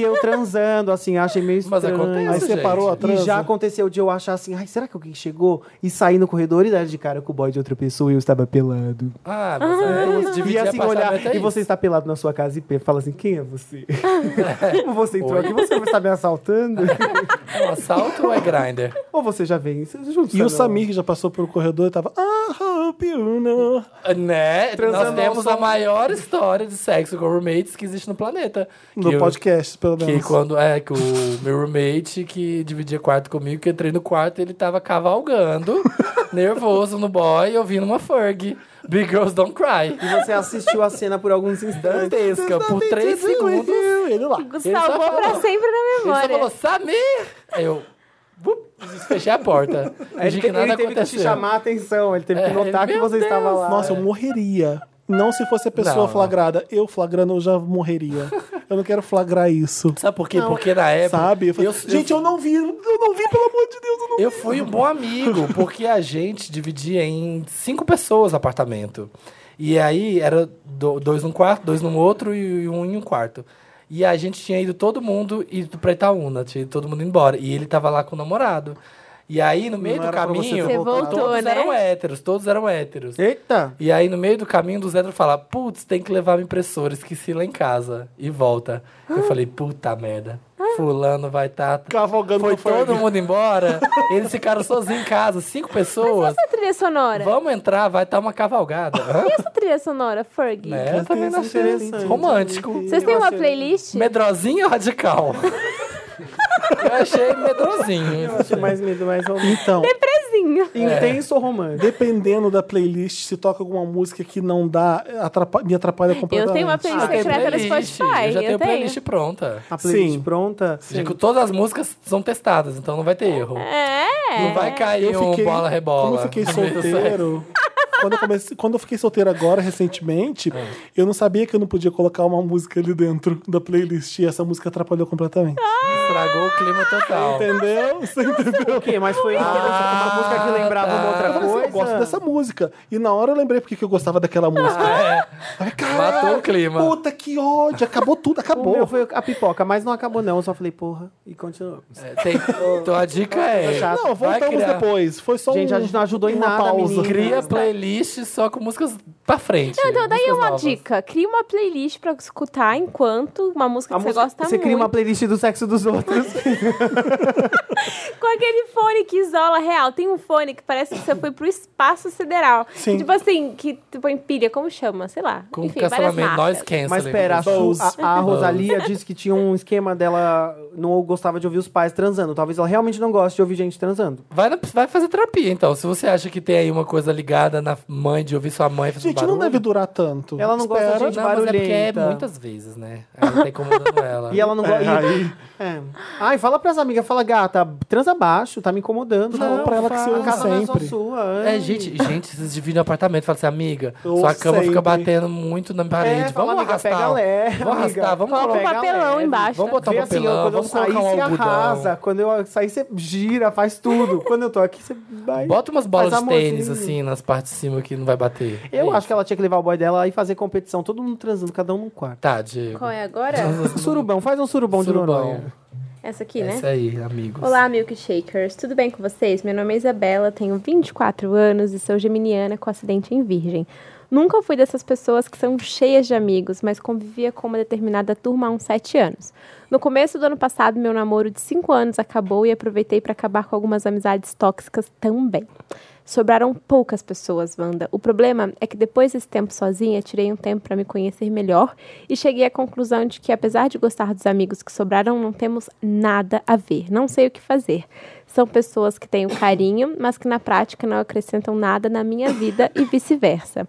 Speaker 3: eu transando assim, achei meio
Speaker 2: Mas
Speaker 3: estranho.
Speaker 2: acontece,
Speaker 1: Aí
Speaker 2: Isso,
Speaker 1: você
Speaker 2: gente.
Speaker 1: parou a
Speaker 3: E
Speaker 1: transa.
Speaker 3: já aconteceu de eu achar assim, ai, será que alguém chegou? E sair no corredor e dar de cara com o boy de outra pessoa e eu estava pelado.
Speaker 2: Ah, mas é, então, dividir
Speaker 3: E assim, olhar,
Speaker 2: apartamento é
Speaker 3: e
Speaker 2: isso.
Speaker 3: você está pelado na sua casa e pe- fala assim, quem é você? Como você entrou
Speaker 2: Oi.
Speaker 3: aqui? Você está me assaltando?
Speaker 2: É um assalto ou é grinder?
Speaker 3: Ou você já vem? Juntos,
Speaker 1: E o Samir, que já passou pelo corredor, e tava. Ah, hope you know.
Speaker 2: Né?
Speaker 3: Transando
Speaker 2: Nós temos
Speaker 3: ao som.
Speaker 2: a maior história de sexo com roommates que existe no planeta.
Speaker 1: No
Speaker 2: Que eu-
Speaker 1: podcast, pelo
Speaker 2: Que
Speaker 1: menos.
Speaker 2: quando é que o meu roommate que dividia quarto comigo, que eu entrei no quarto, ele tava cavalgando, nervoso no boy, ouvindo uma Ferg. Big Girls Don't Cry.
Speaker 3: Você assistiu a cena por alguns instantes.
Speaker 2: Dantesca, por três segundos.
Speaker 1: Ele lá.
Speaker 4: Salvou pra sempre na
Speaker 2: Ele só assim,
Speaker 4: memória.
Speaker 2: falou, Samir! Aí eu, Bup, fechei a porta.
Speaker 3: Aí
Speaker 2: Fingi
Speaker 3: Ele,
Speaker 2: que
Speaker 3: te-
Speaker 2: nada
Speaker 3: ele teve que te
Speaker 2: aconteceu.
Speaker 3: chamar a atenção, ele teve que
Speaker 2: É,
Speaker 3: notar que
Speaker 2: meu
Speaker 3: você estava
Speaker 2: Deus.
Speaker 3: lá.
Speaker 1: Nossa, eu morreria. Não se fosse a pessoa
Speaker 2: é. Não, não.
Speaker 1: flagrada. Eu flagrando, eu já morreria. Eu não quero flagrar isso.
Speaker 2: Sabe por quê? Porque na época.
Speaker 1: Sabe? Eu falei,
Speaker 2: É, eu-
Speaker 1: gente, eu não vi, eu não vi, pelo amor de Deus, eu não
Speaker 2: Eu fui um bom amigo, porque a gente dividia em cinco pessoas o apartamento. E aí era do- dois num quarto, dois num outro e um em um quarto. E a gente tinha ido todo mundo ido pra Itaúna, tinha ido todo mundo embora. E ele tava lá com o namorado. E aí, no meio
Speaker 3: Não
Speaker 2: do
Speaker 3: era pra você
Speaker 2: caminho,
Speaker 3: ter
Speaker 4: Você voltado. voltou,
Speaker 2: todos
Speaker 4: né?
Speaker 2: eram héteros, todos eram héteros.
Speaker 3: Eita!
Speaker 2: E aí, no meio do caminho, do Zedro fala: Putz, tem que levar uma impressora, esqueci lá em casa. E volta. Eu falei: Puta merda.
Speaker 4: Ah.
Speaker 2: Fulano vai estar. Tá...
Speaker 1: Cavalgando
Speaker 2: Foi
Speaker 1: no Ferg.
Speaker 2: todo mundo embora. Eles ficaram sozinhos em casa, cinco pessoas.
Speaker 4: Essa trilha sonora.
Speaker 2: Vamos entrar, vai estar uma cavalgada. Hã?
Speaker 4: E essa trilha sonora, Ferg?
Speaker 2: né? Eu também não achei
Speaker 3: interessante.
Speaker 2: romântico.
Speaker 4: Vocês têm uma playlist?
Speaker 2: Medrosinho ou radical? Eu achei medrosinho.
Speaker 3: Mais medo, mais romântico.
Speaker 1: Então,
Speaker 4: Prezinho.
Speaker 3: Intenso ou romântico?
Speaker 1: dependendo da playlist, se toca alguma música que não dá, atrapa- me atrapalha completamente.
Speaker 4: Eu tenho uma playlist
Speaker 2: Ah, tem
Speaker 4: secreta no
Speaker 2: playlist,
Speaker 4: Spotify.
Speaker 2: Eu já tenho
Speaker 4: eu tenho.
Speaker 2: playlist pronta.
Speaker 3: A playlist
Speaker 1: Sim.
Speaker 3: pronta?
Speaker 2: Digo, todas as músicas são testadas, então não vai ter erro.
Speaker 4: É.
Speaker 2: Não vai cair
Speaker 1: Eu
Speaker 2: um
Speaker 1: fiquei,
Speaker 2: bola rebola.
Speaker 1: Como eu fiquei solteiro. quando, eu comecei, quando eu fiquei solteiro agora, recentemente,
Speaker 2: Ah.
Speaker 1: eu não sabia que eu não podia colocar uma música ali dentro da playlist. E essa música atrapalhou completamente.
Speaker 4: Ah,
Speaker 2: Estragou o clima total.
Speaker 1: Entendeu? Você entendeu?
Speaker 3: O quê? Mas foi uma, uma música que lembrava uma
Speaker 1: Eu
Speaker 3: outra
Speaker 1: falei assim,
Speaker 3: coisa? Ah,
Speaker 1: eu gosto dessa música. E na hora eu lembrei porque que eu gostava daquela música.
Speaker 3: é.
Speaker 1: Falei, "Caralho,
Speaker 2: Matou o clima."
Speaker 1: Puta que ódio. Acabou tudo,
Speaker 3: O
Speaker 1: acabou.
Speaker 3: meu foi a pipoca, mas não acabou não. Eu só falei, porra, e continuou.
Speaker 2: É, tem- então a dica é.
Speaker 3: Chato.
Speaker 1: Não,
Speaker 2: vai
Speaker 1: voltamos
Speaker 2: criar-
Speaker 1: depois. Foi só
Speaker 3: Gente,
Speaker 1: um,
Speaker 3: a gente não ajudou em
Speaker 1: uma
Speaker 3: nada,
Speaker 1: pausa.
Speaker 3: menina.
Speaker 2: Cria playlist só com músicas pra frente.
Speaker 4: Não, então daí
Speaker 2: músicas
Speaker 4: uma
Speaker 2: novas.
Speaker 4: dica. Cria uma playlist pra escutar enquanto uma música
Speaker 3: A
Speaker 4: que
Speaker 3: música-
Speaker 4: você gosta
Speaker 3: você
Speaker 4: muito.
Speaker 3: cria uma playlist do sexo dos outros.
Speaker 4: Com aquele fone que isola real. Tem um fone que parece que você foi pro espaço sideral.
Speaker 1: Sim.
Speaker 4: Tipo assim, que tu põe pilha, como chama? Sei lá.
Speaker 2: Com
Speaker 4: Enfim, várias
Speaker 2: cancelamento,
Speaker 4: marcas.
Speaker 2: nós canceling.
Speaker 3: Mas pera, a, Su-
Speaker 1: Bows.
Speaker 3: a- a Rosalia disse que tinha um esquema dela, não gostava de ouvir os pais transando. Talvez ela realmente não goste de ouvir gente transando.
Speaker 2: Vai, na- vai fazer terapia, então. Se você acha que tem aí uma coisa ligada na mãe de ouvir sua mãe fazendo
Speaker 1: Gente, não
Speaker 2: barulho.
Speaker 1: deve durar tanto.
Speaker 3: Ela não gosta de
Speaker 1: Espera.
Speaker 3: gente
Speaker 2: Não, mas é porque é
Speaker 3: barulhenta.
Speaker 2: muitas vezes, né? Aí tá incomodando ela.
Speaker 3: E ela não gosta.
Speaker 1: É, aí-
Speaker 3: É. Ai, fala pras amigas, fala, gata, transa baixo, tá me incomodando.
Speaker 1: Fala pra ela que você
Speaker 3: a
Speaker 1: usa
Speaker 3: casa não é só
Speaker 1: sempre.
Speaker 3: sua. ai.
Speaker 2: É, gente, gente, vocês dividem o apartamento. Fala assim, amiga,
Speaker 1: Eu
Speaker 2: sua cama
Speaker 1: sempre.
Speaker 2: fica batendo muito na parede.
Speaker 3: É, fala,
Speaker 2: vamos
Speaker 3: amiga,
Speaker 2: arrastar.
Speaker 3: pega leve,
Speaker 2: vamos
Speaker 3: amiga.
Speaker 2: arrastar, vamos
Speaker 4: Coloca um
Speaker 2: colocar.
Speaker 3: Pega
Speaker 4: papelão
Speaker 3: leve,
Speaker 4: embaixo.
Speaker 2: Vamos botar um
Speaker 3: Vê assim,
Speaker 2: papelão,
Speaker 3: eu- quando eu
Speaker 2: vamos colocar
Speaker 3: sair,
Speaker 2: um
Speaker 3: você
Speaker 2: algodão.
Speaker 3: arrasa. Quando eu sair, você gira, faz tudo. Quando eu tô aqui, você vai.
Speaker 2: Bota umas bolas
Speaker 3: faz
Speaker 2: de tênis,
Speaker 3: amorzinho.
Speaker 2: assim, nas partes de cima que não vai bater.
Speaker 3: Eu
Speaker 2: Isso.
Speaker 3: acho que ela tinha que levar o boy dela e fazer competição, todo mundo transando, cada um num quarto.
Speaker 2: Tá, Diego.
Speaker 4: Qual é agora?
Speaker 3: Surubão, faz um surubão, de
Speaker 2: Surubão.
Speaker 3: Noronha.
Speaker 4: Essa aqui,
Speaker 2: É
Speaker 4: né?
Speaker 2: isso aí, amigos.
Speaker 4: Olá, milkshakers. Tudo bem com vocês? Meu nome é Isabela, tenho 24 anos e sou geminiana com acidente em virgem. Nunca fui dessas pessoas que são cheias de amigos, mas convivia com uma determinada turma há uns 7 anos. No começo do ano passado, meu namoro de 5 anos acabou e aproveitei para acabar com algumas amizades tóxicas também. Sobraram poucas pessoas, Wanda. O problema é que depois desse tempo sozinha, tirei um tempo para me conhecer melhor e cheguei à conclusão de que, apesar de gostar dos amigos que sobraram, não temos nada a ver. Não sei o que fazer. São pessoas que têm o carinho, mas que na prática não acrescentam nada na minha vida e vice-versa.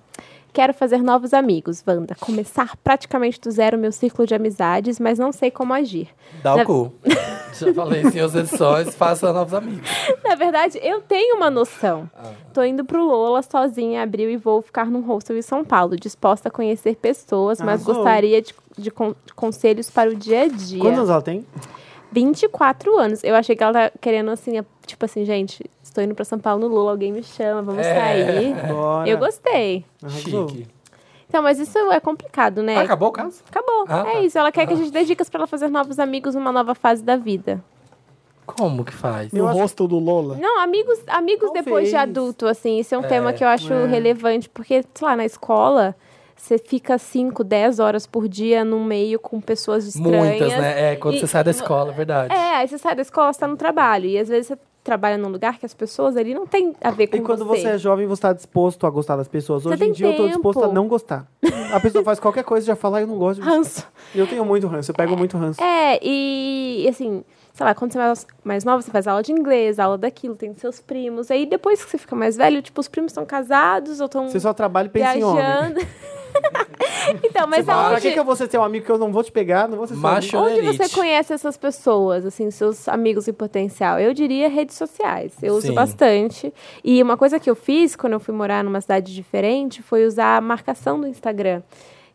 Speaker 4: Quero fazer novos amigos, Wanda. Começar praticamente do zero meu círculo de amizades, mas não sei como agir.
Speaker 2: Dá
Speaker 4: Na-
Speaker 2: o cu. Já falei, sem as edições, faça novos amigos.
Speaker 4: Na verdade, eu tenho uma noção.
Speaker 2: Ah.
Speaker 4: Tô indo pro Lola sozinha em abril e vou ficar num hostel em São Paulo, disposta a conhecer pessoas, mas
Speaker 3: Arrasou.
Speaker 4: gostaria de, de con- de conselhos para o dia a dia.
Speaker 3: Quantos anos ela tem?
Speaker 4: 24 anos. Eu achei que ela tá querendo assim, é- tipo assim, gente, estou indo pra São Paulo no Lola, alguém me chama, vamos
Speaker 2: É.
Speaker 4: sair.
Speaker 3: Bora.
Speaker 4: Eu gostei.
Speaker 3: Arrasou.
Speaker 2: Chique.
Speaker 4: Então, mas isso é complicado, né?
Speaker 2: Acabou o caso?
Speaker 4: Acabou.
Speaker 2: Ah,
Speaker 4: é
Speaker 2: tá.
Speaker 4: isso. Ela quer que a gente dê dicas pra ela fazer novos amigos numa nova fase da vida.
Speaker 2: Como que faz?
Speaker 1: No rosto do Lola.
Speaker 4: Não, amigos, amigos
Speaker 3: Talvez.
Speaker 4: depois de adulto, assim, isso é um tema que eu acho relevante, porque, sei lá, na escola, você fica 5, 10 horas por dia num meio com pessoas estranhas.
Speaker 2: Muitas, né? É, quando
Speaker 4: E-
Speaker 2: você sai da escola, é verdade.
Speaker 4: É, aí você sai da escola, você tá no trabalho, e às vezes você trabalha num lugar que as pessoas ali não tem a ver com
Speaker 3: E quando você é jovem, você tá disposto a gostar das pessoas.
Speaker 4: Você
Speaker 3: Hoje
Speaker 4: tem
Speaker 3: em dia eu tô
Speaker 4: tempo.
Speaker 3: disposto a não gostar. A pessoa faz qualquer coisa e já fala, "Ah, eu não gosto disso.
Speaker 4: Ranço.
Speaker 3: Eu tenho muito ranço, eu pego muito ranço.
Speaker 4: É, e assim, sei lá, quando você é mais, mais nova, você faz aula de inglês, aula daquilo, tem seus primos. Aí depois que você fica mais velho, tipo, os primos estão casados ou estão
Speaker 3: Você só trabalha e pensa em homem.
Speaker 4: viajando. Então, mas
Speaker 3: Pra
Speaker 4: aonde,
Speaker 3: que, que eu vou ser seu amigo que eu não vou te pegar? Não vou ser seu
Speaker 2: Macho-
Speaker 3: amigo.
Speaker 4: onde você
Speaker 2: Cholerite.
Speaker 4: conhece essas pessoas, assim, seus amigos em potencial? Eu diria redes sociais. Eu uso
Speaker 2: Sim.
Speaker 4: bastante. E uma coisa que eu fiz quando eu fui morar numa cidade diferente foi usar a marcação do Instagram.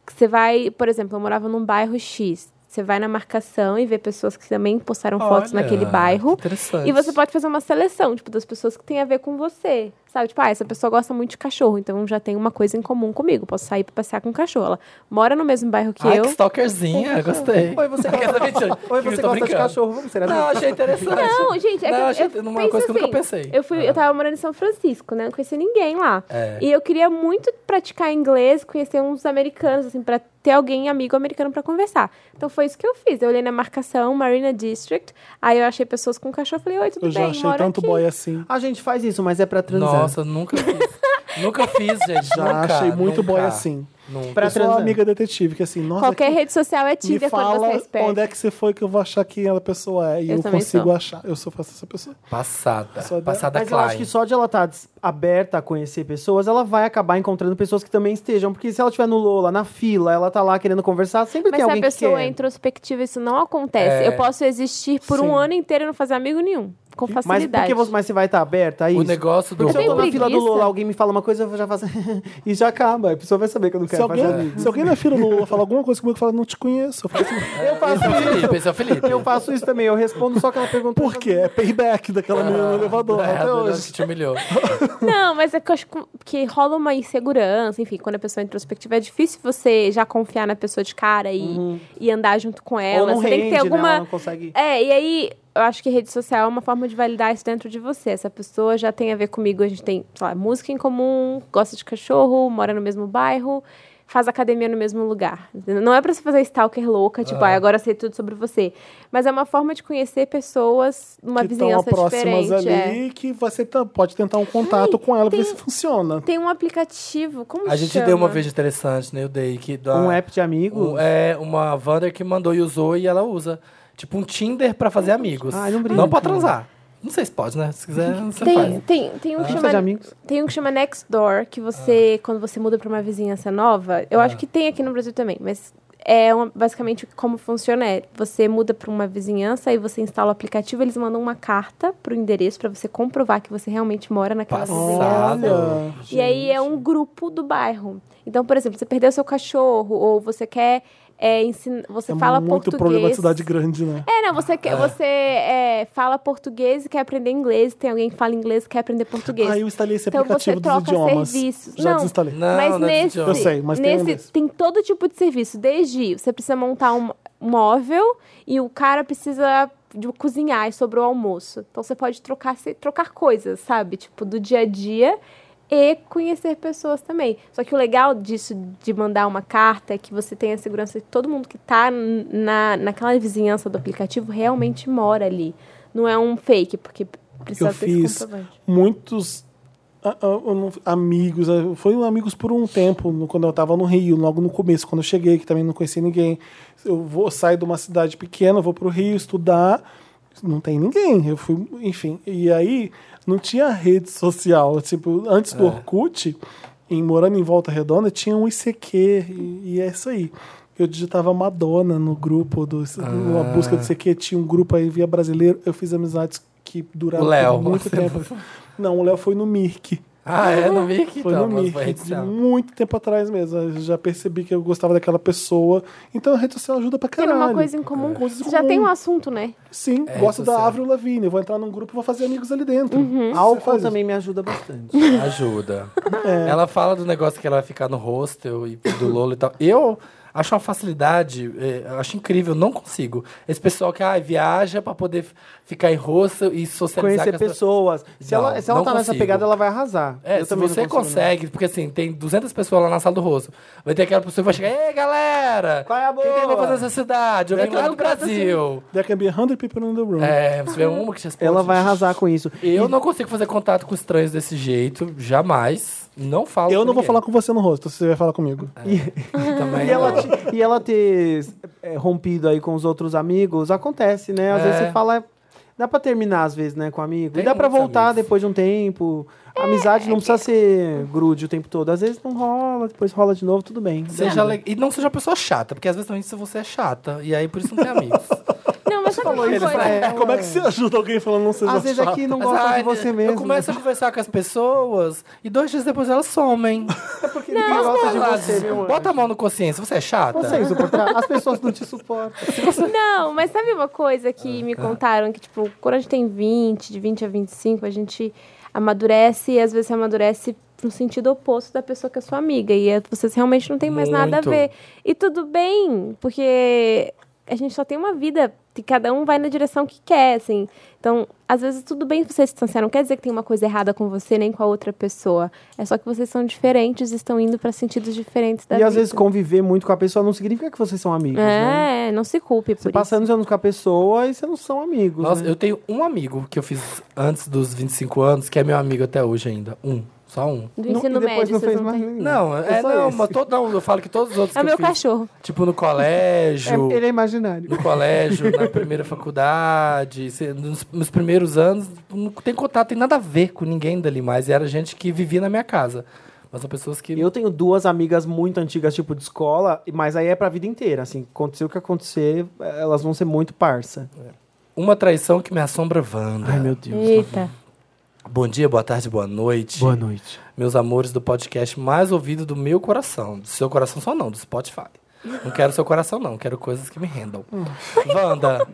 Speaker 4: Que você vai, por exemplo, eu morava num bairro X. Você vai na marcação e vê pessoas que também postaram fotos
Speaker 2: Olha,
Speaker 4: naquele bairro.
Speaker 2: que Ah, Interessante.
Speaker 4: E você pode fazer uma seleção, tipo, das pessoas que tem a ver com você. Sabe? Tipo, ah, essa pessoa gosta muito de cachorro, então já tem uma coisa em comum comigo. Posso sair pra passear com o cachorro. Ela mora no mesmo bairro que
Speaker 2: Ai,
Speaker 4: eu.
Speaker 2: que stalkerzinha, gostei.
Speaker 3: Oi, você
Speaker 2: Quer
Speaker 3: gosta,
Speaker 2: saber, Tio? Então,
Speaker 3: Oi,
Speaker 2: Eu
Speaker 3: você
Speaker 2: tô
Speaker 3: gosta de
Speaker 2: brincando.
Speaker 3: cachorro? né? Vamos ser
Speaker 2: Não,
Speaker 3: amigos?
Speaker 2: achei interessante.
Speaker 4: Não, gente, é
Speaker 2: Não,
Speaker 4: que eu,
Speaker 2: achei
Speaker 4: eu
Speaker 2: uma
Speaker 4: penso
Speaker 2: coisa que eu nunca
Speaker 4: assim,
Speaker 2: pensei.
Speaker 4: Eu, fui, eu tava morando em São Francisco, né? Não conhecia ninguém lá.
Speaker 2: É.
Speaker 4: E eu queria muito praticar inglês, conhecer uns americanos, assim, pra ter alguém amigo americano pra conversar. Então foi isso que eu fiz. Eu olhei na marcação Marina District, aí eu achei pessoas com cachorro, falei, oi, tudo
Speaker 1: Eu
Speaker 4: bem,
Speaker 1: já achei
Speaker 4: moro
Speaker 1: tanto
Speaker 4: aqui.
Speaker 1: boy assim.
Speaker 3: A gente faz isso, mas é pra transar.
Speaker 2: Nossa, nunca fiz. nunca fiz, gente.
Speaker 1: Já
Speaker 2: nunca,
Speaker 1: achei muito
Speaker 2: nunca,
Speaker 1: boy assim.
Speaker 2: Nunca.
Speaker 3: Pra
Speaker 1: eu sou uma
Speaker 3: transar.
Speaker 1: amiga detetive, que assim, nossa,
Speaker 4: Qualquer
Speaker 1: que-
Speaker 4: rede social é
Speaker 1: me
Speaker 4: Tinder quando você é
Speaker 1: fala
Speaker 4: esperto.
Speaker 1: onde é que você foi que eu vou achar quem ela pessoa é. E
Speaker 4: Eu
Speaker 1: eu,
Speaker 4: também
Speaker 1: consigo
Speaker 4: sou.
Speaker 1: achar. Eu sou faço essa pessoa.
Speaker 2: Passada.
Speaker 1: Só da-
Speaker 2: Passada
Speaker 3: Mas eu
Speaker 2: Klein.
Speaker 3: acho que só de ela estar aberta a conhecer pessoas, ela vai acabar encontrando pessoas que também estejam. Porque se ela estiver no Lola, na fila, ela tá lá querendo conversar, sempre
Speaker 4: Mas
Speaker 3: tem
Speaker 4: se a
Speaker 3: alguém
Speaker 4: pessoa
Speaker 3: que
Speaker 4: é
Speaker 3: quer.
Speaker 4: introspectiva, isso não acontece.
Speaker 2: É.
Speaker 4: Eu posso existir por um
Speaker 1: Sim.
Speaker 4: ano inteiro e não fazer amigo nenhum. Com
Speaker 3: Mas, por
Speaker 4: facilidade.
Speaker 3: que você, mas você vai estar aberta a é isso?
Speaker 2: O negócio do.
Speaker 3: Porque se eu
Speaker 4: Eu
Speaker 3: tô na
Speaker 4: tenho
Speaker 3: fila do
Speaker 4: preguiça.
Speaker 3: Lola, alguém me fala uma coisa, eu já faço... e já acaba. A pessoa vai saber que eu não
Speaker 1: Se
Speaker 3: quero fazer
Speaker 1: alguém,
Speaker 3: amigo.
Speaker 1: se alguém na fila do Lula fala alguma coisa comigo, fala, não te conheço. Eu falo assim,
Speaker 3: Eu faço
Speaker 2: Esse é o Felipe,
Speaker 3: isso.
Speaker 2: esse é o Felipe.
Speaker 3: Eu faço isso também. Eu respondo só que ela pergunta...
Speaker 1: por quê? É payback daquela menina no elevador.
Speaker 2: É,
Speaker 1: até
Speaker 2: a
Speaker 1: hoje.
Speaker 2: Duda que te humilhou.
Speaker 4: Não, mas é que eu acho que rola uma insegurança, enfim, quando a pessoa é introspectiva, é difícil você já confiar na pessoa de cara e, e andar junto com
Speaker 3: Uhum. Ou
Speaker 4: ela.
Speaker 3: não
Speaker 4: você tem que ter
Speaker 3: rende, né? Ela
Speaker 4: alguma.
Speaker 3: não consegue...
Speaker 4: É, e aí eu acho que rede social é uma forma de validar isso dentro de você. Essa pessoa já tem a ver comigo, a gente tem, sei lá, música em comum, gosta de cachorro, mora no mesmo bairro, faz academia no mesmo lugar. Não é pra você fazer stalker louca, tipo, ah, agora sei tudo sobre você. Mas é uma forma de conhecer pessoas numa
Speaker 1: que estão
Speaker 4: vizinhança
Speaker 1: próximas
Speaker 4: diferente. é.
Speaker 1: ali, que você tá- pode tentar um contato com ela, ver
Speaker 4: tem-
Speaker 1: se funciona.
Speaker 4: Tem um aplicativo, como
Speaker 2: A gente
Speaker 4: chama?
Speaker 2: deu uma vez interessante, né? Eu dei que dá.
Speaker 3: Um app de amigo...
Speaker 2: Um- é uma Wander que mandou e usou e ela usa. Tipo um Tinder pra fazer amigos.
Speaker 3: Ai, não brinca.
Speaker 2: não pra transar. Não sei se pode, né? Se quiser, você
Speaker 4: Tem,
Speaker 2: faz.
Speaker 4: tem, tem, um que
Speaker 3: Lista
Speaker 4: chama,
Speaker 3: de amigos.
Speaker 4: tem um que chama Next Door, que você, quando você muda pra uma vizinhança nova, eu acho que tem aqui no Brasil também, mas é uma- basicamente como funciona é, você muda pra uma vizinhança e você instala o aplicativo, eles mandam uma carta pro endereço pra você comprovar que você realmente mora naquela vizinhança.
Speaker 2: Passado.
Speaker 1: Olha.
Speaker 4: E aí é um grupo do bairro. Então, por exemplo, você perdeu seu cachorro ou você quer é, ensinar, você
Speaker 1: é
Speaker 4: fala
Speaker 1: muito
Speaker 4: português.
Speaker 1: problema de cidade grande, né?
Speaker 4: É, não, você, quer, você é, fala português e quer aprender inglês, tem alguém que fala inglês e quer aprender português.
Speaker 1: Aí eu instalei esse
Speaker 4: Então
Speaker 1: aplicativo
Speaker 4: você
Speaker 1: dos
Speaker 4: troca
Speaker 1: idiomas.
Speaker 4: serviços.
Speaker 1: Já
Speaker 4: Não.
Speaker 1: desinstalei.
Speaker 2: Não,
Speaker 4: mas
Speaker 2: não é
Speaker 4: nesse,
Speaker 2: idiota.
Speaker 1: Eu sei, mas tem um
Speaker 4: nesse
Speaker 1: desse.
Speaker 4: tem todo tipo de serviço, desde você precisa montar um móvel e o cara precisa de cozinhar e sobrou almoço. Então você pode trocar se- trocar coisas, sabe? Tipo do dia a dia e conhecer pessoas também. Só que o legal disso de mandar uma carta é que você tem a segurança de todo mundo que tá n- na naquela vizinhança do aplicativo realmente mora ali. Não é um fake, porque precisa
Speaker 1: Eu
Speaker 4: ter
Speaker 1: fiz
Speaker 4: esse comprovante.
Speaker 1: muitos a- a- eu não- amigos, eh, foi amigos por um tempo, no- quando eu tava no Rio, logo no começo, quando eu cheguei, que também não conhecia ninguém. Eu vou saio de uma cidade pequena, vou pro Rio estudar, não tem ninguém. Eu fui, enfim, e aí não tinha rede social, tipo, antes
Speaker 2: É.
Speaker 1: do Orkut, em morando em Volta Redonda, tinha um ICQ e, e é isso aí. Eu digitava Madonna no grupo, do,
Speaker 2: Ah.
Speaker 1: numa busca do ICQ, tinha um grupo aí via brasileiro, eu fiz amizades que duraram
Speaker 2: O Léo.
Speaker 1: por muito tempo. Não, o Léo foi no Mirk.
Speaker 2: Ah, é? Não vi aqui,
Speaker 1: Foi
Speaker 2: então.
Speaker 1: no
Speaker 2: mas
Speaker 1: Mirk,
Speaker 2: foi rede
Speaker 1: de
Speaker 2: social.
Speaker 1: muito tempo atrás mesmo. Eu já percebi que eu gostava daquela pessoa. Então a rede social ajuda pra
Speaker 4: Ter
Speaker 1: caralho.
Speaker 4: uma coisa em comum, com você já tem um assunto, né?
Speaker 1: Sim,
Speaker 2: É,
Speaker 1: gosto
Speaker 2: rede
Speaker 1: da
Speaker 2: social.
Speaker 1: Avril Lavigne. Eu vou entrar num grupo e vou fazer amigos ali dentro.
Speaker 4: Uhum.
Speaker 1: Você
Speaker 3: Álcool
Speaker 1: faz
Speaker 3: também me ajuda bastante.
Speaker 2: Ajuda. Ela fala do negócio que ela vai ficar no hostel e do Lolo e tal. Eu acho uma facilidade, eh, eu acho incrível, não consigo. Esse pessoal que ah, viaja pra poder f- ficar em hostel e socializar
Speaker 3: Conhecer
Speaker 2: com as pessoas.
Speaker 3: pessoas. Se
Speaker 2: Não,
Speaker 3: ela, se ela
Speaker 2: não
Speaker 3: tá nessa
Speaker 2: consigo.
Speaker 3: pegada, ela vai arrasar.
Speaker 2: É,
Speaker 3: Eu
Speaker 2: se
Speaker 3: também não
Speaker 2: você
Speaker 3: consigo, não.
Speaker 2: consegue, porque assim, tem 200 pessoas lá na sala do rosto. Vai ter aquela pessoa que vai chegar, ei, galera!
Speaker 3: Qual é a
Speaker 2: Quem tem
Speaker 3: boa?"
Speaker 2: pra fazer nessa cidade? Eu vim
Speaker 3: todo
Speaker 2: lá do
Speaker 3: mundo canta assim.
Speaker 2: Brasil.
Speaker 1: There can be 100 people in the room.
Speaker 2: É, você vê uma que te responde.
Speaker 3: Ela vai arrasar com isso.
Speaker 2: tipo Eu não consigo fazer contato com estranhos desse jeito, jamais. Não falo
Speaker 1: Eu
Speaker 2: com
Speaker 1: não vou
Speaker 2: ninguém.
Speaker 1: falar com você no rosto, você vai falar comigo.
Speaker 2: É. Também
Speaker 3: E ela,
Speaker 2: não.
Speaker 3: te- e ela ter é, rompido aí com os outros amigos, acontece, né? Às vezes
Speaker 2: É.
Speaker 3: você fala. Dá pra terminar, às vezes, né, com amigo.
Speaker 2: Tem
Speaker 3: e dá pra
Speaker 2: muitos
Speaker 3: voltar
Speaker 2: amigos.
Speaker 3: depois de um tempo. Amizade não precisa ser grude o tempo todo. Às vezes não rola, depois rola de novo, tudo bem.
Speaker 2: Seja ale- E não seja uma pessoa chata, porque às vezes também se você é chata, e aí por isso não tem amigos.
Speaker 4: Não, mas sabe uma coisa?
Speaker 3: né?
Speaker 1: Como é que você ajuda alguém falando não seja
Speaker 3: Às vezes
Speaker 1: chato?
Speaker 3: aqui não
Speaker 2: Mas,
Speaker 3: gosta
Speaker 2: ai,
Speaker 3: de você
Speaker 2: eu
Speaker 3: mesmo.
Speaker 2: começo a conversar com as pessoas e dois dias depois elas somem.
Speaker 3: porque ninguém gosta de você, meu anjo.
Speaker 2: Bota a mão no consciência, você é chata?
Speaker 3: Você é insuportável. As pessoas não te suportam.
Speaker 4: Não, mas sabe uma coisa que
Speaker 3: Ah, tá.
Speaker 4: me contaram? Que, tipo, quando a gente tem 20, de 20 a 25, a gente amadurece e às vezes você amadurece no sentido oposto da pessoa que é sua amiga. E é- vocês realmente não têm mais nada a
Speaker 2: Muito.
Speaker 4: ver. E tudo bem, porque a gente só tem uma vida e cada um vai na direção que quer, assim. Então, às vezes tudo bem vocês se distanciar. Não quer dizer que tem uma coisa errada com você nem com a outra pessoa. É só que vocês são diferentes e estão indo para sentidos diferentes da
Speaker 3: E
Speaker 4: vida.
Speaker 3: às vezes conviver muito com a pessoa não significa que vocês são amigos, né?
Speaker 4: Tá É, não se culpe
Speaker 3: Você
Speaker 4: por isso.
Speaker 3: passa anos e anos com a pessoa e vocês não são amigos.
Speaker 2: Nossa,
Speaker 3: né?
Speaker 2: eu tenho um amigo que eu fiz antes dos 25 anos, que é meu amigo até hoje ainda. Um, só um.
Speaker 4: Do
Speaker 3: Não-
Speaker 4: ensino
Speaker 3: e depois
Speaker 4: médio,
Speaker 3: não
Speaker 4: vocês
Speaker 3: fez
Speaker 4: não
Speaker 3: mais
Speaker 4: têm.
Speaker 3: nenhum.
Speaker 2: Não, é,
Speaker 3: Hum, só
Speaker 2: não,
Speaker 3: esse.
Speaker 2: mas todo, não, eu falo que todos os outros
Speaker 4: É
Speaker 2: que
Speaker 4: meu
Speaker 2: eu fiz,
Speaker 4: cachorro.
Speaker 2: tipo no colégio,
Speaker 3: É- ele é imaginário.
Speaker 2: no colégio, na primeira faculdade, cê- nos, nos primeiros anos, não tem contato, tem nada a ver com ninguém dali mais. E era gente que vivia na minha casa. Mas são pessoas que.
Speaker 3: Eu tenho duas amigas muito antigas, tipo de escola, mas aí é pra vida inteira. Assim, aconteceu o que acontecer, elas vão ser muito parça.
Speaker 2: Uma traição que me assombra, Wanda.
Speaker 3: Ai, meu Deus. tá
Speaker 4: Eita.
Speaker 2: Bom dia, boa tarde, boa noite.
Speaker 3: Boa noite.
Speaker 2: Meus amores do podcast mais ouvido do meu coração. Do seu coração só não, do Spotify. Não quero seu coração, não. Quero coisas que me rendam. Wanda,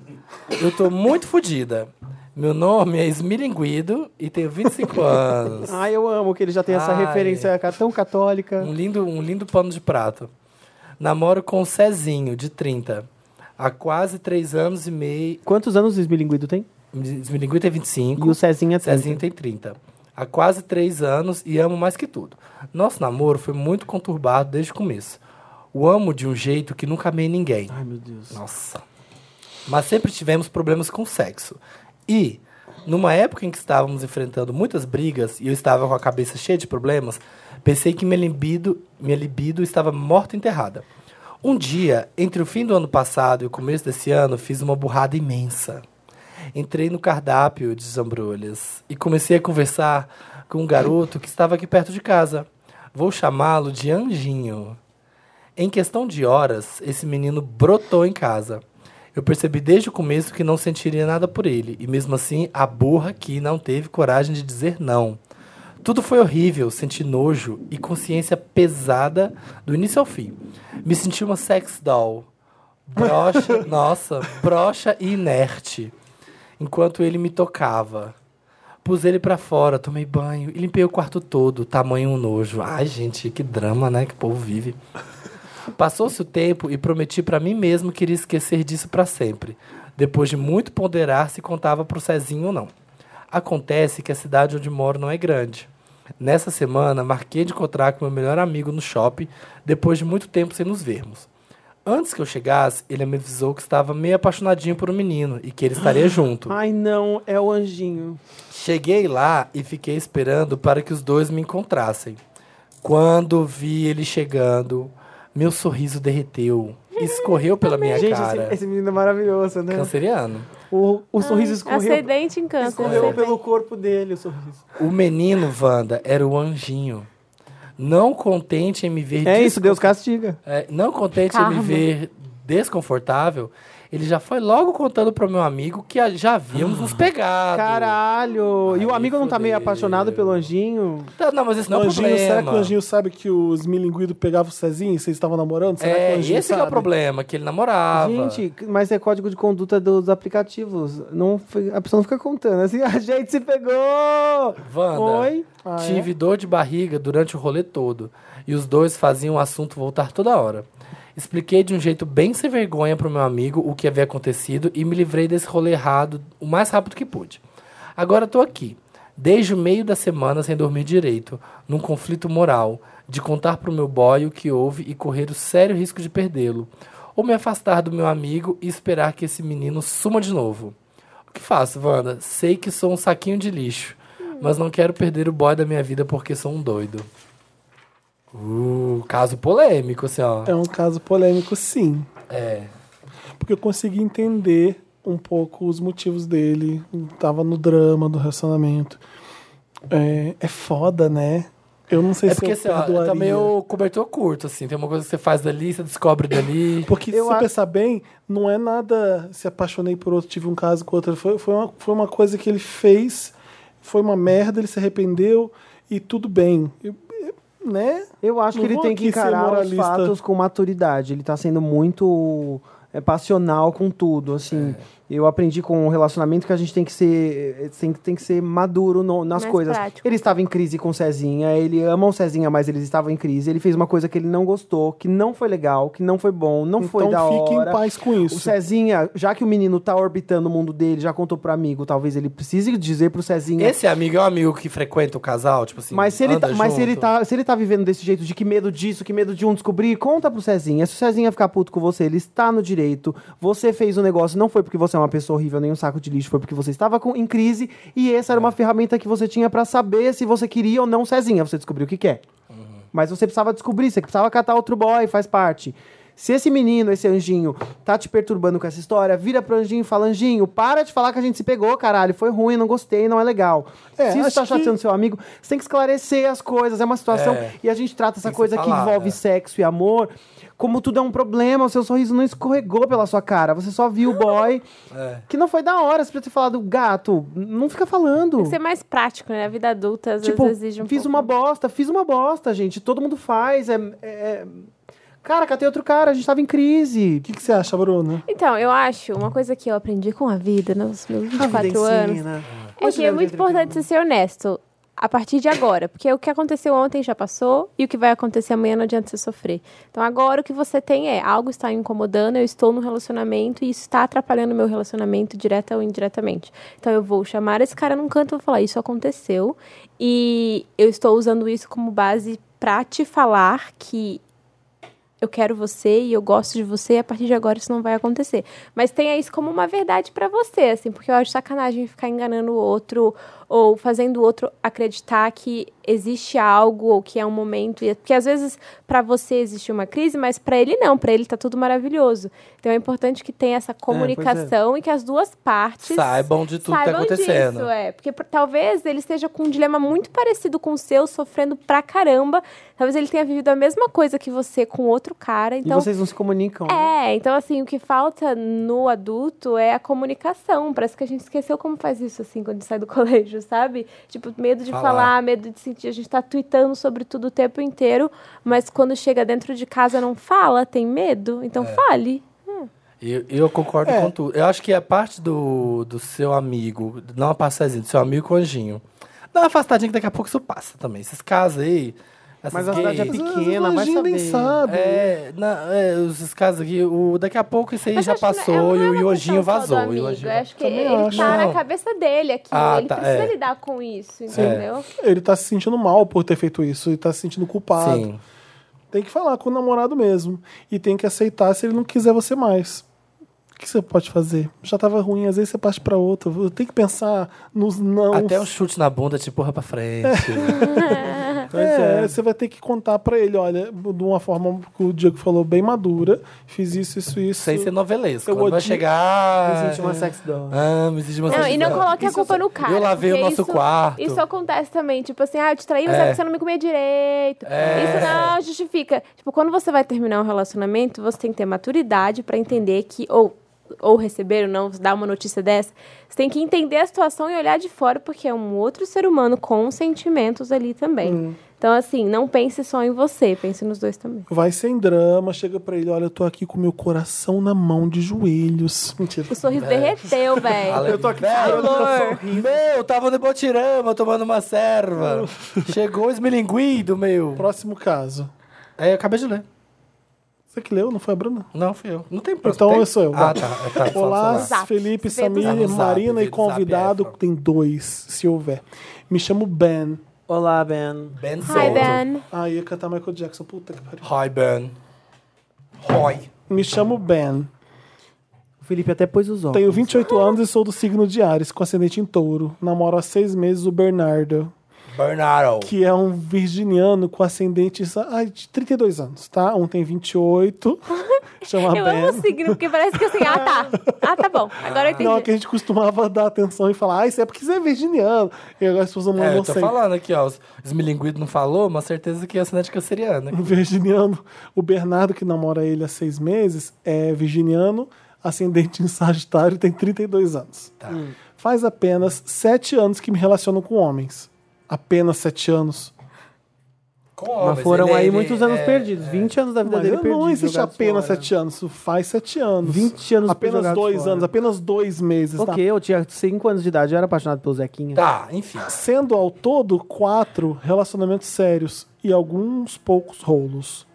Speaker 2: eu tô muito fodida. Meu nome é Esmilinguido e tenho 25 anos.
Speaker 3: Ai, eu amo que ele já tem essa
Speaker 2: Ai.
Speaker 3: referência ca- tão católica.
Speaker 2: Um lindo, um lindo pano de prato. Namoro com o Cezinho, de 30. Há quase 3 anos e meio.
Speaker 3: Quantos anos o esmilinguido tem?
Speaker 2: Esmilinguido tem 25.
Speaker 3: E o Cezinha tem.
Speaker 2: Cezinho tem 30. Há quase 3 anos e amo mais que tudo. Nosso namoro foi muito conturbado desde o começo. O amo de um jeito que nunca amei ninguém.
Speaker 3: Ai, meu Deus.
Speaker 2: Nossa. Mas sempre tivemos problemas com sexo. E, numa época em que estávamos enfrentando muitas brigas e eu estava com a cabeça cheia de problemas, pensei que minha libido, minha libido estava morta e enterrada. Um dia, entre o fim do ano passado e o começo desse ano, fiz uma burrada imensa. Entrei no cardápio de Zambrolhas e comecei a conversar com um garoto que estava aqui perto de casa. Vou chamá-lo de Anjinho. Em questão de horas, esse menino brotou em casa. Eu percebi desde o começo que não sentiria nada por ele, e mesmo assim, a burra que não teve coragem de dizer não. Tudo foi horrível, senti nojo e consciência pesada do início ao fim. Me senti uma sex doll. Broxa, nossa, broxa e inerte. Enquanto ele me tocava. Pus ele pra fora, tomei banho e limpei o quarto todo, tamanho um nojo. Ai, gente, que drama, né, que o povo vive. Passou-se o tempo e prometi pra mim mesmo que iria esquecer disso pra sempre. Depois de muito ponderar se contava pro Cezinho ou não. Acontece que a cidade onde moro não é grande. Nessa semana, marquei de encontrar com meu melhor amigo no shopping, depois de muito tempo sem nos vermos. Antes que eu chegasse, ele me avisou que estava meio apaixonadinho por um menino e que ele estaria junto.
Speaker 3: Ai, não, é o anjinho.
Speaker 2: Cheguei lá e fiquei esperando para que os dois me encontrassem. Quando vi ele chegando, meu sorriso derreteu, escorreu pela minha
Speaker 3: Gente,
Speaker 2: cara.
Speaker 1: assim,
Speaker 3: esse, esse menino é maravilhoso, né?
Speaker 2: Canceriano.
Speaker 3: O,
Speaker 4: Ah,
Speaker 3: o sorriso escorreu,
Speaker 4: Ascendente em câncer.
Speaker 3: escorreu
Speaker 4: Ascendente.
Speaker 3: pelo corpo dele, o sorriso.
Speaker 2: O menino, Wanda, era o anjinho. Não contente em me ver
Speaker 3: É
Speaker 2: descon-
Speaker 3: isso, Deus castiga.
Speaker 2: é, não contente em me
Speaker 4: Karma.
Speaker 2: ver desconfortável, ele já foi logo contando pro meu amigo que a- já havíamos
Speaker 1: Ah,
Speaker 2: nos pegado.
Speaker 3: Caralho! e
Speaker 2: Aí
Speaker 3: o amigo não tá meio
Speaker 2: fodeu.
Speaker 3: apaixonado pelo anjinho?
Speaker 2: Tá, Não, mas esse não é o
Speaker 1: Anjinho,
Speaker 2: problema.
Speaker 1: será que o Anjinho sabe que os milinguidos pegavam o Cezinho e vocês estavam namorando? Será que
Speaker 2: É,
Speaker 1: o Anjinho
Speaker 2: esse que é o
Speaker 1: sabe?
Speaker 2: problema, que ele namorava.
Speaker 3: Gente, mas é código de conduta dos aplicativos. Não, fi- a pessoa não fica contando. Assim, a gente se pegou!
Speaker 2: Wanda,
Speaker 3: Oi?
Speaker 2: tive dor de barriga durante o rolê todo. E os dois faziam o assunto voltar toda hora. Expliquei de um jeito bem sem vergonha pro meu amigo o que havia acontecido e me livrei desse rolê errado o mais rápido que pude. Agora tô aqui, desde o meio da semana sem dormir direito, num conflito moral, de contar pro meu boy o que houve e correr o sério risco de perdê-lo, ou me afastar do meu amigo e esperar que esse menino suma de novo. O que faço, Wanda? Sei que sou um saquinho de lixo, mas não quero perder o boy da minha vida porque sou um doido. Uh, caso polêmico, assim, ó.
Speaker 1: É um caso polêmico, sim.
Speaker 2: É.
Speaker 1: Porque eu consegui entender um pouco os motivos dele. Tava no drama do relacionamento. É, é foda, né? Eu não sei
Speaker 2: É
Speaker 1: se
Speaker 2: porque
Speaker 1: eu
Speaker 2: assim, ó,
Speaker 1: perdoaria.
Speaker 2: tá meio cobertor curto, assim. Tem uma coisa que você faz dali, você descobre dali.
Speaker 1: Porque
Speaker 3: Eu
Speaker 1: se você
Speaker 3: a-
Speaker 1: pensar bem, não é nada se apaixonei por outro, tive um caso com outro. Foi, foi, uma, foi uma coisa que ele fez, foi uma merda, ele se arrependeu e tudo bem. Eu- eu- né?
Speaker 3: Eu acho
Speaker 1: Não
Speaker 3: que ele
Speaker 1: vou
Speaker 3: tem que
Speaker 1: aqui ser
Speaker 3: encarar os
Speaker 1: moralista.
Speaker 3: fatos com maturidade. Ele tá sendo muito é, passional com tudo,
Speaker 1: É.
Speaker 3: assim. Eu aprendi com o relacionamento que a gente tem que ser tem, que- tem que ser maduro no- nas
Speaker 4: Mais
Speaker 3: coisas.
Speaker 4: prático.
Speaker 3: Ele estava em crise com o Cezinha, ele ama o Cezinha, mas eles estavam em crise. Ele fez uma coisa que ele não gostou, que não foi legal, que não foi bom, não foi da
Speaker 1: então fique
Speaker 3: hora.
Speaker 1: em paz com
Speaker 3: O
Speaker 1: isso.
Speaker 3: Cezinha, já que o menino tá orbitando o mundo dele, já contou pro amigo, talvez ele precise dizer pro Cezinha.
Speaker 2: Esse amigo é um amigo que frequenta o casal, tipo assim.
Speaker 3: Mas, se ele,
Speaker 2: anda
Speaker 3: tá, mas se, ele
Speaker 2: junto?
Speaker 3: tá, se ele tá vivendo desse jeito, de que medo disso, que medo de um descobrir, conta pro Cezinha. Se o Cezinha ficar puto com você, ele está no direito. Você fez um negócio, não foi porque você é uma pessoa horrível, nem um saco de lixo, foi porque você estava com- em crise. E
Speaker 2: É.
Speaker 3: essa era uma ferramenta que você tinha pra saber se você queria ou não Cezinha. Você descobriu o que quer.
Speaker 2: Uhum.
Speaker 3: Mas você precisava descobrir, você precisava catar outro boy, faz parte. Se esse menino, esse anjinho, tá te perturbando com essa história, vira pro anjinho e fala: Anjinho, para de falar que a gente se pegou, caralho. Foi ruim, não gostei, não é legal.
Speaker 1: É,
Speaker 3: se isso
Speaker 1: acho
Speaker 3: tá chateando
Speaker 1: que-
Speaker 3: seu amigo, você tem que esclarecer as coisas. É uma situação.
Speaker 2: É.
Speaker 3: E a gente trata essa
Speaker 2: Tem que
Speaker 3: coisa
Speaker 2: se
Speaker 3: que
Speaker 2: falar,
Speaker 3: envolve
Speaker 2: né?
Speaker 3: sexo e amor como tudo é um problema. O seu sorriso não escorregou pela sua cara. Você só viu o boy.
Speaker 2: É.
Speaker 3: Que não foi da hora. Você podia ter falado, gato, não fica falando.
Speaker 4: Tem É que ser mais prático, né? A vida adulta às
Speaker 3: Tipo,
Speaker 4: vezes exige um
Speaker 3: fiz
Speaker 4: pouco.
Speaker 3: uma bosta, fiz uma bosta, gente. Todo mundo faz. É, é- é- Cara, catei outro cara, a gente tava em crise.
Speaker 1: O que, que você acha, Bruna?
Speaker 4: Então, eu acho, uma coisa que eu aprendi com a vida nos meus 24 anos, é que é muito importante você ser honesto a partir de agora. Porque o que aconteceu ontem já passou e o que vai acontecer amanhã não adianta você sofrer. Então, agora o que você tem é algo está me incomodando, eu estou num relacionamento e isso está atrapalhando o meu relacionamento direta ou indiretamente. Então, eu vou chamar esse cara num canto e vou falar: Isso aconteceu e eu estou usando isso como base pra te falar que eu quero você e eu gosto de você, e a partir de agora isso não vai acontecer. Mas tenha isso como uma verdade pra você, assim, porque eu acho sacanagem ficar enganando o outro ou fazendo o outro acreditar que existe algo ou que é um momento, e- porque às vezes pra você existe uma crise, mas pra ele não, pra ele tá tudo maravilhoso. Então é importante que tenha essa comunicação e que as duas partes
Speaker 2: Saibam de tudo que tá
Speaker 4: saibam
Speaker 2: acontecendo.
Speaker 4: disso, é. Porque pr- talvez ele esteja com um dilema muito parecido com o seu, sofrendo pra caramba. Talvez ele tenha vivido a mesma coisa que você com outro cara. Então,
Speaker 2: tá
Speaker 3: E vocês não se comunicam. né?
Speaker 4: é, então assim, o que falta no adulto é a comunicação. Parece que a gente esqueceu como faz isso, assim, quando sai do colégio, sabe? Tipo, medo de
Speaker 2: Falar.
Speaker 4: falar, medo de sentir. A gente tá tweetando sobre tudo o tempo inteiro, mas quando chega dentro de casa não fala, tem medo. Então
Speaker 2: É.
Speaker 4: fale.
Speaker 2: Eu, eu concordo
Speaker 1: É.
Speaker 2: com tudo. Eu acho que a parte do, do seu amigo, não a parte sozinho, do seu amigo com o anjinho. Dá uma afastadinha que daqui a pouco isso passa também. Esses casos aí. essas
Speaker 3: Mas a cidade é
Speaker 2: gays-
Speaker 3: Pequena, vai
Speaker 1: Imagina, nem
Speaker 3: saber.
Speaker 1: sabe.
Speaker 2: É, na- é, esses casos aqui, o, daqui a pouco isso aí
Speaker 4: Mas
Speaker 2: já
Speaker 4: acho que não-
Speaker 2: passou
Speaker 4: é- não é
Speaker 2: e o
Speaker 4: uma
Speaker 2: Anjinho
Speaker 4: questão só do
Speaker 2: vazou. e o
Speaker 4: amigo.
Speaker 2: anjinho-
Speaker 4: Eu acho que
Speaker 1: Também
Speaker 4: ele
Speaker 1: acho.
Speaker 4: tá
Speaker 2: Não.
Speaker 4: na cabeça dele aqui.
Speaker 2: Ah,
Speaker 4: ele
Speaker 2: tá,
Speaker 4: precisa
Speaker 2: é.
Speaker 4: lidar com isso, entendeu?
Speaker 1: Ele tá se sentindo mal por ter feito isso, ele tá se sentindo culpado.
Speaker 2: Sim.
Speaker 1: Tem que falar com o namorado mesmo. E tem que aceitar se ele não quiser você mais. O que você pode fazer? Já tava ruim, às vezes você parte pra outra. Tem que pensar nos não.
Speaker 2: Até um chute na bunda te empurra pra frente.
Speaker 1: É, você vai ter que contar pra ele, olha, de uma forma que o Diego falou, bem madura. Fiz isso, isso, isso.
Speaker 2: Sem ser novelesco.
Speaker 1: Eu
Speaker 2: Quando
Speaker 1: odio-
Speaker 2: vai
Speaker 4: é.
Speaker 2: chegar.
Speaker 3: Existe uma sex doll.
Speaker 2: Ah, me senti uma
Speaker 4: Não, e não coloque a culpa no cara.
Speaker 2: Eu lavei o
Speaker 4: porque
Speaker 2: nosso
Speaker 4: isso-
Speaker 2: quarto.
Speaker 4: Isso é acontece também. Tipo assim, ah, eu te traí, mas
Speaker 2: É.
Speaker 4: é porque você não me comia direito.
Speaker 2: É.
Speaker 4: Isso não justifica. Tipo, quando você vai terminar um relacionamento, você tem que ter maturidade pra entender que. Ou, ou receber ou não, dar uma notícia dessa. Você tem que entender a situação e olhar de fora, porque é um outro ser humano com sentimentos ali também.
Speaker 2: Hum.
Speaker 4: Então, assim, não pense só em você, pense nos dois também.
Speaker 1: Vai sem drama, chega pra ele, olha, eu tô aqui com meu coração na mão de joelhos. Mentira.
Speaker 4: O sorriso
Speaker 2: É.
Speaker 4: derreteu, velho.
Speaker 2: Eu tô aqui Meu, tava no Botirama tomando uma serva. Chegou o esmilinguim do meu.
Speaker 1: Próximo caso.
Speaker 2: É, eu acabei de ler.
Speaker 1: Você que leu, não foi a Bruna?
Speaker 2: Não, fui eu. Não tem
Speaker 1: Então
Speaker 2: tem?
Speaker 1: eu sou eu,
Speaker 2: Ah,
Speaker 1: vai.
Speaker 2: tá. é, tá fala,
Speaker 1: Olá,
Speaker 2: fala.
Speaker 4: Zap.
Speaker 1: Felipe,
Speaker 4: Veio do
Speaker 1: Samir,
Speaker 2: Zap.
Speaker 1: Marina
Speaker 2: Veio
Speaker 1: e
Speaker 2: do Zap,
Speaker 1: convidado.
Speaker 2: é, fala.
Speaker 1: tem dois, se houver. Me chamo Ben.
Speaker 3: Olá, Ben.
Speaker 2: Ben
Speaker 4: Hi,
Speaker 2: Souto.
Speaker 4: Ben.
Speaker 1: Ah, ia cantar Michael Jackson. Puta que pariu.
Speaker 2: Hi, Ben. Hi.
Speaker 1: Me chamo Ben.
Speaker 3: O Felipe até pôs os óculos.
Speaker 1: Tenho 28 anos e sou do signo de Ares, com ascendente em touro. Namoro há seis meses o Bernardo.
Speaker 2: Bernardo.
Speaker 1: que é um virginiano com ascendente ai, de 32 anos, tá? Um tem 28, chama
Speaker 4: eu
Speaker 1: Ah, Ben.
Speaker 4: amo o signo, porque parece que assim, ah tá, ah tá bom, agora eu entendi.
Speaker 1: Não, é que a gente costumava dar atenção e falar, ah, isso é porque você é virginiano. E agora as pessoas não
Speaker 2: É, eu tô
Speaker 1: inocente.
Speaker 2: falando aqui, ó. Os, os milinguidos não falou, mas certeza que é assinante canceriana.
Speaker 1: O virginiano, o Bernardo, que namora ele há seis meses, é virginiano, ascendente em Sagitário, tem 32 anos.
Speaker 2: Tá.
Speaker 3: Hum.
Speaker 1: Faz apenas sete anos que me relaciono com homens. Apenas sete anos.
Speaker 2: Com
Speaker 3: Mas
Speaker 2: homens,
Speaker 3: foram
Speaker 2: ele-
Speaker 3: aí
Speaker 2: ele-
Speaker 3: muitos anos
Speaker 2: é,
Speaker 3: perdidos. 20 anos da vida
Speaker 1: Mas
Speaker 3: dele perdido.
Speaker 1: não existe
Speaker 3: jogados
Speaker 1: apenas
Speaker 3: fora. né?
Speaker 1: sete anos, isso faz sete anos.
Speaker 3: 20 anos
Speaker 1: Apenas
Speaker 3: jogados
Speaker 1: dois
Speaker 3: fora.
Speaker 1: anos, apenas dois meses. tá?
Speaker 3: Ok, eu tinha 5 anos de idade, eu era apaixonado pelo Zequinha.
Speaker 2: Tá, enfim.
Speaker 1: Sendo ao todo quatro relacionamentos sérios e alguns poucos rolos.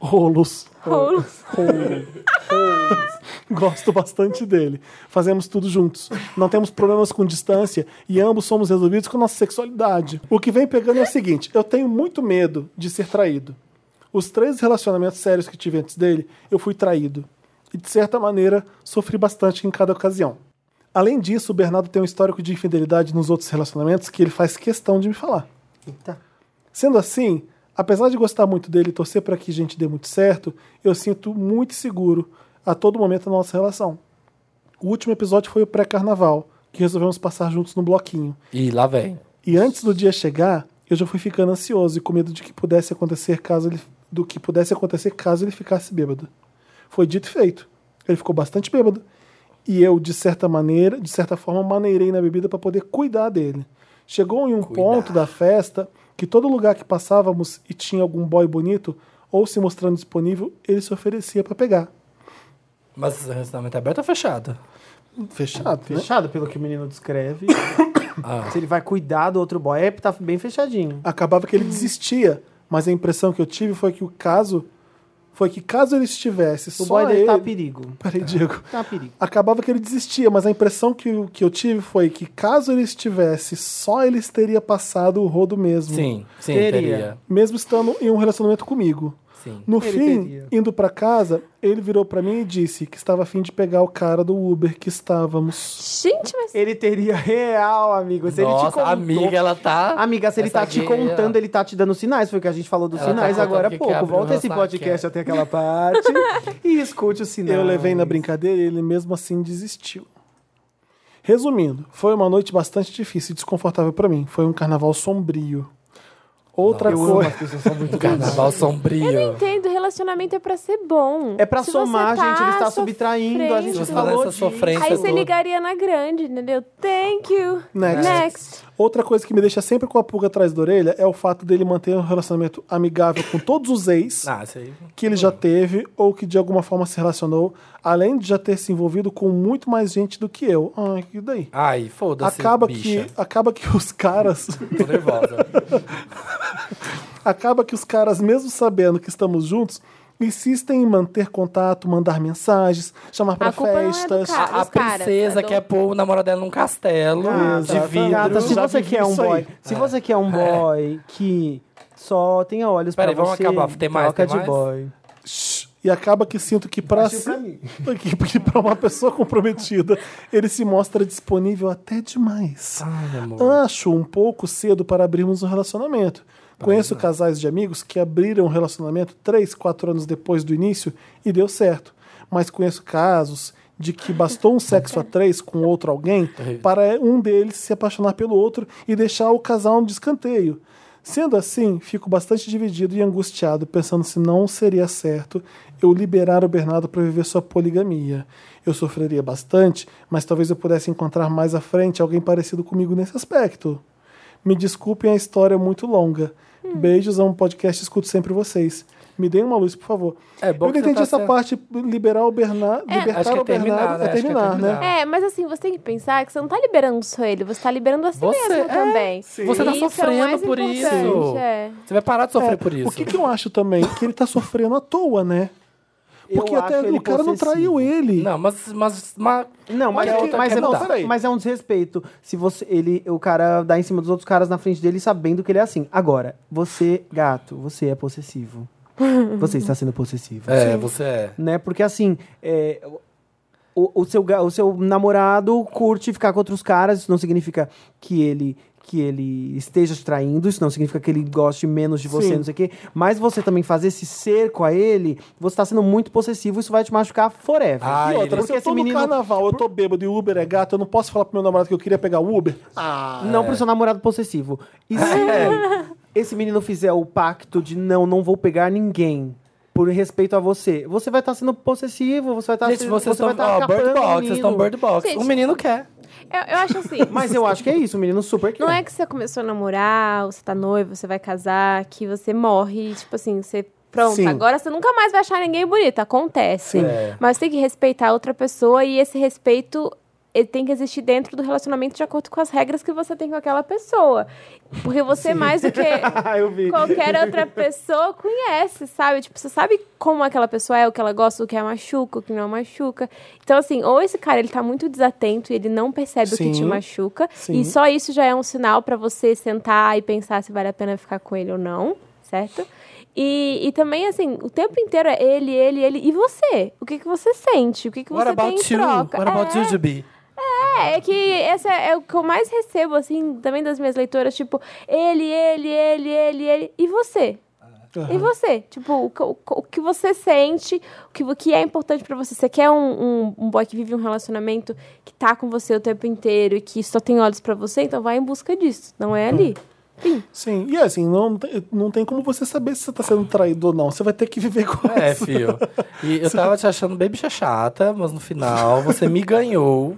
Speaker 1: Rolos.
Speaker 4: Rolos.
Speaker 1: Rolos. Rolos. Gosto bastante dele. Fazemos tudo juntos. Não temos problemas com distância e ambos somos resolvidos com nossa sexualidade. O que vem pegando é o seguinte: eu tenho muito medo de ser traído. Os três relacionamentos sérios que tive antes dele, eu fui traído. E de certa maneira, sofri bastante em cada ocasião. Além disso, o Bernardo tem um histórico de infidelidade nos outros relacionamentos que ele faz questão de me falar.
Speaker 3: Eita.
Speaker 1: Sendo assim, apesar de gostar muito dele e torcer para que a gente dê muito certo, eu sinto muito seguro a todo momento na nossa relação. O último episódio foi o pré-carnaval, que resolvemos passar juntos no bloquinho.
Speaker 2: E lá vem.
Speaker 1: E antes do dia chegar, eu já fui ficando ansioso e com medo de que pudesse acontecer caso ele, do que pudesse acontecer caso ele ficasse bêbado. Foi dito e feito. Ele ficou bastante bêbado e eu de certa maneira, de certa forma, maneirei na bebida para poder cuidar dele. Chegou em um
Speaker 2: Cuidar.
Speaker 1: ponto da festa que todo lugar que passávamos e tinha algum boy bonito ou se mostrando disponível, ele se oferecia para pegar.
Speaker 2: Mas o relacionamento é aberto ou fechado?
Speaker 1: Fechado, né?
Speaker 3: Fechado pelo que o menino descreve.
Speaker 2: Ah.
Speaker 3: Se ele vai cuidar do outro boy, é, tá bem fechadinho.
Speaker 1: acabava que ele desistia. Mas a impressão que eu tive foi que o caso. Foi que caso ele estivesse
Speaker 3: O
Speaker 1: só
Speaker 3: boy dele
Speaker 1: ele...
Speaker 3: tá a perigo.
Speaker 1: Peraí, Diego.
Speaker 3: Tá a perigo.
Speaker 1: Acabava que ele desistia, mas a impressão que, eu- que eu tive foi que caso ele estivesse só, eles teria passado o rodo mesmo.
Speaker 2: Sim, sim,
Speaker 3: Teria.
Speaker 2: teria.
Speaker 1: Mesmo estando em um relacionamento comigo.
Speaker 2: Sim.
Speaker 1: No
Speaker 3: Ele
Speaker 1: fim,
Speaker 3: teria.
Speaker 1: indo pra casa, ele virou pra mim e disse que estava afim de pegar o cara do Uber que estávamos.
Speaker 4: Gente, mas
Speaker 3: Ele teria real, amigo. Se ele te
Speaker 2: Nossa,
Speaker 3: contou...
Speaker 2: a amiga, ela tá.
Speaker 3: Amiga, se ele
Speaker 2: Essa
Speaker 3: tá te
Speaker 2: gay,
Speaker 3: contando,
Speaker 2: ó.
Speaker 3: ele tá te dando sinais. Foi o que a gente falou dos
Speaker 2: Ela tá
Speaker 3: sinais
Speaker 2: contando
Speaker 3: agora
Speaker 2: o
Speaker 3: há
Speaker 2: que que
Speaker 3: pouco.
Speaker 2: abre o
Speaker 3: Volta esse
Speaker 2: rosto, ela
Speaker 3: podcast
Speaker 2: quer.
Speaker 3: até aquela parte e escute os sinais.
Speaker 1: Eu levei na brincadeira e ele mesmo assim desistiu. Resumindo, foi uma noite bastante difícil e desconfortável pra mim. Foi um carnaval sombrio. Outra
Speaker 3: Eu amo, as
Speaker 1: coisa.
Speaker 3: pessoas são muito
Speaker 2: Carnaval sombrio.
Speaker 4: entendo, relacionamento é pra ser bom.
Speaker 3: É pra
Speaker 4: Se
Speaker 3: somar,
Speaker 4: você tá
Speaker 3: gente. Ele tá subtraindo. A gente
Speaker 2: Você
Speaker 3: falou
Speaker 2: falou essa
Speaker 3: disso.
Speaker 2: sofrência
Speaker 4: Aí você
Speaker 2: toda.
Speaker 4: ligaria na grande, entendeu? Thank you.
Speaker 1: Next.
Speaker 4: Next.
Speaker 1: Outra coisa que me deixa sempre com a pulga atrás da orelha é o fato dele manter um relacionamento amigável com todos os ex
Speaker 2: Ah, isso aí.
Speaker 1: que ele já teve ou que de alguma forma se relacionou, além de já ter se envolvido com muito mais gente do que eu. Ai, que daí?
Speaker 2: Ai, foda-se.
Speaker 1: Acaba que,
Speaker 2: bicha.
Speaker 1: acaba que os caras.
Speaker 2: Tô nervosa.
Speaker 1: acaba que os caras, mesmo sabendo que estamos juntos, insistem em manter contato, mandar mensagens, chamar pra
Speaker 4: A culpa não é do
Speaker 1: festas.
Speaker 4: cara.
Speaker 2: a a
Speaker 4: Os caras,
Speaker 2: princesa
Speaker 4: tá
Speaker 2: quer pôr o namorado dela num
Speaker 3: Ah,
Speaker 2: castelo de
Speaker 1: tá,
Speaker 2: vidro.
Speaker 1: tá,
Speaker 3: Gata, se
Speaker 1: Já
Speaker 3: você
Speaker 1: vivi
Speaker 3: quer um
Speaker 1: isso aí.
Speaker 3: boy, se você quer um boy que só tenha olhos
Speaker 2: É. Peraí,
Speaker 3: pra
Speaker 2: vamos
Speaker 3: você,
Speaker 2: acabar. Tem mais, tem
Speaker 3: troca de
Speaker 2: mais?
Speaker 3: boy.
Speaker 1: E acaba que sinto que pra, si-
Speaker 3: Assim,
Speaker 1: que, que pra uma pessoa comprometida ele se mostra disponível até demais.
Speaker 2: Ai, né, amor.
Speaker 1: Acho um pouco cedo para abrirmos um relacionamento. Conheço casais de amigos que abriram um relacionamento 3, 4 anos depois do início e deu certo. Mas conheço casos de que bastou um sexo a três com outro alguém para um deles se apaixonar pelo outro e deixar o casal de escanteio. Sendo assim, fico bastante dividido e angustiado, pensando se não seria certo eu liberar o Bernardo para viver sua poligamia. Eu sofreria bastante, mas talvez eu pudesse encontrar mais à frente alguém parecido comigo nesse aspecto. Me desculpem a história é muito longa.
Speaker 2: Hum.
Speaker 1: Beijos a um podcast, escuto sempre vocês. Me deem uma luz, por favor.
Speaker 2: É bom
Speaker 1: eu não
Speaker 2: que você
Speaker 1: entendi
Speaker 2: tá
Speaker 1: essa
Speaker 2: sendo-
Speaker 1: parte, liberar o Bernardo,
Speaker 2: acho
Speaker 1: libertar
Speaker 2: que é
Speaker 1: o
Speaker 2: terminar,
Speaker 1: Bernardo
Speaker 2: né?
Speaker 1: é
Speaker 2: Acho que é
Speaker 1: terminar, né?
Speaker 2: terminar.
Speaker 4: É, mas assim, você tem que pensar que você não tá liberando só ele, você tá liberando a si
Speaker 2: Você-
Speaker 4: mesmo
Speaker 2: é,
Speaker 4: também.
Speaker 2: Você tá
Speaker 4: Isso é o
Speaker 2: sofrendo
Speaker 4: mais
Speaker 2: por isso.
Speaker 4: importante, é.
Speaker 2: Você vai parar de sofrer
Speaker 1: É,
Speaker 2: por isso.
Speaker 1: O que, que eu acho também? Que ele tá sofrendo à toa, né?
Speaker 3: Eu
Speaker 1: Porque
Speaker 3: acho
Speaker 1: até
Speaker 3: ele
Speaker 1: o cara não traiu
Speaker 3: possessivo.
Speaker 1: ele.
Speaker 2: Não, mas, mas, mas
Speaker 3: Não, mas,
Speaker 1: Olha
Speaker 3: é,
Speaker 1: que-
Speaker 3: mas, é,
Speaker 1: não,
Speaker 3: não,
Speaker 1: peraí.
Speaker 3: mas é um desrespeito. Se você, ele, o cara dá em cima dos outros caras na frente dele sabendo que ele é assim. Agora, você, gato, você é possessivo. Você está sendo possessivo.
Speaker 2: É, você é.
Speaker 3: né? Porque assim, é, o, o seu, ga- o seu namorado curte ficar com outros caras, isso não significa que ele que ele esteja te traindo, isso não significa que ele goste menos de você,
Speaker 1: Sim.
Speaker 3: não sei o quê. Mas você também fazer esse cerco a ele, você tá sendo muito possessivo, isso vai te machucar forever.
Speaker 2: Ah,
Speaker 1: E
Speaker 2: ele-
Speaker 1: outra, se eu tô no carnaval, eu tô bêbado e o Uber é gato, eu não posso falar pro meu namorado que eu queria pegar o Uber. Ah,
Speaker 2: é.
Speaker 3: Não pro seu namorado possessivo. E se
Speaker 1: É.
Speaker 3: esse menino fizer o pacto de não, não vou pegar ninguém por respeito a você, você vai estar sendo possessivo, você vai estar
Speaker 2: Gente,
Speaker 3: sendo.
Speaker 2: vocês
Speaker 3: você vai
Speaker 2: estão
Speaker 3: estar
Speaker 2: ó, bird
Speaker 3: acabando o
Speaker 2: box, vocês
Speaker 3: menino.
Speaker 2: estão bird box. Um
Speaker 4: Gente.
Speaker 2: O menino quer.
Speaker 4: Eu, eu acho assim.
Speaker 3: Mas eu acho que é isso, o menino super quer.
Speaker 4: Não é que você começou a namorar, ou você tá noivo, você vai casar, que você morre, tipo assim, você. Pronto,
Speaker 1: Sim.
Speaker 4: agora você nunca mais vai achar ninguém bonito. Acontece.
Speaker 2: É.
Speaker 4: Mas tem que respeitar a outra pessoa e esse respeito ele tem que existir dentro do relacionamento de acordo com as regras que você tem com aquela pessoa. Porque você, é mais do que
Speaker 3: Ah, eu vi.
Speaker 4: qualquer outra pessoa, conhece, sabe? Tipo, você sabe como aquela pessoa é, o que ela gosta, o que a machuca, o que não a machuca. Então, assim, ou esse cara, ele tá muito desatento e ele não percebe o que te
Speaker 1: Sim.
Speaker 4: machuca.
Speaker 1: Sim.
Speaker 4: E só isso já é um sinal pra você sentar e pensar se vale a pena ficar com ele ou não, certo? E, e também, assim, o tempo inteiro é ele, ele, ele. E você? O que, que você sente? O que, que
Speaker 2: What
Speaker 4: você tem em
Speaker 2: about you?
Speaker 4: troca?
Speaker 2: What about
Speaker 4: É.
Speaker 2: you, Jubi?
Speaker 4: É, é que essa é o que eu mais recebo, assim, também das minhas leitoras, tipo, ele, ele, ele, ele, ele, e você? E você? Tipo, o, que- o- o que você sente, o que, o que é importante pra você? Você quer um, um, um boy que vive um relacionamento que tá com você o tempo inteiro e que só tem olhos pra você? Então vai em busca disso, não é ali.
Speaker 1: Sim, e assim, não, tem- não tem como você saber se você tá sendo traído ou não. Você vai ter que viver com
Speaker 2: É,
Speaker 1: isso.
Speaker 2: fio. E eu
Speaker 3: é
Speaker 2: tava te achando bem bicha chata, mas no final você me ganhou.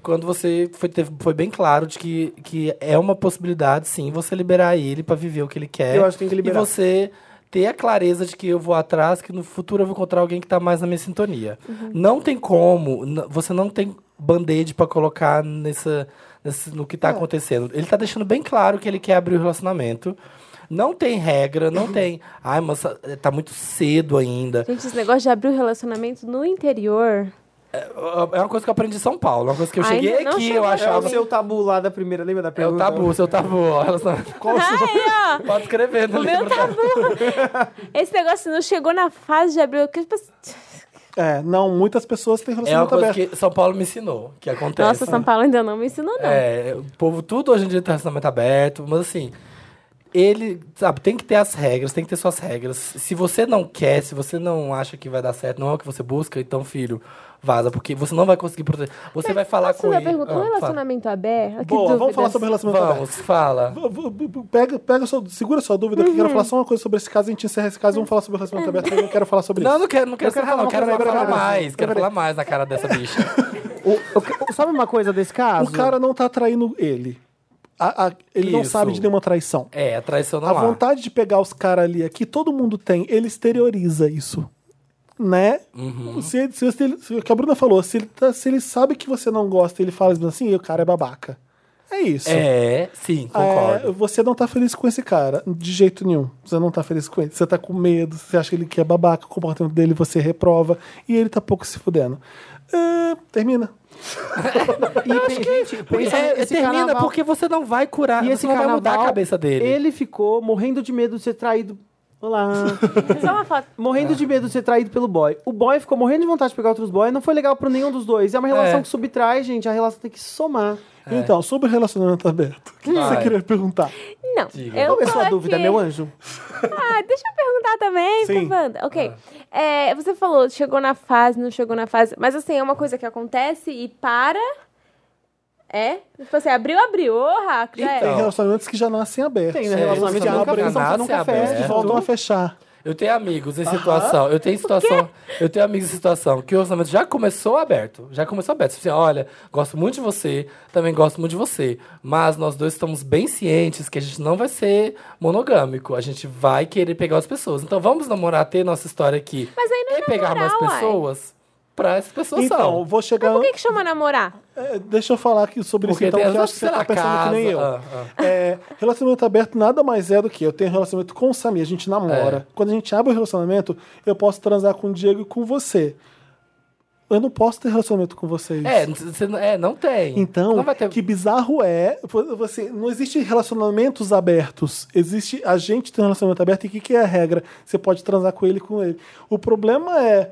Speaker 2: Quando você foi, teve- foi bem claro de que, que é uma possibilidade, sim, você liberar ele pra viver o que ele quer.
Speaker 3: Eu acho que tem que liberar.
Speaker 2: E você ter a clareza de que eu vou atrás, que no futuro eu vou encontrar alguém que tá mais na minha sintonia.
Speaker 4: Uhum.
Speaker 2: Não tem como, n- você não tem band-aid pra colocar nessa, nesse- no que tá
Speaker 4: É.
Speaker 2: acontecendo. Ele tá deixando bem claro que ele quer abrir o relacionamento. Não tem regra, não
Speaker 4: Uhum.
Speaker 2: tem. Ai, mas eh, tá muito cedo ainda.
Speaker 4: Gente, esse negócio de abrir o relacionamento no interior.
Speaker 2: É uma coisa que eu aprendi em São Paulo. é Uma coisa que eu
Speaker 4: Ainda
Speaker 2: cheguei
Speaker 4: não
Speaker 2: aqui,
Speaker 4: chegou
Speaker 2: eu
Speaker 3: É o
Speaker 2: achava.
Speaker 3: seu tabu lá da primeira, lembra da
Speaker 2: É o
Speaker 3: pergunta?
Speaker 2: tabu, seu tabu. ó, relacionamento.
Speaker 4: Ai, ó!
Speaker 2: Pode escrever no
Speaker 4: O meu
Speaker 2: livro. tá?
Speaker 4: tabu! Esse negócio não chegou na fase de abrir. eu- que, tipo assim,
Speaker 1: É, não, muitas pessoas têm
Speaker 2: É uma
Speaker 1: relacionamento
Speaker 2: coisa
Speaker 1: aberto.
Speaker 2: que São Paulo me ensinou, que acontece.
Speaker 4: Nossa, São Paulo ainda não me ensinou, não.
Speaker 2: É, o povo, tudo hoje em dia tem relacionamento aberto, mas assim, ele, sabe, tem que ter as regras, tem que ter suas regras. Se você não quer, se você não acha que vai dar certo, não é o que você busca, então, filho, vaza, porque você não vai conseguir proteger. Você vai falar
Speaker 4: Posso
Speaker 2: com
Speaker 4: fazer
Speaker 2: ele.
Speaker 4: uma pergunta?
Speaker 2: Ah,
Speaker 4: um
Speaker 2: fala.
Speaker 4: relacionamento aberto? Que
Speaker 1: Boa, vamos falar
Speaker 4: dúvidas.
Speaker 1: sobre relacionamento aberto.
Speaker 2: Vamos, fala.
Speaker 1: V- v- v- Pega, pega sua, segura sua dúvida, que eu quero falar só uma coisa sobre esse caso, a gente encerra esse caso e vamos falar sobre o relacionamento aberto, porque eu não quero falar sobre
Speaker 2: Não,
Speaker 1: isso.
Speaker 2: não quero, não quero,
Speaker 1: Eu quero
Speaker 2: falar,
Speaker 1: falar
Speaker 2: não, quero
Speaker 1: uma coisa
Speaker 2: falar
Speaker 1: agora.
Speaker 2: mais, quero
Speaker 1: Peraí.
Speaker 2: falar mais na cara dessa bicha.
Speaker 3: O- o- o- sabe uma coisa desse caso?
Speaker 1: O cara não tá traindo ele. A- a- ele não
Speaker 2: Isso.
Speaker 1: sabe de nenhuma traição.
Speaker 2: É, a traição não
Speaker 1: A
Speaker 2: há.
Speaker 1: vontade de pegar os caras ali aqui, todo mundo tem, ele exterioriza isso. Né?
Speaker 2: Uhum.
Speaker 1: Se, ele- se, se, ele- se- o que a Bruna falou, se ele, tá- se ele sabe que você não gosta, ele fala assim, o cara é babaca. É isso.
Speaker 2: É,
Speaker 1: É,
Speaker 2: sim, concordo.
Speaker 1: você não tá feliz com esse cara, de jeito nenhum. Você não tá feliz com ele. Você tá com medo, você acha que ele que é babaca, o comportamento dele você reprova e ele tá pouco se fudendo. É, termina.
Speaker 3: E pe- gente, pensa
Speaker 2: É,
Speaker 3: nesse
Speaker 2: termina
Speaker 3: carnaval-
Speaker 2: porque você não vai curar,
Speaker 3: E
Speaker 2: você
Speaker 3: esse
Speaker 2: não vai mudar a
Speaker 3: carnaval, é
Speaker 2: cabeça dele.
Speaker 3: Ele ficou morrendo de medo de ser traído. Olá.
Speaker 4: Só uma foto.
Speaker 3: morrendo de medo de ser traído pelo boy. O boy ficou morrendo de vontade de pegar outros boys. Não foi legal pra nenhum dos dois. É uma relação
Speaker 2: É.
Speaker 3: que subtrai, gente. A relação tem que somar.
Speaker 1: Então, sobre relacionamento aberto, o que
Speaker 2: Vai.
Speaker 1: você queria perguntar?
Speaker 4: Não.
Speaker 2: Diga.
Speaker 4: Eu
Speaker 3: Qual é a
Speaker 4: tô
Speaker 3: sua dúvida,
Speaker 4: aqui.
Speaker 3: meu anjo?
Speaker 4: Ah, deixa eu perguntar também,
Speaker 1: Sim.
Speaker 4: Cavanda. Ok. É, você falou, chegou na fase, não chegou na fase. Mas assim, é uma coisa que acontece e para. É? Tipo assim, abriu, abriu. Ô, é. Raco, já
Speaker 1: Tem
Speaker 2: Então.
Speaker 4: era.
Speaker 1: relacionamentos que já nascem abertos.
Speaker 3: Tem,
Speaker 1: né?
Speaker 3: né? Relacionamento
Speaker 1: você
Speaker 3: nunca
Speaker 1: abre,
Speaker 3: acaba,
Speaker 2: nasce
Speaker 3: nunca
Speaker 2: aberto.
Speaker 3: fecha.
Speaker 1: Eles voltam a fechar.
Speaker 2: Eu tenho amigos em situação. Eu tenho situação. Eu tenho amigos em situação que o relacionamento já começou aberto. Já começou aberto. Tipo assim, olha, gosto muito de você, também gosto muito de você. Mas nós dois estamos bem cientes que a gente não vai ser monogâmico. A gente vai querer pegar as pessoas. Então vamos namorar, ter nossa história aqui.
Speaker 4: Mas aí não é
Speaker 2: e pegar mais
Speaker 4: namorar, uai.
Speaker 2: pessoas pra essas pessoas
Speaker 1: Então,
Speaker 2: são.
Speaker 1: vou chegar.
Speaker 4: Por que, que chama namorar?
Speaker 1: É, deixa eu falar aqui sobre
Speaker 2: Porque
Speaker 1: isso,
Speaker 2: tem
Speaker 1: então,
Speaker 2: as
Speaker 1: que eu acho que
Speaker 2: sei
Speaker 1: você tá
Speaker 2: lá,
Speaker 1: pensando
Speaker 2: casa.
Speaker 1: que nem eu.
Speaker 2: ah, ah.
Speaker 1: É, relacionamento aberto nada mais é do que eu tenho relacionamento com o Samir, a gente
Speaker 2: É.
Speaker 1: namora. Quando a gente abre o relacionamento, eu posso transar com o Diego e com você. Eu não posso ter relacionamento com vocês.
Speaker 2: É, n- você não- é, não tem.
Speaker 1: Então,
Speaker 2: não vai ter...
Speaker 1: que bizarro é, vo- você, não existe relacionamentos abertos. Existe a gente tem um relacionamento aberto e o que, que é a regra? Você pode transar com ele e com ele. O problema é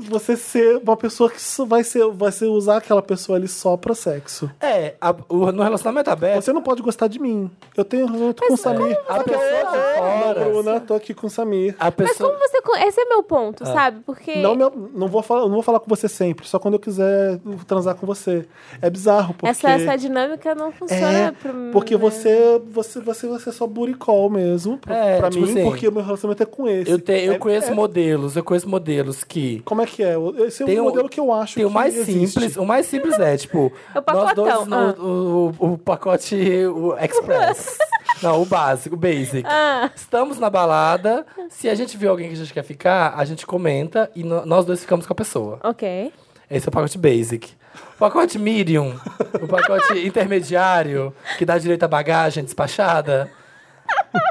Speaker 1: você ser uma pessoa que só vai ser, vai ser usar aquela pessoa ali só pra sexo.
Speaker 2: É, a- o- no relacionamento aberto. é,
Speaker 1: Você não pode gostar de mim. Eu tenho um relacionamento com o Samir.
Speaker 2: A pessoa de fora.
Speaker 1: Bruna, tô aqui com o Samir.
Speaker 2: A
Speaker 4: Mas
Speaker 2: pessoa.
Speaker 4: como você. con- Esse é meu ponto, sabe? Porque.
Speaker 1: Não, meu- não, vou falar, não vou falar com você sempre, só quando eu quiser transar com você. É bizarro, porque...
Speaker 4: essa, essa dinâmica não funciona
Speaker 1: É,
Speaker 4: pra mim.
Speaker 1: porque
Speaker 4: né?
Speaker 1: você, você, você, você é só buricol mesmo, pra,
Speaker 2: É,
Speaker 1: pra
Speaker 2: tipo
Speaker 1: mim,
Speaker 2: assim,
Speaker 1: porque o meu relacionamento é com esse.
Speaker 2: Eu, tenho,
Speaker 1: É-
Speaker 2: eu conheço
Speaker 1: é-
Speaker 2: modelos, eu conheço modelos que.
Speaker 1: Como é que é? Esse é
Speaker 2: Tem
Speaker 1: um
Speaker 2: o-
Speaker 1: modelo que eu acho
Speaker 2: Tem o
Speaker 1: que
Speaker 2: mais
Speaker 1: existe.
Speaker 2: simples. O mais simples é, tipo,
Speaker 4: É o
Speaker 2: nós dois
Speaker 4: pacotão,
Speaker 2: no,
Speaker 4: ah.
Speaker 2: o, o- o pacote o express. Não, o básico, o basic.
Speaker 4: Ah,
Speaker 2: Estamos na balada. Se a gente viu alguém que a gente quer ficar, a gente comenta e no- nós dois ficamos com a pessoa.
Speaker 4: ok.
Speaker 2: Esse é o pacote basic. O pacote medium, o pacote intermediário, que dá direito à bagagem despachada.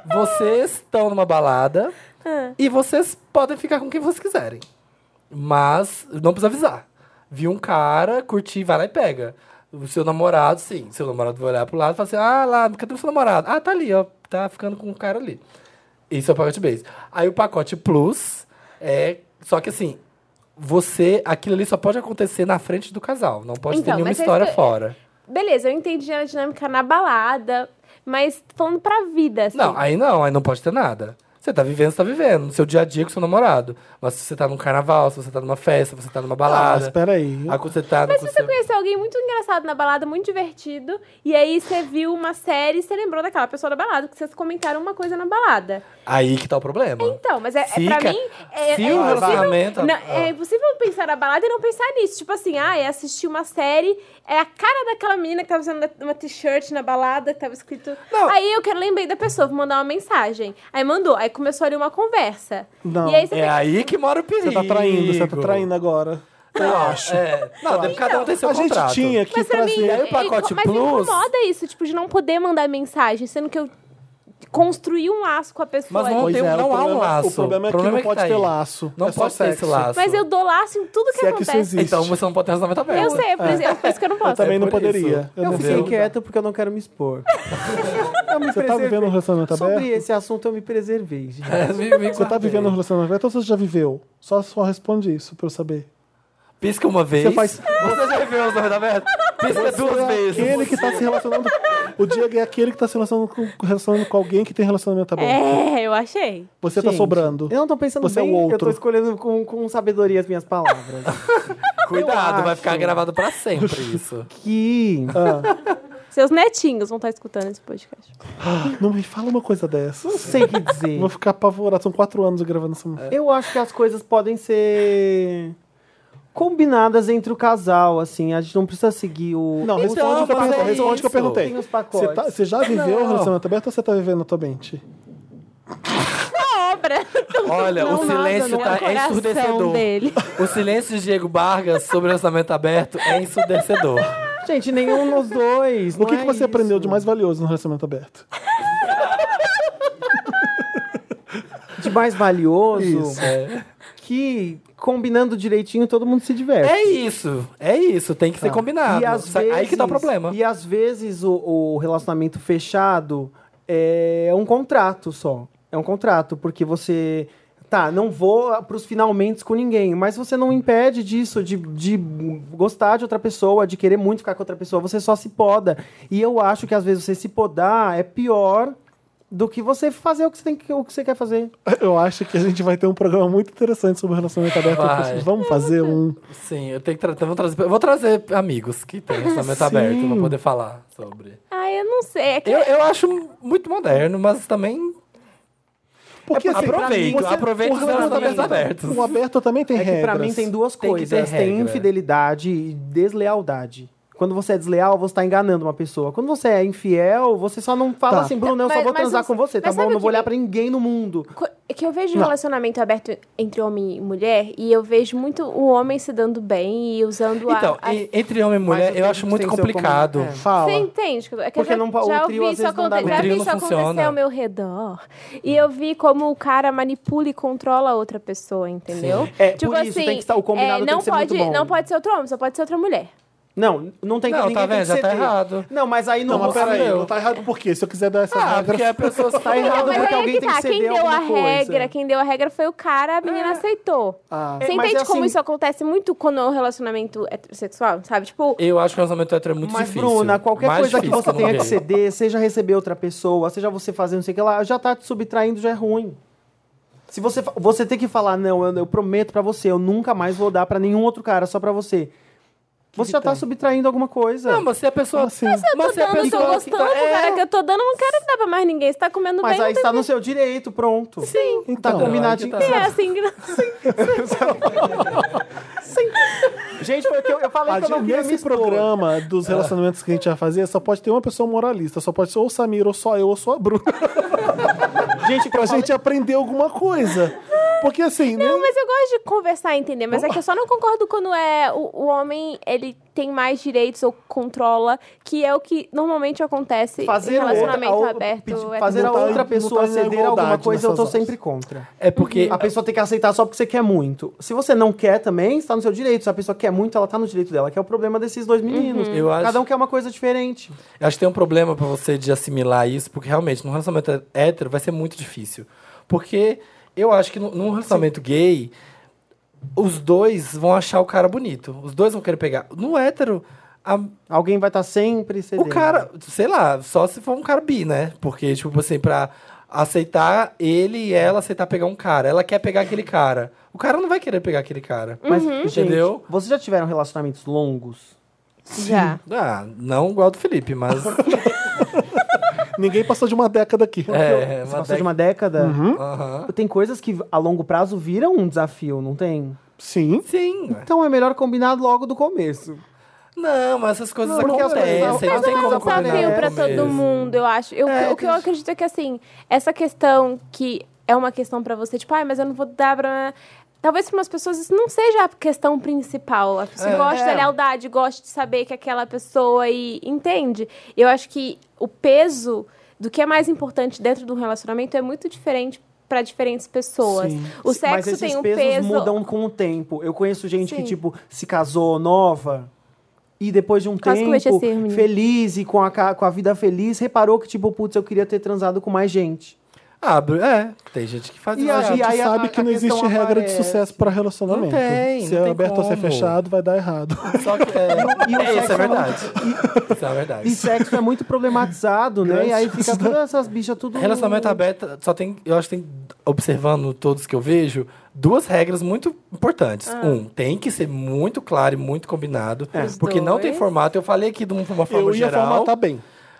Speaker 2: Vocês estão numa balada
Speaker 4: É.
Speaker 2: e vocês podem ficar com quem vocês quiserem. Mas não precisa avisar. Viu um cara, curti, vai lá e pega. O seu namorado, sim. Seu namorado vai olhar pro lado e fala assim: ah, lá, cadê o seu namorado? Ah, tá ali, ó. Tá ficando com o cara ali. Isso é o pacote base. Aí o pacote plus é. Só que assim, você. Aquilo ali só pode acontecer na frente do casal. Não pode ter
Speaker 4: Então,
Speaker 2: nenhuma
Speaker 4: mas é
Speaker 2: história
Speaker 4: isso que-
Speaker 2: fora.
Speaker 4: Beleza, eu entendi a dinâmica na balada, mas falando pra vida, assim.
Speaker 2: Não, aí não, aí não pode ter nada. Você tá vivendo, você tá vivendo. No seu dia a dia com seu namorado. Mas se você tá num carnaval, se você tá numa festa, se você tá numa
Speaker 1: Ah, mas
Speaker 2: balada.
Speaker 1: peraí.
Speaker 2: aí quando você tá
Speaker 4: Mas
Speaker 2: quando
Speaker 4: você
Speaker 2: você-
Speaker 4: conheceu alguém muito engraçado na balada, muito divertido, e aí você viu uma série e você lembrou daquela pessoa da balada, que vocês comentaram uma coisa na balada.
Speaker 2: Aí que tá o problema.
Speaker 4: Então, mas é, é
Speaker 2: Se
Speaker 4: pra
Speaker 2: ca-
Speaker 4: mim. É,
Speaker 2: se
Speaker 4: é
Speaker 2: o
Speaker 4: impossível-
Speaker 2: relacionamento-
Speaker 4: não,
Speaker 2: ah.
Speaker 4: é impossível pensar na balada e não pensar nisso. Tipo assim, ah, é assistir uma série, é a cara daquela menina que tava usando uma t-shirt na balada, que tava escrito.
Speaker 2: Não.
Speaker 4: Aí eu quero lembrar da pessoa, vou mandar uma mensagem. Aí mandou, aí começou ali uma conversa.
Speaker 1: Não,
Speaker 4: e aí você
Speaker 2: É aí que mora o perigo.
Speaker 1: Você tá traindo, você tá traindo agora.
Speaker 2: Eu acho. É. Não, cada um tem seu
Speaker 1: a gente
Speaker 2: contrato.
Speaker 1: tinha que
Speaker 4: Mas pra
Speaker 1: trazer...
Speaker 4: mim,
Speaker 2: aí o
Speaker 4: é-
Speaker 2: pacote
Speaker 4: mas me
Speaker 2: plus-
Speaker 4: incomoda isso, tipo, de não poder mandar mensagem, sendo que eu construí um laço com a pessoa.
Speaker 2: Mas não
Speaker 4: ali.
Speaker 2: tem-
Speaker 1: o
Speaker 2: não há um
Speaker 1: problema-
Speaker 2: laço.
Speaker 1: O problema é
Speaker 2: O problema
Speaker 1: que
Speaker 2: é que
Speaker 1: não pode
Speaker 2: tá
Speaker 1: ter
Speaker 2: aí.
Speaker 1: laço.
Speaker 2: Não
Speaker 1: é só
Speaker 2: pode ter esse
Speaker 1: sexo.
Speaker 2: laço.
Speaker 4: Mas eu dou laço em tudo que
Speaker 1: Se é que isso
Speaker 4: acontece.
Speaker 1: existe.
Speaker 2: Então você não pode ter relacionamento aberto.
Speaker 4: eu sei, é por, isso, é por isso que eu não posso.
Speaker 1: Eu também
Speaker 2: É
Speaker 1: não
Speaker 2: por
Speaker 1: poderia.
Speaker 2: isso.
Speaker 1: Eu
Speaker 3: Eu
Speaker 1: não
Speaker 3: fiquei
Speaker 1: sei.
Speaker 3: quieto porque eu não quero me expor. Eu me
Speaker 1: Você tá vivendo um relacionamento
Speaker 3: Sobre
Speaker 1: aberto?
Speaker 3: esse assunto eu me preservei, gente.
Speaker 2: É, me- me
Speaker 1: Você tá
Speaker 2: guardei.
Speaker 1: vivendo um relacionamento aberto ou você já viveu? Só, só responde isso pra eu saber.
Speaker 2: Pisca uma vez.
Speaker 1: Você faz-
Speaker 2: Você já viveu o relacionamento aberto? Pisca duas vezes.
Speaker 1: Aquele que tá se relacionando... O Diego é aquele que tá se relacionando com, relacionando com alguém que tem relacionamento aberto.
Speaker 4: É, eu achei.
Speaker 1: Você tá
Speaker 3: Gente,
Speaker 1: sobrando.
Speaker 3: Eu não tô pensando
Speaker 1: Você é o
Speaker 3: bem, eu
Speaker 1: outro.
Speaker 3: tô escolhendo com, com sabedoria as minhas palavras.
Speaker 2: Cuidado,
Speaker 3: Eu
Speaker 2: vai
Speaker 3: acho.
Speaker 2: ficar gravado pra sempre isso.
Speaker 3: que
Speaker 1: Ah,
Speaker 4: Seus netinhos vão estar escutando esse podcast.
Speaker 1: Ah, não me fala uma coisa dessa.
Speaker 3: não sei o que dizer.
Speaker 1: Vou ficar apavorado. São quatro anos eu gravando essa música.
Speaker 3: Eu acho que as coisas podem ser combinadas entre o casal, assim. A gente não precisa seguir o.
Speaker 1: Não,
Speaker 3: o
Speaker 1: responde o que eu
Speaker 3: mas
Speaker 1: perguntei.
Speaker 3: é
Speaker 1: Responde o que eu
Speaker 3: isso.
Speaker 1: perguntei.
Speaker 3: Tem os
Speaker 1: Você,
Speaker 3: pacotes.
Speaker 1: tá- você já viveu um relacionamento aberto ou você tá vivendo atualmente?
Speaker 4: A obra!
Speaker 2: Olha,
Speaker 4: Então, Não,
Speaker 2: o
Speaker 4: nada,
Speaker 2: silêncio
Speaker 4: não.
Speaker 2: tá
Speaker 4: É o
Speaker 2: é
Speaker 4: coração
Speaker 2: ensurdecedor.
Speaker 4: dele.
Speaker 2: O silêncio de Diego Bargas sobre o relacionamento aberto é ensurdecedor.
Speaker 3: Gente, nenhum nos dois. é
Speaker 1: O que, que você aprendeu de mais valioso no relacionamento aberto?
Speaker 3: De mais valioso?
Speaker 2: É.
Speaker 3: Que combinando direitinho todo mundo se diverte.
Speaker 2: É isso, é isso, tem que ser combinado.
Speaker 3: Tá. E às
Speaker 2: Sa- Aí que dá o
Speaker 3: vezes-
Speaker 2: problema.
Speaker 3: E às vezes o, o relacionamento fechado é um contrato só. É um contrato, porque você. Tá, não vou pros finalmente com ninguém, mas você não impede disso, de, de gostar de outra pessoa, de querer muito ficar com outra pessoa, você só se poda. E eu acho que às vezes você se podar é pior do que você fazer o que você, tem que, o que você quer fazer.
Speaker 1: Eu acho que a gente vai ter um programa muito interessante sobre relacionamento aberto.
Speaker 2: Vai.
Speaker 1: Vamos fazer um.
Speaker 2: Sim, eu tenho que tra eu vou trazer. eu vou trazer amigos que têm relacionamento
Speaker 1: Sim.
Speaker 2: aberto pra poder falar sobre.
Speaker 4: Ah, eu não sei. É que
Speaker 2: Eu, eu acho muito moderno, mas também
Speaker 3: É
Speaker 1: Porque assim,
Speaker 2: aproveito.
Speaker 1: você-
Speaker 2: aproveito os
Speaker 1: o
Speaker 2: relacionamentos
Speaker 1: relacionamento-
Speaker 2: abertos.
Speaker 1: O aberto também tem
Speaker 3: É
Speaker 1: regras.
Speaker 3: que pra mim tem duas
Speaker 2: Tem que ter
Speaker 3: coisas: tem
Speaker 2: regra.
Speaker 3: infidelidade e deslealdade. Quando você é desleal, você tá enganando uma pessoa. Quando você é infiel, você só não fala
Speaker 1: Tá.
Speaker 3: assim, Bruno, eu só
Speaker 4: Mas-
Speaker 3: vou
Speaker 4: mas
Speaker 3: transar
Speaker 4: você-
Speaker 3: com você, tá
Speaker 4: mas sabe
Speaker 3: bom?
Speaker 4: o
Speaker 3: Não vou
Speaker 4: que-
Speaker 3: olhar pra ninguém no mundo.
Speaker 4: co- é que eu vejo um
Speaker 1: Não.
Speaker 4: relacionamento aberto entre homem e mulher, e eu vejo muito o homem se dando bem e usando a.
Speaker 2: Então,
Speaker 4: a-
Speaker 2: e- entre homem e mulher,
Speaker 3: Mas
Speaker 2: eu
Speaker 3: o
Speaker 2: acho
Speaker 3: tempo
Speaker 2: muito
Speaker 4: um
Speaker 3: sem seu
Speaker 2: complicado.
Speaker 3: comum- é.
Speaker 1: Fala.
Speaker 4: Você entende? É que
Speaker 3: Porque
Speaker 4: eu já,
Speaker 3: não- o
Speaker 4: já
Speaker 3: trio,
Speaker 4: ouvi
Speaker 3: às
Speaker 4: isso,
Speaker 3: vezes, não dá
Speaker 4: aconte-
Speaker 3: bem.
Speaker 4: já
Speaker 2: O
Speaker 4: vi
Speaker 2: trio
Speaker 4: isso
Speaker 2: não
Speaker 4: acontecer
Speaker 2: funciona.
Speaker 4: ao meu redor. E eu vi como o cara manipula e controla a outra pessoa, entendeu? Tipo assim,
Speaker 3: É, por isso, tem que estar- o combinado
Speaker 4: não
Speaker 3: tem que ser
Speaker 4: pode,
Speaker 3: muito bom.
Speaker 4: Não pode ser outro homem, só pode ser outra mulher.
Speaker 3: Não, não tem que
Speaker 2: Não,
Speaker 3: ninguém
Speaker 2: tá
Speaker 3: tem
Speaker 2: vendo?
Speaker 3: que
Speaker 2: Já tá
Speaker 3: ceder.
Speaker 2: errado.
Speaker 3: Não, mas aí
Speaker 1: Não,
Speaker 3: não.
Speaker 1: mas
Speaker 2: Nossa,
Speaker 1: peraí,
Speaker 2: meu.
Speaker 1: não tá errado por quê? Se eu quiser dar essa
Speaker 2: Ah,
Speaker 1: regra.
Speaker 2: porque a pessoa se
Speaker 3: Tá errado
Speaker 4: Não, mas
Speaker 3: porque
Speaker 4: aí
Speaker 3: alguém
Speaker 4: que
Speaker 3: tem que
Speaker 4: tá.
Speaker 3: ceder
Speaker 4: Quem deu a
Speaker 3: alguma coisa.
Speaker 4: regra, quem deu a regra foi o cara, a menina aceitou.
Speaker 1: Ah.
Speaker 3: É,
Speaker 4: Você
Speaker 3: mas
Speaker 4: entende
Speaker 3: é
Speaker 4: como
Speaker 3: assim-
Speaker 4: isso acontece muito quando é um relacionamento heterossexual, sabe? Tipo,
Speaker 2: Eu acho que o relacionamento hétero é muito
Speaker 3: Mas,
Speaker 2: difícil.
Speaker 3: Bruna, qualquer
Speaker 2: Mais
Speaker 3: coisa que
Speaker 2: difícil
Speaker 3: você
Speaker 2: um
Speaker 3: tenha que
Speaker 2: gay.
Speaker 3: ceder, seja receber outra pessoa, seja você fazer não sei o que lá, já tá te subtraindo, já é ruim. Se você, fa- você tem que falar, não, eu, eu prometo pra você, eu nunca mais vou dar pra nenhum outro cara, só pra você. Você já tá subtraindo alguma coisa.
Speaker 2: Não, mas se a pessoa.
Speaker 1: Como assim?
Speaker 2: Mas
Speaker 4: eu tô
Speaker 2: se a
Speaker 4: dando, eu tô
Speaker 2: pessoa que
Speaker 4: gostando
Speaker 2: tá-
Speaker 4: do
Speaker 2: é,
Speaker 4: cara que eu tô dando, eu não quero dar pra mais ninguém. Você tá comendo
Speaker 3: Mas
Speaker 4: bem,
Speaker 3: aí
Speaker 4: não
Speaker 3: está no seu direito, pronto. Sim. Tá
Speaker 1: Então,
Speaker 3: combinado.
Speaker 2: aí que tá.
Speaker 4: tem... É assim, sim.
Speaker 3: Gente, foi o que eu, eu falei
Speaker 1: A
Speaker 3: que eu não
Speaker 1: gente-
Speaker 3: queria me
Speaker 1: nesse
Speaker 3: expor.
Speaker 1: programa dos relacionamentos que a gente vai fazer, só pode ter uma pessoa moralista. Só pode ser ou o Samir, ou só eu, ou só a Bruna.
Speaker 3: Gente,
Speaker 1: pra gente aprender alguma coisa. Porque assim,
Speaker 4: Não,
Speaker 1: né?
Speaker 4: mas eu gosto de conversar e entender. Mas é que eu só não concordo quando é o, o homem, ele tem mais direitos ou controla, que é o que normalmente acontece
Speaker 3: fazer
Speaker 4: em
Speaker 3: a outra-
Speaker 4: relacionamento
Speaker 3: a outra-
Speaker 4: aberto. é
Speaker 3: pedir-
Speaker 4: hétero.
Speaker 3: fazer a
Speaker 1: Não tá em-
Speaker 3: outra
Speaker 1: não tá em
Speaker 3: pessoa ceder a
Speaker 1: igualdade
Speaker 3: alguma coisa, eu tô
Speaker 1: nessas horas.
Speaker 3: sempre contra.
Speaker 2: é porque.
Speaker 3: A pessoa tem que aceitar só porque você quer muito. Se você não quer também, está no seu direito. Se a pessoa quer muito, ela está no direito dela, que é o problema desses dois meninos.
Speaker 2: Uhum. Eu acho-
Speaker 3: Cada um quer uma coisa diferente.
Speaker 2: Eu acho que tem um problema pra você de assimilar isso, porque realmente, num relacionamento hétero, vai ser muito difícil. Porque eu acho que num- num relacionamento gay, os dois vão achar o cara bonito. Os dois vão querer pegar. No hétero, a-
Speaker 3: Alguém vai estar sempre
Speaker 2: o
Speaker 3: cedendo.
Speaker 2: cara, sei lá, só se for um cara bi, né? Porque, tipo assim, pra aceitar ele e ela aceitar pegar um cara. Ela quer pegar aquele cara. O cara não vai querer pegar aquele cara.
Speaker 3: Mas, gente,
Speaker 2: Uhum. Entendeu?
Speaker 3: vocês já tiveram relacionamentos longos?
Speaker 4: Já.
Speaker 2: Ah, não igual do Felipe, mas.
Speaker 1: ninguém passou de uma década aqui.
Speaker 2: é, uma
Speaker 3: Você passou de
Speaker 2: década.
Speaker 3: uma década?
Speaker 2: Uhum. Aham.
Speaker 3: Tem coisas que a longo prazo viram um desafio, não tem?
Speaker 1: Sim.
Speaker 2: Sim.
Speaker 3: Então é melhor combinar logo do começo.
Speaker 2: Não, mas essas coisas
Speaker 3: Não, é um porque as
Speaker 2: acontecem.
Speaker 3: pessoas-
Speaker 2: não
Speaker 3: as
Speaker 2: tem
Speaker 3: pessoas
Speaker 2: como
Speaker 3: não
Speaker 2: combinar
Speaker 3: sabiam
Speaker 4: desafio
Speaker 2: no
Speaker 4: pra
Speaker 2: começo.
Speaker 4: todo mundo, eu acho. Eu-
Speaker 3: É,
Speaker 4: o que eu
Speaker 3: tem-
Speaker 4: acredito é que, assim, essa questão que é uma questão pra você, tipo, ai, mas eu não vou dar pra... Talvez para umas pessoas isso não seja a questão principal. A pessoa
Speaker 3: É.
Speaker 4: gosta da lealdade, gosta de saber que aquela pessoa e entende. Eu acho que o peso do que é mais importante dentro de um relacionamento é muito diferente para diferentes pessoas.
Speaker 1: Sim.
Speaker 4: O
Speaker 3: Mas
Speaker 4: sexo
Speaker 3: esses
Speaker 4: tem um
Speaker 3: pesos
Speaker 4: peso.
Speaker 3: mudam com o tempo. Eu conheço gente que,
Speaker 4: Sim.
Speaker 3: tipo, se casou nova e depois de um
Speaker 4: Quase que eu
Speaker 3: tempo,
Speaker 4: mexi esse menino.
Speaker 3: feliz e com a, ca- com a vida feliz, reparou que, tipo, putz, eu queria ter transado com mais gente.
Speaker 2: Ah, Bru- é. Tem gente que faz
Speaker 3: E
Speaker 2: isso.
Speaker 1: A gente
Speaker 3: aí- a-
Speaker 1: sabe
Speaker 3: a-
Speaker 1: que
Speaker 3: a
Speaker 1: não existe
Speaker 3: questão
Speaker 1: regra
Speaker 3: aparece.
Speaker 1: de sucesso para relacionamento.
Speaker 2: Não tem,
Speaker 1: se
Speaker 2: não
Speaker 1: é
Speaker 2: tem
Speaker 1: aberto ou se é
Speaker 2: como.
Speaker 1: fechado, vai dar errado.
Speaker 2: Só que é.
Speaker 3: E o
Speaker 2: é, isso
Speaker 3: sexo
Speaker 2: é
Speaker 3: é
Speaker 2: verdade. Isso é verdade.
Speaker 3: E sexo é muito problematizado, né? E aí fica todas essas bichas tudo...
Speaker 2: Relacionamento aberto, só tem. Eu acho que tem, observando todos que eu vejo, duas regras muito importantes.
Speaker 3: Ah.
Speaker 2: Um, tem que ser muito claro e muito combinado.
Speaker 3: É.
Speaker 4: Os
Speaker 2: Porque não tem
Speaker 4: dois.
Speaker 2: formato. Eu falei aqui de uma forma
Speaker 1: Eu ia
Speaker 2: geral.
Speaker 1: formatar bem.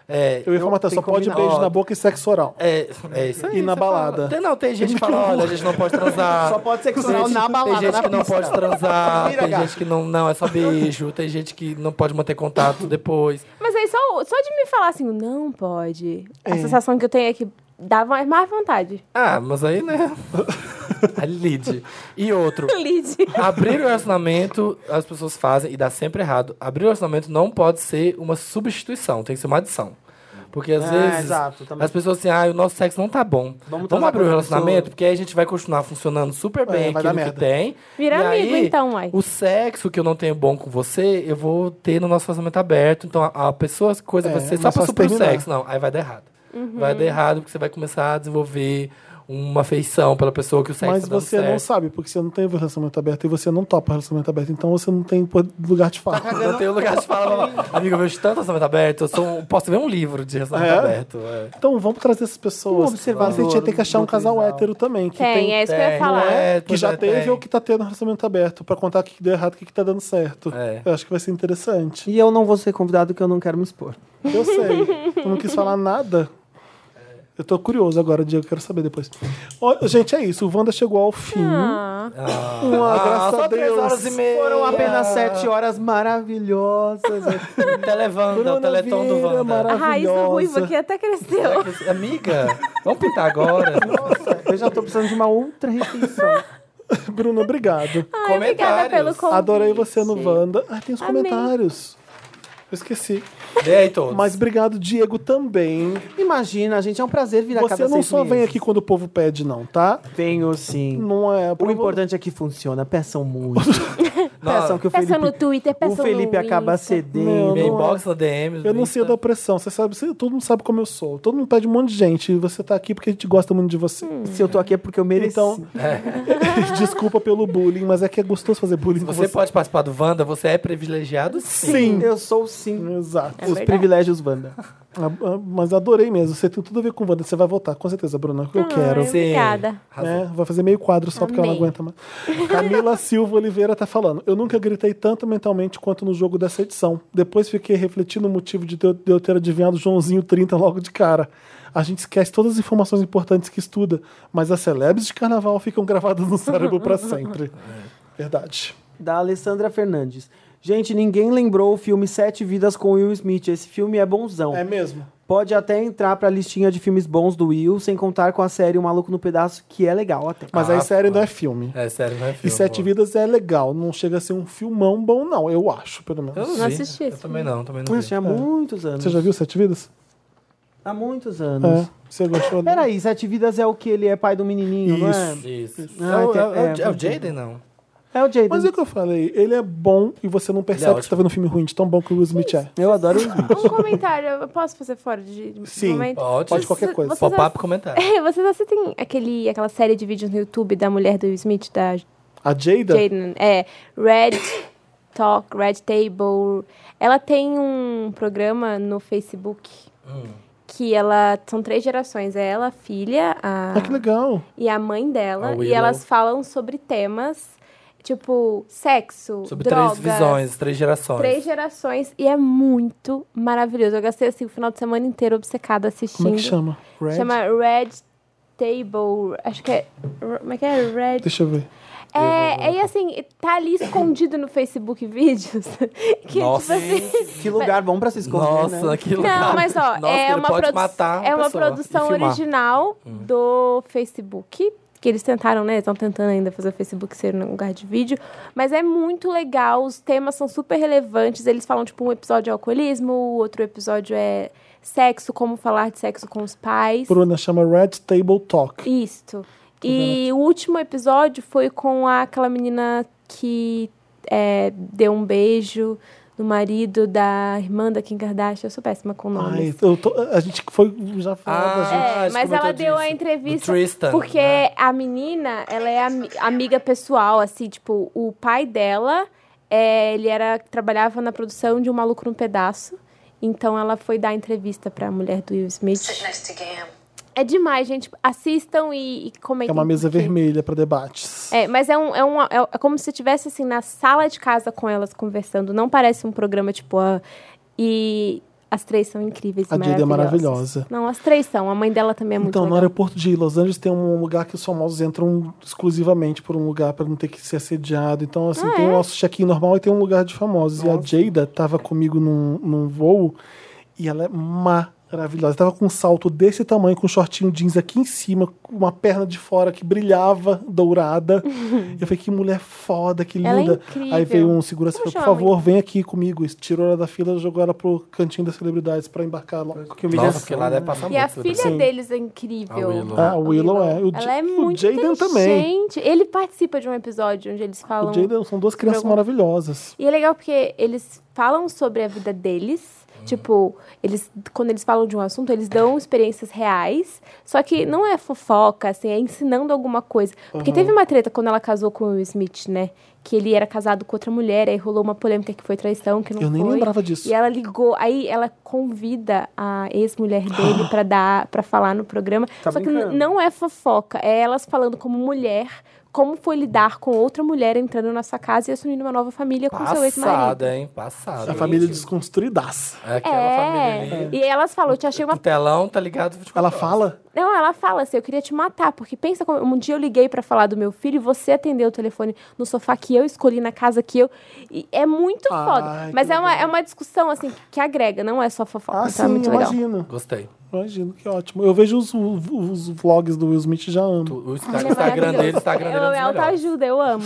Speaker 2: É,
Speaker 1: Eu ia formatar,
Speaker 3: tem
Speaker 1: só
Speaker 3: que
Speaker 1: pode
Speaker 3: combinar.
Speaker 1: beijo na boca e sexo oral.
Speaker 2: É, é isso aí.
Speaker 1: E na
Speaker 2: você
Speaker 1: balada?
Speaker 2: fala. Tem, não, tem gente que fala, olha, a gente não pode transar.
Speaker 3: Só pode sexo oral
Speaker 2: Tem gente-
Speaker 3: na balada,
Speaker 2: Tem gente
Speaker 3: na
Speaker 2: que não
Speaker 3: pista.
Speaker 2: pode transar,
Speaker 3: Vira,
Speaker 2: tem
Speaker 3: gata.
Speaker 2: gente que não, não, é só beijo, tem gente que não pode manter contato depois.
Speaker 4: Mas aí só, só de me falar assim, não pode. A sensação que eu tenho é que dá mais, mais vontade.
Speaker 2: Ah, mas aí, né? A lead. E outro,
Speaker 4: Lid.
Speaker 2: abrir o relacionamento, as pessoas fazem e dá sempre errado. Abrir o relacionamento não pode ser uma substituição, tem que ser uma adição. Porque às
Speaker 1: É,
Speaker 3: Ah,
Speaker 2: vezes
Speaker 3: exato, também.
Speaker 2: as pessoas assim, ah, o nosso sexo não tá bom. Vamos,
Speaker 3: transar
Speaker 2: abrir
Speaker 3: com
Speaker 2: o
Speaker 3: outra
Speaker 2: relacionamento,
Speaker 3: pessoa.
Speaker 2: porque aí a gente vai continuar funcionando super bem
Speaker 1: É, vai dar
Speaker 2: aquilo que
Speaker 1: merda.
Speaker 2: tem.
Speaker 4: Vira
Speaker 2: E
Speaker 4: amigo,
Speaker 2: aí,
Speaker 4: então, uai.
Speaker 2: O sexo que eu não tenho bom com você, eu vou ter no nosso relacionamento aberto. Então a, a pessoa, a coisa
Speaker 1: É,
Speaker 2: vai ser só
Speaker 1: mais
Speaker 2: pra
Speaker 1: fácil
Speaker 2: suprir o
Speaker 1: terminar.
Speaker 2: sexo. Não, aí vai dar errado.
Speaker 4: Uhum.
Speaker 2: Vai dar errado porque você vai começar a desenvolver uma afeição pela pessoa que o sexo
Speaker 1: Mas
Speaker 2: tá dando
Speaker 1: você não
Speaker 2: certo.
Speaker 1: sabe, porque você não tem relacionamento aberto e você não topa relacionamento aberto, então você não tem po- lugar de fala.
Speaker 2: Eu não tenho um lugar de falar. blá, blá. Amigo, eu vejo tanto relacionamento aberto. Eu sou um- posso ver um livro de relacionamento
Speaker 1: É?
Speaker 2: aberto. é.
Speaker 1: Então vamos trazer essas pessoas.
Speaker 3: Um observador,
Speaker 1: Mas a gente ia ter que achar um casal
Speaker 3: motorizado.
Speaker 1: hétero também. Que
Speaker 4: Tem,
Speaker 1: tem,
Speaker 4: é isso que eu ia
Speaker 2: Tem,
Speaker 4: falar.
Speaker 2: não é?
Speaker 1: que já
Speaker 2: Pois é,
Speaker 1: teve
Speaker 2: tem.
Speaker 1: ou que tá tendo relacionamento aberto, pra contar o que que deu errado e o que que tá dando certo.
Speaker 2: É.
Speaker 1: Eu acho que vai ser interessante.
Speaker 3: E eu não vou ser convidado que eu não quero me expor.
Speaker 1: Eu sei. Eu não quis falar nada. Eu tô curioso agora, Diego, quero saber depois. Ó, gente, é isso. O Wanda chegou ao fim.
Speaker 4: Ah.
Speaker 1: Uma, graças
Speaker 2: só
Speaker 1: a
Speaker 2: três
Speaker 1: Deus.
Speaker 2: horas e meia.
Speaker 3: Foram apenas sete horas maravilhosas.
Speaker 2: Televanda, o
Speaker 1: Bruna
Speaker 2: teleton do
Speaker 1: Vieira,
Speaker 2: Wanda.
Speaker 1: maravilhosa.
Speaker 4: A raiz do ruivo aqui até cresceu.
Speaker 2: Amiga, vamos pintar agora.
Speaker 3: Eu já tô precisando de uma outra refeição.
Speaker 1: Bruno, obrigado.
Speaker 4: Ai, obrigada pelo
Speaker 2: Comentários.
Speaker 4: convite.
Speaker 1: Adorei você no Wanda. Ah, tem os
Speaker 4: Amei.
Speaker 1: comentários. Eu esqueci.
Speaker 2: Dê aí todos.
Speaker 1: Mas obrigado, Diego, também.
Speaker 3: Imagina, gente, é um prazer vir a cada
Speaker 1: Você não
Speaker 3: seis
Speaker 1: só vem
Speaker 3: meses.
Speaker 1: aqui quando o povo pede, não, tá?
Speaker 3: Venho sim.
Speaker 1: Não é.
Speaker 3: O importante é que funciona. Peçam muito. Peçam que o
Speaker 4: Peça
Speaker 3: Felipe.
Speaker 4: no Twitter, peça
Speaker 3: o Felipe
Speaker 4: no
Speaker 3: acaba
Speaker 4: Insta.
Speaker 3: cedendo.
Speaker 1: Meu,
Speaker 2: Minha
Speaker 1: não-
Speaker 2: inbox na DM.
Speaker 1: Eu não
Speaker 3: é
Speaker 2: sei
Speaker 1: sei
Speaker 3: né?
Speaker 1: da pressão, você sabe, você- todo mundo sabe como eu sou. Todo mundo pede um monte de gente. E você tá aqui porque a gente gosta muito de você.
Speaker 3: Se eu tô aqui é porque eu mereci.
Speaker 1: Então, desculpa pelo bullying, mas é que é gostoso fazer bullying com
Speaker 2: Você
Speaker 1: você.
Speaker 2: pode participar do Wanda, você é privilegiado? Sim.
Speaker 1: Sim.
Speaker 3: eu É sou sim.
Speaker 1: Exato.
Speaker 3: Os privilégios, Wanda.
Speaker 1: Ah, ah, Mas adorei mesmo. Você tem tudo a ver com o Wanda. Você vai voltar, com certeza, Bruna.
Speaker 3: Ah,
Speaker 1: Eu quero.
Speaker 4: Ai, Obrigada.
Speaker 1: né? Vai fazer meio quadro só porque ela não
Speaker 4: Amei.
Speaker 1: aguenta mais. Camila Silva Oliveira tá falando. Eu nunca gritei tanto mentalmente quanto no jogo dessa edição. Depois fiquei refletindo o motivo de eu- de eu ter adivinhado Joãozinho 30 logo de cara. A gente esquece todas as informações importantes que estuda, mas as celebres de carnaval ficam gravadas no cérebro pra sempre.
Speaker 2: É.
Speaker 1: Verdade.
Speaker 3: da Alessandra Fernandes. Gente, ninguém lembrou o filme Sete Vidas com Will Smith. Esse filme é bonzão.
Speaker 1: É mesmo?
Speaker 3: Pode até entrar pra listinha de filmes bons do Will, sem contar com a série O Maluco no Pedaço, que é legal até.
Speaker 1: Mas
Speaker 2: Ah,
Speaker 1: aí série não
Speaker 2: pô.
Speaker 1: é filme.
Speaker 2: É sério, não é
Speaker 1: E
Speaker 2: filme.
Speaker 1: Sete Vidas é legal, não chega a ser um filmão bom, não, eu acho, pelo menos.
Speaker 2: Eu não,
Speaker 4: Não
Speaker 2: vi.
Speaker 4: assisti
Speaker 2: Eu
Speaker 4: esse
Speaker 2: também não, também não.
Speaker 3: Mas
Speaker 2: Vi.
Speaker 3: tinha muitos anos.
Speaker 1: é. Você já viu Sete Vidas?
Speaker 3: Há muitos
Speaker 1: É.
Speaker 3: anos.
Speaker 1: Você gostou?
Speaker 3: Peraí, Sete Vidas é o que? Ele é pai do menininho, não
Speaker 1: Isso.
Speaker 2: Isso.
Speaker 3: Ah,
Speaker 2: é, o,
Speaker 3: tem-
Speaker 2: é o-
Speaker 3: é,
Speaker 2: é o Jaden, não?
Speaker 3: é? É o Jaden.
Speaker 1: Mas é o que eu falei, ele é bom e você não percebe
Speaker 2: Ele é
Speaker 1: que você tá vendo um filme ruim de tão bom que o Will Smith é.
Speaker 3: Eu adoro o Will Smith.
Speaker 4: Um comentário, eu posso fazer fora de de
Speaker 1: Sim,
Speaker 4: momento?
Speaker 2: pode.
Speaker 1: Pode qualquer
Speaker 4: Vocês-
Speaker 1: coisa.
Speaker 4: vocês
Speaker 2: Pop-up comentário.
Speaker 4: É, vocês assistem aquele, aquela série de vídeos no YouTube da mulher do Will Smith, da
Speaker 1: A Jada,
Speaker 4: Jaden? É, Red Talk, Red Table. Ela tem um programa no Facebook que ela. São três gerações. É ela, a filha, a,
Speaker 1: ah, que legal.
Speaker 4: e a mãe dela.
Speaker 2: A
Speaker 4: e
Speaker 2: Willow.
Speaker 4: elas falam sobre temas tipo sexo,
Speaker 2: Sobre
Speaker 4: drogas.
Speaker 2: três visões, três gerações.
Speaker 4: Três gerações e é muito maravilhoso. Eu gastei assim o final de semana inteiro obcecada assistindo.
Speaker 1: Como é que chama? Red?
Speaker 4: Chama Red Table. Acho que é. Como é que é? Red.
Speaker 1: Deixa eu ver.
Speaker 4: É, é e assim, tá ali escondido no Facebook Vídeos. Que,
Speaker 2: Nossa,
Speaker 4: tipo assim,
Speaker 3: Que lugar bom pra se esconder,
Speaker 2: Nossa,
Speaker 3: né?
Speaker 2: que legal.
Speaker 4: Não, mas ó,
Speaker 2: Nossa,
Speaker 4: é,
Speaker 2: ele
Speaker 4: uma
Speaker 2: pode
Speaker 4: produ-
Speaker 2: matar
Speaker 4: é uma
Speaker 2: pessoa e
Speaker 4: produção
Speaker 2: filmar. Hum.
Speaker 4: original do Facebook. Que eles tentaram, né? Estão tentando ainda fazer o Facebook ser um lugar de vídeo. Mas é muito legal, os temas são super relevantes. Eles falam, tipo, um episódio é alcoolismo, o outro episódio é sexo, como falar de sexo com os pais.
Speaker 1: Bruna, chama Red Table Talk.
Speaker 4: Isto. E o último episódio foi com a- aquela menina que é, deu um beijo no marido da irmã da Kim Kardashian. Eu sou péssima com
Speaker 1: Ai,
Speaker 4: nomes.
Speaker 1: eu tô- a gente foi já falou da gente.
Speaker 4: É,
Speaker 2: acho que
Speaker 4: mas ela
Speaker 2: comentou
Speaker 4: deu a
Speaker 2: disso.
Speaker 4: entrevista
Speaker 2: Do Tristan,
Speaker 4: porque
Speaker 2: né?
Speaker 4: a menina, ela é ami- amiga pessoal, assim, tipo, o pai dela, é, ele era trabalhava na produção de Um Maluco num Pedaço. Então ela foi dar entrevista pra mulher do Will Smith. É demais, gente. Assistam e, e comentem.
Speaker 1: É uma mesa
Speaker 4: porque-
Speaker 1: vermelha pra debates.
Speaker 4: é, mas é um, é um é é como se você estivesse assim na sala de casa com elas conversando. Não parece um programa tipo ah, e as três são incríveis. e
Speaker 1: A Jada é
Speaker 4: maravilhosas.
Speaker 1: maravilhosa.
Speaker 4: Não, as três são. A mãe dela também é muito
Speaker 1: Então, no
Speaker 4: legal.
Speaker 1: aeroporto de Los Angeles tem um lugar que os famosos entram exclusivamente por um lugar pra não ter que ser assediado. Então, assim,
Speaker 4: Ah, é?
Speaker 1: tem o nosso check-in normal e tem um lugar de famosos. E a Jada tava comigo num, num voo e ela é maravilhosa. Tava com um salto desse tamanho, com um shortinho jeans aqui em cima, com uma perna de fora que brilhava, dourada. Eu falei, que mulher foda, que
Speaker 4: Ela é
Speaker 1: linda.
Speaker 4: incrível.
Speaker 1: Aí veio um segurança e
Speaker 4: Como
Speaker 1: falou, por
Speaker 4: chama,
Speaker 1: favor, vem aqui comigo. E Tirou ela da fila e jogou ela pro cantinho das celebridades pra embarcar logo.
Speaker 3: Que humilhação.
Speaker 2: Nossa, porque lá deve passar
Speaker 4: E a
Speaker 2: muito. né?
Speaker 4: filha
Speaker 1: Sim.
Speaker 4: deles é incrível.
Speaker 2: A Willow.
Speaker 1: Ah, o Willow é. O
Speaker 4: Ela é
Speaker 1: Ja- o
Speaker 4: muito
Speaker 1: Jaden também.
Speaker 4: inteligente. Ele participa de um episódio onde eles falam.
Speaker 1: O Jaden são duas crianças
Speaker 4: Pergunta.
Speaker 1: maravilhosas.
Speaker 4: E é legal porque eles falam sobre a vida deles. Tipo, eles, quando eles falam de um assunto, eles dão experiências reais. Só que não é fofoca, assim, é ensinando alguma coisa. Porque teve uma treta quando ela casou com o Will Smith, né? Que ele era casado com outra mulher, aí rolou uma polêmica que foi traição, que não
Speaker 1: Eu nem
Speaker 4: foi.
Speaker 1: lembrava disso.
Speaker 4: E ela ligou, aí ela convida a ex-mulher dele pra dar, para falar no programa.
Speaker 3: Tá
Speaker 4: Só que
Speaker 3: brincando.
Speaker 4: n- não é fofoca, é elas falando como mulher, como foi lidar com outra mulher entrando na sua casa e assumindo uma nova família com seu ex-marido.
Speaker 2: Passada, hein? Passada.
Speaker 1: A família é
Speaker 2: Gente,
Speaker 1: desconstruidaça.
Speaker 2: é Aquela família
Speaker 4: É,
Speaker 2: ali.
Speaker 4: e elas falam, eu te achei
Speaker 2: O
Speaker 4: uma...
Speaker 2: telão, tá ligado? 24
Speaker 1: Ela
Speaker 2: horas.
Speaker 1: fala?
Speaker 4: Não, ela fala assim, eu queria te matar, porque pensa como... Um dia eu liguei pra falar do meu filho e você atendeu o telefone no sofá que eu escolhi, na casa que eu... E é muito
Speaker 1: Ai,
Speaker 4: foda.
Speaker 1: que
Speaker 4: Mas é uma,
Speaker 1: legal.
Speaker 4: é uma discussão, assim, que agrega, não é só fofoca.
Speaker 1: Ah,
Speaker 4: então é
Speaker 1: sim,
Speaker 4: muito legal.
Speaker 1: imagino.
Speaker 2: Gostei.
Speaker 1: Imagino, que ótimo. Eu vejo os, os vlogs do Will Smith e já
Speaker 2: Tu-
Speaker 1: amo.
Speaker 2: O Insta-
Speaker 4: Ele é
Speaker 2: Instagram
Speaker 4: maravilhoso.
Speaker 2: dele, o Instagram dele é
Speaker 4: Eu
Speaker 2: um dos
Speaker 4: amo tá
Speaker 2: melhores. É.
Speaker 4: autoajuda, eu amo.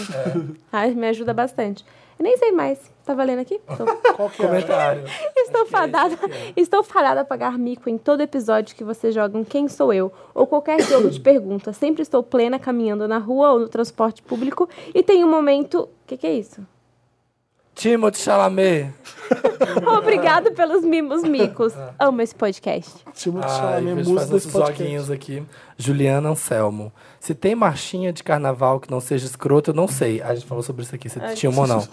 Speaker 4: Ah, me ajuda bastante. Eu nem sei mais. Tá valendo aqui? Então,
Speaker 1: Qual que é?
Speaker 2: Comentário.
Speaker 4: estou fadada. Estou fadada a pagar mico em todo episódio que vocês jogam Quem Sou Eu? Ou qualquer jogo de pergunta. Sempre estou plena caminhando na rua ou no transporte público. E tem um momento. O que, que é isso?
Speaker 2: Timothée Chalamet.
Speaker 4: Obrigado pelos mimos micos. Amo esse
Speaker 2: é
Speaker 4: podcast.
Speaker 1: Timothée
Speaker 2: Ai,
Speaker 1: Chalamet,
Speaker 2: Ah, vejo
Speaker 1: musa
Speaker 2: fazendo
Speaker 1: desse
Speaker 2: uns
Speaker 1: podcast.
Speaker 2: joguinhos aqui. Juliana Anselmo. Se tem marchinha de carnaval que não seja escrota, eu não sei. A gente falou sobre isso aqui, se tinha uma ou não.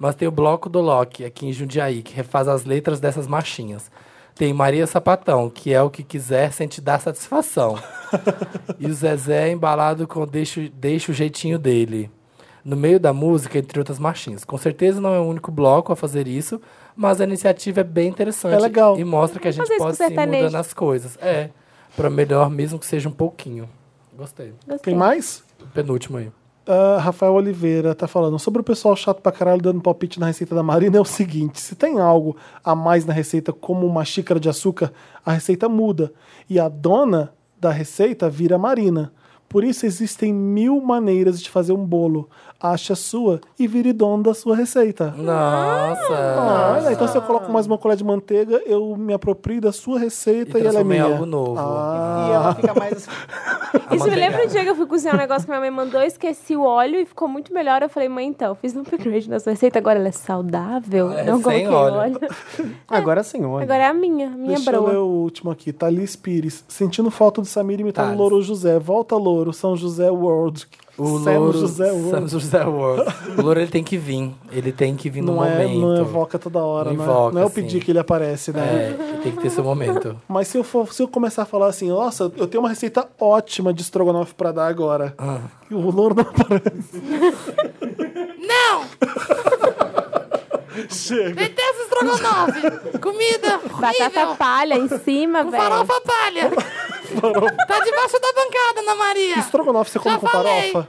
Speaker 2: Mas tem o Bloco do Loki, aqui em Jundiaí, que refaz as letras dessas marchinhas. Tem Maria Sapatão, que é o que quiser sem te dar satisfação. e o Zezé embalado com deixa, deixa o jeitinho dele. No meio da música, entre outras marchinhas. Com certeza não é o único bloco a fazer isso, mas a iniciativa é bem interessante.
Speaker 1: É legal.
Speaker 2: E mostra que a
Speaker 4: Vamos
Speaker 2: gente
Speaker 4: fazer
Speaker 2: pode
Speaker 4: isso com
Speaker 2: sim
Speaker 4: sertanejo.
Speaker 2: mudando as coisas. É. Pra melhor, mesmo que seja um pouquinho. Gostei.
Speaker 4: Gostei.
Speaker 1: Tem mais?
Speaker 2: Penúltimo aí.
Speaker 1: Ah, Rafael Oliveira tá falando sobre o pessoal chato pra caralho dando palpite na receita da Marina. É o seguinte: se tem algo a mais na receita, como uma xícara de açúcar, a receita muda. E a dona da receita vira a Marina. Por isso existem mil maneiras de fazer um bolo. Ache a sua e vire dono da sua receita. Ah,
Speaker 2: Nossa!
Speaker 1: olha, então se eu coloco mais uma colher de manteiga, eu me aproprio da sua receita e, ela é
Speaker 2: transformei
Speaker 1: minha.
Speaker 2: algo novo.
Speaker 1: Ah,
Speaker 3: E ela fica mais assim.
Speaker 4: Isso me
Speaker 2: Amanteigada.
Speaker 4: lembra o dia que eu fui cozinhar um negócio que minha mãe mandou, eu esqueci o óleo e ficou muito melhor. Eu falei, mãe, então, fiz um upgrade na sua receita, agora ela é saudável,
Speaker 2: É, sem
Speaker 4: não coloquei
Speaker 2: óleo.
Speaker 4: óleo.
Speaker 3: Ah, Agora sim, olha.
Speaker 4: Agora é a minha, a minha
Speaker 1: Deixa eu ler
Speaker 4: broa.
Speaker 1: o último aqui. Thalis Pires. Sentindo falta do Samir imitando
Speaker 2: Thales.
Speaker 1: Louro José. Volta Louro, São José World.
Speaker 2: O
Speaker 1: Sam
Speaker 2: Louro,
Speaker 1: José
Speaker 2: Sam
Speaker 1: World.
Speaker 2: José World. O Louro, ele tem que vir. Ele tem que vir no
Speaker 1: Não é,
Speaker 2: momento.
Speaker 1: não evoca toda hora,
Speaker 2: Não
Speaker 1: né?
Speaker 2: evoca,
Speaker 1: não é o
Speaker 2: assim.
Speaker 1: pedir que ele aparece, né?
Speaker 2: É, tem que ter seu momento.
Speaker 1: Mas se eu, for, se eu começar a falar assim, nossa, eu tenho uma receita ótima de estrogonofe pra dar agora.
Speaker 2: Ah.
Speaker 1: E o louro não aparece. Não! Chega.
Speaker 7: Detesto estrogonofe. Comida
Speaker 4: Batata
Speaker 7: horrível.
Speaker 4: palha em cima,
Speaker 7: Com
Speaker 4: velho.
Speaker 7: farofa palha. tá debaixo da bancada, Ana Maria.
Speaker 1: Estrogonofe você come
Speaker 7: Já
Speaker 1: com
Speaker 7: falei.
Speaker 1: farofa?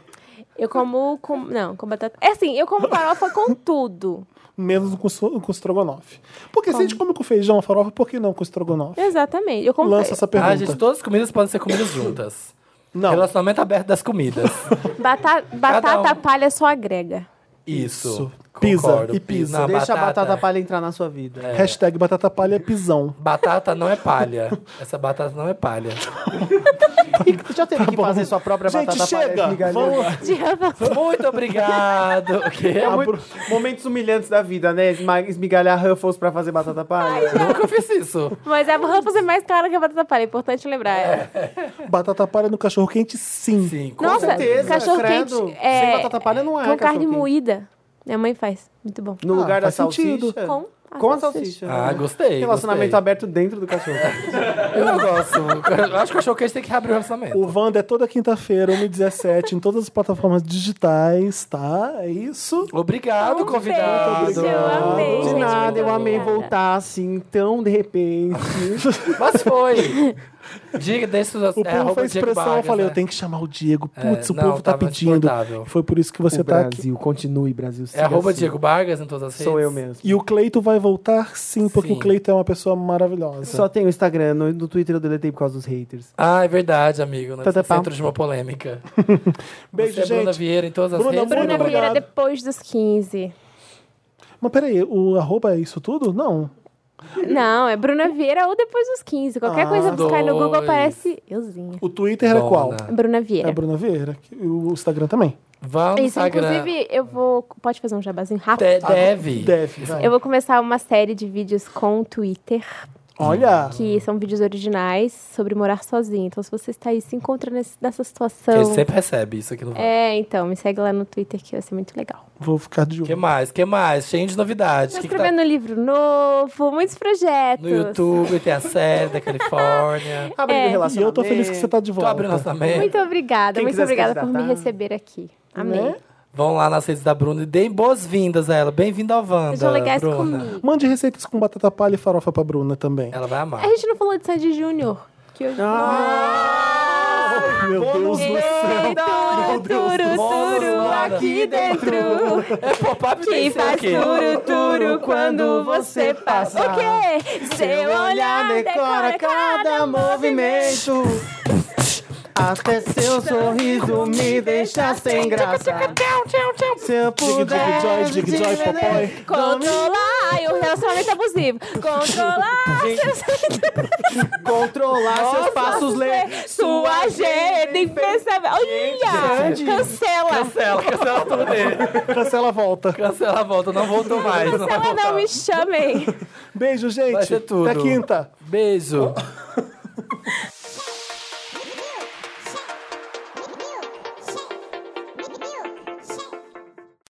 Speaker 4: Eu como com. Não, com batata. É assim, eu como farofa com tudo.
Speaker 1: Menos com, so- com estrogonofe. Porque se a
Speaker 2: Ah.
Speaker 1: gente come com feijão a farofa, por que não com estrogonofe?
Speaker 4: Exatamente. Eu como.
Speaker 1: Lança essa pergunta.
Speaker 2: Ah, gente, todas as comidas podem ser comidas juntas.
Speaker 1: Não.
Speaker 2: Relacionamento aberto das comidas.
Speaker 4: Bata- Batata
Speaker 2: um.
Speaker 4: palha só agrega.
Speaker 2: Isso.
Speaker 1: Pisa
Speaker 2: Concordo.
Speaker 1: e pisa.
Speaker 2: Não,
Speaker 3: Deixa
Speaker 2: Tá, batata.
Speaker 3: a batata palha entrar na sua vida.
Speaker 2: é.
Speaker 1: Hashtag batata palha é pisão.
Speaker 2: Batata não é palha. Essa batata não é palha.
Speaker 3: E já teve que fazer sua própria
Speaker 1: Gente,
Speaker 3: batata palha
Speaker 1: chega!
Speaker 3: esmigalhada?
Speaker 1: Vamos...
Speaker 2: Muito obrigado. O quê?
Speaker 3: É muito- Momentos humilhantes da vida, né? Esma- Esmigalhar Ruffles pra fazer batata palha.
Speaker 2: Nunca fiz isso.
Speaker 4: Mas a Ruffles é mais cara que a batata palha. É importante lembrar.
Speaker 1: Batata palha no cachorro quente, sim.
Speaker 2: Sim, com
Speaker 4: Nossa,
Speaker 3: certeza,
Speaker 4: cachorro
Speaker 3: credo.
Speaker 4: quente. É,
Speaker 3: Sem batata palha não é
Speaker 4: Com carne
Speaker 3: cachorro-quente.
Speaker 4: moída. Minha mãe faz. Muito bom.
Speaker 3: No
Speaker 1: Ah,
Speaker 3: lugar da
Speaker 1: faz sentido.
Speaker 3: salsicha.
Speaker 4: Com a
Speaker 3: Com a
Speaker 4: salsicha.
Speaker 3: salsicha. né?
Speaker 2: Ah, gostei.
Speaker 3: Relacionamento
Speaker 2: gostei.
Speaker 3: aberto dentro do cachorro.
Speaker 2: Eu gosto. Eu acho que o cachorro quente tem que abrir o relacionamento.
Speaker 1: O Wanda é toda quinta-feira, 1h17, em todas as plataformas digitais, tá? É isso.
Speaker 2: Obrigado,
Speaker 4: Um
Speaker 2: convidado.
Speaker 4: beijo, eu amei,
Speaker 3: De
Speaker 4: gente,
Speaker 3: nada,
Speaker 4: muito
Speaker 3: eu amei
Speaker 4: obrigada.
Speaker 3: voltar assim, tão de repente.
Speaker 2: Mas foi. Diga, deixa os-
Speaker 1: O
Speaker 2: é,
Speaker 1: povo
Speaker 2: arroba
Speaker 1: fez
Speaker 2: Diego
Speaker 1: pressão, eu
Speaker 2: Vargas,
Speaker 1: falei,
Speaker 2: né?
Speaker 1: eu tenho que chamar o Diego.
Speaker 2: É,
Speaker 1: Putz, o
Speaker 2: não,
Speaker 1: povo tá
Speaker 2: tava
Speaker 1: pedindo.
Speaker 2: insuportável.
Speaker 1: Foi por isso que você
Speaker 3: o
Speaker 1: tá aqui.
Speaker 3: Brasil, continue, Brasil.
Speaker 2: É
Speaker 3: siga
Speaker 2: arroba
Speaker 3: assim.
Speaker 2: Diego Vargas em todas as redes.
Speaker 3: Sou eu mesmo.
Speaker 1: E o Cleito vai voltar, sim, porque
Speaker 2: Sim.
Speaker 1: o Cleito é uma pessoa maravilhosa.
Speaker 3: Só tem o Instagram, no, no Twitter eu deletei por causa dos haters.
Speaker 2: Ah, é verdade, amigo. Né?
Speaker 3: Tá, tá, pá.
Speaker 2: Centro de uma polêmica.
Speaker 1: Beijo,
Speaker 2: Você é Bruna
Speaker 1: gente.
Speaker 2: Vieira em todas as
Speaker 1: Bruna,
Speaker 2: redes.
Speaker 1: Bruna
Speaker 4: Bruna
Speaker 1: Muito
Speaker 4: Vieira
Speaker 1: obrigado.
Speaker 4: depois dos 15.
Speaker 1: Mas peraí, o arroba é isso tudo? Não.
Speaker 4: Não, é Bruna Vieira ou depois dos 15. Qualquer
Speaker 1: Ah,
Speaker 4: coisa buscar no Google
Speaker 2: dois.
Speaker 4: aparece euzinha.
Speaker 1: O Twitter é
Speaker 2: Bona.
Speaker 1: qual?
Speaker 4: Bruna
Speaker 1: É a
Speaker 4: Vieira.
Speaker 1: Bruna Vieira. que- O Instagram também.
Speaker 2: Vamos no
Speaker 4: Isso,
Speaker 2: Instagram.
Speaker 4: inclusive, eu vou. Pode fazer um jabazinho rápido?
Speaker 2: De- deve.
Speaker 1: Deve. vai.
Speaker 4: Eu vou começar uma série de vídeos com o Twitter,
Speaker 1: Olha.
Speaker 4: que são vídeos originais sobre morar sozinho. Então, se você está aí se encontra nesse- nessa
Speaker 2: Que
Speaker 4: situação.
Speaker 2: Ele sempre recebe isso aqui no Vale.
Speaker 4: É, então, me segue lá no Twitter que vai ser muito legal.
Speaker 1: Vou ficar de
Speaker 2: O que
Speaker 1: olho.
Speaker 2: mais? que mais? Cheio de novidades.
Speaker 4: Tô
Speaker 2: O que que tá
Speaker 4: escrevendo um livro novo, muitos projetos.
Speaker 2: no YouTube? Tem a série da Califórnia.
Speaker 3: Abrindo
Speaker 4: É.
Speaker 1: E eu
Speaker 3: relacionamento.
Speaker 1: tô feliz que você tá de
Speaker 2: Tô
Speaker 1: volta.
Speaker 2: abrindo nossa
Speaker 4: Muito
Speaker 2: meta.
Speaker 4: obrigada,
Speaker 3: Quem
Speaker 4: muito
Speaker 3: quiser se
Speaker 4: obrigada por me
Speaker 3: candidatar.
Speaker 4: receber aqui. Amei.
Speaker 1: Né?
Speaker 2: Vão lá nas redes da Bruna e deem boas-vindas a ela. Bem-vinda ao Wanda,
Speaker 4: Sejam legais
Speaker 2: Bruna.
Speaker 4: comigo.
Speaker 1: Mande receitas com batata palha e farofa pra Bruna também.
Speaker 2: Ela vai amar.
Speaker 4: A gente não falou de Sandy Júnior. Que eu...
Speaker 3: Ah,
Speaker 4: Ah,
Speaker 1: Meu Deus do
Speaker 4: Ei, turu, turu, turu, aqui dentro.
Speaker 2: É pop-up
Speaker 4: Que
Speaker 2: tem
Speaker 4: faz
Speaker 2: aqui.
Speaker 4: turu, turu quando você passa. O quê? Seu olhar decora cada movimento.
Speaker 3: Até seu sorriso me deixa sem graça. Se eu
Speaker 1: Dig Joy,
Speaker 3: puder
Speaker 1: Dig Joy,
Speaker 3: te
Speaker 1: Popoy.
Speaker 4: Controlar. Ai, o relacionamento é abusivo. Controlar seus...
Speaker 3: controlar seus passos lentos.
Speaker 4: sua agenda. Em vai ver. Olha!
Speaker 3: Gente.
Speaker 4: Cancela!
Speaker 2: Cancela, cancela tudo dele.
Speaker 1: Cancela a volta.
Speaker 2: Cancela a volta, não voltou mais. Não vai
Speaker 4: Cancela
Speaker 2: voltar.
Speaker 4: não, me chamem!
Speaker 1: Beijo, gente.
Speaker 2: Vai ser tudo.
Speaker 1: Até quinta.
Speaker 2: Beijo.